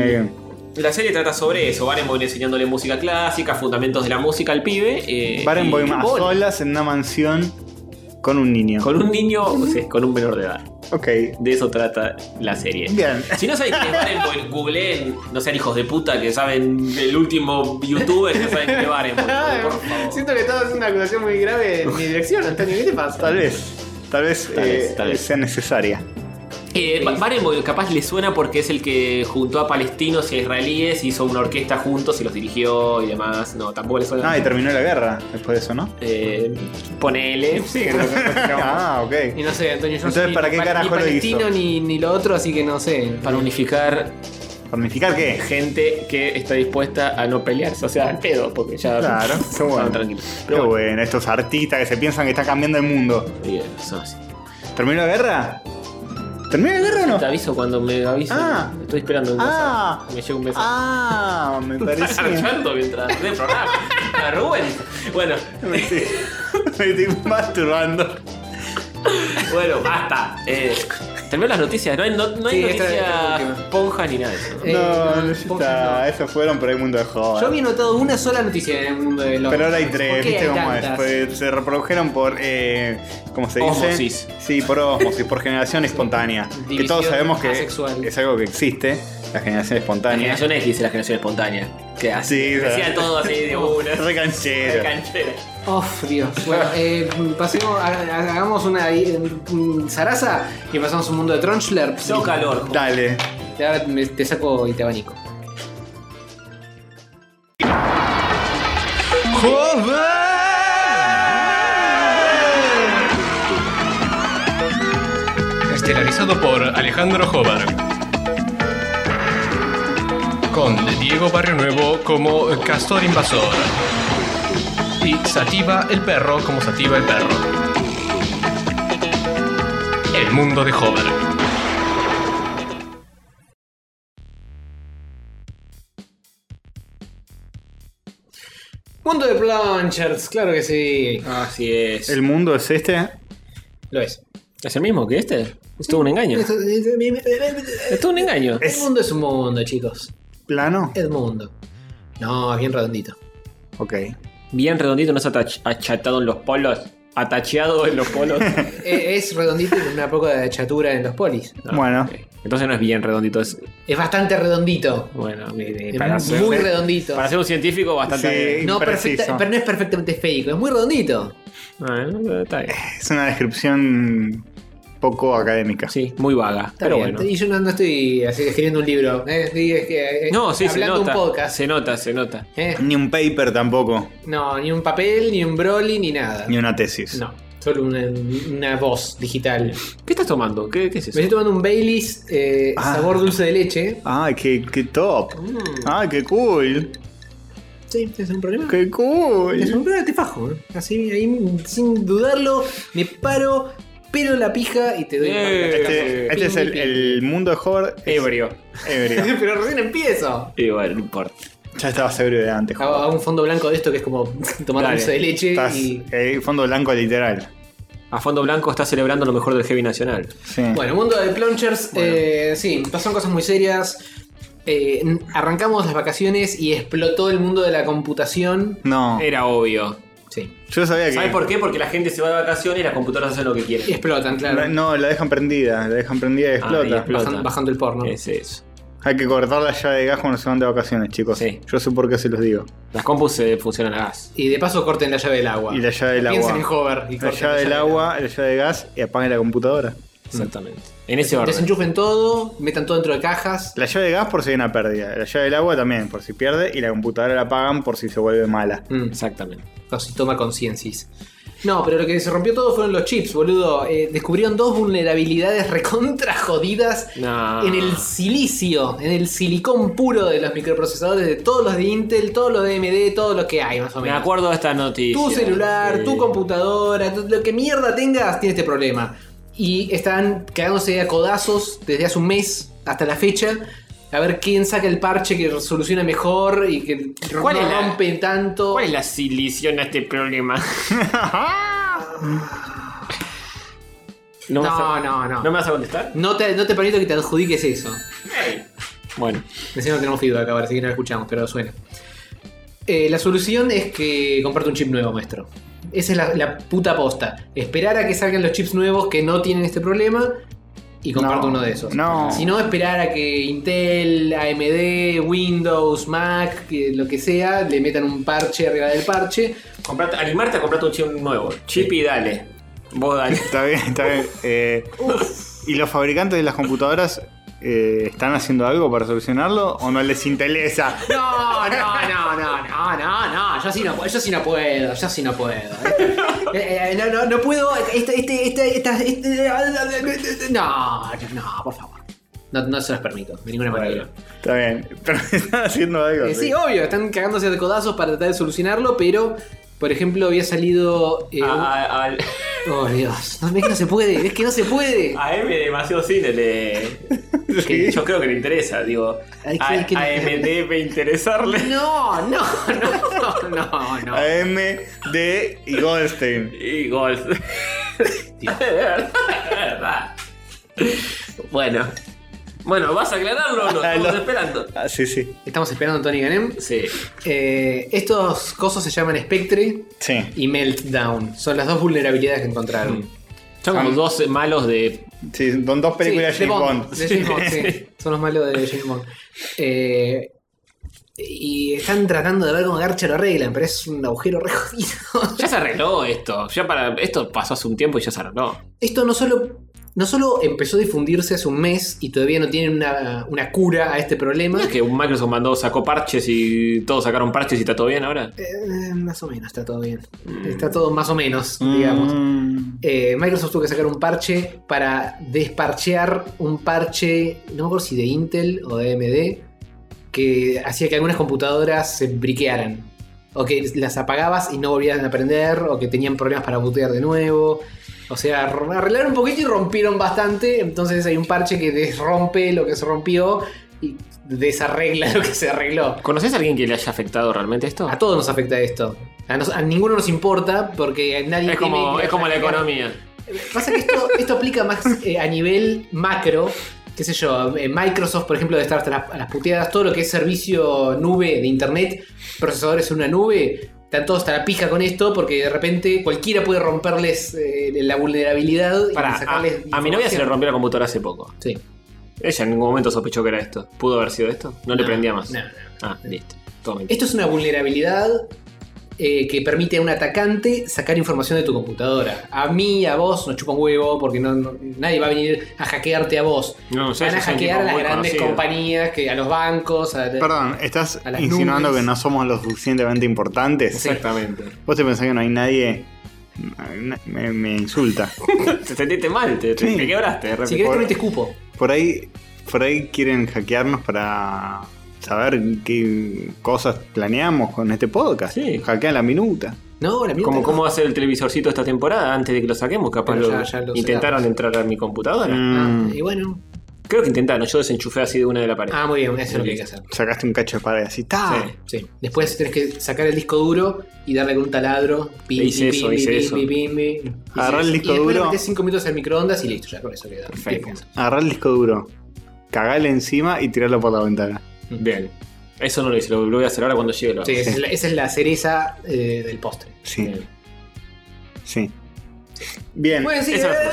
Speaker 1: la serie trata sobre eso, Barenboim enseñándole música clásica, fundamentos de la música al pibe. eh,
Speaker 2: Barenboim
Speaker 1: y-
Speaker 2: a solas en una mansión con un niño.
Speaker 1: Con un niño, o sea, con un menor de edad.
Speaker 2: Ok.
Speaker 1: De eso trata la serie.
Speaker 2: Bien.
Speaker 1: Si no saben quién es Barenboim, googleen, no sean hijos de puta que saben el último youtuber que saben quién es Barenboim. Por favor.
Speaker 3: Siento que estaba haciendo una acusación muy grave en mi dirección, Antonio. ¿Qué te pasa?
Speaker 2: Tal vez. Tal vez,
Speaker 1: Tal vez,
Speaker 2: eh,
Speaker 1: tal vez.
Speaker 2: sea necesaria.
Speaker 1: Eh, Ba- Barenboim capaz le suena porque es el que juntó a palestinos y a israelíes, hizo una orquesta juntos y los dirigió y demás. No, tampoco le suena.
Speaker 2: No, y terminó la guerra después de eso, ¿no?
Speaker 1: Eh, ponele.
Speaker 2: ah,
Speaker 3: Y
Speaker 2: ok.
Speaker 3: no sé, Antonio, yo no
Speaker 2: Entonces,
Speaker 3: soy
Speaker 2: ¿para
Speaker 3: ni
Speaker 2: qué
Speaker 3: pa-
Speaker 2: carajo
Speaker 3: ni
Speaker 2: lo
Speaker 3: palestino
Speaker 2: hizo?
Speaker 3: Ni, ni lo otro, así que no sé.
Speaker 1: Para unificar
Speaker 2: ¿Pornificar qué?
Speaker 9: Gente que está dispuesta a no pelearse, o sea, al pedo, porque ya
Speaker 2: Claro, qué
Speaker 9: son
Speaker 2: bueno.
Speaker 9: tranquilos.
Speaker 2: Pero
Speaker 9: Pero bueno,
Speaker 2: bueno, estos artistas que se piensan que están cambiando el mundo.
Speaker 9: bien, son así.
Speaker 2: ¿Terminó la guerra? ¿Terminó la guerra o no?
Speaker 9: Te aviso cuando me avisen.
Speaker 2: Ah.
Speaker 9: Estoy esperando un
Speaker 2: Ah.
Speaker 9: mensaje. Me llega un mensaje.
Speaker 2: Ah, me parecía.
Speaker 1: Archando mientras ve el programa. A Rubén. Bueno,
Speaker 2: Me estoy, me estoy masturbando.
Speaker 1: bueno, basta. Eh, terminó las noticias. No hay, no, no hay
Speaker 3: Sí, esta-
Speaker 1: noticias
Speaker 3: esta es la última.
Speaker 1: ponjas ni nada de eso. ¿no?
Speaker 3: Eh,
Speaker 2: no,
Speaker 3: no,
Speaker 2: no, ya
Speaker 3: vos
Speaker 2: está.
Speaker 3: no.
Speaker 2: Esos fueron por el mundo de
Speaker 3: Yo
Speaker 2: joven.
Speaker 3: había notado una sola noticia en el mundo de los.
Speaker 2: Pero ahora hay tres,
Speaker 3: ¿Por qué
Speaker 2: ¿viste
Speaker 3: hay
Speaker 2: cómo es?
Speaker 3: tantas?
Speaker 2: Pues se reprodujeron por, eh, ¿cómo se dice?
Speaker 1: Ósmosis.
Speaker 2: Sí, por osmosis, por generación espontánea. que
Speaker 3: División
Speaker 2: todos sabemos que
Speaker 3: asexual.
Speaker 2: es algo que existe, la generación
Speaker 1: La
Speaker 2: espontánea.
Speaker 1: generación X es la generación espontánea. Que así.
Speaker 2: Sí,
Speaker 1: que hacía
Speaker 2: ¿verdad?
Speaker 1: todo así de una.
Speaker 2: Re canchero.
Speaker 1: Canchera.
Speaker 3: Oh, Dios. Bueno, eh, pasemos, ha- ha- hagamos una eh, mm, zaraza y pasamos a un mundo de Tronchler.
Speaker 1: No calor.
Speaker 2: Dale.
Speaker 3: Y Ahora me- te saco y te abanico.
Speaker 5: Estelarizado por Alejandro Jobar. Con Diego Barrio Nuevo como Castor Invasor. Y Sativa el Perro como Sativa el Perro. El mundo de Jobar.
Speaker 3: Mundo de Plungers, claro que sí.
Speaker 1: Así es.
Speaker 2: ¿El mundo es este?
Speaker 3: Lo es.
Speaker 1: ¿Es el mismo que este? Es todo un engaño.
Speaker 3: Esto-
Speaker 1: Es todo un engaño.
Speaker 3: El mundo es un mundo, chicos.
Speaker 2: ¿Plano?
Speaker 3: Es mundo. No, es bien redondito.
Speaker 2: Ok.
Speaker 1: Bien redondito, no se ha atach- achatado en los polos. Atacheado en los polos.
Speaker 3: Eh, es redondito y con una poco de achatura en los polis.
Speaker 1: No,
Speaker 2: Bueno.
Speaker 1: ok. Entonces no es bien redondito, es.
Speaker 3: Es bastante redondito.
Speaker 1: Bueno, de- de-
Speaker 3: Es
Speaker 1: Eh, para,
Speaker 3: muy
Speaker 1: ser,
Speaker 3: redondito.
Speaker 1: para ser un científico bastante.
Speaker 2: Sí.
Speaker 3: No,
Speaker 2: impreciso.
Speaker 3: perfecta- pero no es perfectamente fake, es muy redondito.
Speaker 1: Ah, eh, está bien.
Speaker 2: Es una descripción poco académica.
Speaker 1: Sí, muy vaga.
Speaker 3: Está
Speaker 1: pero
Speaker 3: bien.
Speaker 1: bueno.
Speaker 3: Y yo no, no estoy así escribiendo un libro. eh, estoy, es que, eh,
Speaker 1: No, sí, se
Speaker 3: hablando
Speaker 1: nota.
Speaker 3: un podcast.
Speaker 1: Se nota, se nota.
Speaker 3: eh.
Speaker 2: Ni un paper tampoco,
Speaker 3: No, ni un papel, ni un Broly, ni nada.
Speaker 2: ni una tesis.
Speaker 3: No, solo una, una voz digital.
Speaker 1: ¿Qué estás tomando? ¿Qué, qué es
Speaker 3: Me estoy
Speaker 1: eso?
Speaker 3: tomando un Baileys eh,
Speaker 2: Ah.
Speaker 3: sabor dulce de leche.
Speaker 2: Ay, qué, qué top.
Speaker 1: Mm.
Speaker 2: Ay, qué cool.
Speaker 3: Sí, es un problema.
Speaker 2: Qué
Speaker 3: Es
Speaker 2: cool.
Speaker 3: un problema, te fajo. eh. Así, ahí, sin dudarlo, me paro, pelo la pija y te doy.
Speaker 1: Eh.
Speaker 2: Este, este es el, el mundo de Howard. es
Speaker 1: Ebrio.
Speaker 2: ebrio.
Speaker 3: Pero recién empiezo.
Speaker 1: Y bueno, no importa.
Speaker 2: Ya estabas ebrio de antes.
Speaker 3: Hago, hago un fondo blanco de esto que es como tomar
Speaker 1: Dale.
Speaker 3: dulce de leche
Speaker 2: Estás
Speaker 3: y.
Speaker 2: eh, fondo blanco literal.
Speaker 1: A fondo blanco está celebrando lo mejor del heavy nacional.
Speaker 2: Sí.
Speaker 3: Bueno, mundo de plungers, eh, sí, pasaron cosas muy serias. Eh, n- arrancamos las vacaciones y explotó el mundo de la computación.
Speaker 2: No.
Speaker 1: Era obvio.
Speaker 3: Sí.
Speaker 2: Yo sabía que.
Speaker 1: ¿Sabes por qué? Porque la gente se va de vacaciones y las computadoras hacen lo que quieren.
Speaker 3: Explotan, claro.
Speaker 2: La- No, la dejan prendida. La dejan prendida y
Speaker 1: Ah, y
Speaker 2: explota.
Speaker 1: explota.
Speaker 3: Bajan- bajando el porno.
Speaker 1: Es eso.
Speaker 2: Hay que cortar la llave de gas cuando se van de vacaciones, chicos.
Speaker 1: Sí.
Speaker 2: Yo sé por qué se los digo.
Speaker 1: Las compus eh, funcionan a gas.
Speaker 3: Y de paso corten la llave del agua.
Speaker 2: Y la llave del
Speaker 3: Piensen
Speaker 2: agua.
Speaker 3: en Hover. y
Speaker 2: La
Speaker 3: corten
Speaker 2: llave del agua, la llave de gas y apaguen la computadora.
Speaker 1: Mm. Exactamente. En ese
Speaker 3: agua.
Speaker 1: orden.
Speaker 3: Desenchufen todo, metan todo dentro de cajas.
Speaker 2: La llave de gas por si hay una pérdida. La llave del agua también por si pierde. Y la computadora la apagan por si se vuelve mala.
Speaker 3: Mm,
Speaker 1: Exactamente.
Speaker 3: o si toma conciencias. No, pero lo que se rompió todo fueron los chips, boludo. Eh, descubrieron dos vulnerabilidades recontra jodidas
Speaker 1: No.
Speaker 3: en el silicio, en el silicón puro de los microprocesadores de todos los de Intel, todos los de AMD, todo lo que hay más o
Speaker 1: Me
Speaker 3: menos.
Speaker 1: acuerdo de esta noticia. Eh,
Speaker 3: tu celular,
Speaker 1: Sí.
Speaker 3: tu computadora, tu- lo que mierda tengas tiene este problema. Y están cagándose a codazos desde hace un mes hasta la fecha. A ver quién saca el parche que solucione mejor y que
Speaker 1: ¿Cuál
Speaker 3: no
Speaker 1: es la-
Speaker 3: rompe tanto.
Speaker 1: ¿Cuál es la silición a este problema?
Speaker 3: No,
Speaker 1: me vas a-
Speaker 3: no, no.
Speaker 1: ¿No me vas a contestar?
Speaker 3: No te, no te permito que te adjudiques eso.
Speaker 1: Bueno,
Speaker 3: Encima no tenemos feedback ahora, así que no lo escuchamos, pero suena. Eh, la solución es que comparte un chip nuevo, maestro. Esa es la, la puta posta. Esperar a que salgan los chips nuevos que no tienen este problema y comparte
Speaker 2: No,
Speaker 3: uno de esos.
Speaker 2: no.
Speaker 3: Si no, esperar a que Intel, AMD, Windows, Mac, que lo que sea, le metan un parche arriba del parche.
Speaker 1: comprate, animarte a comprarte un chip nuevo. Chip y dale. Vos dale.
Speaker 2: Está bien, está bien. Eh, ¿Y los fabricantes de las computadoras eh, están haciendo algo para solucionarlo o no les interesa?
Speaker 3: No, no, no, no, no, no, no. Yo sí no, pu- yo sí no puedo, yo sí no puedo. Eh, eh, no, no, eh, ah, no puedo. Este, este, este, esta- este- no, no, por favor. No, no se los permito, de ninguna manera.
Speaker 2: Está bien. Pero están haciendo algo.
Speaker 3: Eh, sí, obvio, están cagándose de codazos para tratar de solucionarlo, pero, por ejemplo, había salido. eh,
Speaker 1: A, a-
Speaker 3: un- Oh, Dios. No, es que no se puede, es que no se puede.
Speaker 1: a M demasiado cine le. que yo creo que le interesa, digo.
Speaker 3: Ay,
Speaker 1: a,
Speaker 3: que- que-
Speaker 1: a M debe interesarle.
Speaker 3: No, no, no, no, no.
Speaker 2: AM, D y Goldstein.
Speaker 1: Y golf. De verdad. bueno. Bueno, ¿vas a aclararlo o no?
Speaker 2: Ah,
Speaker 1: Estamos
Speaker 2: no.
Speaker 1: esperando.
Speaker 2: Ah, sí, sí.
Speaker 3: Estamos esperando a Tony Ganem.
Speaker 1: Sí.
Speaker 3: Eh, estos cosos se llaman Spectre
Speaker 2: Sí.
Speaker 3: y Meltdown. Son las dos vulnerabilidades que encontraron.
Speaker 1: Son como
Speaker 2: Ah.
Speaker 1: dos malos de.
Speaker 2: Sí, son dos películas
Speaker 3: Sí,
Speaker 2: de
Speaker 3: de
Speaker 2: James Bond.
Speaker 3: De James Bond, sí. Son los malos de James Bond. Eh, y están tratando de ver cómo Garcha lo arreglan, pero es un agujero re jodido.
Speaker 1: Ya se arregló esto. Ya para. Esto pasó hace un tiempo y ya se arregló.
Speaker 3: Esto no solo, no solo empezó a difundirse hace un mes y todavía no tienen una, una cura a este problema.
Speaker 1: ¿No es que un Microsoft mandó, sacó parches y todos sacaron parches y está todo bien ahora?
Speaker 3: Eh, más o menos está todo bien. Mm. Está todo más o menos,
Speaker 2: Mm.
Speaker 3: digamos. Eh, Microsoft tuvo que sacar un parche para desparchear un parche, no me acuerdo si de Intel o de AMD, que hacía que algunas computadoras se briquearan. O que las apagabas y no volvían a prender, o que tenían problemas para bootear de nuevo. O sea, r- arreglaron un poquito y rompieron bastante. Entonces hay un parche que desrompe lo que se rompió y desarregla lo que se arregló.
Speaker 1: ¿Conoces a alguien que le haya afectado realmente esto?
Speaker 3: A todos nos afecta esto. A, nos- a ninguno nos importa porque a nadie
Speaker 1: Es como,
Speaker 3: teme que-
Speaker 1: es como la economía.
Speaker 3: Pasa que esto, esto aplica más eh, a nivel macro. Qué sé yo, eh, Microsoft, por ejemplo, de estar hasta las, a las puteadas, todo lo que es servicio nube de internet, procesadores en una nube, están todos hasta la pija con esto porque de repente cualquiera puede romperles eh, la vulnerabilidad
Speaker 1: Pará,
Speaker 3: y
Speaker 1: a,
Speaker 3: sacarles.
Speaker 1: a mi novia se le
Speaker 3: información.
Speaker 1: rompió la computadora hace poco.
Speaker 3: Sí.
Speaker 1: Ella en ningún momento sospechó que era esto. ¿Pudo haber sido esto? No, le
Speaker 3: No,
Speaker 1: prendía más.
Speaker 3: no, no.
Speaker 1: Ah, listo. Todo mentira.
Speaker 3: Esto es una vulnerabilidad eh, que permite a un atacante sacar información de tu computadora. A mí, a vos, nos chupa un huevo porque no, no- nadie va a venir a hackearte a vos.
Speaker 1: No,
Speaker 3: Van a
Speaker 1: es un
Speaker 3: hackear a
Speaker 1: tipo
Speaker 3: las
Speaker 1: muy
Speaker 3: grandes
Speaker 1: conocido.
Speaker 3: compañías, que a los bancos. a-
Speaker 2: Perdón, ¿estás
Speaker 3: A las
Speaker 2: insinuando
Speaker 3: nubes.
Speaker 2: que no somos lo suficientemente importantes?
Speaker 1: Exactamente.
Speaker 2: ¿Vos te pensás que no hay nadie? Na- Me, me insulta.
Speaker 1: Te sentiste mal, te, te-
Speaker 2: Sí.
Speaker 1: te quebraste. de
Speaker 3: Si
Speaker 1: repente.
Speaker 3: querés, también te escupo.
Speaker 2: Por ahí, por ahí quieren hackearnos para saber qué cosas planeamos con este podcast.
Speaker 1: Sí.
Speaker 2: Hackean la minuta.
Speaker 3: No, la mierda.
Speaker 1: Como
Speaker 3: no.
Speaker 1: cómo va a ser el televisorcito esta temporada antes de que lo saquemos, capaz
Speaker 3: Pero
Speaker 1: lo,
Speaker 3: ya- ya lo
Speaker 1: intentaron
Speaker 3: sacamos.
Speaker 1: entrar a mi computadora.
Speaker 3: Ah,
Speaker 2: Mm,
Speaker 3: y bueno.
Speaker 1: Creo que intentaron, yo desenchufé así de una de la pared.
Speaker 3: Ah, muy bien, eso es lo que hay que hacer.
Speaker 2: Sacaste un cacho de pared así. ¡ta!
Speaker 1: Sí.
Speaker 3: Sí. Después tenés que sacar el disco duro y darle con un taladro. Pim,
Speaker 1: Hice eso, hice eso.
Speaker 2: Agarrá el disco
Speaker 3: y después
Speaker 2: duro.
Speaker 3: le metés 5 minutos al microondas y listo, ya con eso queda.
Speaker 1: Perfecto.
Speaker 3: Bien.
Speaker 2: Agarrá el disco duro, cagale encima y tirarlo por la ventana.
Speaker 1: Bien. Eso no lo hice, lo, lo voy a hacer ahora cuando llegue. Lo hago.
Speaker 3: Sí, esa es la, esa es la cereza eh, del postre.
Speaker 2: Sí. Sí. Bien,
Speaker 3: Bueno, sí, eh,
Speaker 1: Esa es la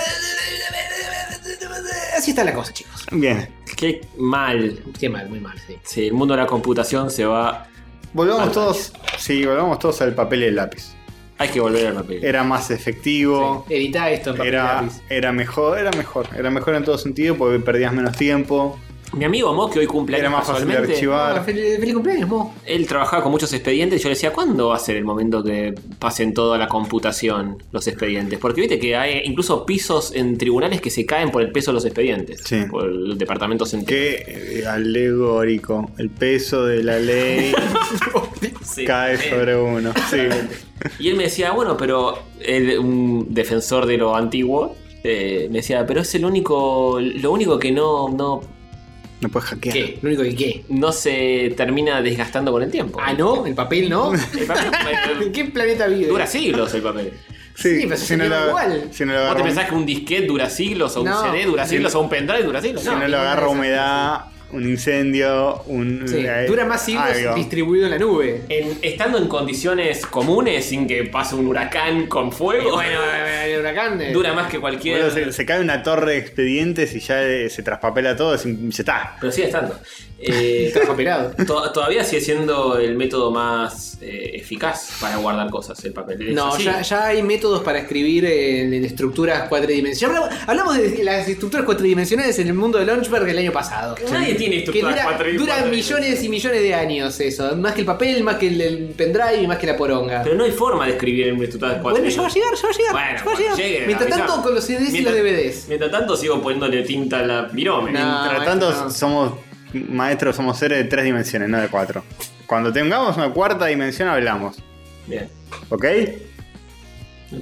Speaker 3: así está la cosa, chicos.
Speaker 2: bien.
Speaker 1: Qué mal.
Speaker 3: Qué mal, muy mal, sí.
Speaker 1: Sí, el mundo de la computación se va.
Speaker 2: Volvamos
Speaker 1: Ah,
Speaker 2: todos. Sí, volvamos todos al papel y el lápiz.
Speaker 1: Hay que volver al papel.
Speaker 2: Era más efectivo.
Speaker 3: Editá esto en papel y
Speaker 2: Era,
Speaker 3: lápiz.
Speaker 2: era mejor, era mejor. Era mejor en todo sentido porque perdías menos tiempo.
Speaker 1: Mi amigo Mo, que hoy cumple
Speaker 2: Era
Speaker 1: años
Speaker 2: más fácil de
Speaker 1: casualmente,
Speaker 3: Ah, fel-
Speaker 2: archivar.
Speaker 3: feliz, cumpleaños, Mo.
Speaker 1: Él trabajaba con muchos expedientes y yo le decía, ¿cuándo va a ser el momento que pasen toda la computación los expedientes? Porque viste que hay incluso pisos en tribunales que se caen por el peso de los expedientes.
Speaker 2: Sí.
Speaker 1: Por el departamento central.
Speaker 2: Qué eh, alegórico. El peso de la ley cae sobre uno. Sí.
Speaker 1: Y él me decía, bueno, pero él, un defensor de lo antiguo, eh, me decía, pero es el único, lo único que no, no,
Speaker 2: No puedes hackear.
Speaker 3: ¿Qué? Lo único que qué.
Speaker 1: no se termina desgastando con el tiempo.
Speaker 3: Ah, no, el papel no.
Speaker 1: El papel-
Speaker 3: ¿En qué planeta vive?
Speaker 1: dura siglos el papel.
Speaker 3: Sí, pero se queda igual.
Speaker 2: si no lo
Speaker 1: ¿Vos te
Speaker 2: agarra-
Speaker 1: pensás que un disquete dura siglos, o un
Speaker 3: No.
Speaker 1: CD dura siglos, o un pendrive dura siglos?
Speaker 2: si
Speaker 1: No.
Speaker 2: no lo agarra
Speaker 3: esas
Speaker 2: humedad, un incendio, un.
Speaker 3: Sí,
Speaker 2: eh,
Speaker 3: dura más siglos
Speaker 2: algo.
Speaker 3: distribuido en la nube.
Speaker 1: En- estando en condiciones comunes, sin que pase un huracán con fuego,
Speaker 3: Eh, Bueno, el huracán. eh,
Speaker 1: dura más que cualquier.
Speaker 2: Boludo, se, se cae una torre de expedientes y ya eh, se traspapela todo. es un- Se está.
Speaker 1: Pero sigue estando. Eh,
Speaker 3: Trabajo pelado.
Speaker 1: to- todavía sigue siendo el método más eh, eficaz para guardar cosas, el papel. Es
Speaker 3: No,
Speaker 1: así.
Speaker 3: ya, ya hay métodos para escribir en, en estructuras cuatridimensionales. Ya Hablamos, hablamos de las estructuras cuatridimensionales en el mundo de Launchberg el año pasado.
Speaker 1: Nadie tiene esto
Speaker 3: que
Speaker 1: todas
Speaker 3: dura,
Speaker 1: cuatro y
Speaker 3: dura
Speaker 1: cuatro?
Speaker 3: millones y millones de años eso. Más que el papel, más que el, el pendrive y más que la poronga.
Speaker 1: Pero no hay forma de escribir en estructuras 4
Speaker 3: Bueno, ya va a llegar, ya va a llegar. ya va a llegar. Mientras tanto, con los CDs y los DVDs.
Speaker 1: Mientras tanto, sigo poniéndole tinta a la virome.
Speaker 3: No.
Speaker 2: Mientras
Speaker 3: maestro,
Speaker 2: tanto,
Speaker 3: no.
Speaker 2: somos maestros, somos seres de tres dimensiones, no de cuatro. Cuando tengamos una cuarta dimensión, hablamos.
Speaker 1: Bien.
Speaker 2: ¿Ok?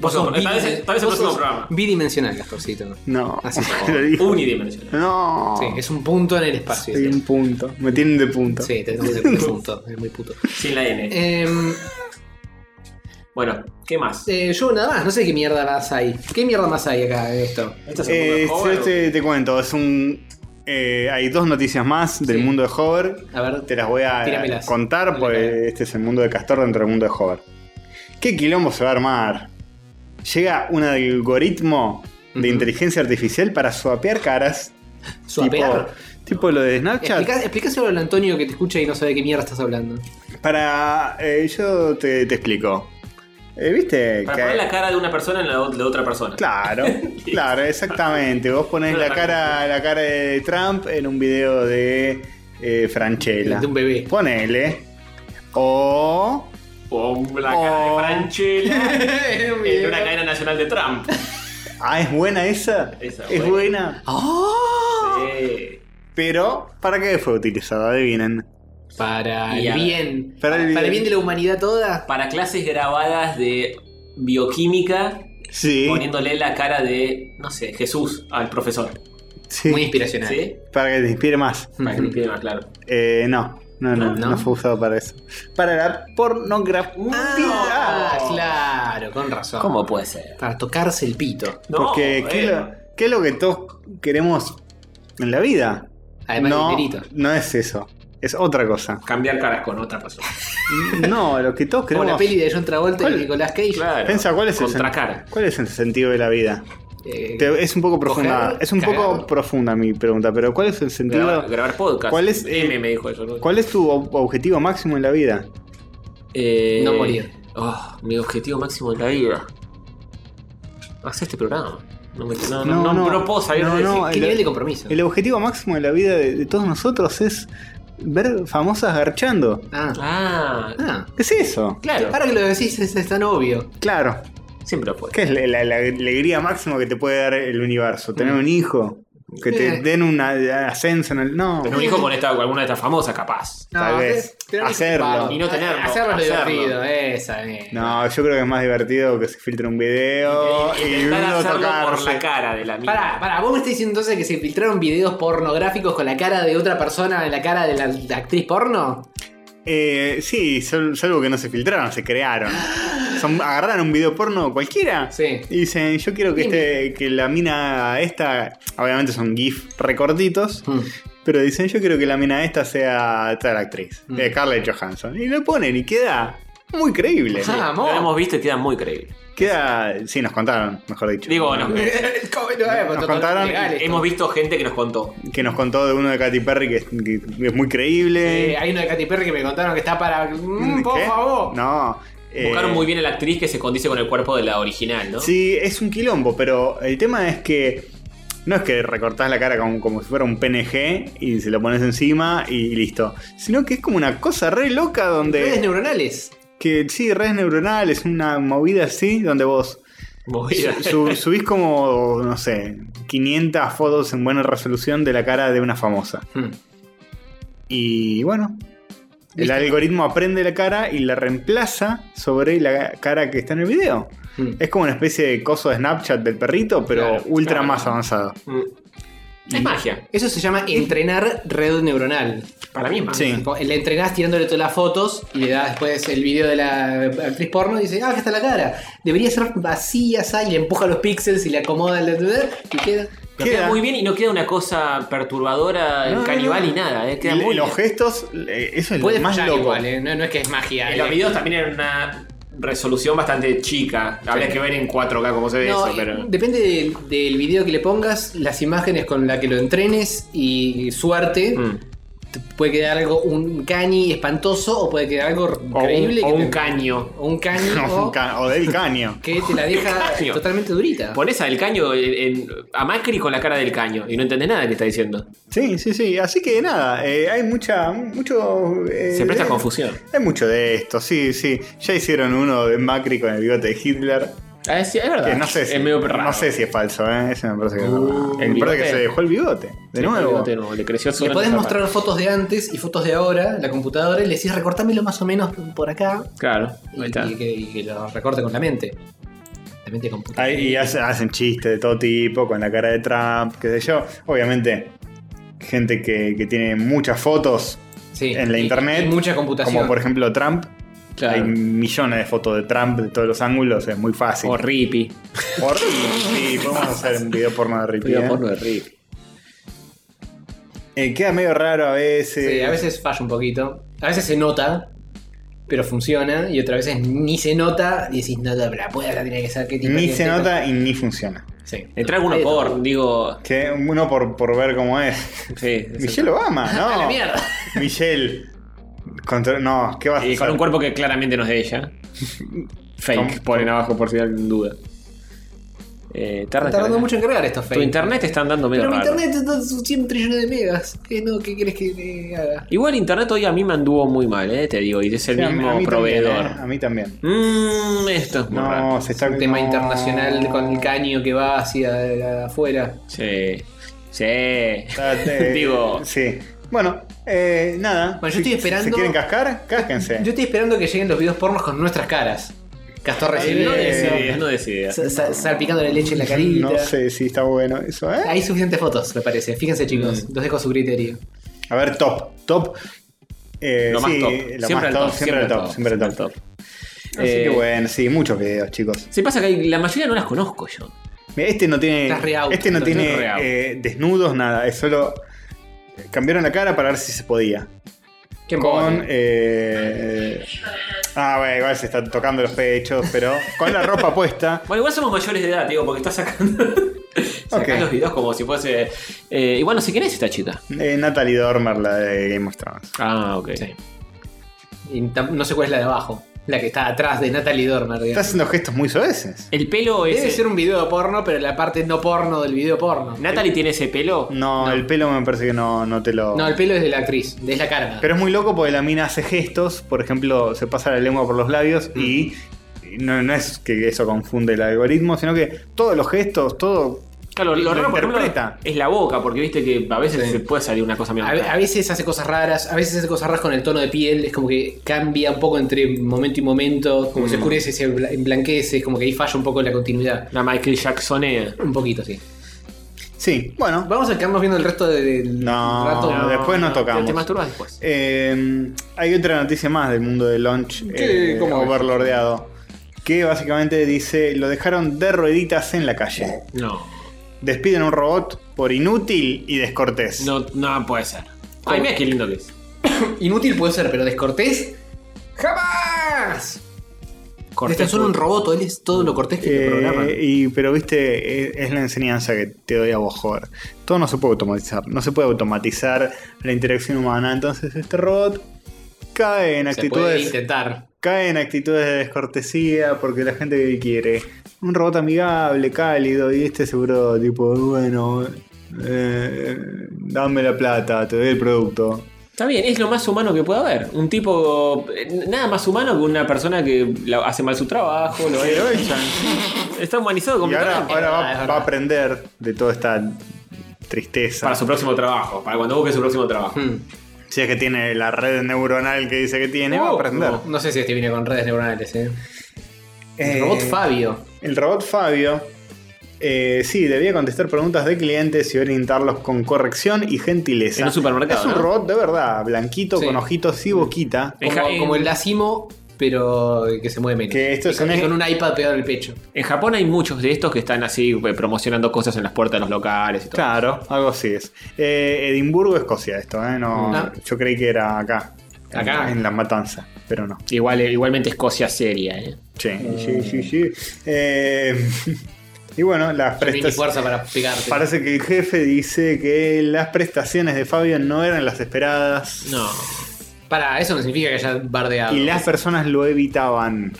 Speaker 1: Vos sos
Speaker 3: Vos sos
Speaker 1: tal vez-
Speaker 3: bidi-
Speaker 1: tal vez el
Speaker 3: vos
Speaker 1: próximo
Speaker 3: sos
Speaker 1: programa.
Speaker 3: Bidimensional, Castorcito.
Speaker 2: No.
Speaker 3: Así es. Uh.
Speaker 2: Lo dijo.
Speaker 1: Unidimensional.
Speaker 2: No.
Speaker 1: Ah.
Speaker 3: Sí, es un punto en el espacio.
Speaker 2: Soy un punto. Me tienen de punto.
Speaker 3: Sí, te tengo que poner punto. Es muy puto.
Speaker 1: Sin la N.
Speaker 3: Em,
Speaker 1: Bueno, ¿qué más?
Speaker 3: eh, yo nada más, no sé qué mierda más hay. ¿Qué mierda más hay acá de esto?
Speaker 1: ¿Esto es
Speaker 2: Eh,
Speaker 1: un juego de
Speaker 2: yo te, te cuento, es un. eh, hay dos noticias más del
Speaker 3: Sí.
Speaker 2: mundo de Hover.
Speaker 3: A ver,
Speaker 2: Te las voy a
Speaker 3: Tíramelas.
Speaker 2: contar,
Speaker 3: Dale,
Speaker 2: pues
Speaker 3: dale.
Speaker 2: este es el mundo de Castor dentro del mundo de Hover. ¿Qué quilombo se va a armar? Llega un algoritmo de inteligencia artificial para swapear caras.
Speaker 3: suapear.
Speaker 2: Tipo, tipo lo de Snapchat.
Speaker 3: Explicá- Explicáselo al Antonio que te escucha y no sabe qué mierda estás hablando.
Speaker 2: Para. eh, yo te, te explico. Eh, ¿Viste?
Speaker 1: Para
Speaker 2: que-
Speaker 1: poner la cara de una persona en la o- de otra persona.
Speaker 2: Claro, claro, exactamente. Vos ponés
Speaker 1: No
Speaker 2: la
Speaker 1: la
Speaker 2: cara, la cara de Trump en un video de eh, Franchella.
Speaker 3: De un bebé.
Speaker 2: Ponele. Oh, O.
Speaker 1: O la cara
Speaker 2: Oh.
Speaker 1: de Franchella en una
Speaker 3: Era
Speaker 1: cadena nacional de Trump.
Speaker 2: Ah, es buena esa.
Speaker 1: Esa,
Speaker 2: es
Speaker 1: buena.
Speaker 2: buena.
Speaker 3: ¡Ah!
Speaker 1: Sí.
Speaker 2: Pero, ¿para qué fue utilizada? Adivinen.
Speaker 3: Para
Speaker 1: Y a
Speaker 3: el
Speaker 1: ver.
Speaker 3: bien.
Speaker 2: Para el bien.
Speaker 3: de la humanidad toda.
Speaker 1: Para clases grabadas de bioquímica,
Speaker 2: Sí.
Speaker 1: poniéndole la cara de, no sé, Jesús al profesor.
Speaker 2: sí.
Speaker 3: Muy inspiracional. Mm.
Speaker 1: ¿Sí?
Speaker 2: Para que te inspire más.
Speaker 1: Para que me quede más claro.
Speaker 2: Eh, no. No, no,
Speaker 3: ¿No?
Speaker 2: no, fue usado para eso. Para la pornografía.
Speaker 3: Ah, claro, con razón.
Speaker 1: ¿Cómo puede ser?
Speaker 3: Para tocarse el pito.
Speaker 2: Porque,
Speaker 1: No,
Speaker 2: ¿qué,
Speaker 1: eh,
Speaker 2: es lo, qué es lo que todos queremos en la vida?
Speaker 3: Además de
Speaker 2: no,
Speaker 3: dinerito.
Speaker 2: no es eso. Es otra cosa.
Speaker 1: Cambiar caras con otra persona.
Speaker 2: No, lo que todos
Speaker 3: Como la
Speaker 2: queremos.
Speaker 3: peli de John Travolta y
Speaker 2: ¿Cuál?
Speaker 3: Nicolas Cage.
Speaker 1: Claro.
Speaker 2: Piensa cuál es el
Speaker 1: Contra
Speaker 2: sen-
Speaker 1: cara.
Speaker 2: ¿Cuál es el sentido de la vida?
Speaker 3: Eh,
Speaker 2: Te- es un poco profunda.
Speaker 3: Coger,
Speaker 2: es un
Speaker 3: cagar.
Speaker 2: poco profunda mi pregunta, pero ¿cuál es el sentido?
Speaker 1: Grabar, grabar podcast.
Speaker 2: ¿Cuál es, eh,
Speaker 1: M me dijo eso. ¿no?
Speaker 2: ¿Cuál es tu ob- objetivo máximo en la vida?
Speaker 1: Eh,
Speaker 3: No morir.
Speaker 1: oh, mi objetivo máximo en la vida. Hacer este programa. No, me, no, no, no, no puedo salir
Speaker 2: no,
Speaker 1: de
Speaker 2: no,
Speaker 1: decir-
Speaker 3: ¿Qué
Speaker 2: el-
Speaker 3: nivel de compromiso?
Speaker 2: El objetivo máximo de la vida de, de todos nosotros es ver famosas garchando.
Speaker 3: Ah,
Speaker 1: Ah,
Speaker 3: ah.
Speaker 2: ¿Qué es eso?
Speaker 1: claro.
Speaker 3: Ahora que lo decís es, es tan obvio.
Speaker 2: Claro.
Speaker 1: Siempre lo fue.
Speaker 2: ¿Qué es la, la- la alegría máxima que te puede dar el universo? Tener un hijo. Que te
Speaker 3: Mm. Eh.
Speaker 2: den un ascenso en el. No.
Speaker 1: Tener un hijo con esta, con alguna de estas famosas, capaz.
Speaker 2: Tal
Speaker 3: No,
Speaker 2: vez.
Speaker 3: es- pero no es
Speaker 2: Hacerlo.
Speaker 3: ocupado.
Speaker 1: Y no tenerlo.
Speaker 3: Hacerlo es
Speaker 1: Hacerlo.
Speaker 3: divertido, esa. eh.
Speaker 2: No, yo creo que es más divertido que se filtre un video
Speaker 1: Eh,
Speaker 2: y
Speaker 1: intentar
Speaker 2: uno
Speaker 1: hacerlo por la
Speaker 2: tocarse.
Speaker 1: cara de la mina.
Speaker 3: Pará, pará, vos me estás diciendo entonces que se filtraron videos pornográficos con la cara de otra persona en la cara de la, la actriz porno?
Speaker 2: Eh, sí, sal- salvo que no se filtraron, se crearon. Son- agarraron un video porno cualquiera
Speaker 3: Sí.
Speaker 2: y dicen, yo quiero que este, que la mina esta, obviamente son GIF recortitos,
Speaker 3: Mm.
Speaker 2: pero dicen, yo quiero que la mina esta sea tal actriz,
Speaker 3: Mm.
Speaker 2: de Scarlett Johansson. Y lo ponen y queda muy creíble.
Speaker 3: Ah,
Speaker 1: Lo hemos visto y queda muy creíble.
Speaker 2: Queda, sí, nos contaron, mejor dicho.
Speaker 1: Digo, no,
Speaker 3: ¿Cómo? No, eh,
Speaker 2: Nos
Speaker 3: to-
Speaker 2: contaron
Speaker 3: legal esto.
Speaker 1: hemos visto gente que nos contó.
Speaker 2: Que nos contó de uno de Katy Perry que es, que es muy creíble.
Speaker 3: Eh, hay uno de Katy Perry que me contaron que está para. Mm,
Speaker 2: ¿Qué?
Speaker 3: por favor.
Speaker 2: No.
Speaker 1: Buscaron
Speaker 2: eh,
Speaker 1: muy bien a la actriz que se condice con el cuerpo de la original, ¿no?
Speaker 2: Sí, es un quilombo, pero el tema es que no es que recortás la cara como, como si fuera un PNG y se lo pones encima y listo. Sino que es como una cosa re loca
Speaker 3: Redes
Speaker 2: donde.
Speaker 3: neuronales.
Speaker 2: Que sí, redes neuronales, una movida así donde vos
Speaker 1: Movida.
Speaker 2: su- subís como, no sé, 500 fotos en buena resolución de la cara de una famosa.
Speaker 3: Mm.
Speaker 2: Y bueno. El
Speaker 3: Listo.
Speaker 2: algoritmo aprende la cara y la reemplaza sobre la cara que está en el video.
Speaker 3: Mm.
Speaker 2: Es como una especie de coso de Snapchat del perrito, pero
Speaker 1: Claro,
Speaker 2: ultra
Speaker 1: claro.
Speaker 2: más avanzado.
Speaker 1: Mm. Es magia.
Speaker 3: Eso se llama
Speaker 2: eh.
Speaker 3: entrenar red neuronal.
Speaker 1: Para mí es magia.
Speaker 2: Sí.
Speaker 3: Tipo, Le entrenás tirándole todas las fotos y le das después el video de la actriz porno y dice, ah, acá está la cara. Debería ser vacía, asá", y le empuja los píxeles y le acomoda el y queda.
Speaker 1: Pero Queda.
Speaker 2: Queda.
Speaker 1: muy bien y no queda una cosa perturbadora,
Speaker 2: No, no,
Speaker 1: canibal
Speaker 2: no.
Speaker 1: y nada. eh, Queda
Speaker 2: Y
Speaker 1: muy
Speaker 2: los
Speaker 1: bien.
Speaker 2: gestos, eh, eso es
Speaker 3: Puede
Speaker 2: lo más
Speaker 3: fallar
Speaker 2: loco.
Speaker 3: igual, ¿eh? no, no es que es magia.
Speaker 1: En
Speaker 3: eh.
Speaker 1: los videos también era una resolución bastante chica. Habría que ver en 4K cómo se ve
Speaker 3: No,
Speaker 1: eso, pero.
Speaker 3: eh, Depende del, del video que le pongas, las imágenes con las que lo entrenes y suerte.
Speaker 1: Mm.
Speaker 3: Te- Puede quedar algo, un cani espantoso o puede quedar algo
Speaker 1: O un,
Speaker 3: increíble.
Speaker 1: o
Speaker 3: que
Speaker 1: un
Speaker 3: te-
Speaker 1: caño.
Speaker 3: O un cani
Speaker 2: O
Speaker 3: o
Speaker 2: un ca- o del caño.
Speaker 3: que te la deja
Speaker 1: caño.
Speaker 3: totalmente durita.
Speaker 1: Pones al caño en- en- a Macri con la cara del caño y no entendés nada que está diciendo.
Speaker 2: Sí, sí, sí. Así que nada, eh, hay mucha. mucho. eh,
Speaker 1: Se presta
Speaker 2: de-
Speaker 1: confusión.
Speaker 2: Hay mucho de esto, sí, sí. Ya hicieron uno de Macri con el bigote de Hitler.
Speaker 9: Ah, sí, es verdad.
Speaker 2: Que no sé si,
Speaker 9: Es medio raro.
Speaker 2: no sé si es falso, ¿eh? Ese me parece que es verdad.
Speaker 9: ¿el
Speaker 2: Me parece que
Speaker 9: bigote?
Speaker 2: se dejó el bigote. De
Speaker 9: Sí,
Speaker 2: nuevo.
Speaker 9: no, no, le creció solo
Speaker 3: Le
Speaker 9: en
Speaker 3: podés
Speaker 9: esa
Speaker 3: mostrar fotos de antes y fotos de ahora en la computadora y le decís recortámelo más o menos por acá
Speaker 9: parte. Claro,
Speaker 3: y,
Speaker 9: ahí está.
Speaker 3: y que, y que lo recorte con la mente. La mente computadora.
Speaker 2: Ahí- y hace- hacen chistes de todo tipo, con la cara de Trump, qué sé yo. Obviamente, gente que, que tiene muchas fotos
Speaker 3: Sí.
Speaker 2: en la
Speaker 3: Y-
Speaker 2: internet.
Speaker 3: y mucha computación.
Speaker 2: Como por ejemplo Trump.
Speaker 9: Claro.
Speaker 2: Hay millones de fotos de Trump de todos los ángulos, es muy fácil.
Speaker 9: O Rippy.
Speaker 2: Por- sí, podemos hacer un video porno de Rippy.
Speaker 9: Digo,
Speaker 2: ¿eh?
Speaker 9: porno de Rippy.
Speaker 2: Eh, queda medio raro a veces.
Speaker 3: Sí, a veces falla un poquito. A veces se nota, pero funciona. Y otras veces ni se nota y decís, no, no, la puede la tiene que ser. ¿qué tipo
Speaker 2: Ni
Speaker 3: de
Speaker 2: se
Speaker 3: teta?".
Speaker 2: nota y ni funciona.
Speaker 3: Sí.
Speaker 1: Entra alguno por, digo.
Speaker 2: Que uno por, por ver cómo es.
Speaker 1: Sí,
Speaker 2: Michelle Obama, ¿no?
Speaker 3: A la mierda.
Speaker 2: Michelle. Contra- No, ¿qué vas a
Speaker 1: Y con
Speaker 2: hacer?
Speaker 1: un cuerpo que claramente no es de ella.
Speaker 2: Con-
Speaker 9: Fake, ponen abajo por si alguien duda. Eh, tarda
Speaker 3: Está
Speaker 9: en
Speaker 3: tardando
Speaker 9: cargar.
Speaker 3: mucho en cargar estos
Speaker 1: Tu
Speaker 3: fakes.
Speaker 1: internet te están dando medio
Speaker 3: Pero mi
Speaker 1: raro.
Speaker 3: internet está 100 trillones de megas. ¿Qué, no, ¿Qué querés que le haga?
Speaker 1: Igual internet hoy a mí me anduvo muy mal, eh, te digo, y es el
Speaker 2: Sí, a mí-
Speaker 1: mismo
Speaker 2: a mí
Speaker 1: proveedor.
Speaker 2: También, ¿eh? A mí también.
Speaker 1: Mmm, esto es muy raro.
Speaker 2: No, se está.
Speaker 3: Un tema
Speaker 2: no.
Speaker 3: internacional con el caño que va hacia afuera.
Speaker 1: Sí. Sí.
Speaker 2: Está- eh,
Speaker 1: Digo-
Speaker 2: Sí. Bueno, eh, nada.
Speaker 3: Bueno, yo
Speaker 2: Si-
Speaker 3: estoy
Speaker 2: si
Speaker 3: esperando-
Speaker 2: ¿Se quieren cascar? Cásquense.
Speaker 3: Yo estoy esperando que lleguen los videos pornos con nuestras caras. Castor
Speaker 1: No
Speaker 3: recibido.
Speaker 1: decidías, no decidías.
Speaker 3: Salpicando la leche en la carita.
Speaker 2: No sé si está bueno eso, ¿eh?
Speaker 3: Hay suficientes fotos, me parece. Fíjense,
Speaker 1: Mm.
Speaker 3: chicos. Los dejo a su criterio.
Speaker 2: A ver, top. Top. Eh,
Speaker 1: Lo más
Speaker 2: sí,
Speaker 1: top.
Speaker 2: lo
Speaker 1: Siempre
Speaker 2: más
Speaker 1: el
Speaker 2: top,
Speaker 1: top,
Speaker 2: Siempre el top. Siempre el top. Así
Speaker 1: Eh,
Speaker 2: que bueno, sí, muchos videos, chicos.
Speaker 1: Se pasa que hay- la mayoría no las conozco yo.
Speaker 2: Mira, Este no tiene.
Speaker 3: Estás re out,
Speaker 2: este no
Speaker 3: estás
Speaker 2: tiene
Speaker 1: re out.
Speaker 2: eh, desnudos, nada. Es solo. eh, Cambiaron la cara para ver si se podía.
Speaker 9: ¿Qué
Speaker 2: Con. eh, ah, bueno, igual se están tocando los pechos, pero con la ropa puesta.
Speaker 1: Bueno, igual somos mayores de edad, digo, porque estás sacando. sacás
Speaker 2: Ok.
Speaker 1: los videos como si fuese. eh, igual no sé quién es esta chica.
Speaker 2: eh, Natalie Dormer, la de Game of Thrones.
Speaker 1: Ah, ok.
Speaker 3: Y tam- no sé cuál es la de abajo. La que está atrás de Natalie Dormer.
Speaker 2: Está
Speaker 3: digamos.
Speaker 2: haciendo gestos muy soeces.
Speaker 1: El pelo es.
Speaker 3: Debe ser un video porno, pero la parte no porno del video porno.
Speaker 1: eh, ¿Natalie tiene ese pelo?
Speaker 2: No, el pelo me parece que no, no te lo.
Speaker 3: No, el pelo es de la actriz, es la cara.
Speaker 2: Pero es muy loco porque la mina hace gestos, por ejemplo, se pasa la lengua por los labios y no, no es que eso confunde el algoritmo, sino que todos los gestos, todo.
Speaker 1: Claro, lo,
Speaker 2: Lo
Speaker 1: raro, por ejemplo,
Speaker 2: interpreta.
Speaker 1: es la boca, porque viste que a veces
Speaker 3: Sí.
Speaker 1: se puede salir una cosa medio.
Speaker 3: a, ve-
Speaker 1: rara.
Speaker 3: a veces hace cosas raras, a veces hace cosas raras con el tono de piel, es como que cambia un poco entre momento y momento, como se
Speaker 2: Mm.
Speaker 3: oscurece, se bla- emblanquece, es como que ahí falla un poco la continuidad.
Speaker 1: Una Michael Jacksonea.
Speaker 3: Un poquito, sí.
Speaker 2: Sí, bueno.
Speaker 3: Vamos a quedarnos viendo el resto de- del
Speaker 2: No,
Speaker 3: rato.
Speaker 2: no, después no
Speaker 1: Te,
Speaker 2: tocamos.
Speaker 1: te masturbas después.
Speaker 2: Eh, hay otra noticia más del mundo de launch
Speaker 3: ¿Qué?
Speaker 2: eh,
Speaker 3: ¿Cómo es?
Speaker 2: overlordeado. Que básicamente dice: Lo dejaron de rueditas en la calle.
Speaker 1: No.
Speaker 2: Despiden a un robot por inútil y descortés.
Speaker 1: No, no puede ser. Ay, mira qué lindo que es.
Speaker 3: Inútil puede ser, pero descortés. ¡Jamás!
Speaker 1: Cortés
Speaker 3: Este es solo un roboto, él este es todo lo cortés que
Speaker 2: Eh,
Speaker 3: lo programan.
Speaker 2: y, pero viste, es, es la enseñanza que te doy a vos, joder. Todo no se puede automatizar. No se puede automatizar la interacción humana. Entonces este robot cae en
Speaker 3: Se puede
Speaker 2: actitudes.
Speaker 3: intentar.
Speaker 2: Cae en actitudes de descortesía porque la gente que quiere. Un robot amigable, cálido, y este seguro tipo, bueno, eh, dame la plata, te doy el producto.
Speaker 1: Está bien, es lo más humano que puede haber. Un tipo. eh, Nada más humano que una persona que la- hace mal su trabajo. Lo
Speaker 2: Pero,
Speaker 1: es. Está humanizado
Speaker 2: Y ahora,
Speaker 1: completamente.
Speaker 2: ahora
Speaker 3: Es
Speaker 2: va,
Speaker 3: verdad.
Speaker 2: va a aprender de toda esta tristeza.
Speaker 1: Para su próximo trabajo, para cuando busque su próximo trabajo.
Speaker 3: Hmm.
Speaker 2: Si es que tiene la red neuronal que dice que tiene, va a
Speaker 1: Oh,
Speaker 2: aprender.
Speaker 3: No, no sé si este viene con redes neuronales, eh.
Speaker 2: Eh,
Speaker 3: El robot Fabio.
Speaker 2: El robot Fabio. eh, sí, debía contestar preguntas de clientes y orientarlos con corrección y gentileza.
Speaker 1: En un supermercado,
Speaker 2: Es un
Speaker 1: ¿no?
Speaker 2: robot de verdad, blanquito,
Speaker 3: Sí.
Speaker 2: con ojitos y boquita.
Speaker 1: En
Speaker 3: Como,
Speaker 1: Ja- en-
Speaker 3: como el Asimo, pero que se mueve menos.
Speaker 2: Que esto
Speaker 3: Y
Speaker 2: es
Speaker 3: con,
Speaker 2: un-
Speaker 3: y con un iPad pegado en el pecho.
Speaker 1: En Japón hay muchos de estos que están así eh, promocionando cosas en las puertas de los locales y todo.
Speaker 2: Claro, algo así es. Eh, Edimburgo, Escocia, esto, ¿eh? No,
Speaker 3: Ah.
Speaker 2: Yo creí que era acá.
Speaker 3: Acá.
Speaker 2: En, en la matanza, pero no.
Speaker 1: eh. Igual, igualmente Escocia seria, ¿eh?
Speaker 2: Sí, sí, sí, sí. Eh, Y bueno, las
Speaker 10: Yo mini
Speaker 2: prestaciones.
Speaker 10: fuerza para pegarte.
Speaker 2: Parece que el jefe dice que las prestaciones de Fabio no eran las esperadas
Speaker 10: No. Para, eso no significa que haya bardeado.
Speaker 2: y las personas lo evitaban.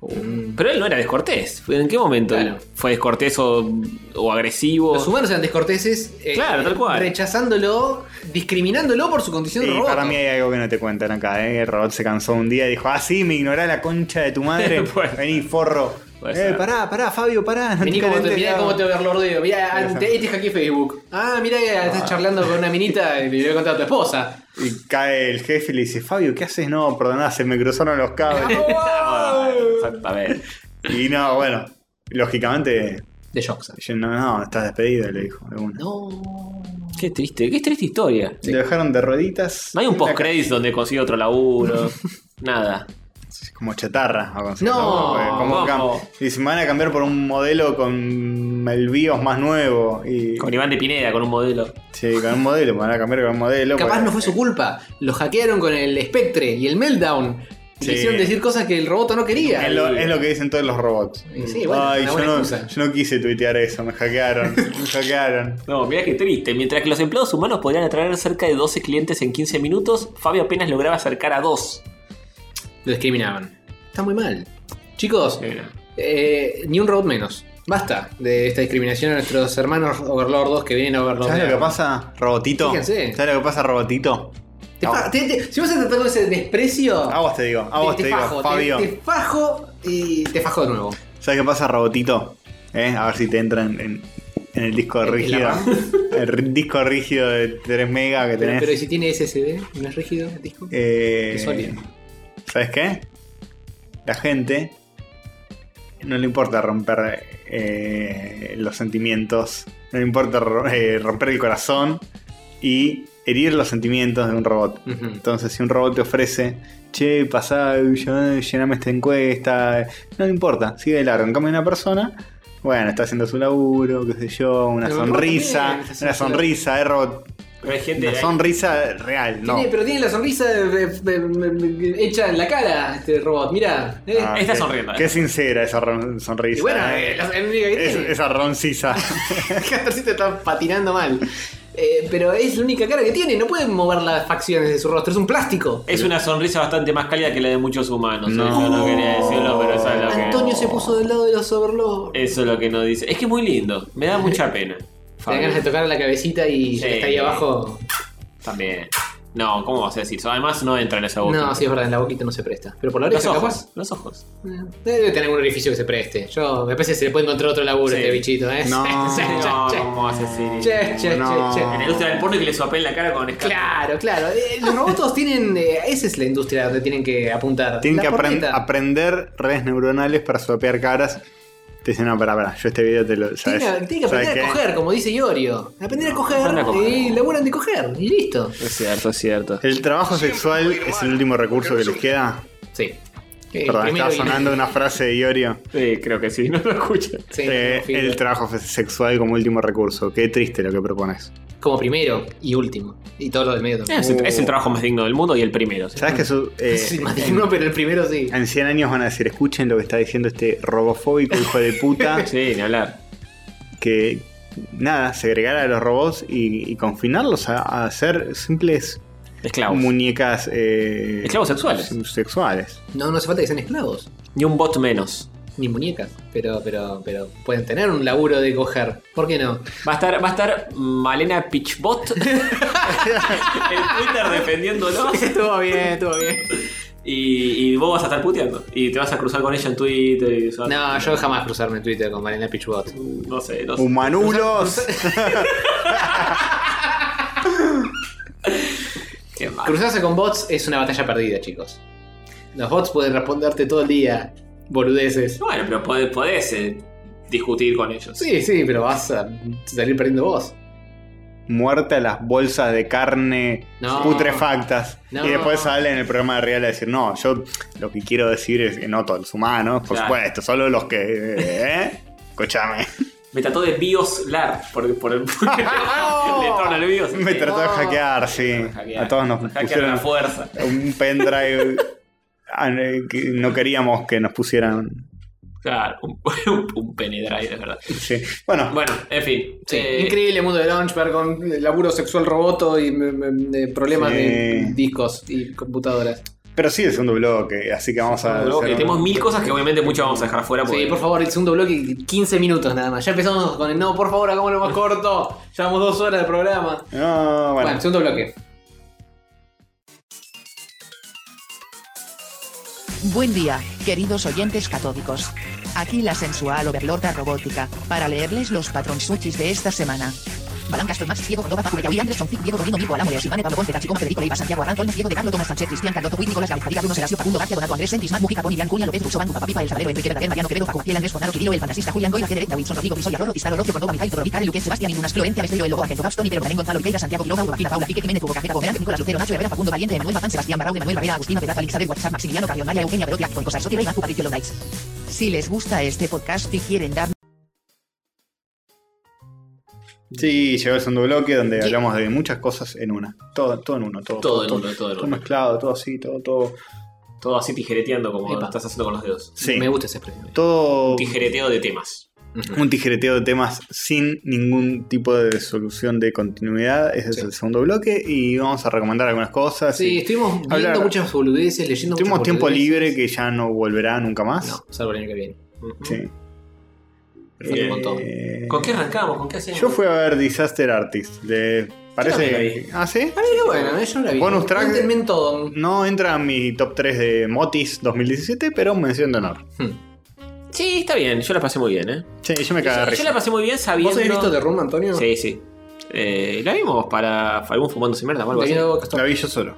Speaker 1: Uh. Pero él no era descortés. ¿En qué momento
Speaker 10: Claro.
Speaker 1: fue descortés o, o agresivo?
Speaker 3: Los humanos eran descorteses. eh,
Speaker 1: Claro, tal cual.
Speaker 3: Rechazándolo, discriminándolo por su condición de
Speaker 2: Y
Speaker 3: robot.
Speaker 2: para mí hay algo que no te cuentan acá, ¿eh? El robot se cansó un día y dijo, ah, sí, me ignorá la concha de tu madre.
Speaker 1: Puede
Speaker 2: Vení, forro.
Speaker 1: Puede
Speaker 2: Eh,
Speaker 1: ser.
Speaker 2: pará, pará, Fabio, pará. No
Speaker 3: Vení cómo te,
Speaker 2: calentes,
Speaker 3: mirá
Speaker 2: no.
Speaker 3: cómo te overlordeo. Mirá, ah, te, ahí te hackeé Facebook. Ah, mirá, estás charlando con una minita y le voy a contar a tu esposa.
Speaker 2: Y cae el jefe y le dice, Fabio, ¿qué haces? No, perdoná, se me cruzaron los cables.
Speaker 1: Ah, Exactamente.
Speaker 2: y no, bueno, lógicamente,
Speaker 10: De Shoxa.
Speaker 2: yo, no, no, estás despedido, le dijo. de una.
Speaker 1: Qué triste, qué triste historia.
Speaker 2: Lo dejaron de rueditas.
Speaker 1: No hay un
Speaker 2: Una
Speaker 1: post-credits donde consigue otro laburo. nada.
Speaker 2: Como chatarra. a conseguir.
Speaker 3: No,
Speaker 2: Porque como
Speaker 1: vamos.
Speaker 2: cam- y se me van a cambiar por un modelo con el BIOS más nuevo. Y,
Speaker 1: Con Iván de Pineda, con un modelo.
Speaker 2: Sí, con un modelo, me van a cambiar con un modelo.
Speaker 3: Capaz
Speaker 2: porque-
Speaker 3: no fue su culpa. Lo hackearon con el Spectre y el Meltdown. Y
Speaker 2: Sí.
Speaker 3: Le hicieron decir cosas que el robot no quería.
Speaker 2: Es lo, es lo que dicen todos los robots.
Speaker 3: Y sí, bueno,
Speaker 2: Ay,
Speaker 3: una
Speaker 2: yo
Speaker 3: buena
Speaker 2: no,
Speaker 3: excusa.
Speaker 2: yo no quise tuitear eso, me hackearon. me hackearon.
Speaker 1: No, mirá qué triste. Mientras que los empleados humanos podrían atraer cerca de 12 clientes en 15 minutos, Fabio apenas lograba acercar a dos.
Speaker 3: Lo discriminaban. Está muy mal. Chicos,
Speaker 1: Mira.
Speaker 3: eh, ni un robot menos. Basta de esta discriminación a nuestros hermanos overlordos que vienen a
Speaker 2: ¿Sabes lo que
Speaker 3: overlordear.
Speaker 2: pasa, Robotito?
Speaker 3: Fíjense.
Speaker 2: ¿Sabes lo que pasa, Robotito?
Speaker 3: Te fa- te- te- si vas a tratar con ese desprecio,
Speaker 2: A vos te digo, a vos te, digo,
Speaker 3: fajo, te-
Speaker 2: Fabio.
Speaker 3: Te, fajo y te fajo de nuevo.
Speaker 2: ¿Sabes qué pasa, Robotito? ¿Eh? A ver si te entran en, en el disco
Speaker 3: ¿En
Speaker 2: rígido.
Speaker 3: la
Speaker 2: el r- disco rígido de 3 mega que
Speaker 3: Pero,
Speaker 2: tenés.
Speaker 3: pero si tiene SSD, no es rígido el disco.
Speaker 2: Eh,
Speaker 3: es sólido.
Speaker 2: ¿Sabes qué? La gente no le importa romper eh, los sentimientos, no le importa ro- eh, romper el corazón y herir los sentimientos de un robot.
Speaker 3: Ujú.
Speaker 2: Entonces, si un robot te ofrece, che, pasá, llen- llename esta encuesta, no le importa, sigue de largo. En cambio, una persona, bueno, está haciendo su laburo, qué sé yo, una
Speaker 3: Pero el robot
Speaker 2: sonrisa,
Speaker 3: también está haciendo
Speaker 2: una
Speaker 3: su laburo.
Speaker 2: sonrisa, eh, robot,
Speaker 1: Pero hay gente.
Speaker 2: una sonrisa real, no.
Speaker 3: Tiene- pero tiene la sonrisa eh, eh, eh, hecha en la cara este robot, mira. eh.
Speaker 2: Ah,
Speaker 1: está
Speaker 2: qué-
Speaker 1: sonriendo, eh.
Speaker 2: Qué sincera esa ron- sonrisa.
Speaker 3: y bueno,
Speaker 2: eh.
Speaker 3: eh, la- es la única que
Speaker 2: Es-
Speaker 3: tiene.
Speaker 2: esa roncisa.
Speaker 3: Castorcito está patinando mal. Eh, pero es la única cara que tiene, no pueden mover las facciones de su rostro, es un plástico.
Speaker 1: Es una sonrisa bastante más cálida que la de muchos humanos. ¿eh?
Speaker 2: No.
Speaker 1: Eso no quería decirlo, pero eso es lo que.
Speaker 3: Antonio se puso del lado de los overlords.
Speaker 1: Eso es lo que no dice. Es que es muy lindo. Me da mucha pena.
Speaker 3: Te dan
Speaker 1: Fabio.
Speaker 3: ganas de tocar la cabecita y
Speaker 1: Sí.
Speaker 3: está ahí abajo.
Speaker 1: También. No, ¿cómo vas a decir eso? Además, no entra en esa boca.
Speaker 3: No, sí, es verdad, en la boquita no se presta. Pero por la
Speaker 1: Los
Speaker 3: oreja,
Speaker 1: ojos.
Speaker 3: capaz.
Speaker 1: Los ojos.
Speaker 3: Eh, Debe tener un orificio que se preste. Yo, me parece que se le puede encontrar otro laburo a
Speaker 1: Sí.
Speaker 3: este bichito, ¿eh?
Speaker 2: No,
Speaker 3: Che,
Speaker 1: No, ¿cómo vas a decir
Speaker 3: che,
Speaker 1: eso?
Speaker 3: che, che,
Speaker 2: no.
Speaker 3: che,
Speaker 1: En la
Speaker 3: che.
Speaker 1: industria del porno y que le sopeen la cara con escape.
Speaker 3: Claro, claro. Eh, Los robots tienen. eh, esa es la industria donde tienen que apuntar.
Speaker 2: Tienen
Speaker 3: La
Speaker 2: que apren-
Speaker 3: porneta.
Speaker 2: aprender redes neuronales para sopear caras. Te dicen, no, pará, pará, yo este video te lo.
Speaker 3: Tienen
Speaker 2: ¿sabes?
Speaker 3: que- tienen que
Speaker 2: ¿sabes
Speaker 3: aprender a
Speaker 2: qué?
Speaker 3: coger, como dice Iorio. Aprender a coger,
Speaker 1: aprender a coger.
Speaker 3: y laburan de coger. Y listo.
Speaker 1: Es cierto, es cierto.
Speaker 2: El trabajo sexual es el último recurso que les queda.
Speaker 3: Sí. Eh,
Speaker 2: Perdón,
Speaker 3: primero
Speaker 2: estaba
Speaker 3: y-
Speaker 2: sonando una frase de Iorio.
Speaker 1: Sí, creo que sí, no lo escucha.
Speaker 3: sí,
Speaker 2: Eh,
Speaker 3: como
Speaker 2: el
Speaker 3: primero.
Speaker 2: trabajo fe- sexual como último recurso. Qué triste lo que propones.
Speaker 3: como primero y último. Y todo lo del medio también.
Speaker 1: Es, el- es el trabajo más digno del mundo y el primero. sí.
Speaker 2: ¿Sabes que su- eh,
Speaker 3: Sí, más de uno, pero el primero sí.
Speaker 2: en 100 años van a decir, escuchen lo que está diciendo este robofóbico hijo de puta?
Speaker 1: Sí, ni hablar.
Speaker 2: que nada, segregar a los robots y, y confinarlos a, a ser simples
Speaker 1: Esclavos.
Speaker 2: muñecas eh,
Speaker 1: Esclavos sexuales.
Speaker 2: sexuales.
Speaker 3: No, no hace falta que sean esclavos.
Speaker 1: Ni un bot menos.
Speaker 3: ni muñecas, pero, pero, pero pueden tener un laburo de coger. ¿Por qué no?
Speaker 1: Va a estar, va a estar Malena Pitchbot en Twitter defendiéndolo.
Speaker 3: Estuvo bien, estuvo bien.
Speaker 1: Y, y vos vas a estar puteando. Y te vas a cruzar con ella en Twitter. Y eso.
Speaker 3: No, yo jamás cruzarme en Twitter con Marina Pichbot.
Speaker 1: No sé, no sé.
Speaker 2: ¡Humanulos!
Speaker 1: Qué mal.
Speaker 3: Cruzarse con bots es una batalla perdida, chicos. Los bots pueden responderte todo el día boludeces.
Speaker 1: Bueno, pero podés, podés, eh, discutir con ellos.
Speaker 3: Sí, sí, pero vas a salir perdiendo vos.
Speaker 2: Muerta las bolsas de carne
Speaker 3: No.
Speaker 2: putrefactas.
Speaker 3: No.
Speaker 2: Y después sale en el programa de Real a decir, no, yo lo que quiero decir es que no todos los humanos, por
Speaker 1: Claro.
Speaker 2: supuesto, solo los que... ¿eh? Escuchame.
Speaker 1: Me trató de bioslar por, por el. porque le entraron al bios.
Speaker 2: Me trató de
Speaker 3: No.
Speaker 2: hackear, sí.
Speaker 1: Hackear.
Speaker 2: A todos nos
Speaker 1: Hackear
Speaker 2: pusieron
Speaker 1: la fuerza.
Speaker 2: un pendrive. ah, eh, que no queríamos que nos pusieran
Speaker 1: Claro, un, un, un penedrive, de verdad.
Speaker 2: Sí. Bueno,
Speaker 1: Bueno, en fin.
Speaker 3: Sí,
Speaker 1: eh,
Speaker 3: increíble mundo de Launchpad con laburo sexual roboto y mm, mm, eh, problemas
Speaker 2: Sí.
Speaker 3: de discos y computadoras.
Speaker 2: pero sí el segundo bloque, así que vamos a.
Speaker 1: Luego que
Speaker 2: hacer un-
Speaker 1: tenemos mil cosas que obviamente muchas vamos a dejar afuera.
Speaker 3: Sí, por favor, el segundo bloque, 15 minutos nada más. Ya empezamos con el no, por favor, hagámoslo más corto. Llevamos dos horas de programa. Bueno,
Speaker 2: No, bueno.
Speaker 3: segundo bloque.
Speaker 11: Buen día, queridos oyentes catódicos. Aquí la sensual overlorda robótica, para leerles los patronsuchis de esta semana. Balán Castro Max, Diego Córdoba, Paco Yauri, Andrés Soncic, Diego Dorrino, Mirko Alamore, Silvane, Pablo Ponce, Tachicón, Federico Leiva, Santiago Arranco, Olmos, Diego de Carlo, Tomás Sánchez, Cristian, Carlotto, Witt, Nicolás Gaviz, Javier Bruno, Serasio, Facundo, García, Donato, Andrés, Sentis, Matt, Mujica, Poni, Bian, Julián, López, Russo, Banco, Papá, Pipa, El Sabadero, Enrique Verdaguer, Mariano, Quevedo, Paco, Fiel, Andrés, Fornaro, Quirino, El Fantasista, Julián, Goya, Federer, Davidson, Rodrigo, Pisoya, Rolo, Pizarro, Rocio, Córdoba, Mijail, Todorovic, Karel, Luquén, Sebastián, Inunas, Florencia, Besteiro, El Lobo, Argento, Gaston, Ibero, Marín, Gonzalo, Oliveira, Santiago, Quiroga, Urbafina, Paula, Quique, Jiménez, Hugo, Cajeta, Pomerante, Nicolás Lucero, Nacho, Herrera, Facundo, Valiente, Manuel, Bazán, Sebastián, Barraud, Manuel, Barrera, Agustina, Pedraz, Alixander, WhatsApp, Maximiliano, Carrión, Maya, Eugenia, Berotia, con Cosas, Sotira y Macu, Patricio Londaitz. Si les gusta este podcast y quieren dar
Speaker 2: Sí, llegó el segundo bloque donde
Speaker 11: Sí.
Speaker 2: hablamos de muchas cosas en una. Todo, todo en uno, todo.
Speaker 1: Todo en uno, todo en uno.
Speaker 2: mezclado, todo así, todo, todo.
Speaker 1: Todo así tijereteando como
Speaker 3: Epa.
Speaker 1: estás haciendo con los dedos.
Speaker 2: Sí.
Speaker 3: Me gusta esa expresión.
Speaker 2: Todo.
Speaker 1: Un tijereteo de temas.
Speaker 2: un tijereteo de temas sin ningún tipo de solución de continuidad. Ese es el segundo bloque y vamos a recomendar algunas cosas.
Speaker 3: Sí,
Speaker 2: y
Speaker 3: estuvimos viendo
Speaker 2: Hablar-
Speaker 3: muchas boludeces, leyendo
Speaker 2: Tuvimos
Speaker 3: muchas
Speaker 2: tiempo
Speaker 3: boludeces.
Speaker 2: libre que ya no volverá nunca más.
Speaker 3: No, salvo el año que viene.
Speaker 2: Sí.
Speaker 1: Perfecto, un montón.
Speaker 2: Eh,
Speaker 1: ¿Con qué arrancamos? ¿Con qué hacemos?
Speaker 2: Yo fui a ver Disaster Artist. De,
Speaker 1: también la
Speaker 2: parece.
Speaker 1: vi.
Speaker 2: ¿Ah, sí?
Speaker 3: Ah, mira, bueno, eh, yo no la vi.
Speaker 2: Bonus track.
Speaker 3: Cuéntenme en todo.
Speaker 2: No entra en mi top 3 de Motis 2017, pero mención de honor.
Speaker 1: Sí, está bien. Yo la pasé muy bien, ¿eh?
Speaker 2: Sí, yo me cagué de
Speaker 1: Yo, yo
Speaker 2: risa.
Speaker 1: la pasé muy bien sabiendo...
Speaker 3: ¿Vos habéis visto The Room, Antonio?
Speaker 1: Sí, sí. Eh, la vimos para algún fumándose mierda o algo
Speaker 3: ¿La
Speaker 1: así.
Speaker 3: vio Castor?
Speaker 2: La vi yo solo.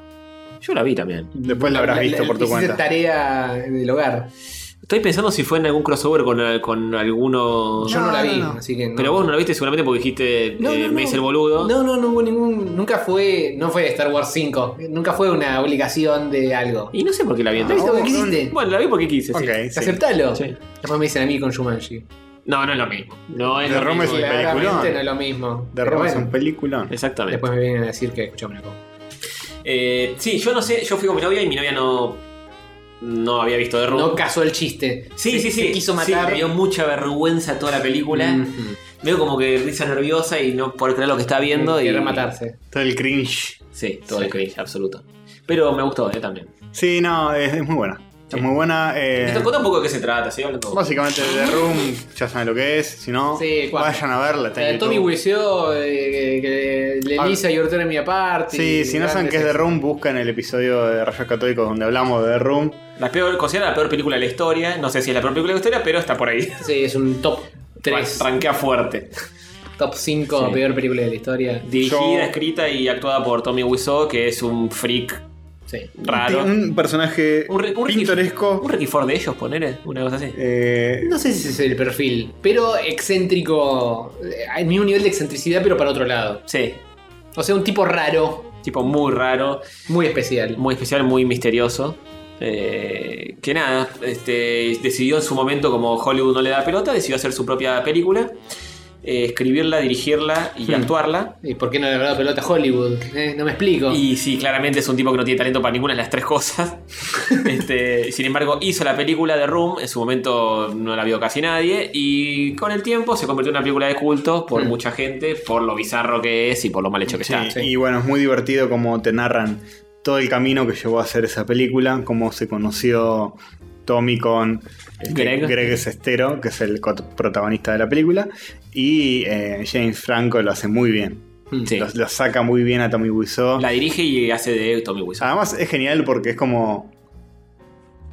Speaker 1: Yo Mm, la vi también.
Speaker 2: Después la habrás
Speaker 3: La- la-
Speaker 2: visto por tu
Speaker 3: hiciste
Speaker 2: cuenta.
Speaker 3: tarea del hogar.
Speaker 1: Estoy pensando si fue en algún crossover con, con alguno...
Speaker 3: Yo no, la vi,
Speaker 2: no, no.
Speaker 3: así que
Speaker 1: Ah.
Speaker 3: no.
Speaker 1: Pero vos no la viste seguramente porque dijiste
Speaker 3: No,
Speaker 1: eh,
Speaker 3: no,
Speaker 1: me
Speaker 3: no.
Speaker 1: hice el boludo.
Speaker 3: No, no, no hubo ningún. Nunca fue. No fue Star Wars 5. Nunca fue una obligación de algo.
Speaker 1: Y no sé por qué la vi
Speaker 3: ¿Te
Speaker 1: entonces.
Speaker 3: viste
Speaker 2: no,
Speaker 3: lo que
Speaker 2: no,
Speaker 3: hiciste?
Speaker 1: Bueno, la vi porque quise. sí.
Speaker 2: Ok, sí.
Speaker 3: Aceptalo.
Speaker 1: Sí.
Speaker 3: Después me dicen a mí con Shumanji.
Speaker 1: No, no es lo mismo. No es
Speaker 2: The
Speaker 1: lo
Speaker 2: Room
Speaker 1: mismo.
Speaker 2: es un
Speaker 3: Claramente
Speaker 2: peliculón.
Speaker 3: no es lo mismo.
Speaker 2: De
Speaker 3: Pero
Speaker 2: Roma es
Speaker 3: bueno,
Speaker 2: un peliculón.
Speaker 1: Exactamente.
Speaker 3: Después me vienen a decir que escuchamos una cosa.
Speaker 1: Eh, sí, yo no sé, yo fui con mi novia y mi novia no, no había visto de Room.
Speaker 3: No casó el chiste.
Speaker 1: sí,
Speaker 3: Se-
Speaker 1: sí, sí.
Speaker 3: Se quiso
Speaker 1: Sí,
Speaker 3: matar.
Speaker 1: me dio mucha vergüenza toda la película.
Speaker 3: Mm,
Speaker 1: Veo como que risa nerviosa y no poder creer lo que está viendo. y
Speaker 3: Querer matarse.
Speaker 2: Todo el cringe.
Speaker 1: Sí, todo el cringe, absoluto. Pero me gustó, eh, también.
Speaker 2: Sí, no, es, es muy buena.
Speaker 1: Sí.
Speaker 2: Es muy buena. eh,
Speaker 1: Te contá un poco de qué se trata, ¿sí? Habla un poco.
Speaker 2: básicamente The Room, ya saben lo que es. Si no,
Speaker 3: Sí, cuál.
Speaker 2: vayan a verla. está en
Speaker 3: Eh, Tommy
Speaker 2: YouTube.
Speaker 3: Wiseau, eh, que que
Speaker 2: Ah.
Speaker 3: le Lisa y Ortega mi aparte.
Speaker 2: Sí, si no saben qué es The Room, buscan el episodio de Rayos Católicos donde hablamos de The Room.
Speaker 1: La peor, considera la peor película de la historia. No sé si es la peor película de la historia, pero está por ahí.
Speaker 3: Sí, es un top 3,
Speaker 1: Ranquea fuerte.
Speaker 3: top 5
Speaker 1: Sí.
Speaker 3: peor película de la historia.
Speaker 1: Dirigida,
Speaker 2: Yo-
Speaker 1: escrita y actuada por Tommy Wiseau, que es un freak
Speaker 3: Sí.
Speaker 1: raro.
Speaker 2: Un personaje
Speaker 1: Un re- un re-
Speaker 2: pintoresco.
Speaker 1: Un Ricky Ford de ellos, poner una cosa así.
Speaker 2: eh,
Speaker 3: No sé si ese es el perfil, pero excéntrico. eh, Al mismo nivel de excentricidad, pero para otro lado.
Speaker 1: Sí,
Speaker 3: O sea, un tipo raro,
Speaker 1: tipo muy raro,
Speaker 3: muy especial.
Speaker 1: muy especial, muy misterioso. Eh, que nada, este, decidió en su momento, como Hollywood no le da pelota, decidió hacer su propia película, eh, escribirla, dirigirla y
Speaker 2: Hmm.
Speaker 1: actuarla.
Speaker 3: ¿Y por qué no le habrá dado pelota a Hollywood? Eh, No me explico.
Speaker 1: Y sí, claramente es un tipo que no tiene talento para ninguna de las tres cosas. Este, sin embargo, hizo la película de Room, en su momento no la vio casi nadie, y con el tiempo se convirtió en una película de culto por
Speaker 3: Mm.
Speaker 1: mucha gente, por lo bizarro que es y por lo mal hecho que
Speaker 2: sí,
Speaker 1: está.
Speaker 3: sí.
Speaker 2: Y bueno, es muy divertido como te narran todo el camino que llevó a hacer esa película, cómo se conoció Tommy con este,
Speaker 1: Greg.
Speaker 2: Sestero, que es el co- protagonista de la película, y eh, James Franco lo hace muy bien.
Speaker 1: Sí.
Speaker 2: Lo, lo saca muy bien a Tommy Wiseau.
Speaker 1: La dirige y hace de Tommy Wiseau.
Speaker 2: Además es genial porque es como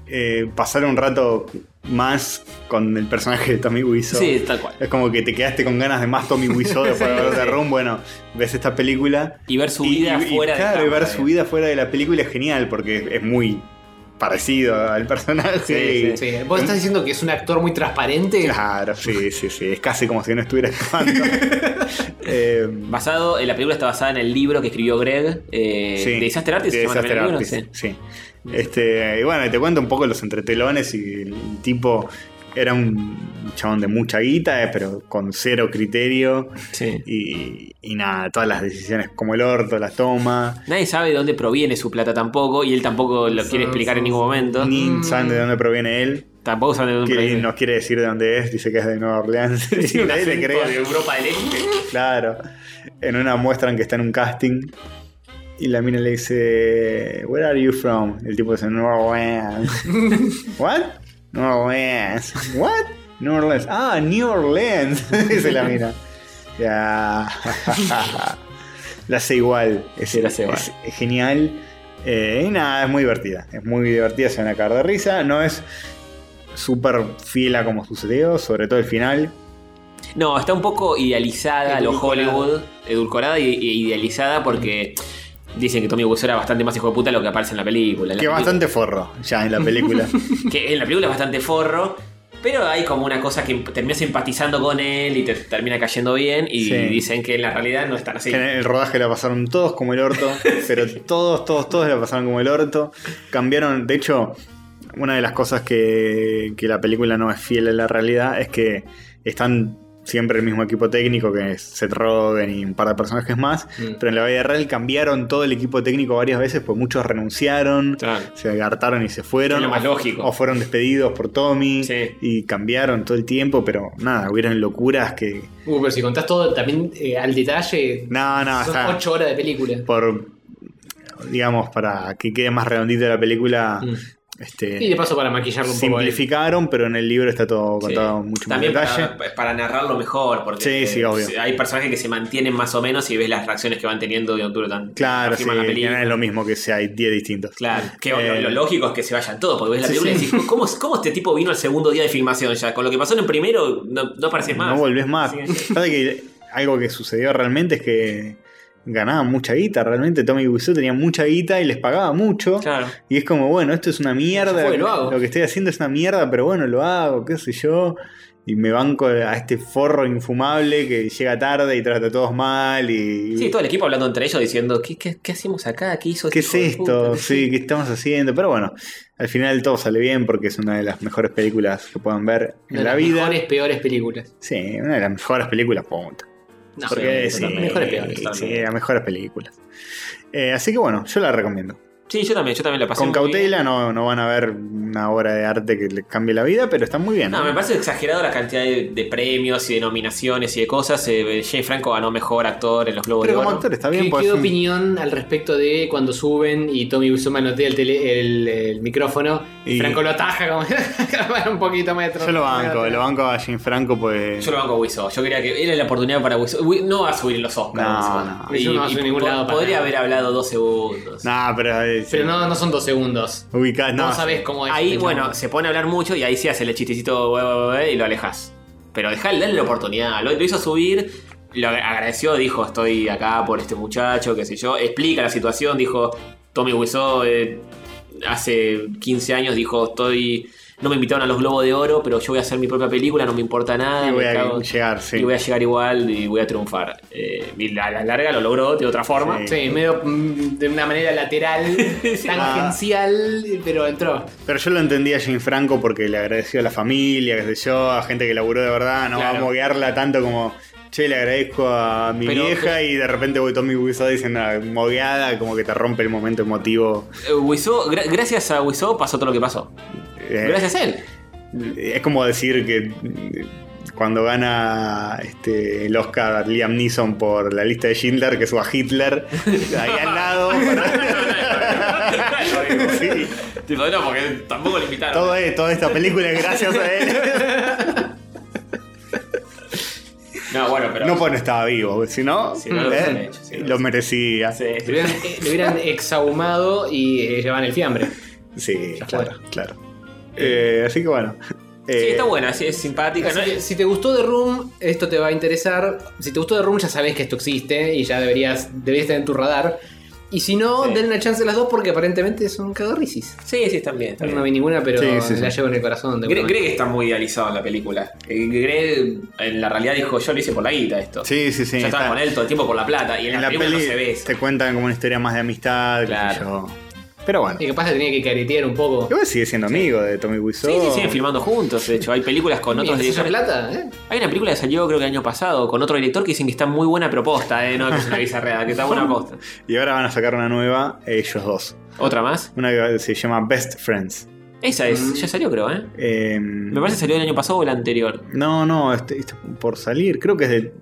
Speaker 2: eh, pasar un rato más con el personaje de Tommy Wiseau.
Speaker 1: Sí, tal cual.
Speaker 2: Es como que te quedaste con ganas de más Tommy Wiseau después de ver The Room. Bueno, ves esta película.
Speaker 1: Y ver su
Speaker 2: y-
Speaker 1: vida
Speaker 2: y- y
Speaker 1: fuera de
Speaker 2: Claro, y ver
Speaker 1: cámara,
Speaker 2: su
Speaker 1: digamos.
Speaker 2: vida fuera de la película es genial porque es- es muy parecido al personaje.
Speaker 1: Sí,
Speaker 3: Sí, Vos estás diciendo que es un actor muy transparente.
Speaker 2: Claro, sí, sí, sí. Es casi como si no estuviera actuando. Eh,
Speaker 1: Basado, eh, la película está basada en el libro que escribió Greg eh,
Speaker 2: sí.
Speaker 1: de Disaster Artist.
Speaker 2: De
Speaker 1: se llama
Speaker 2: Disaster
Speaker 1: también el libro,
Speaker 2: Artist,
Speaker 1: sí.
Speaker 2: sí. Este, y bueno, y te cuento un poco los entretelones y el tipo era un chabón de mucha guita, eh, pero con cero criterio.
Speaker 1: Sí.
Speaker 2: Y, y nada, todas las decisiones como el orto, las toma.
Speaker 1: Nadie sabe de dónde proviene su plata tampoco y él tampoco lo quiere explicar en ningún momento.
Speaker 2: Ni saben de dónde proviene él.
Speaker 1: Tampoco saben de dónde
Speaker 2: Quiere-
Speaker 1: proviene.
Speaker 2: nos quiere decir de dónde es, dice que es de Nueva Orleans.
Speaker 1: Tiene un
Speaker 2: Nadie le
Speaker 1: acento
Speaker 2: cree.
Speaker 1: de Europa del Este.
Speaker 2: Claro. En una muestran que está en un casting. Y la mina le dice, Where are you from? El tipo dice, New Orleans. What? New Orleans. What? New Orleans. Ah, New Orleans. dice la mina. Ya. la hace igual. Es,
Speaker 9: Sí, la hace igual.
Speaker 2: es- es genial. Eh, y nada, es muy divertida. Es muy divertida, se van a cagar de risa. No es súper fiel a como sucedió, sobre todo el final,
Speaker 1: No, está un poco idealizada a lo
Speaker 10: Edulcorada.
Speaker 1: Hollywood, edulcorada y, y idealizada porque dicen que Tommy Wiseau era bastante más hijo de puta de lo que aparece en la película. En la
Speaker 2: Que
Speaker 1: peli-
Speaker 2: bastante forro ya en la película.
Speaker 1: que en la película es bastante forro, pero hay como una cosa que terminas empatizando con él y te termina cayendo bien y
Speaker 2: Sí.
Speaker 1: dicen que en la realidad no es tan así.
Speaker 2: Que en el rodaje la pasaron todos como el orto, pero todos, todos, todos la pasaron como el orto. Cambiaron, de hecho, una de las cosas que, que la película no es fiel a la realidad es que están siempre el mismo equipo técnico, que es Seth Rogen y un par de personajes más,
Speaker 1: Mm.
Speaker 2: pero en la vida real cambiaron todo el equipo técnico varias veces, pues muchos renunciaron.
Speaker 1: Claro.
Speaker 2: Se hartaron y se fueron.
Speaker 1: Es lo más lógico.
Speaker 2: O fueron despedidos por Tommy.
Speaker 1: Sí.
Speaker 2: Y cambiaron todo el tiempo, pero nada, hubieron locuras que,
Speaker 10: Uh, pero si contás todo también eh, al detalle.
Speaker 2: No, no,
Speaker 10: son
Speaker 2: está.
Speaker 10: 8 horas de película.
Speaker 2: Por. Digamos, para que quede más redondita la película.
Speaker 1: Mm.
Speaker 2: Este,
Speaker 10: Y de paso para maquillarlo un poco. ahí.
Speaker 2: simplificaron, pero en el libro está todo
Speaker 1: Sí.
Speaker 2: contado mucho más
Speaker 1: También
Speaker 2: detalle.
Speaker 1: para, para narrarlo mejor, porque
Speaker 2: Sí, sí, obvio.
Speaker 1: hay personajes que se mantienen más o menos y ves las reacciones que van teniendo de Arturo tan
Speaker 2: Claro, sí,
Speaker 1: afirman la
Speaker 2: que
Speaker 1: película.
Speaker 2: no es lo mismo que sea, hay 10 distintos.
Speaker 1: Claro, que
Speaker 2: Eh,
Speaker 1: lo, lo lógico es que se vayan todos, porque ves la
Speaker 2: sí,
Speaker 1: película
Speaker 2: sí.
Speaker 1: y decís, ¿cómo, cómo este tipo vino al segundo día de filmación ya? Con lo que pasó en el primero, no, no apareces más.
Speaker 2: No volvés más.
Speaker 1: Sí.
Speaker 2: Aparte que algo que sucedió realmente es que ganaban mucha guita. Realmente Tommy Wiseau tenía mucha guita y les pagaba mucho.
Speaker 1: Claro.
Speaker 2: Y es como, bueno, esto es una mierda.
Speaker 10: fue, lo hago.
Speaker 2: que estoy haciendo es una mierda, pero bueno, lo hago, qué sé yo. Y me banco a este forro infumable que llega tarde y trata a todos mal. Y,
Speaker 1: Sí, todo el equipo hablando entre ellos diciendo, ¿qué, qué, qué hacemos acá? ¿Qué hizo
Speaker 2: ¿Qué es
Speaker 1: este hijo de
Speaker 2: esto?
Speaker 1: puta?
Speaker 2: sí, ¿qué estamos haciendo? Pero bueno, al final todo sale bien porque es una de las mejores películas que puedan ver en
Speaker 10: Una de
Speaker 2: la
Speaker 10: las
Speaker 2: vida.
Speaker 10: Mejores, peores películas.
Speaker 2: Sí, una de las mejores películas, punto.
Speaker 10: No,
Speaker 2: Porque
Speaker 1: sí,
Speaker 2: sí,
Speaker 1: totalmente.
Speaker 10: mejores peores,
Speaker 2: sí,
Speaker 1: totalmente.
Speaker 2: las mejores películas. Eh, así que bueno, yo la recomiendo.
Speaker 1: Sí, yo también, yo también la pasé.
Speaker 2: Con
Speaker 1: muy bien.
Speaker 2: cautela no, no van a ver una obra de arte que les cambie la vida, pero está muy bien.
Speaker 1: No, me parece exagerado la cantidad de, de premios y de nominaciones y de cosas. Eh, Jay Franco ganó mejor actor en los Globos
Speaker 2: Pero
Speaker 1: de
Speaker 2: como
Speaker 1: Oro.
Speaker 2: actor está
Speaker 10: ¿Qué,
Speaker 2: bien, pues.
Speaker 10: qué
Speaker 2: es un-
Speaker 10: opinión al respecto de cuando suben y Tommy Wiseau manotea el, tele- el, el micrófono y,
Speaker 2: Y-
Speaker 10: Franco lo ataja como para un poquito maestro?
Speaker 2: Yo lo banco, lo banco a Jim Franco, pues.
Speaker 1: Yo lo banco a Wiso. Yo quería que era la oportunidad para Wiso. No va a subir en los Oscars.
Speaker 2: No,
Speaker 1: Wiseau.
Speaker 2: no.
Speaker 10: Wiseau no va a subir a ningún
Speaker 1: po-
Speaker 10: lado para
Speaker 1: Podría
Speaker 10: nada.
Speaker 1: haber hablado dos segundos.
Speaker 2: Nah, pero. eh,
Speaker 10: Pero no, no son dos segundos.
Speaker 2: ubicás-
Speaker 10: No,
Speaker 2: no.
Speaker 10: sabes cómo es.
Speaker 1: Ahí,
Speaker 10: este
Speaker 1: bueno,
Speaker 10: chabón.
Speaker 1: se pone a hablar mucho y ahí sí hace el chistecito "Bue, bue, bue", y lo alejas. Pero dejale, dale la oportunidad. Lo, lo hizo subir, lo agra- agradeció, dijo: Estoy acá por este muchacho, qué sé yo. Explica la situación, dijo: Tommy Wiseau eh, hace 15 años dijo: Estoy. No me invitaron a los Globos de Oro, pero yo voy a hacer mi propia película, no me importa nada.
Speaker 2: Y voy
Speaker 1: me
Speaker 2: a
Speaker 1: cago-
Speaker 2: llegar, sí.
Speaker 1: y voy a llegar igual y voy a triunfar. Eh, y a la larga lo logró de otra forma.
Speaker 2: Sí.
Speaker 10: Sí, medio mm, de una manera lateral, tangencial, pero entró.
Speaker 2: Pero yo lo entendí a Jim Franco porque le agradeció a la familia, qué sé yo, a gente que laburó de verdad. No
Speaker 1: Claro.
Speaker 2: vamos a moguearla tanto como. Che, le agradezco a mi
Speaker 1: Pero-
Speaker 2: vieja y de repente voy Tommy Wiseau diciendo una mogueada, como que te rompe el momento emotivo.
Speaker 1: Eh, Wiseau- gra- gracias a Wiseau pasó todo lo que pasó.
Speaker 2: Eh,
Speaker 1: Gracias a él.
Speaker 2: Es como decir que eh, cuando gana este, el Oscar Liam Neeson por la lista de Schindler, que suba Hitler ahí al lado. Sí,
Speaker 1: Tipo, no, porque tampoco lo invitaron.
Speaker 2: todo es- toda esta película es gracias a él.
Speaker 1: No, bueno, pero.
Speaker 2: No porque no estaba vivo, sino
Speaker 1: Si no, lo hubiesen hecho, si no,
Speaker 2: lo
Speaker 1: sí.
Speaker 2: merecía.
Speaker 1: Sí.
Speaker 10: Lo hubieran, eh, lo hubieran exahumado y eh, llevaban el fiambre.
Speaker 2: Sí,
Speaker 10: Ya
Speaker 2: claro, claro. Eh, así que bueno.
Speaker 1: Sí,
Speaker 2: Eh,
Speaker 1: está buena, sí, es simpática. ¿no?
Speaker 10: Así que, si te gustó The Room, esto te va a interesar. Si te gustó The Room, ya sabes que esto existe y ya deberías, deberías tener en tu radar. Y si no,
Speaker 1: Sí.
Speaker 10: denle una chance a las dos porque aparentemente son cagarrisis.
Speaker 1: Sí, sí, están bien. Están
Speaker 10: No
Speaker 1: bien.
Speaker 10: vi ninguna, pero
Speaker 2: Sí, sí, sí.
Speaker 10: la llevo en el corazón. de
Speaker 1: eh, Gre-
Speaker 10: alguna
Speaker 1: Greg está muy idealizado en la película. Eh, Greg en la realidad dijo: Yo lo hice por la guita esto.
Speaker 2: Sí, sí, sí.
Speaker 1: Yo estaba
Speaker 2: está-
Speaker 1: con él todo el tiempo por la plata. Y en,
Speaker 2: En
Speaker 1: la,
Speaker 2: la
Speaker 1: película
Speaker 2: peli
Speaker 1: no se ve eso.
Speaker 2: te cuentan como una historia más de amistad, qué sé
Speaker 1: Claro.
Speaker 2: yo. Pero bueno.
Speaker 10: manera. Y que pasa, tenía que caretear un poco.
Speaker 2: Igual sigue siendo amigo de Tommy
Speaker 1: Sí,
Speaker 2: Wiseau.
Speaker 1: sí, siguen filmando juntos. De hecho, hay películas con otros
Speaker 10: Mientras haya
Speaker 1: directores.
Speaker 10: plata, ¿eh?
Speaker 1: Hay una película que salió creo que el año pasado con otro director que dicen que está muy buena propuesta, eh, no que es una bizarreada, que está buena propuesta.
Speaker 2: Y ahora van a sacar una nueva, eh, ellos dos.
Speaker 1: Otra más.
Speaker 2: Una que se llama Best Friends.
Speaker 1: Esa es, ya salió creo, ¿eh?
Speaker 2: Eh,
Speaker 1: Me parece que salió el año pasado o el anterior.
Speaker 2: No, no, este- este por salir. Creo que es de.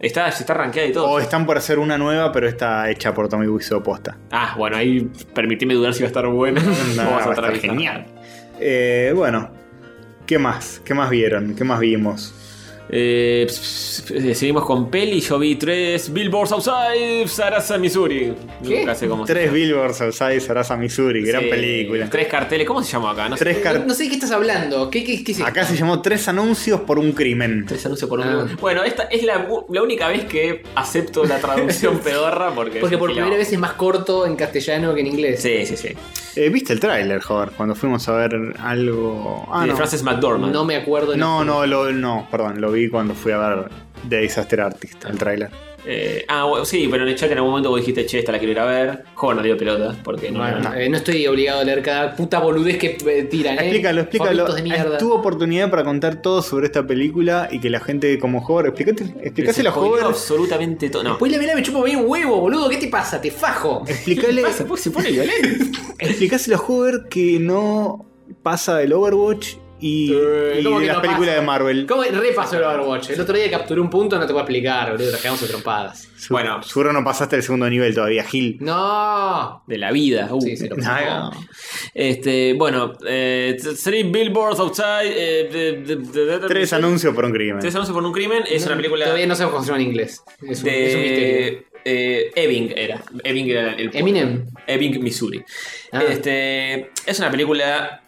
Speaker 1: Está, está rankeada y todo.
Speaker 2: O están por hacer una nueva, pero está hecha por Tommy Wiseau posta.
Speaker 1: Ah, bueno, ahí permitime dudar si va a estar buena.
Speaker 2: No,
Speaker 1: o
Speaker 2: va a
Speaker 1: tratar
Speaker 2: estar
Speaker 1: de-
Speaker 2: genial. Eh, bueno, ¿qué más? ¿Qué más vieron? ¿Qué más vimos?
Speaker 1: Eh, pss, pss, pss, seguimos con peli. Yo vi tres Billboards Outside Sarasa, Missouri.
Speaker 3: ¿Qué?
Speaker 1: Nunca sé cómo se
Speaker 2: Tres Billboards Outside Sarasa, Missouri. Gran
Speaker 1: Sí,
Speaker 2: película.
Speaker 1: Tres carteles. ¿Cómo se llama acá? No sé.
Speaker 2: Tres car-
Speaker 3: No, no sé de qué estás hablando. ¿Qué, qué, qué es esto?
Speaker 2: Acá se llamó Tres anuncios por un crimen.
Speaker 1: Tres anuncios por un
Speaker 3: Ah.
Speaker 1: minuto. Bueno, esta es la, la única vez que acepto la traducción pedorra porque.
Speaker 3: Porque por
Speaker 1: Sí,
Speaker 3: primera
Speaker 1: no.
Speaker 3: vez es más corto en castellano que en inglés.
Speaker 1: Sí, sí, sí.
Speaker 2: Eh, ¿Viste el tráiler, joder? Cuando fuimos a ver algo. Ah,
Speaker 1: de
Speaker 2: no.
Speaker 1: Eh, Frances McDormand.
Speaker 3: No me acuerdo. en
Speaker 10: este
Speaker 2: No, no, lo- no, perdón, lo vi cuando fui a ver The Disaster Artist, el tráiler.
Speaker 1: Eh, ah, bueno, sí, pero en el chat en algún momento vos dijiste, che, esta la quiero ir a ver. Joder, no dio pelota. Porque no.
Speaker 3: Bueno, eh,
Speaker 1: no.
Speaker 3: no. estoy obligado a leer cada puta boludez que eh, tiran. ¿eh?
Speaker 2: Explícalo, explícalo.
Speaker 3: Forritos de mierda.
Speaker 2: Es tu oportunidad para contar todo sobre esta película y que la gente como Hover, explícate, explícaselo a
Speaker 1: Se spoileó
Speaker 2: Hover,
Speaker 1: Absolutamente todo. No.
Speaker 3: Después Pues la mirada me chupo bien un huevo, boludo. ¿Qué te pasa? Te fajo.
Speaker 2: explícale,
Speaker 1: Pasa, pues, se pone violento.
Speaker 2: explícaselo a Hover que no pasa del Overwatch y,
Speaker 3: Eh,
Speaker 2: y
Speaker 3: ¿cómo
Speaker 2: de
Speaker 3: que
Speaker 2: las
Speaker 3: no
Speaker 2: películas
Speaker 3: pasa?
Speaker 2: de Marvel.
Speaker 3: ¿Cómo repaso el Overwatch? El otro día capturé un punto, no te voy a explicar, boludo. Nos quedamos atrompadas.
Speaker 2: Su-
Speaker 1: Bueno.
Speaker 2: seguro no pasaste el segundo nivel todavía, Gil.
Speaker 3: No.
Speaker 1: De la vida. Uh.
Speaker 3: Sí, sí, lo
Speaker 2: Ah,
Speaker 1: Este, bueno, eh, t- Three Billboards Outside. eh, de- de- de- de-
Speaker 2: Tres anuncios por un crimen.
Speaker 1: Tres anuncios por un crimen. Es una película
Speaker 3: Todavía
Speaker 1: de
Speaker 3: no sabemos cómo se llama en inglés. Es un, es un misterio.
Speaker 1: eh, Ebbing era. Ebbing era el pueblo.
Speaker 3: Eminem.
Speaker 1: Ebbing, Missouri.
Speaker 3: Ah.
Speaker 1: Este, es una película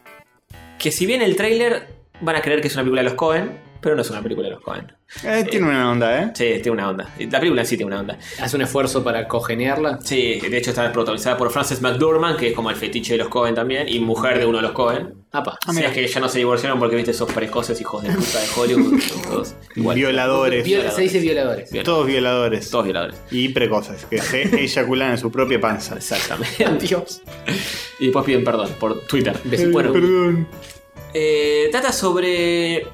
Speaker 1: que si bien el tráiler van a creer que es una película de los Cohen, pero no es una película de los Cohen.
Speaker 2: Eh, tiene una onda, ¿eh?
Speaker 1: Sí, tiene una onda. La película en sí tiene una onda.
Speaker 3: Hace un esfuerzo para cogenearla.
Speaker 1: Sí, de hecho está protagonizada por Frances McDormand, que es como el fetiche de los Cohen también, y mujer de uno de los Cohen.
Speaker 3: Apa.
Speaker 1: si es que ya no se divorciaron porque viste esos precoces hijos de puta de Hollywood. todos igual.
Speaker 2: Violadores.
Speaker 3: Viola- se dice violadores.
Speaker 1: Viola-
Speaker 2: Todos violadores.
Speaker 1: Todos violadores.
Speaker 2: Y precoces, que se eyaculan en su propia panza.
Speaker 1: Exactamente.
Speaker 3: Dios.
Speaker 1: Y después piden perdón por Twitter.
Speaker 3: Beso.
Speaker 1: Bueno,
Speaker 2: Perdón.
Speaker 1: eh, trata sobre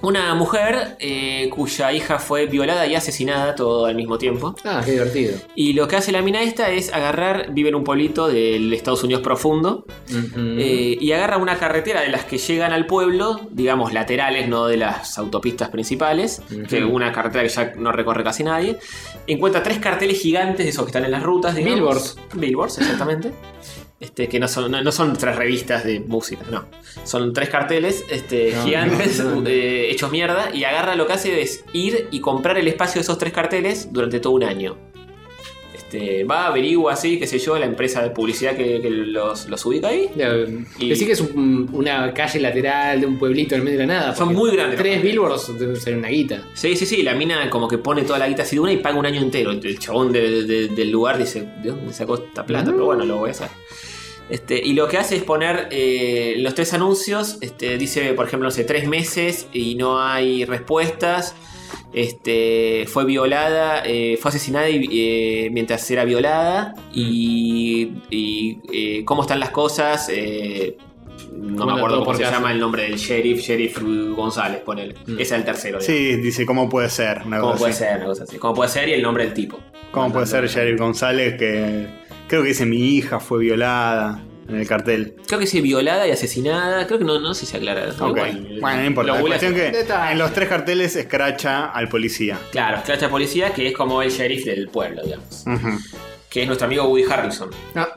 Speaker 1: una mujer eh, cuya hija fue violada y asesinada todo al mismo tiempo.
Speaker 3: Ah, qué divertido.
Speaker 1: Y lo que hace la mina esta es agarrar, vive en un pueblito del Estados Unidos profundo, eh, y agarra una carretera de las que llegan al pueblo, digamos laterales, no de las autopistas principales, que una carretera que ya no recorre casi nadie. Encuentra tres carteles gigantes de esos que están en las rutas, digamos.
Speaker 3: Billboards.
Speaker 1: Billboards, exactamente. Este, que no son, no, no son tres revistas de música, no. Son tres carteles este,
Speaker 3: No,
Speaker 1: gigantes,
Speaker 3: no, no.
Speaker 1: eh, hechos mierda, y agarra lo que hace es ir y comprar el espacio de esos tres carteles durante todo un año. Este, va, averigua así, qué sé yo, la empresa de publicidad que, que los, los ubica ahí.
Speaker 3: De-
Speaker 1: Y-
Speaker 3: Decí que es un- una calle lateral de un pueblito en medio de la nada.
Speaker 1: Son
Speaker 3: porque
Speaker 1: muy grandes.
Speaker 3: Tres billboards deben ser una guita.
Speaker 1: Sí, sí, sí, la mina como que pone toda la guita así de una y paga un año entero. El el chabón de- de- del lugar dice, ¿de dónde sacó esta plata? Pero bueno, lo voy a hacer. Este, y lo que hace es poner eh, los tres anuncios, este, dice, por ejemplo, no sé, tres meses y no hay respuestas. Este, fue violada, eh, fue asesinada y, eh, mientras era violada. Y, y, eh, cómo están las cosas. eh, no me
Speaker 3: Bueno,
Speaker 1: acuerdo
Speaker 3: todo
Speaker 1: cómo
Speaker 3: por
Speaker 1: se
Speaker 3: caso.
Speaker 1: llama el nombre del sheriff, Sheriff González, ponele. Ese es el tercero. digamos.
Speaker 2: Sí, dice, ¿cómo puede ser? Una
Speaker 1: Como
Speaker 2: cosa
Speaker 1: puede
Speaker 2: así.
Speaker 1: ser, una cosa así. Como puede ser y el nombre del tipo.
Speaker 2: ¿Cómo puede ser Sheriff González que creo que dice mi hija fue violada en el cartel?
Speaker 1: Creo que sí, violada y asesinada. Creo que no, no sé si se aclara.
Speaker 2: Ok.
Speaker 1: Igual.
Speaker 2: bueno, no importa.
Speaker 1: Ah, Lo
Speaker 2: La
Speaker 1: googleas.
Speaker 2: cuestión que
Speaker 3: Detalle.
Speaker 2: en los tres carteles escracha al policía.
Speaker 1: Claro, Clacha Policía, que es como el sheriff del pueblo, digamos.
Speaker 2: Ujú.
Speaker 1: Que es nuestro amigo Woody Harrison.
Speaker 3: Ah,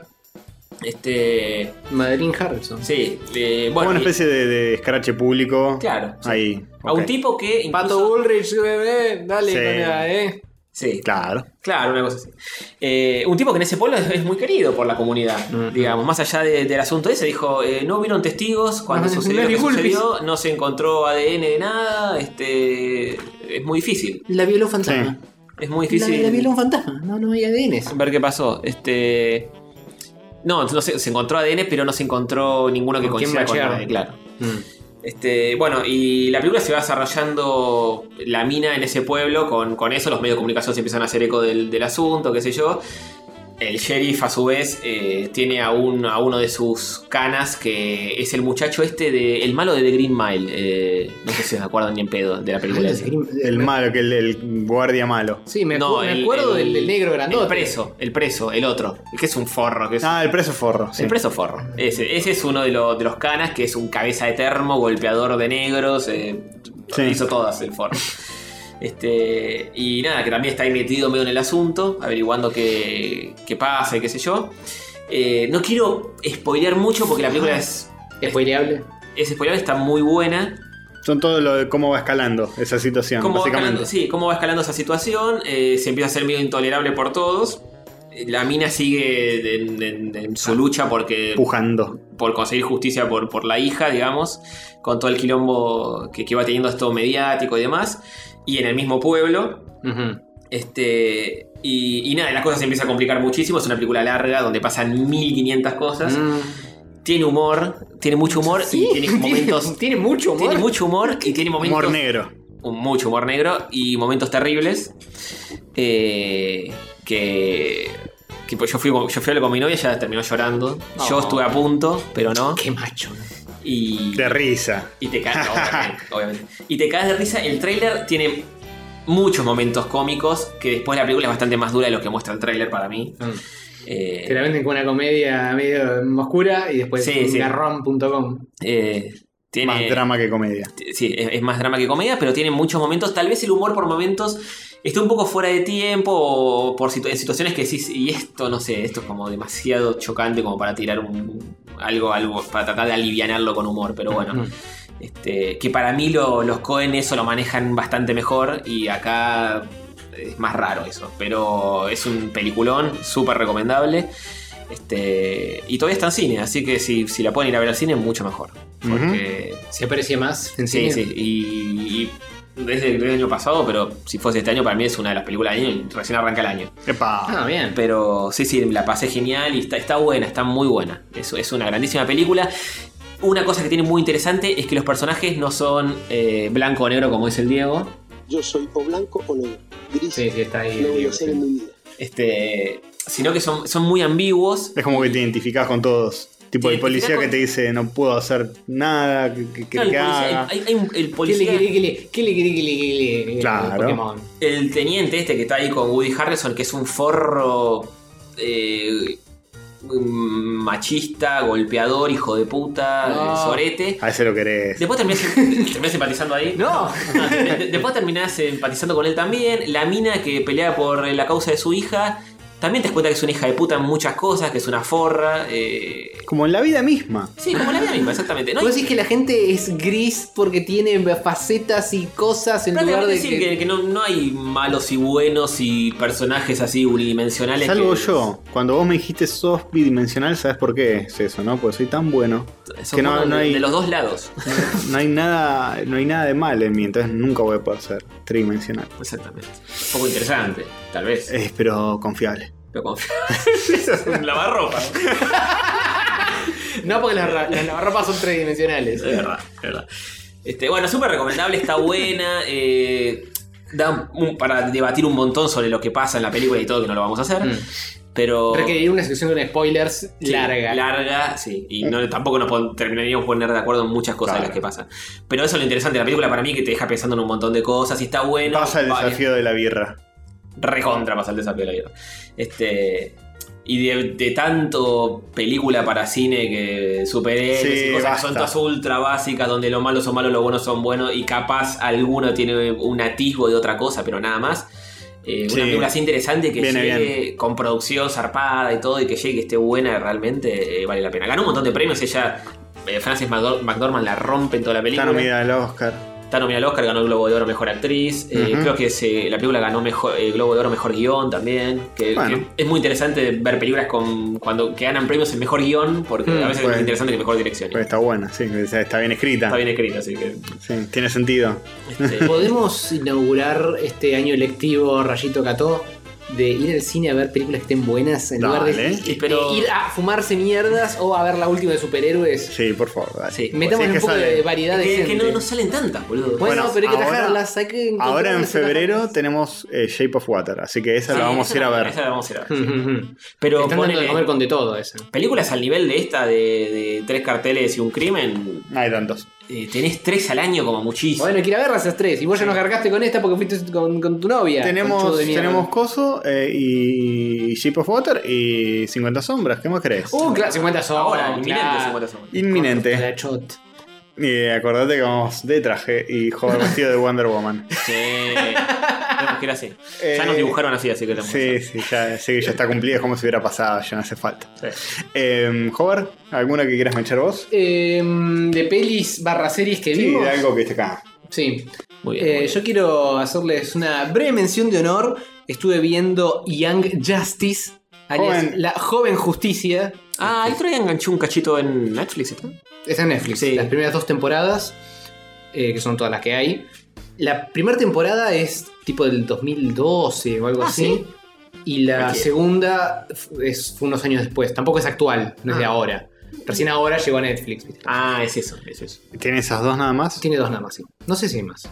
Speaker 1: Este.
Speaker 3: Madeline Harrison.
Speaker 1: Sí, eh,
Speaker 2: Como
Speaker 1: bueno.
Speaker 2: una
Speaker 1: y-
Speaker 2: especie de, de escrache público.
Speaker 1: Claro, sí.
Speaker 2: Ahí.
Speaker 1: A un
Speaker 2: ok.
Speaker 1: tipo que. incluso-
Speaker 3: Pato Bullrich, bebé, dale,
Speaker 2: Sí.
Speaker 3: nena, eh.
Speaker 1: Sí,
Speaker 2: Claro.
Speaker 1: Claro, una cosa así. Eh, un tipo que en ese pueblo es, es muy querido por la comunidad, digamos. Más allá de- del asunto ese, dijo, eh, no hubieron testigos cuando
Speaker 2: Ah,
Speaker 3: No,
Speaker 1: sucedió lo que
Speaker 3: no hay
Speaker 1: sucedió, no se encontró ADN de nada, este es muy difícil.
Speaker 3: La violó un fantasma.
Speaker 1: Es muy
Speaker 3: La, la
Speaker 1: difícil
Speaker 3: violó un fantasma, no, no hay ADN.
Speaker 1: ver qué pasó. Este. No, no se, se encontró ADN, pero no se encontró ninguno que
Speaker 3: ¿Con quién
Speaker 1: coincida con
Speaker 3: machear?
Speaker 1: ADN, claro. Este, bueno, y la película se va desarrollando la mina en ese pueblo, con, con eso los medios de comunicación se empiezan a hacer eco del, del asunto, qué sé yo. El sheriff, a su vez, eh, tiene a, un- a uno de sus canas que es el muchacho este de. El malo de The Green Mile. eh, no sé si se acuerdan ni en pedo de la película. esa.
Speaker 2: El malo, que el, el guardia malo.
Speaker 10: Sí, me,
Speaker 1: No,
Speaker 10: acu- me
Speaker 1: el-
Speaker 10: acuerdo
Speaker 1: el-
Speaker 10: del, del negro
Speaker 1: El
Speaker 10: grandote.
Speaker 1: preso, el preso, el otro. El que es un forro. Que es
Speaker 2: Ah, el preso forro. sí.
Speaker 1: El preso forro. Ese, ese es uno de, lo- de los canas, que es un cabeza de termo, golpeador de negros. eh,
Speaker 2: Sí.
Speaker 1: Hizo todas el forro. Este, y nada, que también está ahí metido medio en el asunto, averiguando qué, qué pasa y qué sé yo. Eh, no quiero spoilear mucho porque la película es,
Speaker 10: Spoileable.
Speaker 1: es spoileable, está muy buena.
Speaker 2: Son todo lo de cómo va escalando esa situación,
Speaker 1: cómo va
Speaker 2: básicamente.
Speaker 1: escalando, sí, cómo va escalando esa situación. eh, se empieza a ser medio intolerable por todos. Eh, La mina sigue en, en- en su lucha porque
Speaker 2: Pujando.
Speaker 1: por conseguir justicia por, por la hija, digamos, con todo el quilombo que, que iba teniendo esto mediático y demás, y en el mismo pueblo. Este, y, y nada, la cosa se empieza a complicar muchísimo, es una película larga donde pasan 1500 cosas,
Speaker 3: Mm.
Speaker 1: tiene humor, tiene mucho humor y tiene momentos...
Speaker 10: Tiene mucho humor.
Speaker 1: Tiene mucho humor y tiene momentos
Speaker 2: Humor negro.
Speaker 1: un mucho humor negro y momentos terribles. eh, que. que pues yo fui, yo fui a hablar con mi novia, ella terminó llorando. Yo estuve a punto, pero no.
Speaker 10: Qué macho.
Speaker 1: Y.
Speaker 2: De risa.
Speaker 1: y te caes. obviamente, obviamente. Y te caes de risa. El tráiler tiene muchos momentos cómicos. Que después la película es bastante más dura de lo que muestra el tráiler para mí. Eh,
Speaker 10: Te la venden con una comedia medio oscura y después
Speaker 1: Sí, sí.
Speaker 10: garrón.com.
Speaker 1: eh, tiene.
Speaker 2: Más drama que comedia.
Speaker 1: sí, es, es más drama que comedia, pero tiene muchos momentos. Tal vez el humor por momentos esté un poco fuera de tiempo o por situ- en situaciones que decís, y esto, no sé, esto es como demasiado chocante como para tirar un, algo, algo, para tratar de alivianarlo con humor, pero bueno. Este, que para mí lo- los Cohen eso lo manejan bastante mejor y acá es más raro eso, pero es un peliculón súper recomendable. Este, y todavía está en cine, así que si, si la pueden ir a ver al cine, mucho mejor. Porque
Speaker 10: ¿Se aprecia más en
Speaker 1: Sí,
Speaker 10: cine?
Speaker 1: sí. Y, y desde el año pasado, pero si fuese este año, para mí es una de las películas del año y recién arranca el año.
Speaker 2: Epa.
Speaker 10: Ah, bien.
Speaker 1: Pero sí, sí, la pasé genial y está, está buena, está muy buena. Es, es una grandísima película. Una cosa que tiene muy interesante es que los personajes no son eh, blanco o negro, como dice el Diego.
Speaker 7: Yo soy o blanco o negro. Gris
Speaker 10: Sí, sí, está ahí.
Speaker 7: no voy
Speaker 10: digo,
Speaker 7: a ser
Speaker 10: sí.
Speaker 7: en mi vida.
Speaker 1: Este, sino que son, son muy ambiguos.
Speaker 2: Es como que te identificás con todos. Tipo
Speaker 1: Te
Speaker 2: el policía
Speaker 1: identificás
Speaker 2: que
Speaker 1: con-
Speaker 2: te dice no puedo hacer nada, que, que- que
Speaker 1: No, el policía-
Speaker 2: haga.
Speaker 1: hay- hay un- el
Speaker 10: ¿Qué le
Speaker 1: policía-
Speaker 10: quiere, qué le qué le quiere, qué le quiere?
Speaker 2: Claro.
Speaker 10: Pokémon.
Speaker 1: el teniente este que está ahí con Woody Harrelson, que es un forro eh, mm, machista, golpeador, hijo de puta,
Speaker 10: No.
Speaker 1: eh, sorete.
Speaker 2: A ese lo querés.
Speaker 1: Después terminás, terminás empatizando ahí.
Speaker 10: No,
Speaker 1: Ah, de- de- Después terminás empatizando con él también. La mina que pelea por la causa de su hija. También te das cuenta que es una hija de puta en muchas cosas, que es una forra. eh,
Speaker 2: Como en la vida misma.
Speaker 1: Sí, como la vida misma, exactamente. No,
Speaker 10: vos decís que la gente es gris porque tiene facetas y cosas en lugar
Speaker 1: prácticamente
Speaker 10: de
Speaker 1: decir
Speaker 10: que-
Speaker 1: que, que no, no hay malos y buenos y personajes así unidimensionales.
Speaker 2: Salvo
Speaker 1: que-
Speaker 2: yo. Cuando vos me dijiste sos bidimensional, ¿sabes por qué es eso, no? Porque soy tan bueno.
Speaker 1: Son
Speaker 2: que no-
Speaker 1: como
Speaker 2: no
Speaker 1: de-
Speaker 2: hay-
Speaker 1: de los dos lados.
Speaker 2: No hay nada, no hay nada de mal en mí, entonces nunca voy a poder ser tridimensional.
Speaker 1: Exactamente. Un poco interesante, tal vez.
Speaker 2: Es pero confiable.
Speaker 1: Lo confío. es un lavarropa.
Speaker 10: No, porque las, ra- las lavarropas son
Speaker 1: Es
Speaker 10: tridimensionales.
Speaker 1: verdad, es verdad. Este, bueno, súper recomendable, está buena. eh, da un- para debatir un montón sobre lo que pasa en la película y todo, que no lo vamos a hacer. Pero.
Speaker 10: Requeriría una sección con spoilers
Speaker 1: Mm. Sí,
Speaker 10: larga.
Speaker 1: Larga, sí. Y no, tampoco nos pon- terminaríamos poner de acuerdo en muchas cosas de las que pasan. Pero eso es lo interesante de la película para mí, que te deja pensando en un montón de cosas y está bueno.
Speaker 2: Pasa el
Speaker 1: Eh, vale.
Speaker 2: desafío de la birra.
Speaker 1: recontra pasar el desafío de la vida. Este. Y de, de tanto película para cine que superhéroes
Speaker 2: Sí,
Speaker 1: y cosas que
Speaker 2: basta.
Speaker 1: son todas ultra básicas, donde los malos son malos, los buenos son buenos, y capaz alguno tiene un atisbo de otra cosa, pero nada más. Eh,
Speaker 2: Sí.
Speaker 1: Una película así interesante que
Speaker 2: Viene
Speaker 1: llegue con producción zarpada y todo, y que llegue y esté buena realmente, eh, vale la pena. Ganó un montón de premios, ella, eh, Frances McDor- McDormand la rompe en toda la película.
Speaker 2: Está nominada al Oscar.
Speaker 1: Está nominada al Oscar, ganó el Globo de Oro Mejor Actriz. Eh,
Speaker 2: Ujú.
Speaker 1: creo que se- la película ganó mejor, el Globo de Oro Mejor Guión también. Que,
Speaker 2: Bueno.
Speaker 1: que es muy interesante ver películas con, cuando, que ganan premios en Mejor Guión, porque a veces es
Speaker 2: Mm, bueno.
Speaker 1: más interesante que Mejor Dirección.
Speaker 2: Pero está buena, sí, está bien escrita.
Speaker 1: Está bien escrito, así que...
Speaker 2: Sí, tiene sentido.
Speaker 1: este,
Speaker 10: ¿Podemos inaugurar este año lectivo Rayito Cató
Speaker 3: de ir al cine a ver películas que estén buenas en lugar de
Speaker 2: Dale.
Speaker 3: este,
Speaker 1: Pero-
Speaker 3: ir a fumarse mierdas o a ver la última de superhéroes.
Speaker 2: Sí, por favor. dale.
Speaker 1: Sí.
Speaker 2: Pues Si
Speaker 3: Metamos
Speaker 2: es
Speaker 3: un
Speaker 2: que
Speaker 3: poco
Speaker 2: sale.
Speaker 3: de variedad
Speaker 1: Es que,
Speaker 3: de
Speaker 1: es que
Speaker 3: gente.
Speaker 1: no, no salen tantas, boludo.
Speaker 3: bueno,
Speaker 2: Bueno,
Speaker 3: pero hay que
Speaker 2: ahora-
Speaker 3: atajarlas, hay que encontrar
Speaker 2: Ahora en
Speaker 3: las
Speaker 2: febrero
Speaker 3: atajadas.
Speaker 2: tenemos eh, Shape of Water, así que esa
Speaker 1: Sí,
Speaker 3: Ah,
Speaker 2: la vamos a
Speaker 1: esa
Speaker 2: ir a
Speaker 1: la-
Speaker 2: ver.
Speaker 1: esa la vamos a ir a ver, sí.
Speaker 3: Ujú, ujú.
Speaker 1: Pero
Speaker 10: Están dando de
Speaker 1: ponele,
Speaker 10: comer con de todo eso.
Speaker 1: películas al nivel de esta, de, de tres carteles y un crimen,
Speaker 2: No hay tantos.
Speaker 1: eh, tenés tres al año como muchísimo.
Speaker 3: Bueno, hay que ir a verlas esas tres. Y vos ya nos cargaste con esta porque fuiste con, con tu novia.
Speaker 2: Tenemos,
Speaker 3: conchudo de mierda.
Speaker 2: tenemos Coso eh, y Shape of Water y 50 Sombras, ¿qué más crees?
Speaker 3: Uh, claro, 50 son.
Speaker 1: Ahora, inminente
Speaker 3: claro.
Speaker 1: 50 sombras.
Speaker 2: Inminente.
Speaker 3: La chot.
Speaker 2: Y acordate que vamos de traje y joder vestido de Wonder Woman.
Speaker 1: Sí. Tenemos que ir así. Ya nos
Speaker 2: Eh,
Speaker 1: dibujaron así, así que tenemos que
Speaker 2: Sí,
Speaker 1: hacer.
Speaker 2: sí, ya, sí, ya está cumplida, es como si hubiera pasado, ya no hace falta. Eh, Hover, ¿alguna que quieras manchar vos?
Speaker 3: Em, de pelis barra series que
Speaker 2: Sí,
Speaker 3: vimos.
Speaker 2: de algo que esté acá.
Speaker 3: Sí.
Speaker 1: Muy bien.
Speaker 3: Eh,
Speaker 1: muy bien.
Speaker 3: yo quiero hacerles una breve mención de honor. Estuve viendo Young Justice, alias
Speaker 2: Joven.
Speaker 3: la joven justicia.
Speaker 1: Ah, el otro día enganché un cachito en Netflix. ¿está?
Speaker 3: Está en Netflix.
Speaker 1: Sí.
Speaker 3: Las primeras dos temporadas, eh, que son todas las que hay. La primera temporada es tipo del 2012 o algo
Speaker 1: Ah,
Speaker 3: así.
Speaker 1: ¿sí?
Speaker 3: Y la
Speaker 1: Cualquiera.
Speaker 3: segunda f- es, fue unos años después. Tampoco es actual, no es de
Speaker 1: Ah.
Speaker 3: ahora. Recién ahora llegó a Netflix. ¿viste?
Speaker 1: Ah, es eso, es eso.
Speaker 2: ¿Tiene esas dos nada más?
Speaker 3: Tiene dos nada más, sí. No sé si hay más,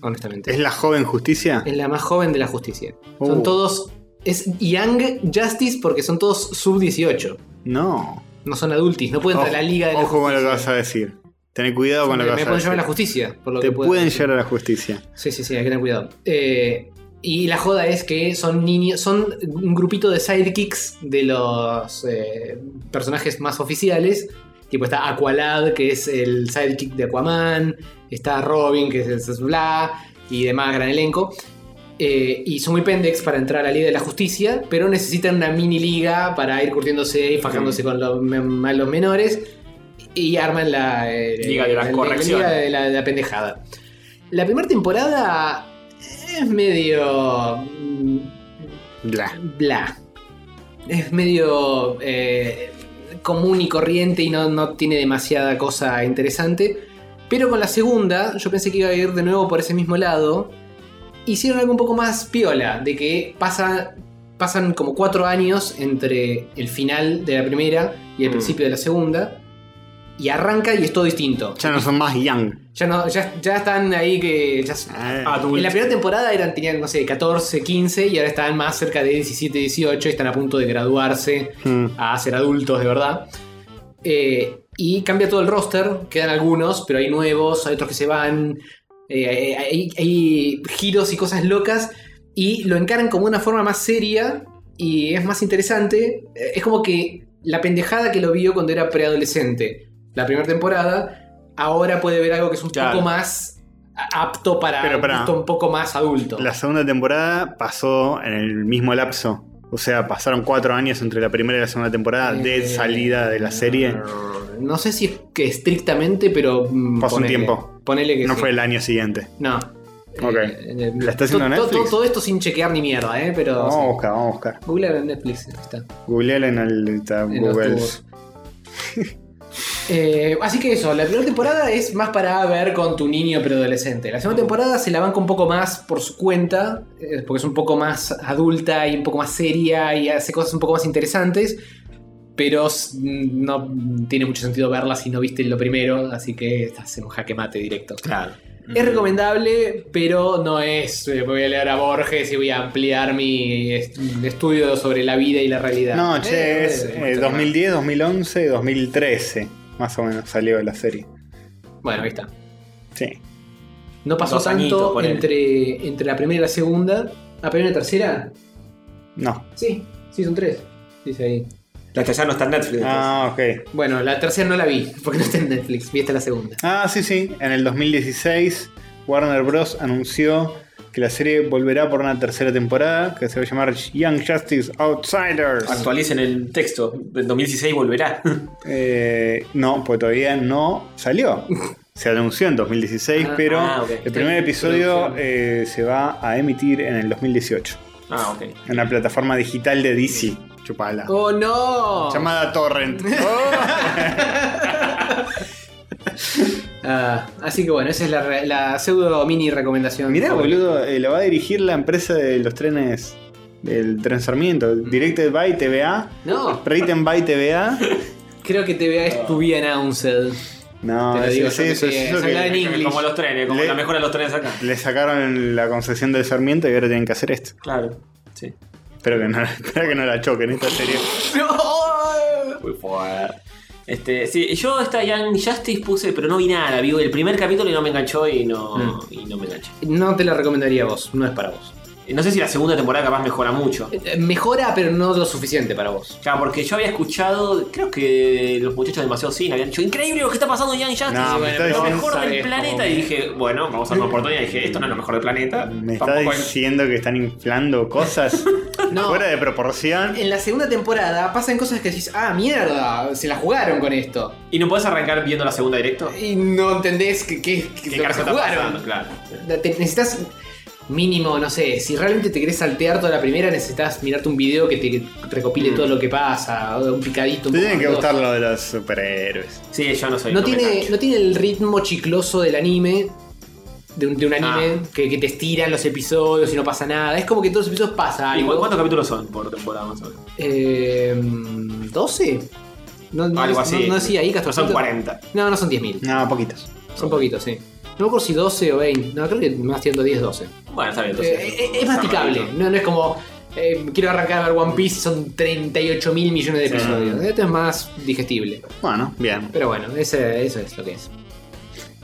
Speaker 3: honestamente.
Speaker 2: ¿Es la joven justicia?
Speaker 3: Es la más joven de la justicia.
Speaker 2: Uh.
Speaker 3: Son todos. Es Young Justice porque son todos sub-18.
Speaker 2: No.
Speaker 3: No son adultis, no pueden
Speaker 2: Ojo,
Speaker 3: entrar a la liga de la
Speaker 2: ojo con lo que
Speaker 3: justicia.
Speaker 2: vas a decir. Tené cuidado con lo que
Speaker 3: me
Speaker 2: vas
Speaker 3: me
Speaker 2: a
Speaker 3: pueden
Speaker 2: decir.
Speaker 3: llevar a la justicia, por lo
Speaker 2: Te
Speaker 3: que puedan
Speaker 2: pueden
Speaker 3: decir.
Speaker 2: llevar a la justicia.
Speaker 3: Sí, sí, sí, hay que tener cuidado. Eh, y la joda es que son niños, son un grupito de sidekicks de los eh, personajes más oficiales. Tipo está Aqualad, que es el sidekick de Aquaman. Está Robin, que es el Sasbla. Y demás, gran elenco. Eh, y son muy pendex para entrar a la Liga de la Justicia, pero necesitan una mini liga para ir curtiéndose y fajándose con los, me- malos menores. Y arman la eh,
Speaker 1: Liga de las
Speaker 3: la- la
Speaker 1: correcciones.
Speaker 3: Liga de la, de la pendejada. La primera temporada es medio. mm,
Speaker 2: Bla.
Speaker 3: bla. Es medio eh, común y corriente y no, no tiene demasiada cosa interesante. Pero con la segunda, yo pensé que iba a ir de nuevo por ese mismo lado. Hicieron algo un poco más piola, de que pasa- pasan como cuatro años entre el final de la primera y el
Speaker 1: Mm.
Speaker 3: principio de la segunda. Y arranca y es todo distinto.
Speaker 2: Ya no son más young.
Speaker 3: Ya, no, ya, ya están ahí que ya
Speaker 2: Eh,
Speaker 3: en la primera temporada eran, tenían, no sé, 14, 15 y ahora están más cerca de 17, 18 y están a punto de graduarse
Speaker 2: mm.
Speaker 3: a ser adultos de verdad. Eh, y cambia todo el roster, quedan algunos, pero hay nuevos, hay otros que se van, eh, hay, hay- hay giros y cosas locas y lo encaran como una forma más seria y es más interesante. Eh, Es como que la pendejada que lo vio cuando era preadolescente, la primera temporada, ahora puede ver algo que es un
Speaker 1: Claro.
Speaker 3: poco más apto para
Speaker 2: Pero pará.
Speaker 3: gusto un poco más adulto.
Speaker 2: La segunda temporada pasó en el mismo lapso. O sea, pasaron cuatro años entre la primera y la segunda temporada Ah, de
Speaker 3: Eh,
Speaker 2: salida de la serie.
Speaker 3: No sé si es que estrictamente, pero. mm,
Speaker 2: Pasó un
Speaker 3: ponele.
Speaker 2: tiempo.
Speaker 3: Ponele que.
Speaker 2: No
Speaker 3: sí.
Speaker 2: fue el año siguiente.
Speaker 3: No.
Speaker 2: Ok.
Speaker 3: eh,
Speaker 2: ¿La está haciendo
Speaker 3: to- to-
Speaker 2: Netflix?
Speaker 3: Todo esto sin chequear ni mierda, ¿eh? Pero.
Speaker 2: Vamos
Speaker 3: sí.
Speaker 2: a buscar, vamos a buscar.
Speaker 3: Google en Netflix. ahí Está.
Speaker 2: Googleala en el ta-
Speaker 3: en los
Speaker 2: Google.
Speaker 3: tubos. Eh, así que eso, la primera temporada es más para ver con tu niño preadolescente. La segunda temporada se la banca un poco más por su cuenta, eh, porque es un poco más adulta y un poco más seria y hace cosas un poco más interesantes. Pero s- mm, no tiene mucho sentido verla si no viste lo primero, así que estás en un jaque mate directo.
Speaker 1: Claro.
Speaker 3: Es recomendable, pero no es. eh, Voy a leer a Borges y voy a ampliar mi est- estudio sobre la vida y la realidad.
Speaker 2: No, che,
Speaker 3: Eh,
Speaker 2: es
Speaker 3: eh,
Speaker 2: eh, 2010, 2011, 2013. Más o menos salió la serie.
Speaker 3: Bueno, ahí está.
Speaker 2: Sí.
Speaker 3: No pasó
Speaker 1: Dos añitos,
Speaker 3: tanto
Speaker 1: ponele.
Speaker 3: entre, entre la primera y la segunda. ¿La primera y la tercera?
Speaker 2: No.
Speaker 3: Sí, sí, son tres. Dice ahí.
Speaker 1: La tercera no está en Netflix. entonces.
Speaker 2: Ah, ok.
Speaker 3: Bueno, la tercera no la vi, porque no está en Netflix. Vi hasta la segunda.
Speaker 2: Ah, sí, sí. En el 2016, Warner Bros. anunció que la serie volverá por una tercera temporada que se va a llamar Young Justice Outsiders.
Speaker 1: Actualicen el texto. Del 2016 volverá.
Speaker 2: Eh, no, pues todavía no salió. Se anunció en 2016,
Speaker 3: Ah,
Speaker 2: pero
Speaker 1: ah, ok.
Speaker 2: el primer
Speaker 3: Sí,
Speaker 2: episodio
Speaker 3: producción.
Speaker 2: eh, se va a emitir en el 2018
Speaker 1: ah, ok.
Speaker 2: en la plataforma digital de DC. Chupala.
Speaker 3: ¡Oh, no!
Speaker 2: Llamada Torrent. Oh.
Speaker 3: Ah, así que bueno, esa es la, re- la pseudo mini recomendación.
Speaker 2: Mirá,
Speaker 3: Por-
Speaker 2: boludo, eh, la va a dirigir la empresa de los trenes el tren Sarmiento, Directed by TVA,
Speaker 12: No,
Speaker 2: Written by TVA.
Speaker 12: creo que TVA
Speaker 1: Ah.
Speaker 12: es to be announced. Te
Speaker 2: No,
Speaker 12: lo
Speaker 2: es,
Speaker 12: digo
Speaker 2: es
Speaker 12: yo que
Speaker 2: eso, es
Speaker 12: sí,
Speaker 2: eso
Speaker 12: es
Speaker 2: que
Speaker 12: hablar en inglés.
Speaker 1: Como los trenes, como
Speaker 2: Le-
Speaker 1: la mejora de los trenes acá.
Speaker 2: le sacaron la concesión del Sarmiento y ahora tienen que hacer esto.
Speaker 1: Claro, sí.
Speaker 2: Espero que no, espero que no la choquen esta serie.
Speaker 1: Muy fuerte. Este, sí, yo esta Young Justice puse, pero no vi nada, vi el primer capítulo y no me enganchó y no, y no me enganché.
Speaker 3: No te la recomendaría a vos, no es para vos.
Speaker 1: Eh, No sé si la segunda temporada capaz mejora mucho.
Speaker 3: Eh, Mejora, pero no lo suficiente para vos.
Speaker 1: Claro, porque yo había escuchado, creo que los muchachos de demasiado cine habían dicho, increíble lo que está pasando en Young Justice,
Speaker 2: No, me
Speaker 1: bueno,
Speaker 2: está
Speaker 1: lo
Speaker 2: diciendo-
Speaker 1: mejor del
Speaker 3: sabes
Speaker 1: planeta.
Speaker 3: cómo-
Speaker 1: Y dije, bueno, vamos a dar una oportunidad. Y dije, esto no es lo mejor del planeta.
Speaker 2: Me está
Speaker 1: Tampoco es-
Speaker 2: diciendo que están inflando cosas
Speaker 3: No.
Speaker 2: fuera de proporción.
Speaker 3: En la segunda temporada pasan cosas que decís, ah, mierda, se la jugaron con esto.
Speaker 1: ¿Y no podés arrancar viendo la segunda directo?
Speaker 3: Y no entendés que, que, que
Speaker 1: ¿Qué
Speaker 3: lo que
Speaker 1: carajo
Speaker 3: se
Speaker 1: está pasando?
Speaker 3: jugaron.
Speaker 1: Claro. sí.
Speaker 3: Te- necesitas mínimo, no sé, si realmente te querés saltear toda la primera, necesitas mirarte un video que te
Speaker 1: Mm.
Speaker 3: recopile todo lo que pasa, o un picadito. un
Speaker 2: Te
Speaker 3: poco
Speaker 2: tienen que
Speaker 3: más
Speaker 2: gustar lo de los superhéroes.
Speaker 1: Sí, yo no soy.
Speaker 3: No
Speaker 1: me
Speaker 3: tiene,
Speaker 1: engancho.
Speaker 3: no tiene el ritmo chicloso del anime. De un, de un anime
Speaker 1: Ah.
Speaker 3: que, que te estiran los episodios y no pasa nada. Es como que en todos los episodios pasa
Speaker 1: Ah, ¿Y
Speaker 3: algo.
Speaker 1: cu- ¿Cuántos capítulos son por temporada más o menos?
Speaker 3: Eh, ¿12? No, no,
Speaker 1: Algo
Speaker 3: no-
Speaker 1: así.
Speaker 3: No, decía ahí, Castro.
Speaker 1: No son
Speaker 3: ¿cuánto?
Speaker 1: 40.
Speaker 3: No, no son 10.000.
Speaker 2: No, poquitos.
Speaker 3: Son poquitos, sí. No me acuerdo si 12 o 20. No, creo que más tirando 10, 12.
Speaker 1: Bueno, está bien,
Speaker 3: Eh,
Speaker 1: entonces.
Speaker 3: eh, es masticable. No, no es como. eh, quiero arrancar a ver One Piece, son 38 mil millones de
Speaker 2: Sí.
Speaker 3: episodios. Esto es más digestible.
Speaker 2: Bueno, bien.
Speaker 3: Pero bueno, ese, eso es lo que es.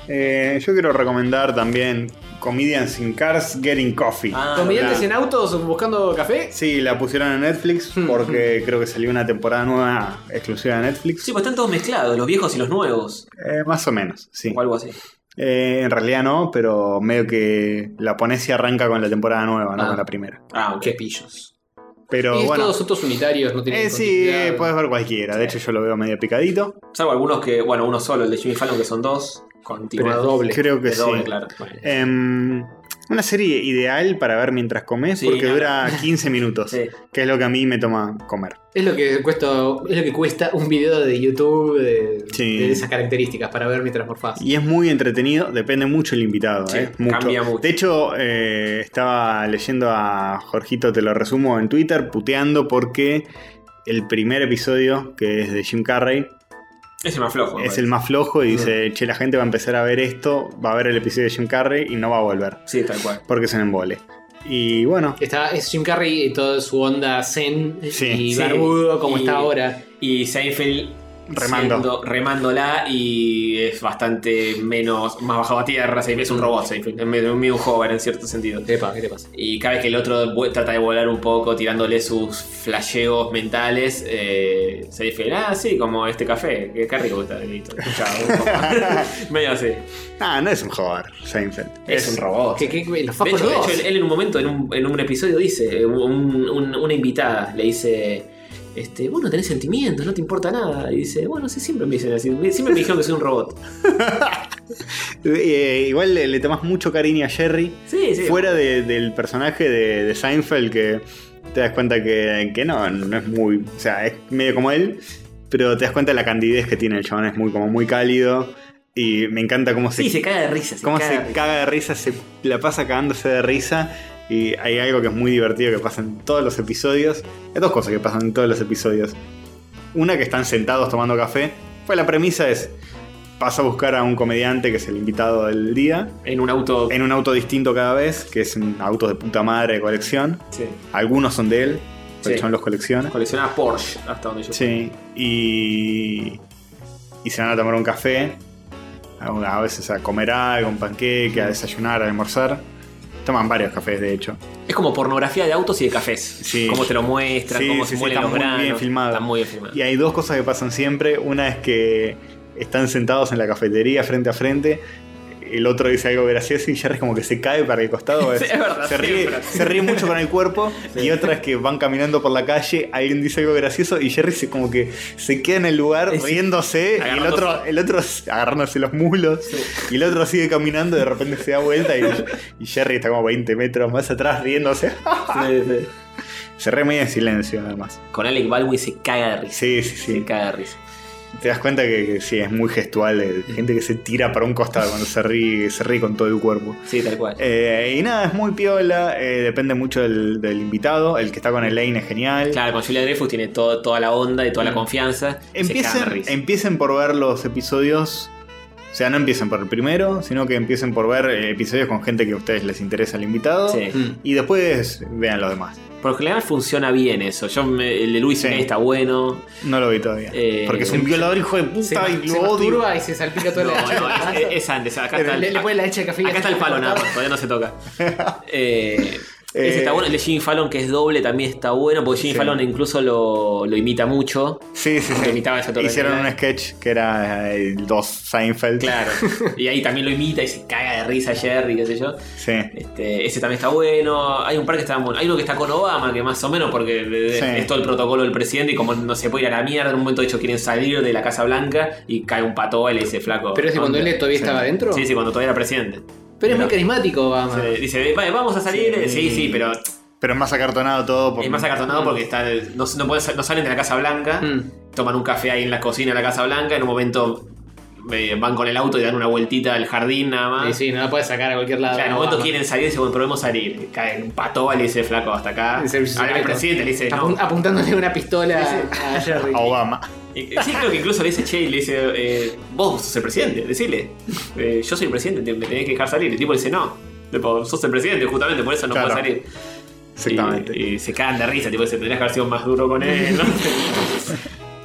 Speaker 2: Eh, yo quiero recomendar también Comedians in Cars Getting Coffee.
Speaker 1: Ah,
Speaker 3: ¿Comediantes
Speaker 2: claro.
Speaker 3: en autos buscando café?
Speaker 2: Sí, la pusieron en Netflix porque creo que salió una temporada nueva exclusiva de Netflix.
Speaker 1: Sí, pues están todos mezclados, los viejos y los nuevos.
Speaker 2: Eh, más o menos, sí.
Speaker 1: O algo así.
Speaker 2: Eh, en realidad no, pero medio que la pones y arranca con la temporada nueva, no
Speaker 3: Ah.
Speaker 2: con la primera.
Speaker 1: Ah, ok.
Speaker 3: Qué pillos.
Speaker 2: Pero
Speaker 3: es
Speaker 2: bueno.
Speaker 3: todos otros unitarios, no tienen
Speaker 2: Eh, sí,
Speaker 3: continuidad.
Speaker 2: eh, puedes ver cualquiera. De hecho, yo lo veo medio picadito.
Speaker 1: Salvo algunos que, bueno, uno solo, el de Jimmy Fallon, que son dos.
Speaker 3: Pero
Speaker 1: Continuados.
Speaker 3: doble.
Speaker 2: Creo que
Speaker 1: De doble,
Speaker 2: sí.
Speaker 1: claro. Bueno.
Speaker 2: Em, una serie ideal para ver mientras comes
Speaker 1: Sí,
Speaker 2: porque
Speaker 1: no.
Speaker 2: dura 15 minutos,
Speaker 1: Sí.
Speaker 2: que es lo que a mí me toma comer.
Speaker 3: Es lo que cuesta, es lo que cuesta un video de YouTube de,
Speaker 2: Sí.
Speaker 3: de esas características para ver mientras morfás.
Speaker 2: Y es muy entretenido, depende mucho el invitado.
Speaker 1: Sí,
Speaker 2: eh, mucho.
Speaker 1: cambia mucho.
Speaker 2: De hecho, eh, estaba leyendo a Jorgito, te lo resumo, en Twitter, puteando porque el primer episodio, que es de Jim Carrey,
Speaker 1: Es el más flojo. me
Speaker 2: es
Speaker 1: parece.
Speaker 2: el más flojo y dice, che, la gente va a empezar a ver esto, va a ver el episodio de Jim Carrey y no va a volver,
Speaker 1: Sí, tal cual.
Speaker 2: porque es un embole. Y bueno,
Speaker 3: Está, es Jim Carrey y toda su onda zen
Speaker 2: Sí,
Speaker 3: y
Speaker 1: sí.
Speaker 3: barbudo como
Speaker 1: Y-
Speaker 3: está ahora.
Speaker 1: Y Seinfeld.
Speaker 2: Remando.
Speaker 1: siendo- remándola y es bastante menos. Más bajado a tierra. Seinfeld Es un robot, Seinfeld. Es medio medio un joven en cierto sentido.
Speaker 3: Epa, ¿qué te pasa?
Speaker 1: Y cada vez que el otro vu- trata de volar un poco, tirándole sus flasheos mentales, eh, se dice, ah, sí, como este café, qué, qué rico que está, listo. Chao, un poco. Medio así.
Speaker 2: ah, no es un joder, Seinfeld.
Speaker 1: Es un robot.
Speaker 3: ¿Qué, qué, los
Speaker 1: De
Speaker 3: Fast
Speaker 1: hecho, de
Speaker 3: Food
Speaker 1: hecho, él, él en un momento, en un, en un episodio, dice, eh, un- un- una invitada le dice, este, vos no tenés sentimientos, no te importa nada. Y dice, bueno, sí, siempre me dicen así, siempre me dijeron que soy un robot.
Speaker 2: Eh, igual le, le tomás mucho cariño a Jerry.
Speaker 1: Sí, sí.
Speaker 2: Fuera de- del personaje de, de Seinfeld que te das cuenta que, que no, no es muy... O sea, es medio como él, pero te das cuenta de la candidez que tiene el chabón. Es muy, como muy cálido y me encanta cómo se,
Speaker 1: Sí, se caga de risa. Se
Speaker 2: cómo
Speaker 1: caga
Speaker 2: se
Speaker 1: de risa.
Speaker 2: caga de risa, se la pasa cagándose de risa. Y hay algo que es muy divertido que pasa en todos los episodios. Hay dos cosas que pasan en todos los episodios. Una que están sentados tomando café. Pues la premisa es, vas a buscar a un comediante que es el invitado del día
Speaker 1: En un auto.
Speaker 2: en un auto distinto cada vez, que es un auto de puta madre de colección.
Speaker 1: Sí.
Speaker 2: Algunos son de él, porque
Speaker 1: Sí.
Speaker 2: son los colecciona.
Speaker 1: Coleccionaba Porsche, hasta donde yo
Speaker 2: Sí, y, y se van a tomar un café, a, a veces a comer algo, un panqueque, a desayunar, a almorzar. Toman varios cafés, de hecho.
Speaker 1: Es como pornografía de autos y de cafés.
Speaker 2: Sí.
Speaker 1: Cómo te lo muestran,
Speaker 2: Sí,
Speaker 1: cómo
Speaker 2: sí,
Speaker 1: se
Speaker 2: sí,
Speaker 1: muelen
Speaker 2: está
Speaker 1: los
Speaker 2: muy
Speaker 1: granos.
Speaker 2: bien filmado.
Speaker 1: Está muy bien filmado.
Speaker 2: Y hay dos cosas que pasan siempre. Una es que están sentados en la cafetería frente a frente. El otro dice algo gracioso y Jerry es como que se cae para el costado.
Speaker 1: Sí, es verdad,
Speaker 2: se, ríe,
Speaker 1: siempre.
Speaker 2: se ríe mucho con el cuerpo. Y otra es que van caminando por la calle, alguien dice algo gracioso y Jerry se, como que se queda en el lugar
Speaker 1: Sí, sí.
Speaker 2: riéndose. Y el otro,
Speaker 1: Agarrándose.
Speaker 2: el otro agarrándose los mulos. Y el otro sigue caminando, de repente se da vuelta y, y Jerry está como 20 metros más atrás riéndose.
Speaker 1: Sí, sí.
Speaker 2: Se ríe medio en silencio, además.
Speaker 1: Con Alec Baldwin se caga de risa.
Speaker 2: Sí, sí, sí.
Speaker 1: Se caga de risa.
Speaker 2: Te das cuenta que, que sí, es muy gestual. eh, Gente que se tira para un costado cuando se ríe, se ríe con todo el cuerpo.
Speaker 1: Sí, tal cual.
Speaker 2: Eh, y nada, es muy piola. eh, depende mucho del, del invitado. El que está con Elaine es genial.
Speaker 1: Claro, con Julia Dreyfus tiene todo- toda la onda y toda
Speaker 2: Mm.
Speaker 1: la confianza. Se cagan de
Speaker 2: Empiecen,
Speaker 1: risa.
Speaker 2: empiecen por ver los episodios. O sea, no empiecen por el primero, sino que empiecen por ver eh, episodios con gente que a ustedes les interesa el invitado.
Speaker 1: Sí.
Speaker 3: Mm.
Speaker 2: Y después vean los demás.
Speaker 1: Mm. Por lo general funciona bien eso. Yo me- el de Luis
Speaker 2: Sí.
Speaker 1: May está bueno.
Speaker 2: No lo vi todavía.
Speaker 1: Eh,
Speaker 2: porque es un violador, hijo de
Speaker 3: Se,
Speaker 2: puta, y
Speaker 3: se
Speaker 2: lo odio.
Speaker 3: masturba y se salpica toda
Speaker 1: No,
Speaker 3: la leche.
Speaker 1: no, es, es- es antes. Acá está,
Speaker 3: le,
Speaker 1: el,
Speaker 3: le pone la leche de café. y
Speaker 1: acá está
Speaker 3: hace-
Speaker 1: el palo nada más, todavía no se toca. Eh, ese
Speaker 2: Eh,
Speaker 1: está bueno. El de Jimmy Fallon, que es doble, también está bueno. Porque Jimmy
Speaker 2: Sí.
Speaker 1: Fallon incluso lo, lo imita mucho.
Speaker 2: Sí, sí,
Speaker 1: Que
Speaker 2: sí.
Speaker 1: imitaba esa torre.
Speaker 2: Hicieron un sketch que era eh, el 2 Seinfeld.
Speaker 1: Claro. y ahí también lo imita y se caga de risa Jerry, qué sé yo.
Speaker 2: Sí.
Speaker 1: Este, ese también está bueno. Hay un par que está bueno. Hay uno que está con Obama, que más o menos, porque es-
Speaker 2: Sí.
Speaker 1: es todo el protocolo del presidente. Y como no se puede ir a la mierda, en un momento de hecho quieren salir de la Casa Blanca y cae un pato y le dice flaco.
Speaker 3: Pero es Ah. de cuando
Speaker 1: ¿dónde?
Speaker 3: él todavía estaba adentro.
Speaker 1: Sí, sí, cuando todavía era presidente.
Speaker 3: Pero es muy
Speaker 1: Pero-
Speaker 3: carismático, Obama.
Speaker 1: Se- dice, "Vale, vamos a salir. Sí, sí, pero
Speaker 2: Pero es más acartonado todo. porque-
Speaker 1: es más acartonado porque está, no, no, pueden- no salen de la Casa Blanca.
Speaker 3: Mm.
Speaker 1: toman un café ahí en la cocina de la Casa Blanca, en un momento eh, van con el auto y dan una vueltita al jardín nada más.
Speaker 3: Sí, sí, no la puedes sacar a cualquier lado.
Speaker 1: Ah. Claro, en un momento
Speaker 3: Obama.
Speaker 1: quieren salir y dicen, bueno, probemos salir. Cae en un pato y le dice, flaco, hasta acá.
Speaker 3: El servicio
Speaker 1: Ahora el
Speaker 3: secreto.
Speaker 1: presidente le dice, no.
Speaker 3: Apun- apuntándole una pistola a Jerry.
Speaker 2: A Obama.
Speaker 1: Eh, Sí, creo que incluso le dice, che, y le dice, eh, vos sos el presidente, decile. Eh, yo soy el presidente, te- me tenés que dejar salir. El tipo dice, no. Tipo, sos el presidente, justamente por eso no
Speaker 2: Claro.
Speaker 1: puedo salir.
Speaker 2: Exactamente.
Speaker 1: Y, y se cagan de risa, tipo, se tendrías que haber sido más duro con él, ¿no?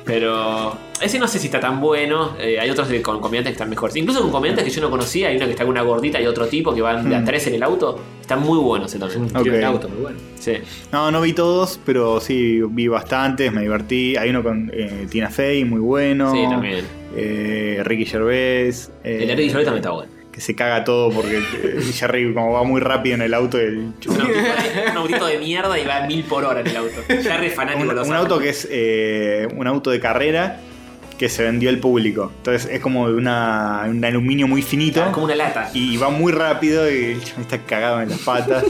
Speaker 1: Pero ese no sé si está tan bueno. eh, hay otros de- con comediantes que están mejores. Incluso con comediantes que yo no conocía, hay una que está con una gordita y otro tipo que van de a tres en el auto. Está muy bueno ese también.
Speaker 2: Hmm. Ok.
Speaker 3: muy bueno.
Speaker 1: Sí.
Speaker 2: No, no vi todos, pero sí vi bastantes, me divertí. Hay uno con eh, Tina Fey, muy bueno.
Speaker 1: Sí, también.
Speaker 2: Eh, Ricky Gervais. eh,
Speaker 1: El de Ricky Gervais también está bueno.
Speaker 2: Que se caga todo porque eh, Jerry como va muy rápido en el auto. el-
Speaker 1: Un autito, de, eh, un autito de mierda y va a mil por hora en el auto. Ya re fanático
Speaker 2: un,
Speaker 1: lo
Speaker 2: un
Speaker 1: sabe.
Speaker 2: auto que es eh, un auto de carrera que se vendió al público. Entonces es como de una, un aluminio muy finito.
Speaker 1: Ah, Como una lata.
Speaker 2: Y va muy rápido y el chabón está cagado en las patas.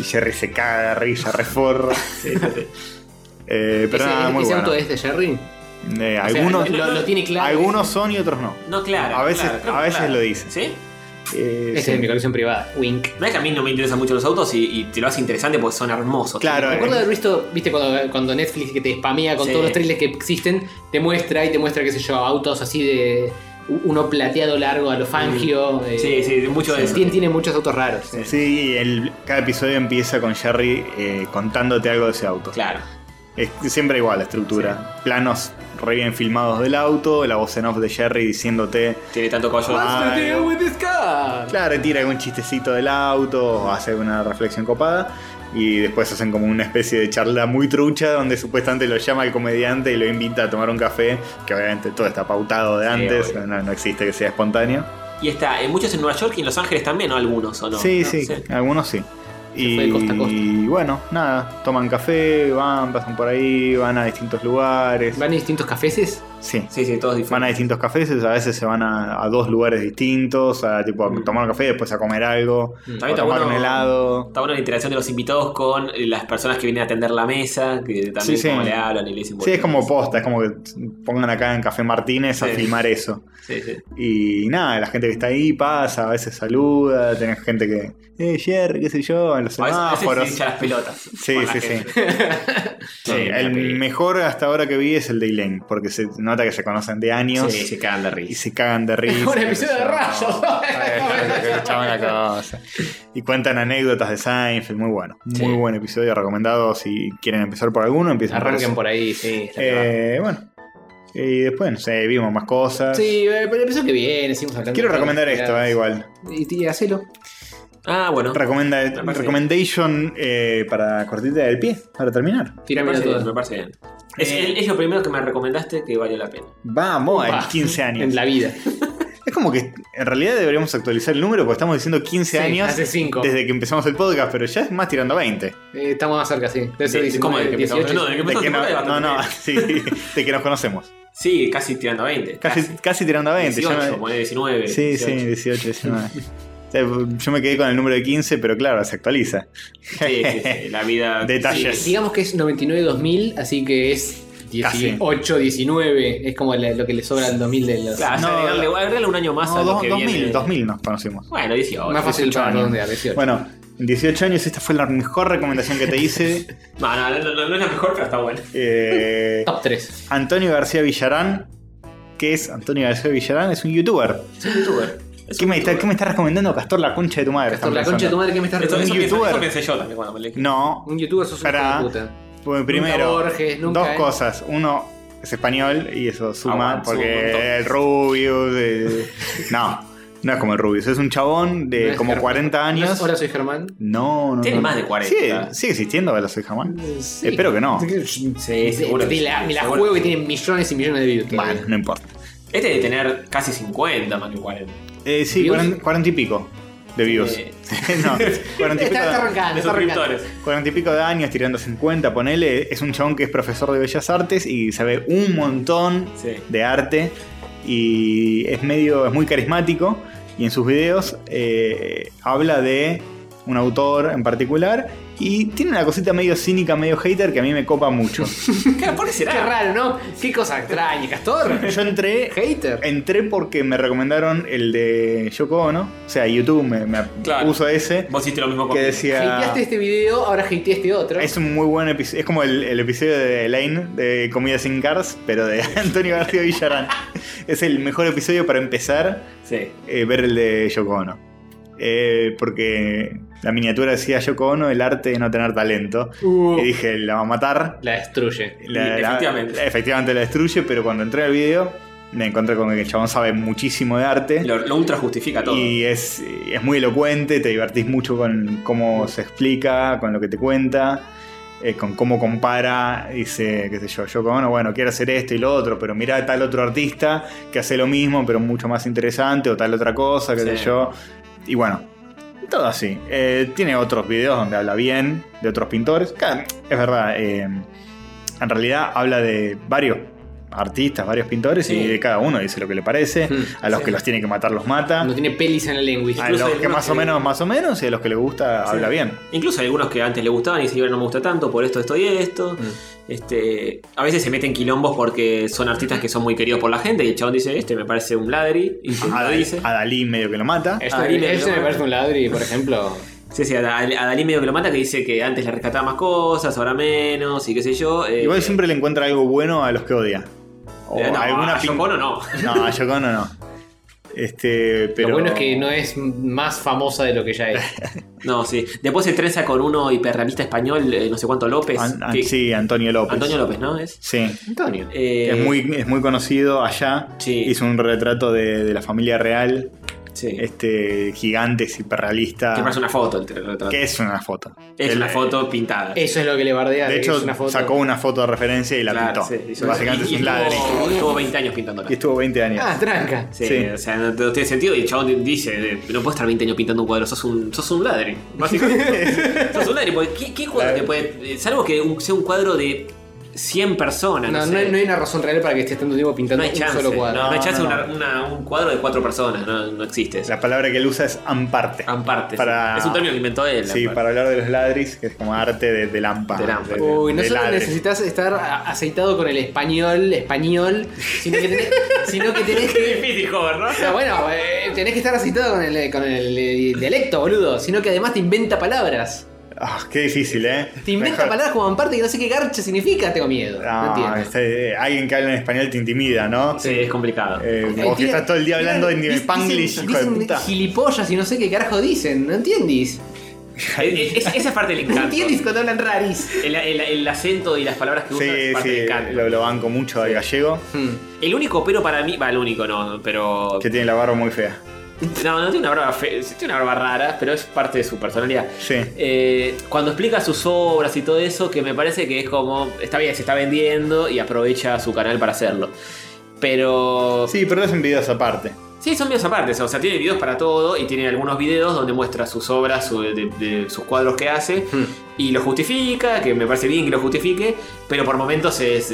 Speaker 2: y Jerry se caga de risa, reforra. Eh, pero
Speaker 3: ¿Ese,
Speaker 2: nada, muy
Speaker 3: ese
Speaker 2: bueno.
Speaker 3: auto es de Jerry?
Speaker 2: Eh,
Speaker 3: O sea,
Speaker 2: algunos
Speaker 3: lo, lo tiene claro.
Speaker 2: algunos son y otros no.
Speaker 1: No, claro.
Speaker 2: A veces-
Speaker 1: claro, creo
Speaker 2: a
Speaker 1: que
Speaker 2: veces
Speaker 1: claro.
Speaker 2: lo dice.
Speaker 1: ¿Sí?
Speaker 2: Eh,
Speaker 3: Ese
Speaker 2: sí.
Speaker 3: es mi colección privada. Wink.
Speaker 1: No es que a mí no me interesan mucho los autos y, y te lo hace interesante porque son hermosos.
Speaker 2: Claro,
Speaker 3: Me
Speaker 2: eh,
Speaker 3: acuerdo de haber visto, viste, cuando, cuando Netflix que te spamea con
Speaker 1: Sí.
Speaker 3: todos los trailers que existen, te muestra y te muestra, qué sé yo, autos así de uno plateado largo a lo fangio. eh,
Speaker 1: Sí, sí, mucho de eso.
Speaker 3: Tiene, tiene muchos autos raros.
Speaker 2: Eh, sí, y el, cada episodio empieza con Jerry eh, contándote algo de ese auto.
Speaker 1: Claro.
Speaker 2: Es siempre igual la estructura. Planos re bien filmados del auto, la voz en off de Jerry diciéndote.
Speaker 1: Tiene tanto caballo.
Speaker 2: "Ah,
Speaker 3: with this car?
Speaker 2: Claro, tira algún chistecito del auto, o hace una reflexión copada. Y después hacen como una especie de charla muy trucha donde supuestamente lo llama el comediante y lo invita a tomar un café, que obviamente todo está pautado de
Speaker 1: Sí,
Speaker 2: antes,
Speaker 1: obvio.
Speaker 2: no, no existe que sea espontáneo.
Speaker 1: Y está, en muchos en Nueva York y en Los Ángeles también, ¿no? Algunos o no.
Speaker 2: sí,
Speaker 1: ¿No?
Speaker 2: sí, algunos sí.
Speaker 3: fue de costa a costa.
Speaker 2: y bueno, nada, toman café, van, pasan por ahí, van a distintos lugares.
Speaker 3: ¿Van a distintos cafeses?
Speaker 2: Sí.
Speaker 1: Sí, sí, todos
Speaker 2: Van a
Speaker 1: diferentes.
Speaker 2: distintos cafés, a veces se van a, a dos lugares distintos, a tipo a tomar café, después a comer algo, a
Speaker 1: está
Speaker 2: tomar
Speaker 1: bueno-
Speaker 2: un helado.
Speaker 1: Está buena la interacción de los invitados con las personas que vienen a atender la mesa, que también
Speaker 2: Sí, sí.
Speaker 1: como le hablan y le dicen.
Speaker 2: Sí, es como
Speaker 1: boludeces.
Speaker 2: posta, es como que pongan acá en Café Martínez a
Speaker 1: Sí.
Speaker 2: filmar eso.
Speaker 1: Sí, sí.
Speaker 2: Y nada, la gente que está ahí pasa, a veces saluda, tenés gente que, eh, Jerry, qué sé yo, en los
Speaker 1: A veces- a veces se
Speaker 2: semáforos.
Speaker 1: hincha las pelotas.
Speaker 2: Sí,
Speaker 1: con la
Speaker 2: sí, sí.
Speaker 1: gente.
Speaker 2: Sí,
Speaker 1: No, la
Speaker 2: el
Speaker 1: peli.
Speaker 2: mejor hasta ahora que vi es el de Elaine, porque se nota que se conocen de años
Speaker 1: Sí, se cagan de
Speaker 2: y
Speaker 1: risa.
Speaker 2: se cagan de risa.
Speaker 3: Un episodio de rayos.
Speaker 2: Escuchaban la cosa. Y cuentan anécdotas de Seinfeld, muy bueno. Muy
Speaker 1: Sí.
Speaker 2: buen episodio, recomendado. Si quieren empezar por alguno, empiezan
Speaker 3: Arranquen
Speaker 2: por
Speaker 3: por ahí, sí.
Speaker 2: ese. pues. Eh, bueno. Y después, no sé, vimos más cosas.
Speaker 3: Sí, eh, pero el episodio que viene, seguimos hablando.
Speaker 2: Quiero
Speaker 3: de cosas
Speaker 2: recomendar esto,
Speaker 3: tiradas.
Speaker 2: eh, igual.
Speaker 3: Y, y hacelo.
Speaker 1: Ah, bueno.
Speaker 2: Recomenda,
Speaker 1: Me parece
Speaker 2: recommendation eh, para cortita del pie, para terminar.
Speaker 1: Me
Speaker 3: Tíramelo
Speaker 1: parece bien,
Speaker 3: todo.
Speaker 1: me parece bien. Es,
Speaker 2: Eh,
Speaker 1: el- es lo primero que me recomendaste que valió la pena.
Speaker 2: Vamos,
Speaker 3: Upa.
Speaker 2: a 15 años.
Speaker 3: En la vida.
Speaker 2: Es como que en realidad deberíamos actualizar el número porque estamos diciendo 15
Speaker 3: Sí,
Speaker 2: años
Speaker 3: hace cinco.
Speaker 2: desde que empezamos el podcast, pero ya es más tirando a 20.
Speaker 3: Eh, estamos más cerca, sí. Debe ser
Speaker 1: De- de- ¿Cómo? ¿De que empezamos?
Speaker 3: 19, 18.
Speaker 1: No, de que
Speaker 2: De
Speaker 1: empezamos
Speaker 2: que
Speaker 1: a
Speaker 2: no,
Speaker 1: temporada,
Speaker 2: no, no,
Speaker 1: bastante.
Speaker 2: sí, de que nos conocemos.
Speaker 1: Sí, casi tirando a 20.
Speaker 2: Casi, casi tirando a 20. yo
Speaker 1: 18,
Speaker 2: me-
Speaker 1: ponele 19.
Speaker 2: sí,
Speaker 1: 18.
Speaker 2: sí, 18, 19. O sea, Yo me quedé con el número de 15, pero claro, se actualiza.
Speaker 1: Sí, sí, sí, La vida.
Speaker 2: Detalles.
Speaker 3: Digamos que es 99-2000, así que es
Speaker 2: Casi.
Speaker 10: 18, 19. Es como la- lo que le sobra al 2000 de los.
Speaker 1: Claro, o sea,
Speaker 2: No,
Speaker 1: agregarle, agregarle un año más
Speaker 2: No,
Speaker 1: a lo
Speaker 2: dos-
Speaker 1: que
Speaker 2: 2000,
Speaker 1: viene.
Speaker 2: 2000 nos conocimos.
Speaker 1: Bueno, 18.
Speaker 10: más fácil
Speaker 2: 18
Speaker 10: para
Speaker 2: años.
Speaker 10: redondear, 18.
Speaker 2: Bueno, 18 años, esta fue la mejor recomendación que te hice.
Speaker 1: No, no, no, no, no es la mejor, pero está bueno.
Speaker 2: Eh,
Speaker 10: Top 3.
Speaker 2: Antonio García Villarán. ¿Qué es Antonio García Villarán? Es un youtuber.
Speaker 1: Es un youtuber. Es
Speaker 2: ¿Qué
Speaker 1: un
Speaker 2: me, está,
Speaker 1: youtuber.
Speaker 2: qué me está recomendando Castor la concha de tu madre?
Speaker 3: Castor, la
Speaker 2: están
Speaker 3: concha de tu
Speaker 2: pensando.
Speaker 3: madre, ¿qué me estás
Speaker 1: Eso, eso,
Speaker 3: recomendando?
Speaker 1: pensé,
Speaker 2: Un youtuber.
Speaker 1: eso pensé yo también cuando me leí.
Speaker 2: No,
Speaker 3: Un youtuber sos un
Speaker 2: Pará.
Speaker 3: hijo de puta.
Speaker 2: pues primero,
Speaker 3: Borges, nunca,
Speaker 2: dos
Speaker 3: eh.
Speaker 2: cosas. Uno es español y eso suma
Speaker 1: Aguanta, suma un montón.
Speaker 2: porque el Rubius. eh, no, no es como el Rubius, es un chabón de
Speaker 3: No es
Speaker 2: como
Speaker 3: Germán.
Speaker 2: 40
Speaker 3: No es
Speaker 2: años.
Speaker 3: Hola, soy Germán.
Speaker 2: No, no.
Speaker 1: Tiene
Speaker 2: no.
Speaker 1: más de 40.
Speaker 2: Sigue, sigue existiendo, ¿verdad? Soy jamán. Espero que no.
Speaker 1: Sí, seguro.
Speaker 10: Te la, me la
Speaker 1: seguro.
Speaker 10: juego y tienen millones y millones de views.
Speaker 2: Bueno, no importa.
Speaker 1: Este debe tener casi 50, más que 40.
Speaker 2: Eh, sí,
Speaker 10: ¿Views?
Speaker 2: 40, 40 y pico de views.
Speaker 1: Eh.
Speaker 2: no, 40 y pico.
Speaker 10: Está, está
Speaker 2: de-
Speaker 10: arrancando,
Speaker 1: De
Speaker 10: está arrancando.
Speaker 1: suscriptores.
Speaker 2: 40 y pico de años, tirando 50, ponele. Es un chabón que es profesor de bellas artes y sabe un montón
Speaker 1: Sí.
Speaker 2: de arte. Y es medio, es muy carismático. Y en sus videos eh, habla de un autor en particular. Y tiene una cosita medio cínica, medio hater que a mí me copa mucho.
Speaker 1: Claro, ¿Por qué será?
Speaker 10: Qué raro, ¿no? Qué cosa extraña, Castor.
Speaker 2: Yo entré
Speaker 10: Hater.
Speaker 2: Entré porque me recomendaron el de Yoko Ono. O sea, YouTube me, me
Speaker 1: Claro.
Speaker 2: puso ese.
Speaker 1: Vos hiciste lo mismo
Speaker 2: Que
Speaker 1: conmigo.
Speaker 2: decía.
Speaker 10: Hateaste este video, ahora hateaste este otro.
Speaker 2: Es un muy buen episodio. Es como el, el episodio de Elaine de Comida sin Cars, pero de Antonio García Villarán. es el mejor episodio para empezar
Speaker 1: Sí.
Speaker 2: eh, ver el de Yoko Ono. Eh, porque la miniatura decía Yoko Ono, el arte de no tener talento.
Speaker 10: Uh,
Speaker 2: Y dije, la va a matar.
Speaker 10: la destruye.
Speaker 2: La-
Speaker 1: Y
Speaker 2: la-
Speaker 1: efectivamente.
Speaker 2: efectivamente la destruye, pero cuando entré al video me encontré con que el chabón sabe muchísimo de arte.
Speaker 1: Lo, lo ultra justifica todo.
Speaker 2: Y es, es muy elocuente, te divertís mucho con cómo se explica, con lo que te cuenta, eh, con cómo compara, dice, qué sé yo, yo como, bueno, quiero hacer esto y lo otro, pero mirá a tal otro artista que hace lo mismo, pero mucho más interesante, o tal otra cosa, qué sé
Speaker 1: Sí.
Speaker 2: yo. Y bueno, todo así. Eh, tiene otros videos donde habla bien de otros pintores. Claro, Es verdad, eh, en realidad habla de varios artistas, varios pintores,
Speaker 1: Sí. Hmm.
Speaker 2: y de cada uno dice lo que le parece. A los que los tiene que matar, los mata.
Speaker 10: No tiene pelis en la lengua.
Speaker 2: A
Speaker 1: Incluso
Speaker 2: los
Speaker 1: hay
Speaker 2: que más o
Speaker 1: algunos que-
Speaker 2: menos, más o menos, y a los que les gusta, habla bien.
Speaker 1: Incluso hay algunos que antes le gustaban y se ahora no me gusta tanto por esto, esto y esto.
Speaker 2: Mm.
Speaker 1: Este, a veces se meten quilombos porque son artistas que son muy queridos por la gente y el chabón dice, este me parece un ladri. Y se
Speaker 2: A,
Speaker 1: lo dice.
Speaker 2: a Dalí medio que lo mata.
Speaker 10: Este,
Speaker 1: Ah, dime,
Speaker 10: este
Speaker 1: ¿no?
Speaker 10: me parece un ladri, por ejemplo.
Speaker 1: Sí, sí, a, Da- a Dalí medio que lo mata que dice que antes le rescataba más cosas, ahora menos y qué sé yo. eh,
Speaker 2: Igual siempre le encuentra algo bueno a los que odia. O
Speaker 1: eh, no,
Speaker 2: alguna
Speaker 1: a
Speaker 2: pin-
Speaker 1: Yoko Ono no.
Speaker 2: No, a Yoko Ono no. Este, pero.
Speaker 10: Lo bueno es que no es más famosa de lo que ya es.
Speaker 1: No, sí. Después se trenza con uno hiperrealista español, eh, no sé cuánto López.
Speaker 2: An- an-
Speaker 1: que-
Speaker 2: sí, Antonio López.
Speaker 1: Antonio López, ¿no? Es,
Speaker 2: Sí.
Speaker 10: Antonio.
Speaker 1: Eh,
Speaker 2: es, muy, es muy conocido allá.
Speaker 1: Sí.
Speaker 2: Hizo un retrato de, de la familia real.
Speaker 1: sí.
Speaker 2: Este, gigantes, hiperrealista.
Speaker 1: Que parece una foto el retrato.
Speaker 2: Que es una foto.
Speaker 1: Es
Speaker 2: Él-
Speaker 1: una foto pintada.
Speaker 10: Eso es lo que le bardea.
Speaker 2: De
Speaker 10: que
Speaker 2: hecho,
Speaker 10: es una foto.
Speaker 2: sacó una foto de referencia y la
Speaker 1: Claro,
Speaker 2: pintó.
Speaker 1: sí, hizo-
Speaker 2: Básicamente
Speaker 1: y-
Speaker 2: es
Speaker 1: y
Speaker 2: un ladrillo.
Speaker 1: estuvo- Estuvo 20 años pintándola.
Speaker 2: Y estuvo 20 años.
Speaker 10: Ah, tranca.
Speaker 1: Sí,
Speaker 2: Sí.
Speaker 1: o sea, no, no tiene sentido. Y el chabón dice, eh, no puedes estar 20 años pintando un cuadro, sos un, sos un ladri. Básicamente. sos un ladri, porque ¿qué, qué cuadro
Speaker 2: Claro.
Speaker 1: te puede...? eh, Salvo que un- sea un cuadro de 100 personas,
Speaker 10: No,
Speaker 1: no,
Speaker 10: no,
Speaker 1: sé.
Speaker 10: hay, no hay una razón real para que estés tanto tiempo
Speaker 1: No
Speaker 10: pintando
Speaker 1: hay
Speaker 10: un
Speaker 1: chance.
Speaker 10: solo cuadro.
Speaker 1: No, no hay chance
Speaker 2: No,
Speaker 1: una-
Speaker 2: no,
Speaker 1: una- un cuadro de 4 personas, no, no existe. eso.
Speaker 2: La palabra que él usa es amparte.
Speaker 1: Amparte. sí.
Speaker 2: Para-
Speaker 1: Es un término que inventó él.
Speaker 2: Sí,
Speaker 1: amparte.
Speaker 2: para hablar de los ladris, que es como arte de, de lámpara.
Speaker 1: De lámpara.
Speaker 10: Uy, no
Speaker 2: de
Speaker 10: solo
Speaker 2: ladre.
Speaker 10: necesitas estar a- aceitado con el español, español, sino que tenés, sino que, tenés que
Speaker 1: Difícil, joven, ¿no?
Speaker 10: No, bueno, eh, tenés que estar aceitado con el, con el, eh, dialecto, boludo. Sino que además te inventa palabras.
Speaker 2: Ah, qué difícil, ¿eh?
Speaker 10: Te inventa
Speaker 2: Mejor-
Speaker 10: palabras como parte que no sé qué garcha significa. Tengo miedo.
Speaker 2: Ah,
Speaker 10: No, entiendo.
Speaker 2: este, eh, alguien que habla en español te intimida, ¿no?
Speaker 1: Sí, es complicado.
Speaker 2: Eh,
Speaker 10: Eh,
Speaker 2: vos que
Speaker 10: tiene-
Speaker 2: estás todo el día
Speaker 10: tiene-
Speaker 2: hablando en
Speaker 10: dicen-
Speaker 2: Spanglish, hijo de
Speaker 10: dicen
Speaker 2: puta.
Speaker 10: gilipollas y no sé qué carajo dicen. ¿No entiendes?
Speaker 1: Eh, es- esa es parte del
Speaker 10: ¿No
Speaker 1: encanto.
Speaker 10: entiendes cuando hablan raris?
Speaker 1: El, el- el acento y las palabras que usa
Speaker 2: Sí,
Speaker 1: es parte del
Speaker 2: sí,
Speaker 1: encanto.
Speaker 2: lo, lo banco mucho al gallego,
Speaker 1: El único pero para mí, va, el único no, pero.
Speaker 2: que tiene la barba muy fea.
Speaker 1: No, no tiene una barba fe- tiene una barba rara, pero es parte de su personalidad.
Speaker 2: Sí.
Speaker 1: Eh, cuando explica sus obras y todo eso, que me parece que es como. Está bien, se está vendiendo y aprovecha su canal para hacerlo. Pero.
Speaker 2: Sí, pero lo hacen videos aparte.
Speaker 1: Sí, son videos aparte, o sea, tiene videos para todo y tiene algunos videos donde muestra sus obras, su- de, de sus cuadros que
Speaker 2: hmm.
Speaker 1: hace y lo justifica, que me parece bien que lo justifique, pero por momentos es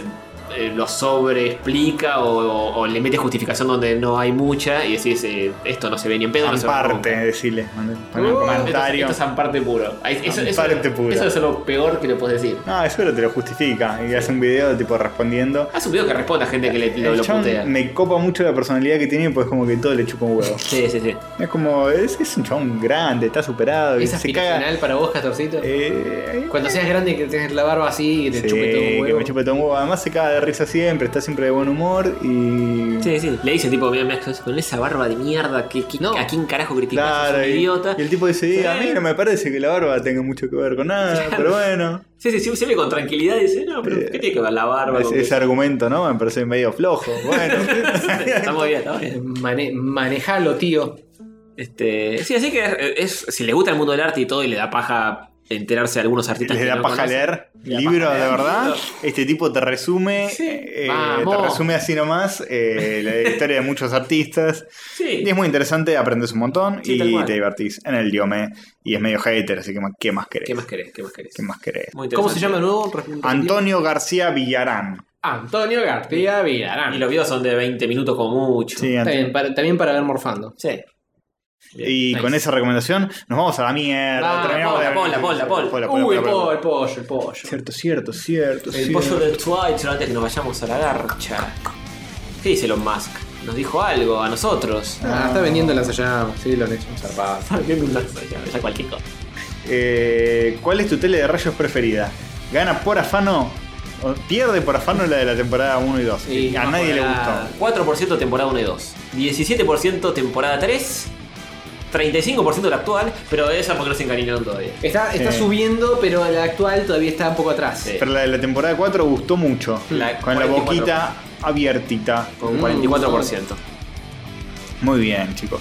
Speaker 1: eh, lo sobreexplica o, o- o le mete justificación donde no hay mucha y decís, eh, esto no se ve ni en pedo. no se va a ver
Speaker 2: Amparte,
Speaker 1: nunca.
Speaker 2: decirle. Poner un
Speaker 1: Uh,
Speaker 2: comentario.
Speaker 1: Esto, esto es amparte puro. Ahí- Eso, eso-
Speaker 2: Amparte puro.
Speaker 1: eso es lo peor que le puedes decir.
Speaker 2: No, eso te lo justifica. Y hace un video tipo respondiendo.
Speaker 1: Haz un video que responda a gente que le, lo,
Speaker 2: El
Speaker 1: lo
Speaker 2: chabón
Speaker 1: putea.
Speaker 2: me copa mucho la personalidad que tiene, pues como que todo le chupa un huevo.
Speaker 1: Sí, sí, sí.
Speaker 2: Es como, es, es un chabón grande, está superado, y
Speaker 3: ¿Es
Speaker 2: se caga.
Speaker 3: aspiracional para vos, Castorcito?
Speaker 2: Eh,
Speaker 3: Cuando seas grande y que tenés la barba así y te
Speaker 2: sí,
Speaker 3: chupe todo un
Speaker 2: que
Speaker 3: huevo.
Speaker 2: me chupe todo un huevo. Además se caga de risa siempre, está siempre de buen humor y.
Speaker 1: Sí, sí. Le dice tipo, mira, mira, con esa barba de mierda, ¿qué, qué- ¿a quién carajo criticas?
Speaker 2: Claro,
Speaker 1: Sos un
Speaker 2: y,
Speaker 1: idiota.
Speaker 2: y el tipo dice, "Eh, a mí
Speaker 1: Sí.
Speaker 2: no me parece que la barba tenga mucho que ver con nada, pero bueno.
Speaker 1: Sí, sí, sí, siempre con tranquilidad dice, no, pero
Speaker 2: Eh,
Speaker 1: ¿qué tiene que ver la barba?
Speaker 2: Ese,
Speaker 1: con que-
Speaker 2: ese argumento, ¿no? Me parece medio flojo. Bueno.
Speaker 1: está muy bien, está muy bien.
Speaker 3: Mane- manejalo, tío.
Speaker 1: Este, sí, así que es, es- si les gusta el mundo del arte y todo y le da paja enterarse de algunos artistas
Speaker 2: Les
Speaker 1: que
Speaker 2: da
Speaker 1: no
Speaker 2: paja
Speaker 1: conocen,
Speaker 2: leer
Speaker 1: le da
Speaker 2: libros,
Speaker 1: paja
Speaker 2: de
Speaker 1: leer
Speaker 2: verdad.
Speaker 1: libros.
Speaker 2: Este tipo te resume, eh, te
Speaker 3: Vamos.
Speaker 2: resume así nomás eh, la historia de muchos artistas.
Speaker 1: Sí.
Speaker 2: Y es muy interesante, aprendes un montón
Speaker 1: Sí, tal
Speaker 2: y
Speaker 1: cual.
Speaker 2: te divertís en el diome. Y es medio hater, así que más- ¿qué más querés?
Speaker 1: ¿Qué más querés? ¿Qué más querés?
Speaker 2: ¿Qué más querés?
Speaker 1: Muy
Speaker 3: ¿Cómo se
Speaker 1: interesante.
Speaker 3: llama de nuevo? Re-
Speaker 2: Antonio García Villarán.
Speaker 3: Antonio García Villarán.
Speaker 1: Y los videos son de 20 minutos como mucho.
Speaker 2: Sí,
Speaker 3: Está
Speaker 2: Antonio.
Speaker 3: bien, para- también para ver morfando.
Speaker 1: Sí. Bien,
Speaker 2: Y con esa recomendación nos vamos a la mierda.
Speaker 3: Ah,
Speaker 2: terminamos
Speaker 1: Paula,
Speaker 2: de-
Speaker 1: Paula, Paula, Paula.
Speaker 3: Uy, el
Speaker 2: Paula.
Speaker 3: pollo, el pollo, el pollo.
Speaker 2: Cierto, cierto, cierto.
Speaker 1: El
Speaker 2: cierto.
Speaker 1: pollo de Twitch antes que nos vayamos a la garcha. ¿Qué dice Elon Musk? Nos dijo algo a nosotros.
Speaker 3: Ah, está vendiendo las allá. Sí, lo han hecho un zarpado.
Speaker 1: ya cualquier cosa.
Speaker 2: Eh, ¿Cuál es tu tele de rayos preferida? ¿Gana por afano? ¿O pierde por afano la de la temporada 1 y 2?
Speaker 3: Sí,
Speaker 2: a
Speaker 3: no,
Speaker 2: nadie le
Speaker 3: la-
Speaker 2: gustó.
Speaker 1: 4% temporada 1 y 2. 17% temporada 3. 35% la actual, pero esa porque no se encariñaron todavía.
Speaker 3: Está, está
Speaker 2: Sí.
Speaker 3: subiendo, pero la actual todavía está un poco atrás.
Speaker 1: Sí.
Speaker 2: Pero la de la temporada 4 gustó mucho.
Speaker 1: La-
Speaker 2: con la
Speaker 1: 44.
Speaker 2: boquita abiertita.
Speaker 1: Con 44%.
Speaker 2: Muy bien, chicos.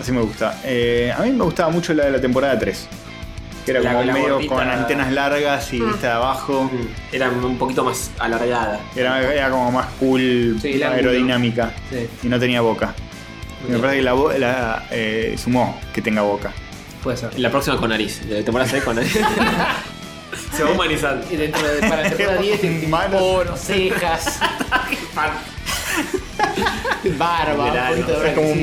Speaker 2: Así me gusta. Eh, a mí me gustaba mucho la de la temporada 3. Que era
Speaker 1: La-
Speaker 2: como
Speaker 1: la
Speaker 2: medio
Speaker 1: gordita. Mm.
Speaker 2: con antenas largas y vista de abajo.
Speaker 1: Era un poquito más alargada.
Speaker 2: Era, era como más cool,
Speaker 3: Sí, el ángulo.
Speaker 2: aerodinámica.
Speaker 3: Sí,
Speaker 2: Y no tenía boca. Y me parece que la, bo- la, eh, sumó que tenga boca.
Speaker 3: puede ser.
Speaker 1: La próxima con nariz. La temporada 6 con nariz. se va humanizando.
Speaker 3: Y dentro de, para la temporada 10 tiene
Speaker 2: Manos.
Speaker 3: poros, cejas, barba,
Speaker 1: Verano.
Speaker 3: un poquito de
Speaker 2: Es como un
Speaker 3: sí.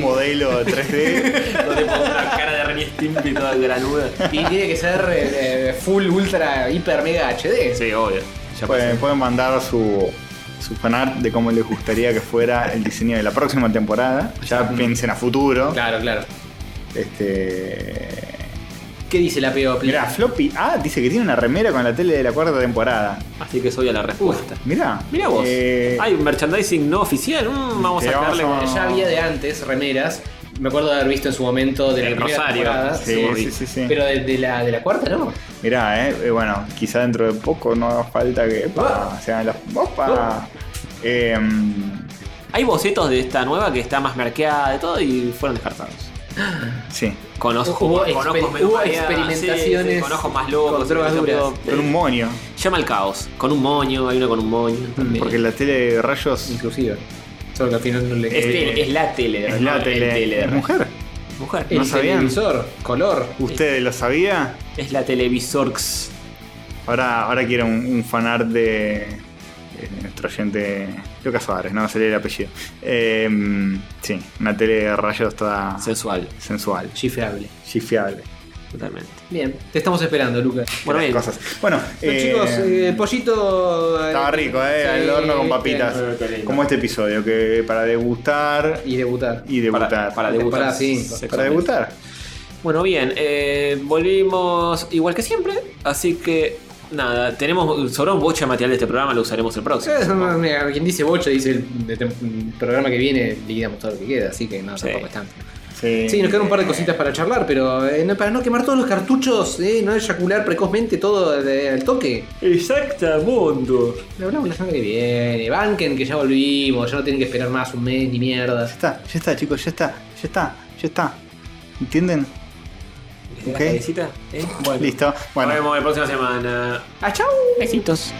Speaker 2: modelo 3D.
Speaker 1: Donde pongo una cara de Renny Stimpy toda granuda.
Speaker 3: Y tiene que ser eh, eh, full, ultra, hiper, mega HD.
Speaker 1: Sí, obvio. Ya
Speaker 2: pueden, pueden mandar su, su fanart de cómo les gustaría que fuera el diseño de la próxima temporada. Ya piensen a futuro.
Speaker 3: Claro, claro.
Speaker 2: Este.
Speaker 3: ¿Qué dice la PO?
Speaker 2: Mirá, Floppy. Ah, dice que tiene una remera con la tele de la cuarta temporada.
Speaker 1: pasé. Así que soy a la respuesta.
Speaker 2: Mirá.
Speaker 1: Mirá vos.
Speaker 2: Eh,
Speaker 1: Hay un merchandising no oficial. Mm, vamos a
Speaker 2: Pero vamos
Speaker 1: darle
Speaker 2: a-
Speaker 3: Ya había de antes remeras. Me acuerdo de haber visto en su momento de la
Speaker 1: El
Speaker 3: primera
Speaker 1: Rosario.
Speaker 3: temporada.
Speaker 2: sí, sí, sí, sí.
Speaker 3: Pero de, de la, de la cuarta, ¿no?
Speaker 2: Mirá, eh, eh, bueno, quizá dentro de poco no haga falta que pa, sean las. ¡Opa! Em,
Speaker 1: Hay bocetos de esta nueva que está más merqueada de todo y fueron descartados.
Speaker 2: sí.
Speaker 1: Con ojos,
Speaker 3: Hubo
Speaker 1: con ojos
Speaker 3: exper-
Speaker 1: medio
Speaker 3: hubo
Speaker 1: mareados,
Speaker 3: experimentaciones
Speaker 1: sí, sí, con ojos más locos.
Speaker 3: con drogas
Speaker 1: sí,
Speaker 3: duras.
Speaker 1: medio-
Speaker 2: Con un moño.
Speaker 1: Llama al caos. Con un moño, hay uno con un moño. también.
Speaker 2: Porque la tele de rayos
Speaker 3: Inclusive. Solo que al final no le
Speaker 1: es, tele- es la tele de
Speaker 2: es la
Speaker 1: el
Speaker 2: tele.
Speaker 1: de
Speaker 2: ¿Es mujer?
Speaker 1: mujer.
Speaker 3: El
Speaker 2: no sabían.
Speaker 3: televisor, color. uh,
Speaker 2: ¿Usted lo sabía?
Speaker 1: Es la televisorx.
Speaker 2: Ahora, ahora quiero un, un fanart de, de nuestro oyente Lucas Suárez, no se lee el apellido. Em, sí, una tele de rayos toda
Speaker 1: Sensual.
Speaker 2: sensual,
Speaker 3: Chifrable.
Speaker 2: chifiable.
Speaker 1: Totalmente.
Speaker 3: Bien. Te estamos esperando, Lucas.
Speaker 1: Bueno, bien.
Speaker 2: Cosas. Bueno,
Speaker 3: Bueno,
Speaker 2: eh,
Speaker 3: chicos, eh, pollito. eh,
Speaker 2: estaba rico, ¿eh?
Speaker 3: sí,
Speaker 2: el horno con papitas.
Speaker 3: bien.
Speaker 2: Como este episodio, que para degustar
Speaker 3: Y debutar.
Speaker 2: y debutar.
Speaker 1: Para, para debutar.
Speaker 3: Temporada cinco.
Speaker 1: sexualmente.
Speaker 2: Para debutar.
Speaker 1: Bueno, bien, eh, volvimos igual que siempre, así que nada, tenemos sobró un bocha de material de este programa, lo usaremos el próximo.
Speaker 3: Eh,
Speaker 1: supongo.
Speaker 3: mira, Quien dice bocha dice el, de tem- programa que viene liquidamos todo lo que queda, así que no,
Speaker 1: Sí.
Speaker 3: tampoco es tanto. Sí, nos quedan un par de cositas para charlar, pero eh, no- para no quemar todos los cartuchos, eh, no eyacular precozmente todo de- al toque.
Speaker 1: Exactamundo.
Speaker 3: Lo hablamos la semana que viene. Banquen que ya volvimos, ya no tienen que esperar más un mes ni mierda.
Speaker 2: Ya está, ya está, chicos, ya está, ya está, ya está. ¿Entienden?
Speaker 1: ¿La
Speaker 2: Ok.
Speaker 1: cabecita? ¿Eh? Bueno,
Speaker 2: Listo.
Speaker 1: Nos
Speaker 2: Bueno,
Speaker 1: vemos la próxima semana.
Speaker 3: ¡Ah, chau!
Speaker 11: Besitos.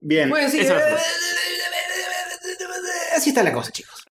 Speaker 2: Bien.
Speaker 3: Bueno, sí,
Speaker 1: Eso es
Speaker 3: así está la cosa, chicos.